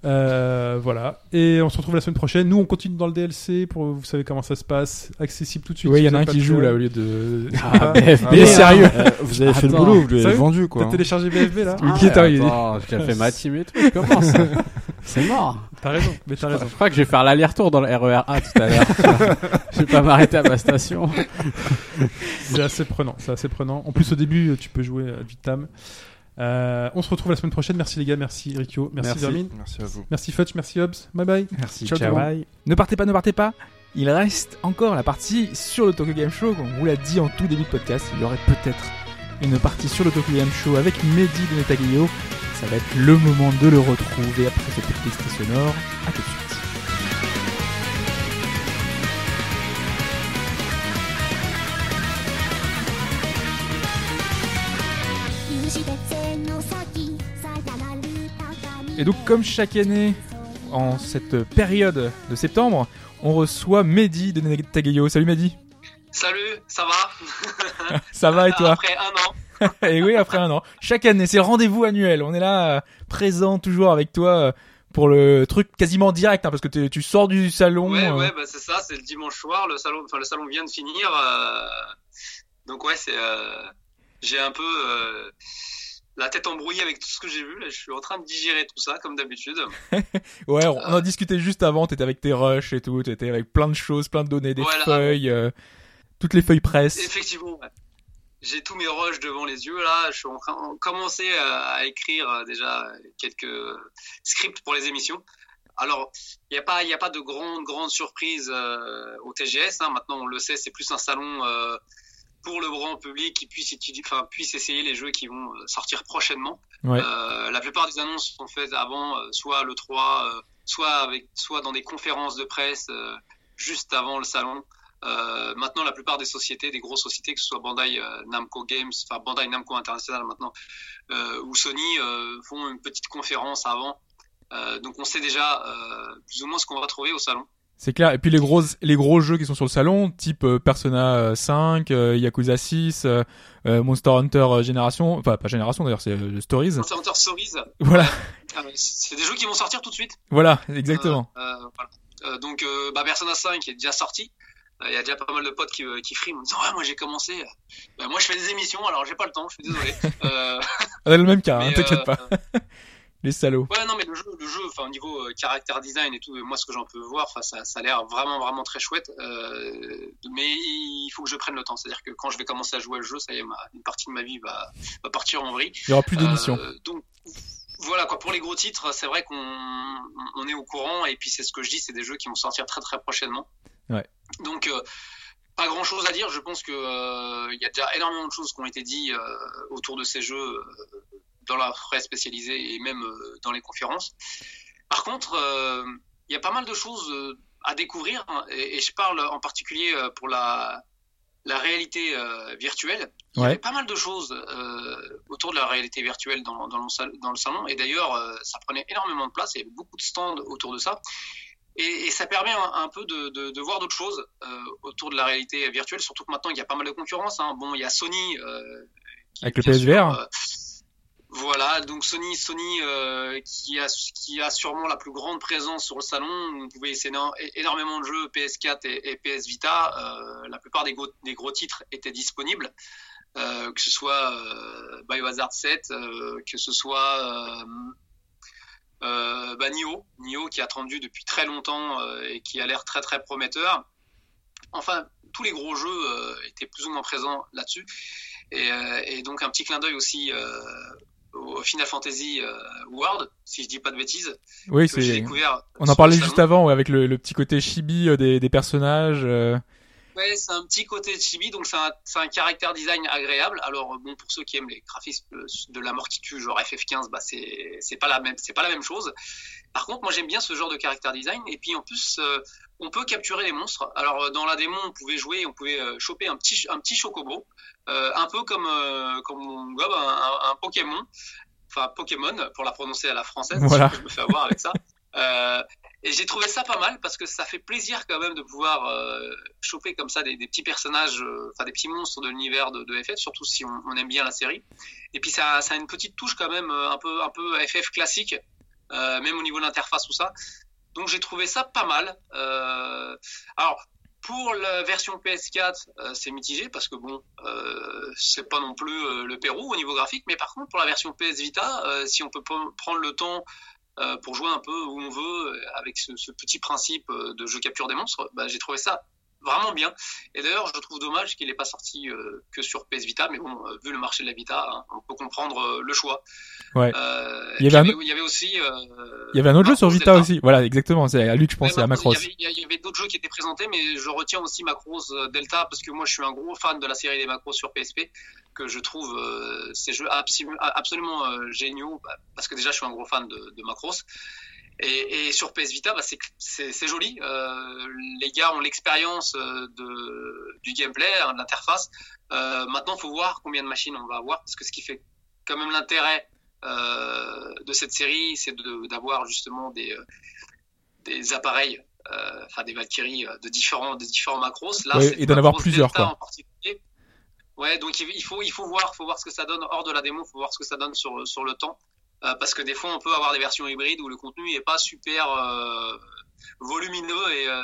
Speaker 3: Euh, voilà. Et on se retrouve la semaine prochaine. Nous, on continue dans le DLC pour vous savez comment ça se passe. Accessible tout de
Speaker 4: Tu
Speaker 3: suite.
Speaker 4: vois, il
Speaker 3: si
Speaker 4: y en
Speaker 3: vous
Speaker 4: a un
Speaker 3: êtes
Speaker 4: qui
Speaker 3: pas
Speaker 4: joue
Speaker 3: sûr.
Speaker 4: là au lieu de.
Speaker 2: Ah, BFB.
Speaker 7: Mais
Speaker 4: sérieux.
Speaker 7: Euh, vous avez fait le
Speaker 2: Attends.
Speaker 7: boulot, vous lui avez
Speaker 3: Sérieux
Speaker 7: vendu quoi. hein.
Speaker 3: T'as
Speaker 4: hein.
Speaker 3: téléchargé BFB là
Speaker 4: Qui est arrivé
Speaker 2: Ah, Attends, j'ai déjà fait ma team et tout, je commence. C'est mort.
Speaker 3: T'as raison. Mais t'as raison.
Speaker 2: Je crois que je vais faire l'aller-retour dans le RER A tout à l'heure. je vais pas m'arrêter à ma station.
Speaker 3: C'est assez prenant. C'est assez prenant. En plus, au début, tu peux jouer à Vitam. Euh, on se retrouve la semaine prochaine. Merci les gars. Merci Rikio. Merci,
Speaker 2: Merci.
Speaker 3: Vermine.
Speaker 7: Merci à vous.
Speaker 3: Merci Fudge. Merci Hobbs. Bye bye.
Speaker 4: Merci.
Speaker 2: Ciao,
Speaker 4: ciao.
Speaker 2: bye.
Speaker 4: Ne partez pas, ne partez pas. Il reste encore la partie sur le Tokyo Game Show, comme on vous l'a dit en tout début de podcast. Il y aurait peut-être une partie sur le Tokyo Game Show avec Mehdi de Netaglio. Ça va être le moment de le retrouver après cette petite extrait sonore. A tout de suite. Et donc, comme chaque année, en cette période de septembre, on reçoit Mehdi de Netaglio. Salut Mehdi.
Speaker 8: Salut, ça va
Speaker 4: Ça va et toi
Speaker 8: Après un an.
Speaker 4: Et Eh oui, après un an. Chaque année, c'est le rendez-vous annuel. On est là, euh, présent toujours avec toi euh, pour le truc quasiment direct, hein, parce que t'es- tu sors du salon.
Speaker 8: Ouais,
Speaker 4: euh,
Speaker 8: ouais, bah, c'est ça, c'est le dimanche soir, le salon, enfin, le salon vient de finir. euh, Donc ouais, c'est, euh, j'ai un peu euh, la tête embrouillée avec tout ce que j'ai vu. Là, je suis en train de digérer tout ça, comme d'habitude.
Speaker 4: ouais, on
Speaker 8: Ah.
Speaker 4: en discutait juste avant. T'étais avec tes rushs et tout. T'étais avec plein de choses, plein de données, des
Speaker 8: Voilà.
Speaker 4: feuilles, euh, toutes les feuilles presse.
Speaker 8: Effectivement, ouais. j'ai tous mes rushs devant les yeux là. Je suis en train de commencer à écrire euh, déjà quelques scripts pour les émissions. Alors, il n'y a pas, il y a pas de grande, grande surprise euh, au TGS. hein. Maintenant, on le sait, c'est plus un salon euh, pour le grand public qui puisse, étudier, enfin, puisse essayer les jeux qui vont euh, sortir prochainement.
Speaker 4: Ouais.
Speaker 8: Euh, la plupart des annonces sont faites avant, euh, soit le 3, euh, soit, avec, soit dans des conférences de presse euh, juste avant le salon. Euh, maintenant, la plupart des sociétés, des grosses sociétés, que ce soit Bandai euh, Namco Games, enfin Bandai Namco International maintenant, euh, ou Sony, euh, font une petite conférence avant. Euh, donc on sait déjà euh, plus ou moins ce qu'on va trouver au salon.
Speaker 4: C'est clair. Et puis les gros, les gros jeux qui sont sur le salon, type euh, Persona euh, 5, euh, Yakuza 6, euh, euh, Monster Hunter euh, Génération, enfin pas Génération d'ailleurs, c'est euh, Stories.
Speaker 8: Monster Hunter Stories,
Speaker 4: Voilà,
Speaker 8: euh, c'est des jeux qui vont sortir tout de suite.
Speaker 4: voilà, exactement.
Speaker 8: Euh, euh, voilà. Euh, donc, euh, bah, Persona 5 est déjà sorti. Euh, Il y a déjà pas mal de potes qui, euh, qui friment en disant Ouais, moi j'ai commencé. euh, bah, moi je fais des émissions, alors j'ai pas le temps, je suis désolé. Euh,
Speaker 4: On a le même cas, hein,
Speaker 8: mais,
Speaker 4: t'inquiète
Speaker 8: euh,
Speaker 4: pas. Les salauds.
Speaker 8: Ouais, non, mais le jeu, le jeu enfin, au niveau euh, caractère design et tout, euh, moi, ce que j'en peux voir, enfin, ça, ça a l'air vraiment, vraiment très chouette. euh, mais il faut que je prenne le temps. C'est-à-dire que quand je vais commencer à jouer au jeu, ça y est, ma, une partie de ma vie va, va partir en vrille.
Speaker 4: Il y aura plus d'émissions.
Speaker 8: Euh, donc voilà quoi. Pour les gros titres, c'est vrai qu'on on est au courant et puis c'est ce que je dis, c'est des jeux qui vont sortir très très prochainement.
Speaker 4: Ouais.
Speaker 8: Donc euh, pas grand chose à dire. Je pense que euh, il y a déjà énormément de choses qui ont été dites euh, autour de ces jeux euh, dans la presse spécialisée et même euh, dans les conférences. Par contre, euh, il y a pas mal de choses euh, à découvrir hein, et, et je parle en particulier euh, pour la la réalité euh, virtuelle. Il y
Speaker 4: Ouais.
Speaker 8: avait pas mal de choses euh, autour de la réalité virtuelle dans, dans, le, sal- dans le salon. Et d'ailleurs, euh, ça prenait énormément de place. Il y avait beaucoup de stands autour de ça. Et, et ça permet un, un peu de, de, de voir d'autres choses euh, autour de la réalité virtuelle. Surtout que maintenant, il y a pas mal de concurrence. hein. Bon, il y a Sony. euh, qui,
Speaker 4: Avec le
Speaker 8: bien sûr,
Speaker 4: PSVR.
Speaker 8: euh, voilà, donc Sony, Sony euh, qui, a, qui a sûrement la plus grande présence sur le salon. Vous pouvez essayer éno- é- énormément de jeux PS4 et, et PS Vita. Euh, la plupart des gros, des gros titres étaient disponibles, Euh, que ce soit euh, Biohazard 7, euh, que ce soit euh, euh, bah, Nioh, Nioh qui est attendu depuis très longtemps euh, et qui a l'air très très prometteur. Enfin, tous les gros jeux euh, étaient plus ou moins présents là-dessus. Et, euh, et donc un petit clin d'œil aussi euh, au Final Fantasy euh, World, si je dis pas de bêtises,
Speaker 4: Oui,
Speaker 8: que j'ai
Speaker 4: c'est.
Speaker 8: découvert.
Speaker 4: On en
Speaker 8: sur
Speaker 4: parlait
Speaker 8: le salon.
Speaker 4: juste avant, ouais, avec le, le petit côté chibi euh, des, des personnages. euh,
Speaker 8: Ouais, c'est un petit côté de chibi, donc c'est un, c'est un caractère design agréable. Alors euh, bon, pour ceux qui aiment les graphismes euh, de la mortitude, genre FF15, bah c'est c'est pas la même, c'est pas la même chose. Par contre, moi j'aime bien ce genre de caractère design. Et puis en plus, euh, on peut capturer les monstres. Alors euh, dans la démo, on pouvait jouer, on pouvait euh, choper un petit un petit chocobo, euh, un peu comme euh, comme on gobe un, un- un Pokémon, enfin Pokémon pour la prononcer à la française.
Speaker 4: Voilà.
Speaker 8: Je me fais avoir avec ça. Euh, et j'ai trouvé ça pas mal parce que ça fait plaisir quand même de pouvoir euh, choper comme ça des, des petits personnages, euh, enfin des petits monstres de l'univers de, de FF, surtout si on, on aime bien la série. Et puis ça, ça a une petite touche quand même euh, un peu, un peu FF classique, euh, même au niveau de l'interface ou ça. Donc j'ai trouvé ça pas mal. Euh, alors pour la version PS4, euh, c'est mitigé parce que bon, euh, c'est pas non plus euh, le Pérou au niveau graphique, mais par contre pour la version PS Vita, euh, si on peut pre- prendre le temps euh, pour jouer un peu où on veut euh, avec ce, ce petit principe euh, de je capture des monstres, bah, j'ai trouvé ça vraiment bien. Et d'ailleurs, je trouve dommage qu'il n'est pas sorti euh, que sur PS Vita, mais bon, euh, vu le marché de la Vita, hein, on peut comprendre euh, le choix.
Speaker 4: Ouais.
Speaker 8: Euh,
Speaker 4: Il y
Speaker 8: et
Speaker 4: avait
Speaker 8: puis, il, y avait,
Speaker 4: un-
Speaker 8: il y avait aussi. euh,
Speaker 4: Il y avait un autre jeu sur
Speaker 8: Macross
Speaker 4: Vita
Speaker 8: Delta.
Speaker 4: aussi. Voilà, exactement. C'est à lui que je pensais,
Speaker 8: Ouais,
Speaker 4: à
Speaker 8: Macross,
Speaker 4: Macross.
Speaker 8: Il y avait, il y a- il y avait d'autres jeux qui étaient présentés, mais je retiens aussi Macross euh, Delta parce que moi je suis un gros fan de la série des Macross sur PSP, que je trouve euh, ces jeux absolu- a- absolument euh, géniaux, bah, parce que déjà je suis un gros fan de, de Macross. Et, et sur PS Vita, bah, c'est- c'est c'est joli. Euh, les gars ont l'expérience euh, de- du gameplay, hein, de l'interface. Euh, maintenant, faut voir combien de machines on va avoir, parce que ce qui fait quand même l'intérêt euh, de cette série, c'est de- d'avoir justement des, euh, des appareils, euh, enfin des Valkyries euh, de différents, de différents macros. Là,
Speaker 4: Ouais,
Speaker 8: c'est
Speaker 4: et d'en avoir
Speaker 8: Macross
Speaker 4: plusieurs,
Speaker 8: Delta
Speaker 4: quoi.
Speaker 8: en particulier. Ouais, donc il il faut, il faut voir, faut voir ce que ça donne hors de la démo, faut voir ce que ça donne sur, sur le temps, Euh, parce que des fois on peut avoir des versions hybrides où le contenu n'est pas super euh, volumineux et euh,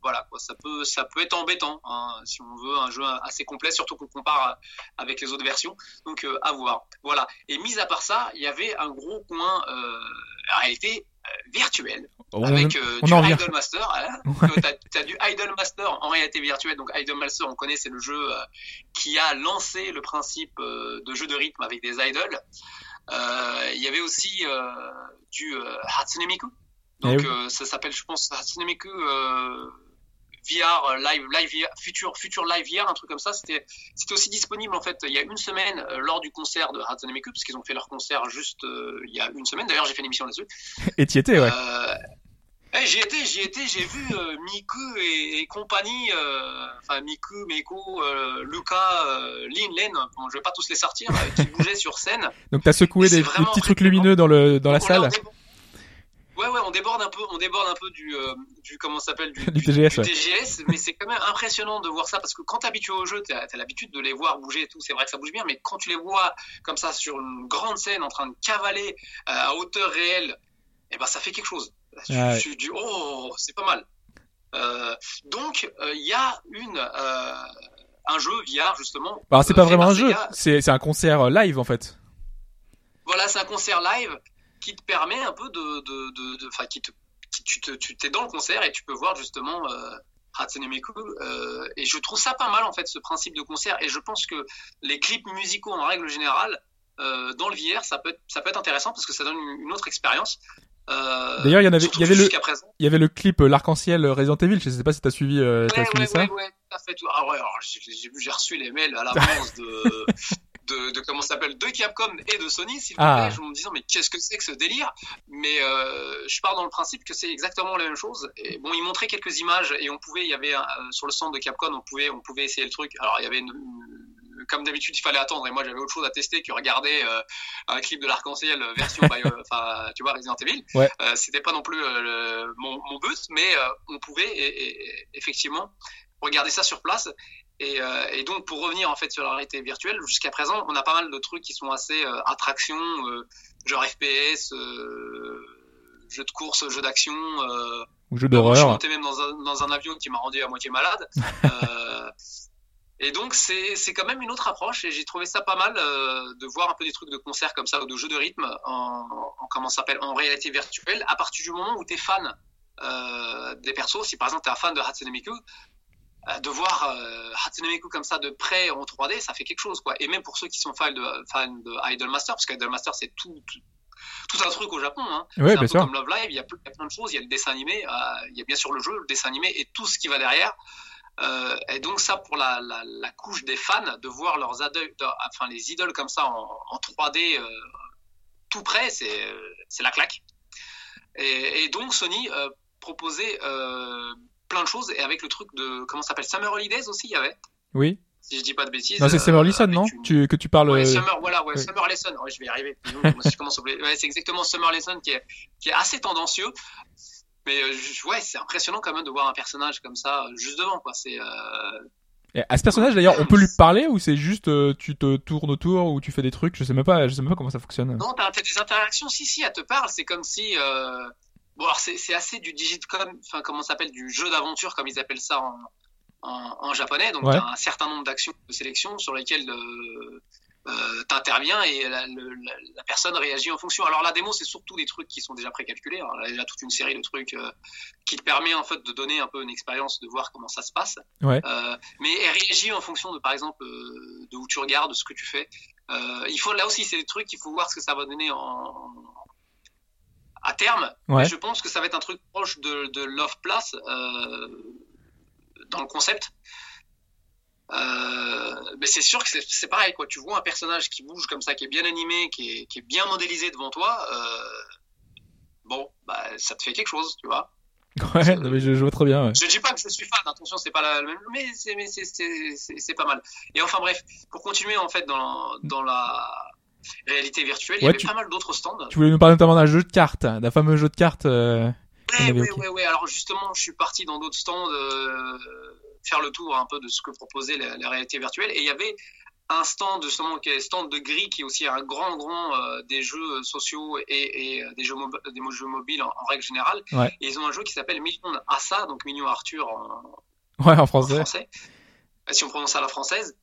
Speaker 8: voilà quoi, ça peut, ça peut être embêtant hein, si on veut un jeu assez complet, surtout qu'on compare avec les autres versions. Donc euh, à voir. Voilà. Et mis à part ça, il y avait un gros coin euh, réalité euh, virtuelle
Speaker 4: On-
Speaker 8: avec euh,
Speaker 4: on
Speaker 8: du
Speaker 4: en revient.
Speaker 8: Idol Master. hein.
Speaker 4: Ouais.
Speaker 8: Donc, T'as t'as du Idol Master en réalité virtuelle. Donc Idol Master, on connaît, c'est le jeu euh, qui a lancé le principe euh, de jeu de rythme avec des idoles. Euh, Il y avait aussi euh, du euh, Hatsune Miku.
Speaker 4: Eh
Speaker 8: Donc
Speaker 4: oui.
Speaker 8: euh, ça s'appelle, je pense, Hatsune Miku euh, VR live live VR, future future live VR un truc comme ça c'était c'était aussi disponible en fait il y a une semaine euh, lors du concert de Hatsune Miku parce qu'ils ont fait leur concert juste euh, il y a une semaine d'ailleurs j'ai fait une émission là-dessus
Speaker 4: Et t'y étais, ouais.
Speaker 8: euh, eh, j'y étais, j'y étais, j'ai vu euh, Miku et, et compagnie, euh, enfin Miku, Meko, euh, Luca, euh, Lin, Len, bon, je vais pas tous les sortir, euh, qui bougeaient sur scène.
Speaker 4: Donc t'as secoué
Speaker 8: euh, c'est
Speaker 4: des, des
Speaker 8: vraiment
Speaker 4: petits trucs
Speaker 8: impressionnant.
Speaker 4: lumineux dans, le, dans la
Speaker 8: On est- on
Speaker 4: salle.
Speaker 8: déborde- Ouais, ouais, on déborde un peu, on déborde un peu du, euh, du comment ça s'appelle du,
Speaker 4: Du TGS, ouais.
Speaker 8: TGS, mais c'est quand même impressionnant de voir ça parce que quand t'es habitué au jeu, t'as t'as l'habitude de les voir bouger et tout. C'est vrai que ça bouge bien, mais quand tu les vois comme ça sur une grande scène en train de cavaler euh, à hauteur réelle, eh ben ça fait quelque chose. Je-
Speaker 4: Ouais.
Speaker 8: Je, dis oh, c'est pas mal. Euh, donc euh, il y a une euh, un jeu VR justement.
Speaker 4: Alors c'est
Speaker 8: euh,
Speaker 4: pas
Speaker 8: fait
Speaker 4: vraiment
Speaker 8: par
Speaker 4: un jeu,
Speaker 8: Sega,
Speaker 4: c'est c'est un concert euh, live en fait.
Speaker 8: voilà, c'est un concert live qui te permet un peu de, de, de, de- enfin, qui te, qui- tu te, tu t'es dans le concert et tu peux voir justement euh, Hatsune Miku. euh, et je trouve ça pas mal en fait ce principe de concert. Et je pense que les clips musicaux en règle générale euh, dans le VR, ça peut, être, ça peut être intéressant parce que ça donne une, une autre expérience. Euh,
Speaker 4: D'ailleurs, il y en avait-
Speaker 8: surtout
Speaker 4: il y avait le-
Speaker 8: jusqu'à présent.
Speaker 4: Il y avait le clip euh, l'arc-en-ciel euh, Resident Evil, je sais pas si t'as suivi, euh, t'as
Speaker 8: Ouais,
Speaker 4: suivi
Speaker 8: ouais,
Speaker 4: ça.
Speaker 8: ouais, ouais, tout à fait. tout- Ah ouais, alors, j'ai- j'ai vu- j'ai reçu les mails à l'avance de, de, de comment ça s'appelle, de Capcom et de Sony, s'il vous
Speaker 4: Ah.
Speaker 8: plaît, je me disant mais qu'est-ce que c'est que ce délire Mais euh, je pars dans le principe que c'est exactement la même chose. Et bon, ils montraient quelques images et on pouvait, il y avait un- euh, sur le centre de Capcom, on pouvait, on pouvait essayer le truc. Alors il y avait une- une- comme d'habitude, il fallait attendre et moi j'avais autre chose à tester que regarder euh, un clip de l'arc-en-ciel euh, version, Bio- enfin tu vois, Resident Evil.
Speaker 4: Ouais.
Speaker 8: Euh, C'était pas non plus euh, le- mon, mon but, mais euh, on pouvait et- et- effectivement regarder ça sur place. Et, euh, et donc pour revenir en fait sur la réalité virtuelle, jusqu'à présent, on a pas mal de trucs qui sont assez euh, attractions, euh, genre FPS, euh, jeux de course, jeux d'action. euh,
Speaker 4: Ou jeu
Speaker 8: je suis
Speaker 4: d'horreur.
Speaker 8: monté même dans un, dans un avion qui m'a rendu à moitié malade. Euh, et donc, c'est c'est quand même une autre approche. Et j'ai trouvé ça pas mal euh, de voir un peu des trucs de concert comme ça, ou de jeux de rythme, en, en, comment ça s'appelle, en réalité virtuelle, à partir du moment où tu es fan euh, des persos. Si par exemple, tu es un fan de Hatsune Miku, euh, de voir euh, Hatsune Miku comme ça de près en 3D, ça fait quelque chose. quoi. Et même pour ceux qui sont fans de, fans de Idolmaster, parce qu'Idolmaster, c'est tout, tout, tout un truc au Japon. Hein.
Speaker 4: Ouais,
Speaker 8: C'est un
Speaker 4: bien
Speaker 8: peu
Speaker 4: sûr.
Speaker 8: comme Love Live, il y, a, ple- il y a plein de choses, il y a le dessin animé, euh, il y a bien sûr le jeu, le dessin animé et tout ce qui va derrière. Euh, et donc ça, pour la, la, la couche des fans, de voir leurs adeu- de- enfin les idoles comme ça en, en 3D euh, tout près, c'est euh, c'est la claque. Et, et donc Sony euh, proposait euh, plein de choses et avec le truc de comment ça s'appelle Summer Holidays aussi, il y avait.
Speaker 4: Oui.
Speaker 8: Si je dis pas de bêtises.
Speaker 4: Non, c'est
Speaker 8: euh,
Speaker 4: Summer Leeson, non
Speaker 8: avec une-
Speaker 4: tu, Que tu parles.
Speaker 8: Ouais,
Speaker 4: euh,
Speaker 8: Summer, voilà, ouais,
Speaker 4: oui.
Speaker 8: Summer Lesson, ouais, je vais y arriver. Disons, moi, je commence à oublier. Ouais, c'est exactement Summer Lesson qui est, qui est assez tendancieux. Mais euh, je- ouais, c'est impressionnant quand même de voir un personnage comme ça euh, juste devant. Quoi. C'est, euh,
Speaker 4: et À ce personnage d'ailleurs, on peut lui parler ou c'est juste euh, tu te tournes autour ou tu fais des trucs Je sais même pas, je sais même pas comment ça fonctionne.
Speaker 8: Non, t'as, t'as des interactions, si, si, elle te parle. C'est comme si. euh, Bon, alors c'est, c'est assez du digitcom, enfin, comment ça s'appelle, du jeu d'aventure, comme ils appellent ça en, en, en japonais. Donc,
Speaker 4: Ouais.
Speaker 8: t'as un certain nombre d'actions de sélection sur lesquelles euh, euh, t'interviens et la, le- la- la personne réagit en fonction. Alors, la démo, c'est surtout des trucs qui sont déjà précalculés. Alors, là, il y a toute une série de trucs euh, qui te permet en fait de donner un peu une expérience, de voir comment ça se passe.
Speaker 4: Ouais.
Speaker 8: Euh, mais elle réagit en fonction de, par exemple, euh, de où tu regardes, de ce que tu fais. Euh, il faut là aussi, c'est des trucs, il faut voir ce que ça va donner en à terme.
Speaker 4: Ouais.
Speaker 8: Et Je pense que ça va être un truc proche de, de Love Place euh, dans le concept. Euh, mais c'est sûr que c'est- c'est pareil quoi. Tu vois un personnage qui bouge comme ça, qui est bien animé, qui est, qui est bien modélisé devant toi. euh, bon, bah, ça te fait quelque chose, tu vois.
Speaker 4: Ouais, non, mais je, je vois très bien. ouais.
Speaker 8: Je dis pas que je suis fan, attention, c'est pas la même, mais c'est mais c'est- c'est- c'est- c'est pas mal. Et enfin bref, pour continuer en fait dans, dans la réalité virtuelle, il y
Speaker 4: Ouais,
Speaker 8: avait
Speaker 4: tu-
Speaker 8: pas mal d'autres stands.
Speaker 4: Tu voulais nous parler notamment d'un jeu de cartes, d'un fameux jeu de cartes. euh, qu'on
Speaker 8: Ouais,
Speaker 4: avait
Speaker 8: ouais,
Speaker 4: évoqué.
Speaker 8: ouais, ouais. Alors justement, je suis parti dans d'autres stands euh, faire le tour un peu de ce que proposait la, la réalité virtuelle. Et il y avait un stand justement qui est stand de gris, qui est aussi un grand grand euh, des jeux sociaux et, et, euh, des jeux mob- des mo- jeux mobiles en, en règle générale.
Speaker 4: Ouais.
Speaker 8: Et ils ont un jeu qui s'appelle Million Assa, donc Million Arthur en,
Speaker 4: Ouais, en
Speaker 8: en
Speaker 4: français.
Speaker 8: français, euh, si on prononce à la française,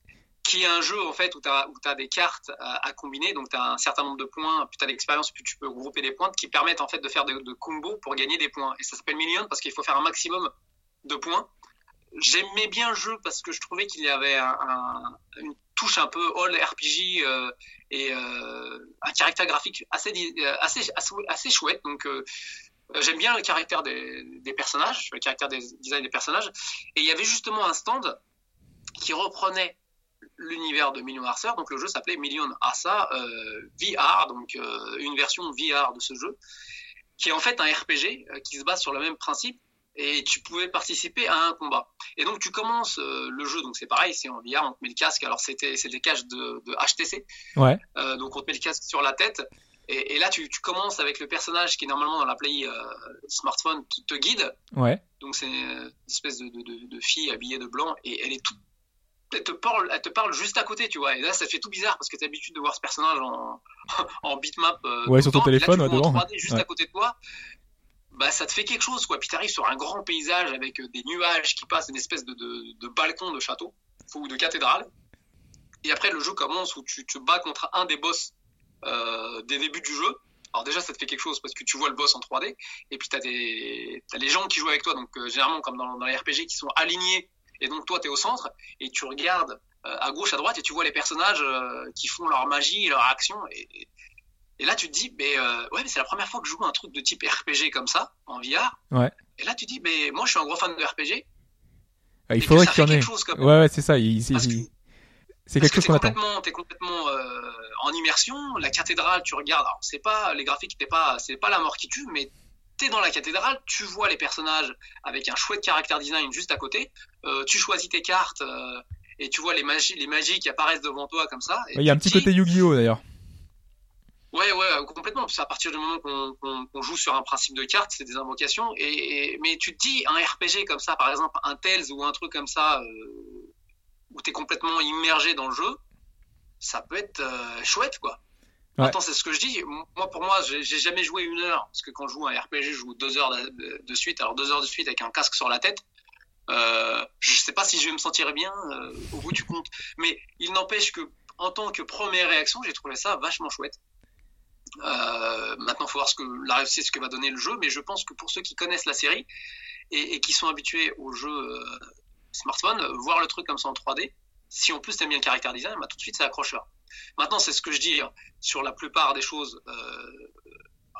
Speaker 8: qui est un jeu en fait où tu as, des cartes euh, à, à combiner, donc tu as un certain nombre de points, plus tu as d'expérience, plus tu peux grouper des points qui permettent en fait de faire de, de combos pour gagner des points. Et ça s'appelle Million parce qu'il faut faire un maximum de points. J'aimais bien le jeu parce que je trouvais qu'il y avait un- un- une touche un peu all RPG euh, et euh, un caractère graphique assez, di- euh, assez, assez, assez chouette. Donc euh, Euh, J'aime bien le caractère des, des personnages, le caractère des design des personnages. Et il y avait justement un stand qui reprenait l'univers de Million Arthur. Donc le jeu s'appelait Million Asa euh, VR, donc euh, une version VR de ce jeu, qui est en fait un RPG euh, qui se base sur le même principe. Et tu pouvais participer à un combat. Et donc tu commences euh, le jeu, donc c'est pareil, c'est en VR, on te met le casque. Alors c'était c'est des casques de, de HTC,
Speaker 4: Ouais.
Speaker 8: Euh, donc on te met le casque sur la tête. Et, et là tu, tu commences avec le personnage qui normalement dans la play euh, smartphone te- te guide.
Speaker 4: Ouais.
Speaker 8: Donc c'est euh, une espèce de, de, de- de fille habillée de blanc et elle est toute elle te, parle, elle te parle juste à côté, tu vois. Et là, ça fait tout bizarre parce que t'as l'habitude de voir ce personnage en, en bitmap. euh,
Speaker 4: Ouais, sur
Speaker 8: tout
Speaker 4: ton
Speaker 8: le temps.
Speaker 4: téléphone,
Speaker 8: Et là, tu
Speaker 4: ouais,
Speaker 8: le vois en
Speaker 4: devant.
Speaker 8: 3D juste
Speaker 4: Ouais.
Speaker 8: à côté de toi. Bah, ça te fait quelque chose, quoi. Puis t'arrives sur un grand paysage avec euh, des nuages qui passent, une espèce de, de, de balcon de château ou de cathédrale. Et après, le jeu commence où tu te bats contre un des boss euh, des débuts du jeu. Alors déjà, ça te fait quelque chose parce que tu vois le boss en 3D. Et puis, tu as, les gens qui jouent avec toi, donc euh, généralement comme dans, dans les RPG, qui sont alignés. Et donc, toi, tu es au centre et tu regardes euh, à gauche, à droite, et tu vois les personnages euh, qui font leur magie et leur action. Et, et- et là, tu te dis, mais euh, ouais, mais c'est la première fois que je joue un truc de type RPG comme ça, en VR.
Speaker 4: Ouais.
Speaker 8: Et là, tu te dis, mais moi, je suis un gros fan de RPG.
Speaker 4: Ah,
Speaker 8: et
Speaker 4: il
Speaker 8: que
Speaker 4: faudrait
Speaker 8: ça
Speaker 4: qu'il y en
Speaker 8: fait
Speaker 4: ait.
Speaker 8: quelque chose comme
Speaker 4: Ouais, ouais, c'est ça. il- c'est-
Speaker 8: Parce que-
Speaker 4: il- C'est
Speaker 8: parce
Speaker 4: quelque chose
Speaker 8: que
Speaker 4: qu'on
Speaker 8: t'es
Speaker 4: attend.
Speaker 8: complètement- T'es complètement euh, en immersion. La cathédrale, tu regardes. Alors, c'est pas les graphiques, t'es pas, c'est pas la mort qui tue, mais t'es dans la cathédrale, tu vois les personnages avec un chouette caractère design juste à côté. euh, tu choisis tes cartes euh, et tu vois les magies, les magies qui apparaissent devant toi comme ça. Et
Speaker 4: Ouais, Il y a un
Speaker 8: tu
Speaker 4: petit
Speaker 8: te dis,
Speaker 4: côté Yu-Gi-Oh d'ailleurs.
Speaker 8: Ouais, ouais, euh, complètement. Parce qu'à partir du moment qu'on qu'on- qu'on joue sur un principe de carte, c'est des invocations. Et, et- mais tu te dis, un RPG comme ça, par exemple, un Tales ou un truc comme ça, euh, où tu es complètement immergé dans le jeu, ça peut être euh, chouette, quoi.
Speaker 4: Ouais.
Speaker 8: Maintenant, c'est ce que je dis. Moi, pour moi, j'ai j'ai jamais joué une heure. Parce que quand je joue un RPG, je joue deux heures de, de- de suite. Alors, deux heures de suite avec un casque sur la tête. Euh, je sais pas si je vais me sentir bien euh, au bout du compte. Mais il n'empêche que, en tant que première réaction, j'ai trouvé ça vachement chouette. Euh, maintenant, faut voir ce que la réussite, ce que va donner le jeu, mais je pense que pour ceux qui connaissent la série et, et qui sont habitués aux jeux euh, smartphone, euh, voir le truc comme ça en 3D, si en plus t'aimes bien le caractère design, bah, tout de suite c'est accrocheur. Maintenant, c'est ce que je dis hein, sur la plupart des choses euh,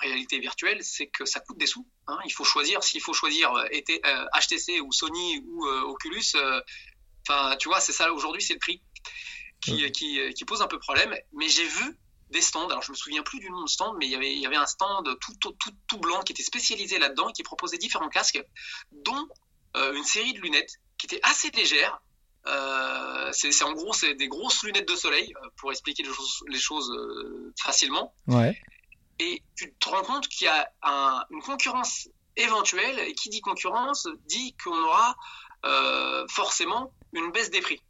Speaker 8: réalité virtuelle, c'est que ça coûte des sous. hein. Il faut choisir s'il faut choisir euh, été- euh, HTC ou Sony ou euh, Oculus. euh, Enfin, tu vois, c'est ça aujourd'hui, c'est le prix qui, qui, euh, qui pose un peu problème. Mais j'ai vu des stands. Alors, je me souviens plus du nom de stand, mais il y avait, il y avait un stand tout, tout, tout, tout blanc qui était spécialisé là-dedans et qui proposait différents casques, dont euh, une série de lunettes qui était assez légère. Euh, c'est c'est- en gros c'est des grosses lunettes de soleil euh, pour expliquer les choses, les choses euh, facilement.
Speaker 4: Ouais.
Speaker 8: Et tu te rends compte qu'il y a un- une concurrence éventuelle, et qui dit concurrence dit qu'on aura euh, forcément une baisse des prix.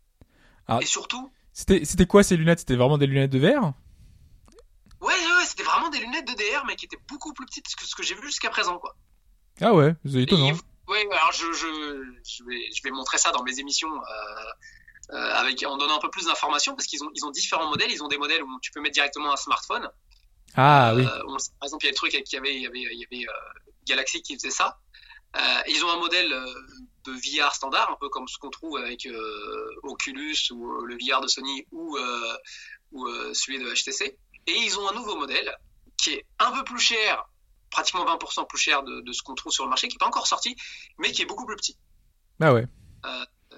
Speaker 4: Ah.
Speaker 8: Et surtout,
Speaker 4: C'était c'était quoi ces lunettes C'était vraiment des lunettes de verre
Speaker 8: ouais, ouais, c'était vraiment des lunettes de DR, mais qui étaient beaucoup plus petites que ce que j'ai vu jusqu'à présent. Quoi.
Speaker 4: Ah ouais, c'est étonnant.
Speaker 8: Oui, alors je, je, je, vais, je vais montrer ça dans mes émissions euh, euh, avec, en donnant un peu plus d'informations parce qu'ils ont, ils ont différents modèles. Ils ont des modèles où tu peux mettre directement un smartphone.
Speaker 4: Ah oui.
Speaker 8: Euh, on le sait. par exemple, il y a le truc avec- il y avait, il y avait, il y avait euh, Galaxy qui faisait ça. Euh, ils ont un modèle euh, de VR standard, un peu comme ce qu'on trouve avec euh, Oculus ou euh, le VR de Sony ou, euh, ou euh, celui de HTC. Et ils ont un nouveau modèle qui est un peu plus cher, pratiquement 20% plus cher de, de ce qu'on trouve sur le marché, qui n'est pas encore sorti, mais qui est beaucoup plus petit.
Speaker 4: Ah ouais.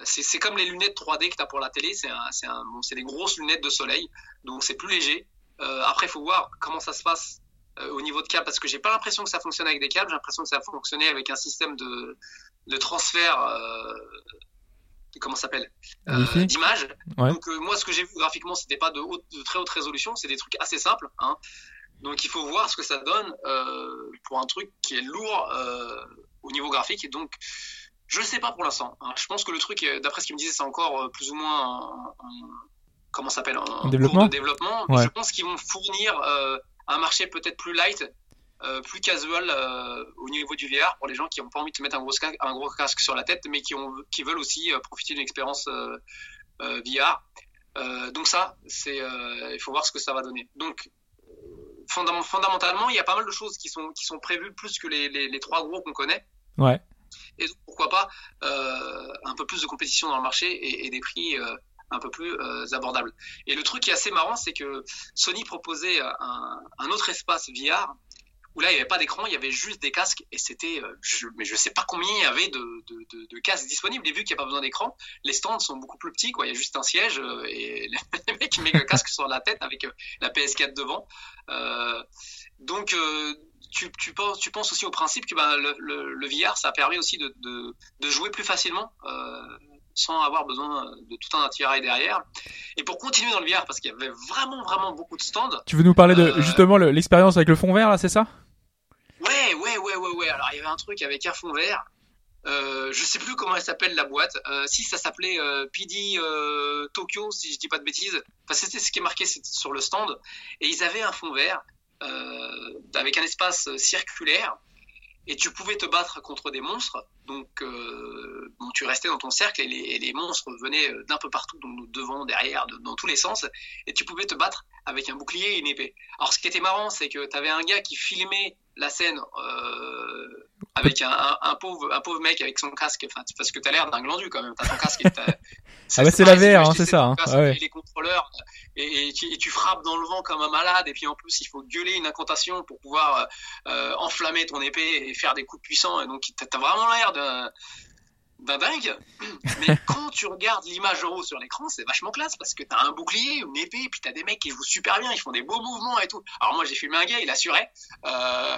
Speaker 8: C'est c'est comme les lunettes 3D que tu as pour la télé, c'est un- c'est un- bon, c'est des grosses lunettes de soleil, donc c'est plus léger. Euh, après, il faut voir comment ça se passe euh, au niveau de câbles, parce que j'ai pas l'impression que ça fonctionne avec des câbles, j'ai l'impression que ça fonctionnait avec un système de, de transfert, euh, comment ça s'appelle euh,
Speaker 4: Wi-Fi
Speaker 8: D'image.
Speaker 4: Ouais.
Speaker 8: Donc euh, moi, ce que j'ai vu graphiquement, c'était pas de, haute- de très haute résolution, c'est des trucs assez simples. hein. Donc il faut voir ce que ça donne euh, pour un truc qui est lourd euh, au niveau graphique. Et donc je sais pas pour l'instant. hein. Je pense que le truc, euh, d'après ce qu'il me disait, c'est encore euh, plus ou moins en, en- comment ça s'appelle en, en
Speaker 4: développement
Speaker 8: cours de développement. Mais
Speaker 4: Ouais.
Speaker 8: je pense qu'ils vont fournir euh, un marché peut-être plus light, euh, plus casual euh, au niveau du VR pour les gens qui n'ont pas envie de se mettre un gros, casque, un gros casque sur la tête, mais qui, ont, qui veulent aussi euh, profiter d'une expérience euh, euh, VR. Euh, donc ça, c'est euh, il faut voir ce que ça va donner. Donc euh, fondam- fondamentalement, il y a pas mal de choses qui sont qui sont prévues plus que les, les, les trois gros qu'on connaît.
Speaker 4: Ouais.
Speaker 8: Et donc, pourquoi pas euh, un peu plus de compétition dans le marché et, et des prix euh, un peu plus euh, abordables. euh, Et le truc qui est assez marrant, c'est que Sony proposait un, un autre espace VR où où là, il n'y avait pas d'écran, il y avait juste des casques, et c'était, euh, je, mais je sais pas combien il y avait de, de, de- de casques disponibles, et vu qu'il n'y a pas besoin d'écran, les stands sont beaucoup plus petits, quoi, il y a juste un siège, euh, et les mecs, ils mettent le casque sur la tête avec euh, la PS4 devant. Euh, donc, euh, tu, tu, penses, tu penses aussi au principe que bah, le, le, le VR, ça permet aussi de, de, de jouer plus facilement, euh, sans avoir besoin de tout un attirail derrière. Et pour continuer dans le VR, parce qu'il y avait vraiment, vraiment beaucoup de stands,
Speaker 4: Tu veux nous parler de
Speaker 8: Euh,
Speaker 4: justement le- l'expérience avec le fond vert là, c'est ça
Speaker 8: Ouais, ouais, ouais, ouais, ouais. Alors, il y avait un truc avec un fond vert. Euh, je sais plus comment elle s'appelle la boîte. Euh, si ça s'appelait euh, PD euh, Tokyo, si je dis pas de bêtises. Enfin, c'était ce qui est marqué c'est- sur le stand. Et ils avaient un fond vert euh, avec un espace euh, circulaire. Et tu pouvais te battre contre des monstres. Donc, euh, bon, tu restais dans ton cercle et les, et les monstres venaient euh, d'un peu partout, donc de devant, derrière, de- dans tous les sens. Et tu pouvais te battre avec un bouclier et une épée. Alors, ce qui était marrant, c'est que tu avais un gars qui filmait la scène euh, avec un, un- un pauvre, un pauvre mec avec son casque. Enfin, tu- parce que tu as l'air d'un glandu quand même. T'as ton casque et t'as-
Speaker 4: Ah bah, c'est la
Speaker 8: pareil,
Speaker 4: VR, hein,
Speaker 8: je dis,
Speaker 4: c'est ça,
Speaker 8: ton
Speaker 4: hein.
Speaker 8: casque
Speaker 4: Ah ouais.
Speaker 8: et les contrôleurs. Et, et tu, et tu frappes dans le vent comme un malade. Et puis en plus, il faut gueuler une incantation pour pouvoir euh, euh, enflammer ton épée et faire des coups puissants. Et donc, tu as vraiment l'air d'un d'un dingue. Mais quand tu regardes l'image en haut sur l'écran, c'est vachement classe parce que t'as un bouclier, une épée, puis t'as des mecs qui jouent super bien, ils font des beaux mouvements et tout. Alors moi j'ai filmé un gars, il assurait. Euh,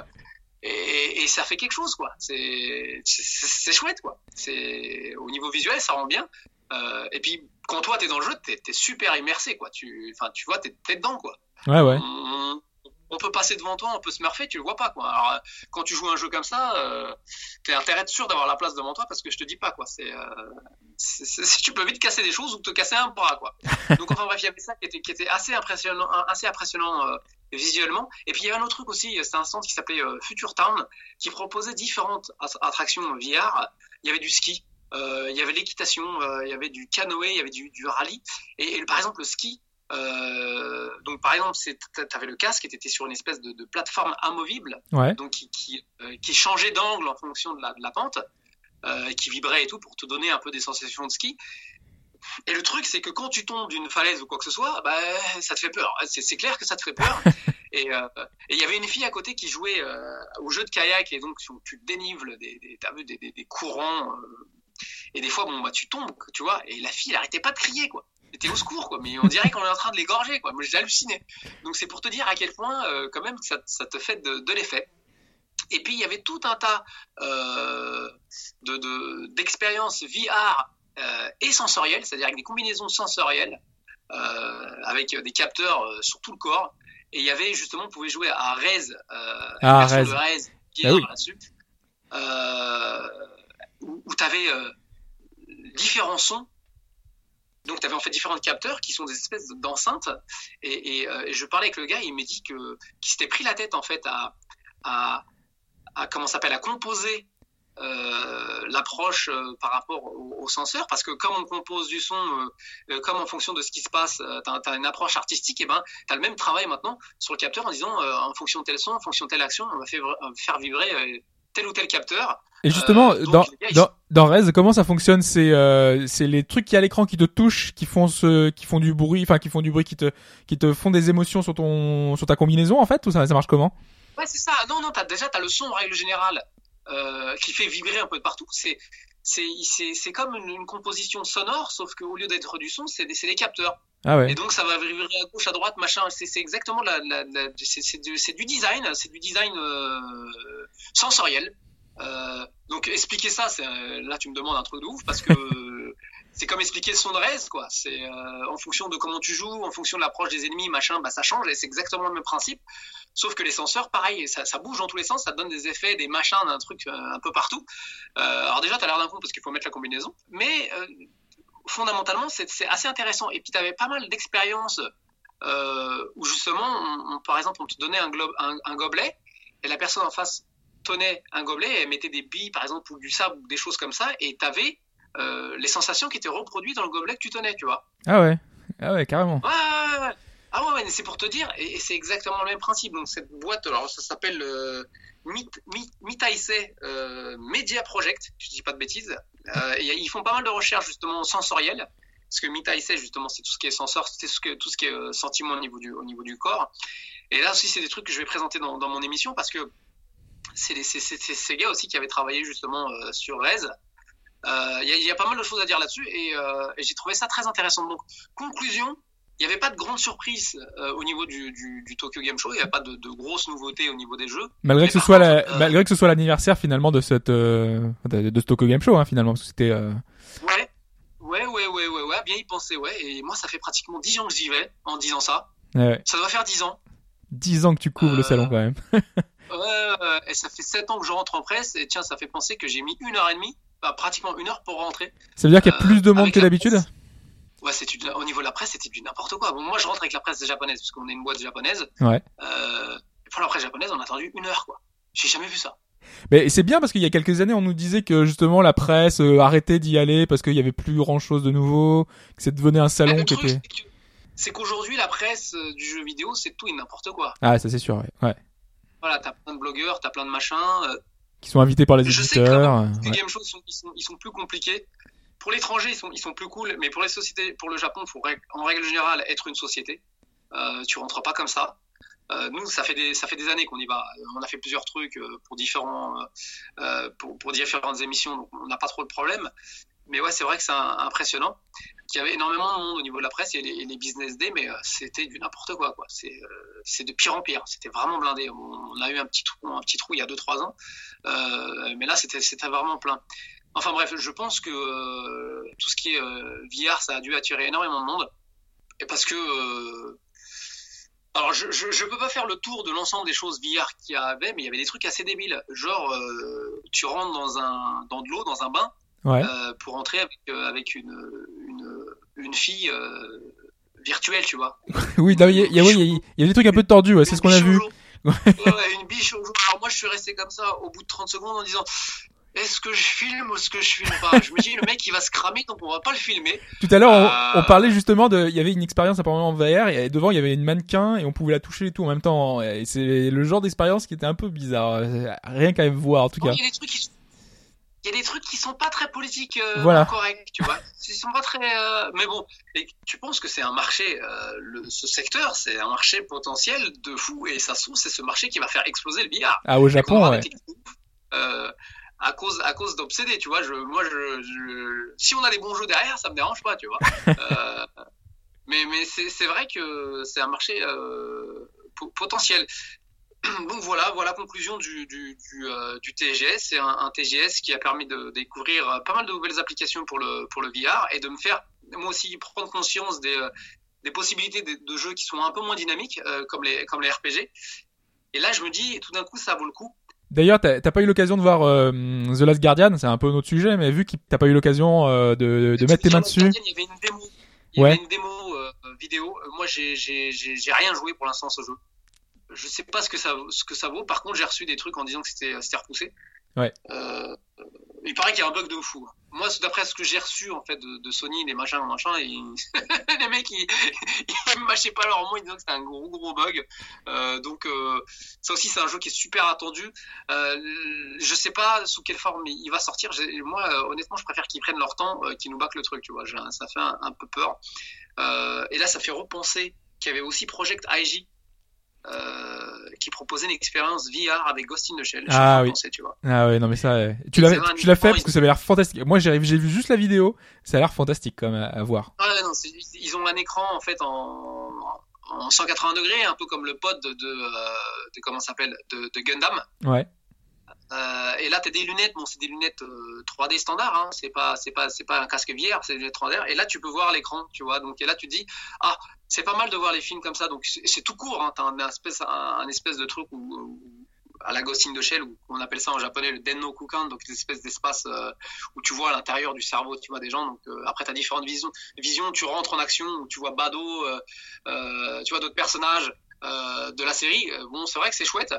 Speaker 8: et, et ça fait quelque chose, quoi. C'est c'est- c'est chouette, quoi. C'est- Au niveau visuel, ça rend bien. Euh, et puis quand toi t'es dans le jeu, t'es t'es super immersé, quoi. Tu, enfin, tu vois, t'es t'es dedans, quoi.
Speaker 4: Ouais, ouais.
Speaker 8: On, on peut passer devant toi, on peut se murfer, tu le vois pas quoi. Alors euh, quand tu joues à un jeu comme ça, euh, t'as intérêt à être sûr d'avoir la place devant toi parce que je te dis pas quoi. C'est, euh, c'est- c'est- tu peux vite casser des choses ou te casser un bras quoi. Donc enfin bref, il y avait ça qui était, qui était assez impressionnant, assez impressionnant euh, visuellement. Et puis il y avait un autre truc aussi, c'était un stand qui s'appelait euh, Future Town qui proposait différentes att- attractions VR. Il y avait du ski. euh, il y avait l'équitation, euh, il y avait du canoë, il y avait du, du rallye. Et, et par exemple, le ski, euh, donc par exemple, tu avais le casque et tu étais sur une espèce de, de plateforme amovible
Speaker 4: Ouais.
Speaker 8: donc qui, qui, euh, qui changeait d'angle en fonction de la, de la pente, euh, et qui vibrait et tout pour te donner un peu des sensations de ski. Et le truc, c'est que quand tu tombes d'une falaise ou quoi que ce soit, bah, ça te fait peur. C'est c'est clair que ça te fait peur. et euh, et il y avait une fille à côté qui jouait euh, au jeu de kayak, et donc tu- tu dénives des, des, t'as vu, des, des- des courants. euh, et des fois, bon, bah, tu tombes, tu vois. Et la fille, elle arrêtait pas de crier, quoi. C'était au secours, quoi. Mais on dirait qu'on est en train de l'égorger, quoi. Moi, j'ai halluciné. Donc, c'est pour te dire à quel point, euh, quand même, ça, ça te fait de- de l'effet. Et puis il y avait tout un tas euh, de- de- d'expériences VR euh, et sensorielles, c'est-à-dire avec des combinaisons sensorielles, euh, avec euh, des capteurs euh, sur tout le corps. Et il y avait justement, on pouvait jouer à Rez, euh,
Speaker 4: Ah,
Speaker 8: la version
Speaker 4: Rez.
Speaker 8: de Rez, qui est
Speaker 4: Ah oui.
Speaker 8: là-dessus, euh, où, tu avais différents sons. Donc tu avais en fait différents capteurs qui sont des espèces d'enceintes. Et, et, euh, et je parlais avec le gars, il m'a dit que qu'il s'était pris la tête en fait à, à, à comment ça s'appelle à composer euh, l'approche euh, par rapport au, au senseur parce que comme on compose du son euh, euh, comme en fonction de ce qui se passe tu as, une approche artistique et ben tu as le même travail maintenant sur le capteur en disant euh, en fonction de tel son en fonction de telle action on va faire, on va faire vibrer euh, tel ou tel capteur
Speaker 4: Et justement,
Speaker 8: Euh, donc,
Speaker 4: dans,
Speaker 8: les gars, ils
Speaker 4: dans, dans Rez, comment ça fonctionne C'est euh, c'est les trucs qui à l'écran qui te touchent, qui font ce, qui font du bruit, enfin qui font du bruit, qui te, qui te font des émotions sur ton, sur ta combinaison en fait. Ou ça, ça marche comment
Speaker 8: Ouais, c'est ça. Non, non, t'as, déjà, tu as le son en règle générale euh, qui fait vibrer un peu de partout. C'est, c'est, c'est, c'est comme une, une composition sonore, sauf qu'au lieu d'être du son, c'est des, c'est des capteurs.
Speaker 4: Ah ouais.
Speaker 8: Et donc, ça va vibrer à gauche, à droite, machin. C'est, c'est exactement de la, de la- de la- c'est, c'est du, c'est du design, c'est du design euh, sensoriel. Euh, donc, expliquer ça, c'est, euh, là, tu me demandes un truc de ouf parce que. C'est comme expliquer le son de reste, quoi. C'est euh, en fonction de comment tu joues, en fonction de l'approche des ennemis, machin, bah ça change et c'est exactement le même principe. Sauf que les senseurs, pareil, ça, ça bouge dans tous les sens, ça te donne des effets, des machins, un truc euh, un peu partout. Euh, alors déjà, t'as l'air d'un con parce qu'il faut mettre la combinaison, mais euh, fondamentalement, c'est c'est assez intéressant. Et puis t'avais pas mal d'expériences euh, où justement, on- on- par exemple, on te donnait un, globe, un, un gobelet et la personne en face tenait un gobelet et elle mettait des billes, par exemple, ou du sable, ou des choses comme ça, et t'avais euh, les sensations qui étaient reproduites dans le gobelet que tu tenais, tu vois.
Speaker 4: Ah ouais. Ah ouais, carrément.
Speaker 8: Ouais, ouais, ouais, ouais. Ah ouais, ouais, mais c'est pour te dire, et, et c'est exactement le même principe. Donc cette boîte, alors ça s'appelle euh, Mit- Mi- Mitaise euh, Media Project, je dis pas de bêtises. Euh, et ils font pas mal de recherches justement sensorielles, parce que Mitaise justement c'est tout ce qui est sensor, c'est ce que, tout ce qui est euh, sentiment au niveau du, au niveau du corps. Et là aussi c'est des trucs que je vais présenter dans, dans mon émission parce que c'est les- c'est- c'est- c'est ces gars aussi qui avaient travaillé justement euh, sur Rez. Euh, Il y, a- il y a pas mal de choses à dire là-dessus et, euh, et j'ai trouvé ça très intéressant. Donc, conclusion, il n'y avait pas de grande surprise euh, au niveau du, du- du Tokyo Game Show, il n'y a pas de, de grosses nouveautés au niveau des jeux.
Speaker 4: Malgré
Speaker 8: Mais
Speaker 4: que ce
Speaker 8: par
Speaker 4: soit
Speaker 8: contre,
Speaker 4: la-
Speaker 8: euh,
Speaker 4: malgré que ce soit l'anniversaire finalement de cette euh, de, de ce Tokyo Game Show hein, finalement parce que c'était euh,
Speaker 8: Ouais, ouais, ouais, ouais, ouais, ouais, bien y penser, ouais. Et moi, ça fait pratiquement 10 ans que j'y vais en disant ça.
Speaker 4: ouais, ouais,
Speaker 8: Ça doit faire 10 ans.
Speaker 4: 10 ans que tu couvres le
Speaker 8: Euh,
Speaker 4: salon quand même.
Speaker 8: Ouais, ouais, ouais. et ça fait 7 ans que je rentre en presse. Et tiens, ça fait penser que j'ai mis une heure et demie, bah, pratiquement une heure pour rentrer.
Speaker 4: Ça veut dire qu'il y a
Speaker 8: euh,
Speaker 4: plus de monde
Speaker 8: avec
Speaker 4: que
Speaker 8: la
Speaker 4: d'habitude.
Speaker 8: presse. Ouais, c'est du- au niveau de la presse, c'était du n'importe quoi. Bon, moi, je rentre avec la presse japonaise, parce qu'on est une boîte japonaise.
Speaker 4: Ouais.
Speaker 8: Euh, et pour la presse japonaise, on a attendu une heure, quoi. J'ai jamais vu ça.
Speaker 4: Mais c'est bien parce qu'il y a quelques années, on nous disait que justement la presse euh, arrêtait d'y aller parce qu'il y avait plus grand chose de nouveau, que c'est devenu un
Speaker 8: Mais
Speaker 4: salon
Speaker 8: Ah, le
Speaker 4: qui
Speaker 8: truc,
Speaker 4: était.
Speaker 8: c'est que- C'est qu'aujourd'hui, la presse euh, du jeu vidéo, c'est tout et n'importe quoi.
Speaker 4: Ah, ça c'est sûr, ouais. ouais.
Speaker 8: Voilà, t'as plein de blogueurs, t'as plein de machins. euh,
Speaker 4: Qui sont invités par les
Speaker 8: Je sais
Speaker 4: éditeurs. euh,
Speaker 8: Les
Speaker 4: ouais.
Speaker 8: game shows, sont, ils, sont, ils sont plus compliqués. Pour l'étranger, ils sont, ils sont plus cool, mais pour les sociétés, pour le Japon, il faut règ- en règle générale être une société. Euh, tu rentres pas comme ça. Euh, nous, ça fait des, ça fait des années qu'on y va. Euh, On a fait plusieurs trucs euh, pour, différents, euh, euh, pour, pour différentes émissions, donc on n'a pas trop de problèmes. Mais ouais, c'est vrai que c'est un- impressionnant qu'il y avait énormément de monde au niveau de la presse et les, et les business day, mais euh, c'était du n'importe quoi. quoi. C'est euh, c'est de pire en pire. C'était vraiment blindé. On, on a eu un petit trou, un petit trou il y a 2-3 ans, Euh, mais là, c'était c'était vraiment plein. Enfin bref, je pense que euh, tout ce qui est euh, VR, ça a dû attirer énormément de monde. Et parce que. euh, alors, je, je, je peux pas faire le tour de l'ensemble des choses VR qu'il y avait, mais il y avait des trucs assez débiles. Genre, euh, tu rentres dans, un, dans de l'eau, dans un bain,
Speaker 4: Ouais.
Speaker 8: euh, pour entrer avec, euh, avec une, une, une fille euh, virtuelle, tu vois.
Speaker 4: Oui, non, il y, a- il y a- oui, il y a- il y a des trucs un peu tordus, ouais, c'est
Speaker 8: Une
Speaker 4: ce qu'on a
Speaker 8: biche au
Speaker 4: vu.
Speaker 8: jour. Ouais, ouais, une biche au jour. Alors moi, je suis resté comme ça au bout de 30 secondes en disant est-ce que je filme ou est-ce que je filme pas Je me dis, le mec, il va se cramer, donc on va pas le filmer.
Speaker 4: Tout à l'heure, on, on
Speaker 8: Euh.
Speaker 4: parlait justement de, il y avait une expérience apparemment en VR et devant il y avait une mannequin et on pouvait la toucher et tout en même temps. Et C'est le genre d'expérience qui était un peu bizarre, euh, rien qu'à voir en tout
Speaker 8: Bon,
Speaker 4: cas.
Speaker 8: Il y a des trucs qui sont... Il y a des trucs qui sont pas très politiques euh,
Speaker 4: Voilà.
Speaker 8: corrects, tu vois. Ils sont pas très. euh, Mais bon, et tu penses que c'est un marché, euh, le- ce secteur, c'est un marché potentiel de fou, et ça se trouve, c'est ce marché qui va faire exploser le billard.
Speaker 4: Ah au Japon,
Speaker 8: Avoir
Speaker 4: ouais.
Speaker 8: des techniques, euh, à cause, à cause d'obsédé, tu vois. Je, moi, je, je- si on a des bons jeux derrière, ça me dérange pas, tu vois. Euh, mais mais c'est c'est vrai que c'est un marché euh, po- potentiel. Donc voilà, voilà conclusion du, du, du, euh, du TGS. C'est un, un TGS qui a permis de découvrir euh, pas mal de nouvelles applications pour le, pour le VR et de me faire, moi aussi, prendre conscience des, euh, des possibilités de, de jeux qui sont un peu moins dynamiques, euh, comme, les, comme les RPG. Et là, je me dis, tout d'un coup, ça vaut le coup.
Speaker 4: D'ailleurs, t'as t'as pas eu l'occasion de voir euh, The Last Guardian, c'est un peu un autre sujet, mais vu que t'as pas eu l'occasion euh, de, de mettre tes mains
Speaker 8: Sur le
Speaker 4: dessus,
Speaker 8: Guardian, Il y avait une démo, il
Speaker 4: Ouais.
Speaker 8: y avait une démo euh, vidéo. Euh, Moi, j'ai- j'ai j'ai- j'ai rien joué pour l'instant à ce jeu. Je sais pas ce que ça, vaut- ce que ça vaut. Par contre, j'ai reçu des trucs en disant que c'était euh, c'était repoussé.
Speaker 4: Ouais.
Speaker 8: Euh, euh, il paraît qu'il y a un bug de fou. Moi, c'est d'après ce que j'ai reçu en fait de, de Sony, les machins, machins, ils- les mecs ils, ils mâchaient pas leur mot, ils disaient que c'était un gros gros bug. Euh, donc euh, ça aussi, c'est un jeu qui est super attendu. Euh, je sais pas sous quelle forme il il va sortir. J'ai- Moi, euh, honnêtement, je préfère qu'ils prennent leur temps, euh, qu'ils nous baquent le truc, tu vois. J'ai un- Ça fait un, un peu peur. Euh, et là, ça fait repenser qu'il y avait aussi Project IG euh, qui proposait une expérience VR avec Ghost in the Shell. J'ai
Speaker 4: Ah
Speaker 8: fait
Speaker 4: oui.
Speaker 8: repenser, tu vois.
Speaker 4: ah ouais, non mais ça, euh, tu
Speaker 8: Et
Speaker 4: l'as,
Speaker 8: c'est vrai,
Speaker 4: tu l'as fait
Speaker 8: uniquement,
Speaker 4: parce que
Speaker 8: ils-
Speaker 4: ça avait l'air fantastique. Moi, j'ai j'ai vu juste la vidéo, ça a l'air fantastique quand même à, à voir.
Speaker 8: Ouais, non, c'est- ils ont un écran en fait en, en 180 degrés, un peu comme le pod de, de, euh, de comment ça s'appelle de, de Gundam.
Speaker 4: Ouais.
Speaker 8: Euh, et là, tu as des lunettes, bon, c'est des lunettes euh, 3D standard, hein, c'est pas, c'est pas, c'est pas un casque VR, c'est des lunettes 3D. Et là, tu peux voir l'écran, tu vois. Donc, et là, tu te dis, ah, c'est pas mal de voir les films comme ça. Donc, c'est c'est tout court, hein, t'as un espèce, un, un espèce de truc où, où- à la Ghost in the Shell, où on appelle ça en japonais le Denno Kukan, donc des espèces d'espaces euh, où tu vois à l'intérieur du cerveau, tu vois des gens. Donc, euh, après, tu as différentes visions. Visions, tu rentres en action, où tu vois Bado, euh, euh, tu vois d'autres personnages. euh, de la série, Euh, bon, c'est vrai que c'est chouette,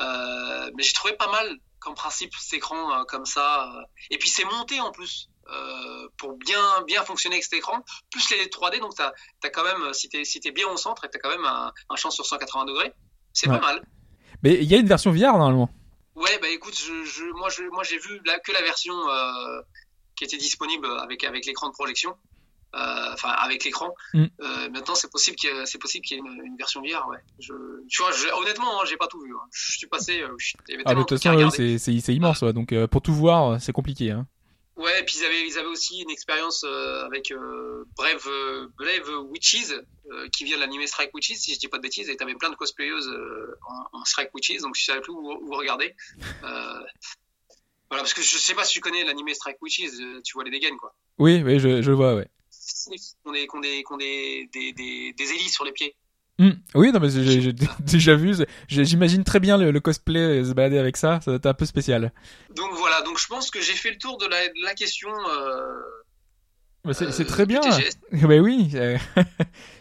Speaker 8: euh, mais j'ai trouvé pas mal qu'en principe cet écran euh, comme ça. euh, et puis c'est monté en plus euh, pour bien bien fonctionner avec cet écran. Plus les 3D, donc t'as as quand même euh, si t'es si t'es bien au centre et t'as quand même un, un champ sur 180 degrés, c'est
Speaker 4: Ouais.
Speaker 8: pas mal.
Speaker 4: Mais il y a une version VR normalement.
Speaker 8: Ouais, bah écoute, je, je, moi je moi j'ai vu la, que la version euh, qui était disponible avec avec l'écran de projection. euh, enfin avec l'écran.
Speaker 4: Mm.
Speaker 8: Euh, maintenant, c'est possible qu'il y ait, c'est possible qu'il y ait une, une version VR. Ouais. Je, tu vois, je- honnêtement, hein, j'ai pas tout vu. hein. Je suis passé. euh, je- il y avait
Speaker 4: Ah, mais
Speaker 8: tellement
Speaker 4: de toute
Speaker 8: trucs à
Speaker 4: façon, oui, c'est-
Speaker 8: regarder.
Speaker 4: c'est c'est immense, ouais. donc euh, pour tout voir, euh, c'est compliqué. Hein.
Speaker 8: Ouais, et puis ils avaient, ils avaient aussi une expérience euh, avec euh, Brave, euh, Brave Witches, euh, qui vient de l'anime Strike Witches, si je dis pas de bêtises, et t'avais plein de cosplayeuses euh, en, en Strike Witches, donc je savais plus où, où regarder. Euh, voilà, parce que je sais pas si tu connais l'anime Strike Witches, euh, tu vois les dégaines, quoi.
Speaker 4: Oui, oui, je, je vois, ouais.
Speaker 8: C'est des filles qui ont des, qui ont des, qui ont des, des, des, des hélices sur les pieds.
Speaker 4: Hmm. Oui, non, mais j'ai j'ai déjà vu. c'est- j'ai- J'imagine très bien le, le cosplay euh, se balader avec ça. Ça doit être un peu spécial.
Speaker 8: Donc voilà, donc je pense que j'ai fait le tour de la, de la question. Euh,
Speaker 4: Bah, C'est
Speaker 8: euh,
Speaker 4: c'est très bien.
Speaker 8: du TGS.
Speaker 4: bah oui, euh,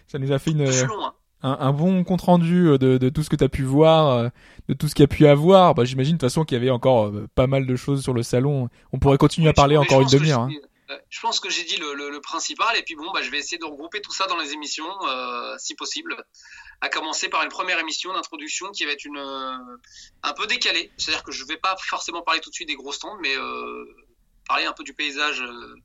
Speaker 4: ça nous a fait une,
Speaker 8: Je
Speaker 4: euh,
Speaker 8: suis long, hein.
Speaker 4: un, un bon compte rendu euh, de, de tout ce que t'as pu voir, euh, de tout ce qu'il y a pu avoir. Bah, J'imagine de toute façon qu'il y avait encore euh, pas mal de choses sur le salon. On pourrait continuer à
Speaker 8: Mais je-
Speaker 4: parler
Speaker 8: mais je
Speaker 4: encore une
Speaker 8: pense que
Speaker 4: demi-heure. hein.
Speaker 8: j'ai- euh, Je pense que j'ai dit le, le- le principal, et puis bon, bah, je vais essayer de regrouper tout ça dans les émissions, euh, si possible. À commencer par une première émission d'introduction qui va être une, euh, un peu décalée. C'est-à-dire que je vais pas forcément parler tout de suite des gros stands, mais euh, parler un peu du paysage euh,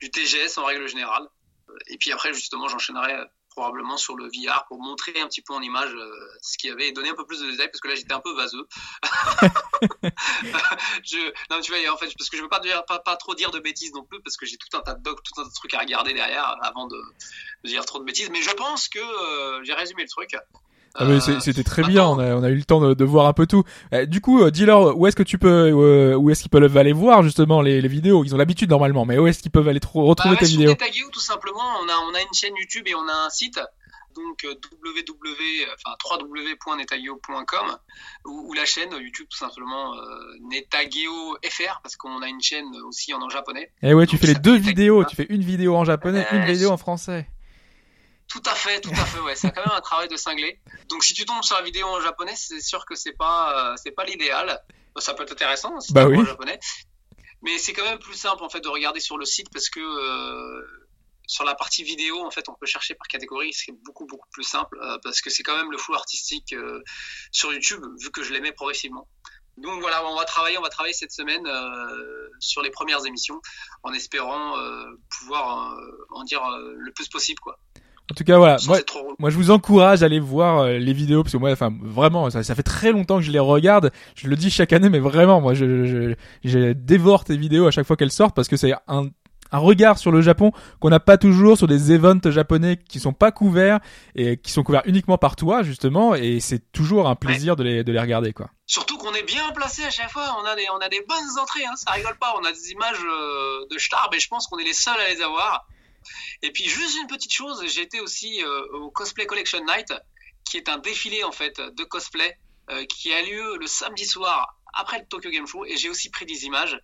Speaker 8: du TGS en règle générale. Euh, Et puis après, justement, j'enchaînerai euh, probablement sur le VR pour montrer un petit peu en image euh, ce qu'il y avait et donner un peu plus de détails, parce que là, j'étais un peu vaseux. je, non, mais tu vois, en fait, parce que je veux pas, dire, pas, pas trop dire de bêtises non plus, parce que j'ai tout un tas de docs, tout un tas de trucs à regarder derrière avant de, de dire trop de bêtises. Mais je pense que euh, j'ai résumé le truc.
Speaker 4: Ah, mais
Speaker 8: Euh,
Speaker 4: c'est- C'était très bien.
Speaker 8: maintenant-
Speaker 4: On a, on a eu le temps de, de voir un peu tout. Euh, du coup, euh, dis-leur où est-ce que tu peux, euh, où est-ce qu'ils peuvent aller voir justement les, les vidéos. Ils ont l'habitude normalement, mais où est-ce qu'ils peuvent aller tro-
Speaker 8: Bah
Speaker 4: retrouver
Speaker 8: ouais,
Speaker 4: tes
Speaker 8: sur
Speaker 4: vidéos
Speaker 8: Netageo, tout simplement, on a, on a une chaîne YouTube et on a un site, donc euh, www, enfin, www.netageo.com, ou, ou la chaîne euh, YouTube tout simplement euh, Netageo FR, parce qu'on a une chaîne aussi en, en japonais.
Speaker 4: Eh ouais, tu fais les
Speaker 8: Ça
Speaker 4: deux
Speaker 8: fait-
Speaker 4: vidéos. Tu fais une vidéo en japonais,
Speaker 8: Euh,
Speaker 4: une vidéo en français.
Speaker 8: Tout à fait, tout à fait, ouais, c'est quand même un travail de cinglé. Donc si tu tombes sur la vidéo en japonais, c'est sûr que c'est pas, euh, c'est pas l'idéal. Ça peut être intéressant si
Speaker 4: Bah
Speaker 8: tu tombes
Speaker 4: oui.
Speaker 8: en japonais. Mais c'est quand même plus simple en fait de regarder sur le site parce que euh, sur la partie vidéo, en fait, on peut chercher par catégorie, c'est beaucoup beaucoup plus simple euh, parce que c'est quand même le flou artistique euh, sur YouTube vu que je les mets progressivement. Donc voilà, on va travailler, on va travailler cette semaine euh, sur les premières émissions en espérant euh, pouvoir euh, en dire euh, le plus possible quoi.
Speaker 4: En tout cas, voilà.
Speaker 8: Sans
Speaker 4: Moi,
Speaker 8: être trop relou.
Speaker 4: moi, je vous encourage à aller voir euh, les vidéos parce que moi, enfin, vraiment, ça, ça fait très longtemps que je les regarde. Je le dis chaque année, mais vraiment, moi, je, je, je dévore tes vidéos à chaque fois qu'elles sortent parce que c'est un un regard sur le Japon qu'on n'a pas toujours sur des events japonais qui sont pas couverts et qui sont couverts uniquement par toi justement et c'est toujours un plaisir de les de les regarder quoi.
Speaker 8: Surtout qu'on est bien placé à chaque fois, on a des, on a des bonnes entrées, hein, ça rigole pas, on a des images euh, de Starb et je pense qu'on est les seuls à les avoir. Et puis juste une petite chose, j'ai été aussi euh, au Cosplay Collection Night, qui est un défilé en fait de cosplay euh, qui a lieu le samedi soir après le Tokyo Game Show et j'ai aussi pris des images.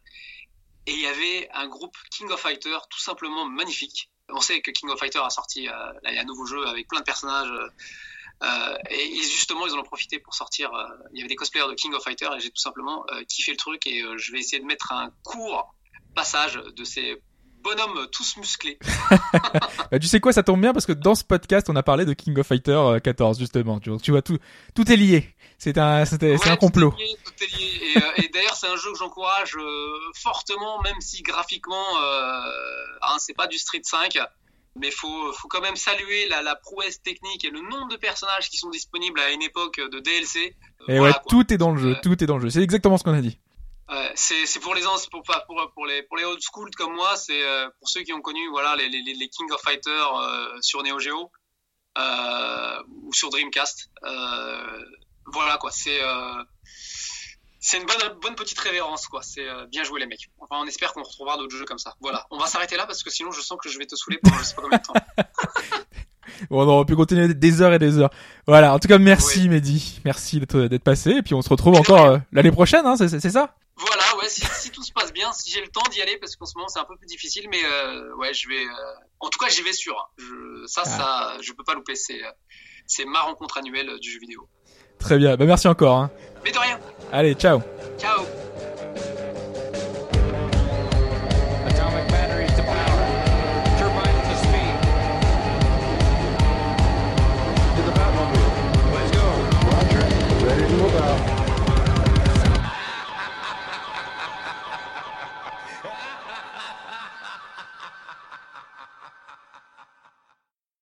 Speaker 8: Et il y avait un groupe King of Fighters tout simplement magnifique. On sait que King of Fighters a sorti euh, là, il y a un nouveau jeu avec plein de personnages. euh, euh, et, et justement, ils en ont profité pour sortir. euh, il y avait des cosplayers de King of Fighters et j'ai tout simplement euh, kiffé le truc. Et euh, je vais essayer de mettre un court passage de ces bonhommes tous musclés.
Speaker 4: Bah, tu sais quoi, ça tombe bien parce que dans ce podcast, on a parlé de King of Fighter euh, 14 justement. Tu vois, tu vois tout tout est lié. C'est un c'était c'est
Speaker 8: Ouais,
Speaker 4: un complot.
Speaker 8: tout est lié, tout est lié. Et, euh, et d'ailleurs, c'est un jeu que j'encourage euh, fortement, même si graphiquement, euh, hein, c'est pas du Street 5. Mais faut, faut quand même saluer la, la prouesse technique et le nombre de personnages qui sont disponibles à une époque de DLC. Euh,
Speaker 4: Et
Speaker 8: voilà,
Speaker 4: ouais,
Speaker 8: quoi.
Speaker 4: tout est dans le jeu,
Speaker 8: Euh,
Speaker 4: tout est dans le jeu. C'est exactement ce qu'on a dit.
Speaker 8: Ouais, c'est c'est pour les ans, pour pas pour pour les pour les old school comme moi, c'est euh, pour ceux qui ont connu voilà les les, les King of Fighters euh, sur Neo Geo euh, ou sur Dreamcast. Euh, voilà quoi, c'est euh, c'est une bonne bonne petite révérence quoi. C'est euh, bien joué les mecs. Enfin, on espère qu'on retrouvera d'autres jeux comme ça. Voilà, on va s'arrêter là parce que sinon je sens que je vais te saouler pendant je sais pas combien de temps.
Speaker 4: Bon, on aurait pu continuer des heures et des heures. Voilà. En tout cas, merci Mehdi, merci d'être d'être passé. Et puis on se retrouve encore euh, l'année prochaine, hein, c'est- c'est c'est ça
Speaker 8: Voilà, ouais, si, si tout se passe bien, si j'ai le temps d'y aller, parce qu'en ce moment c'est un peu plus difficile, mais euh, ouais, je vais. euh, en tout cas, j'y vais sûr. hein. Je, ça, ça, je peux pas louper. C'est, euh, c'est ma rencontre annuelle euh, du jeu vidéo.
Speaker 4: Très bien. Bah merci encore. Hein.
Speaker 8: Mais de rien.
Speaker 4: Allez, ciao.
Speaker 8: Ciao.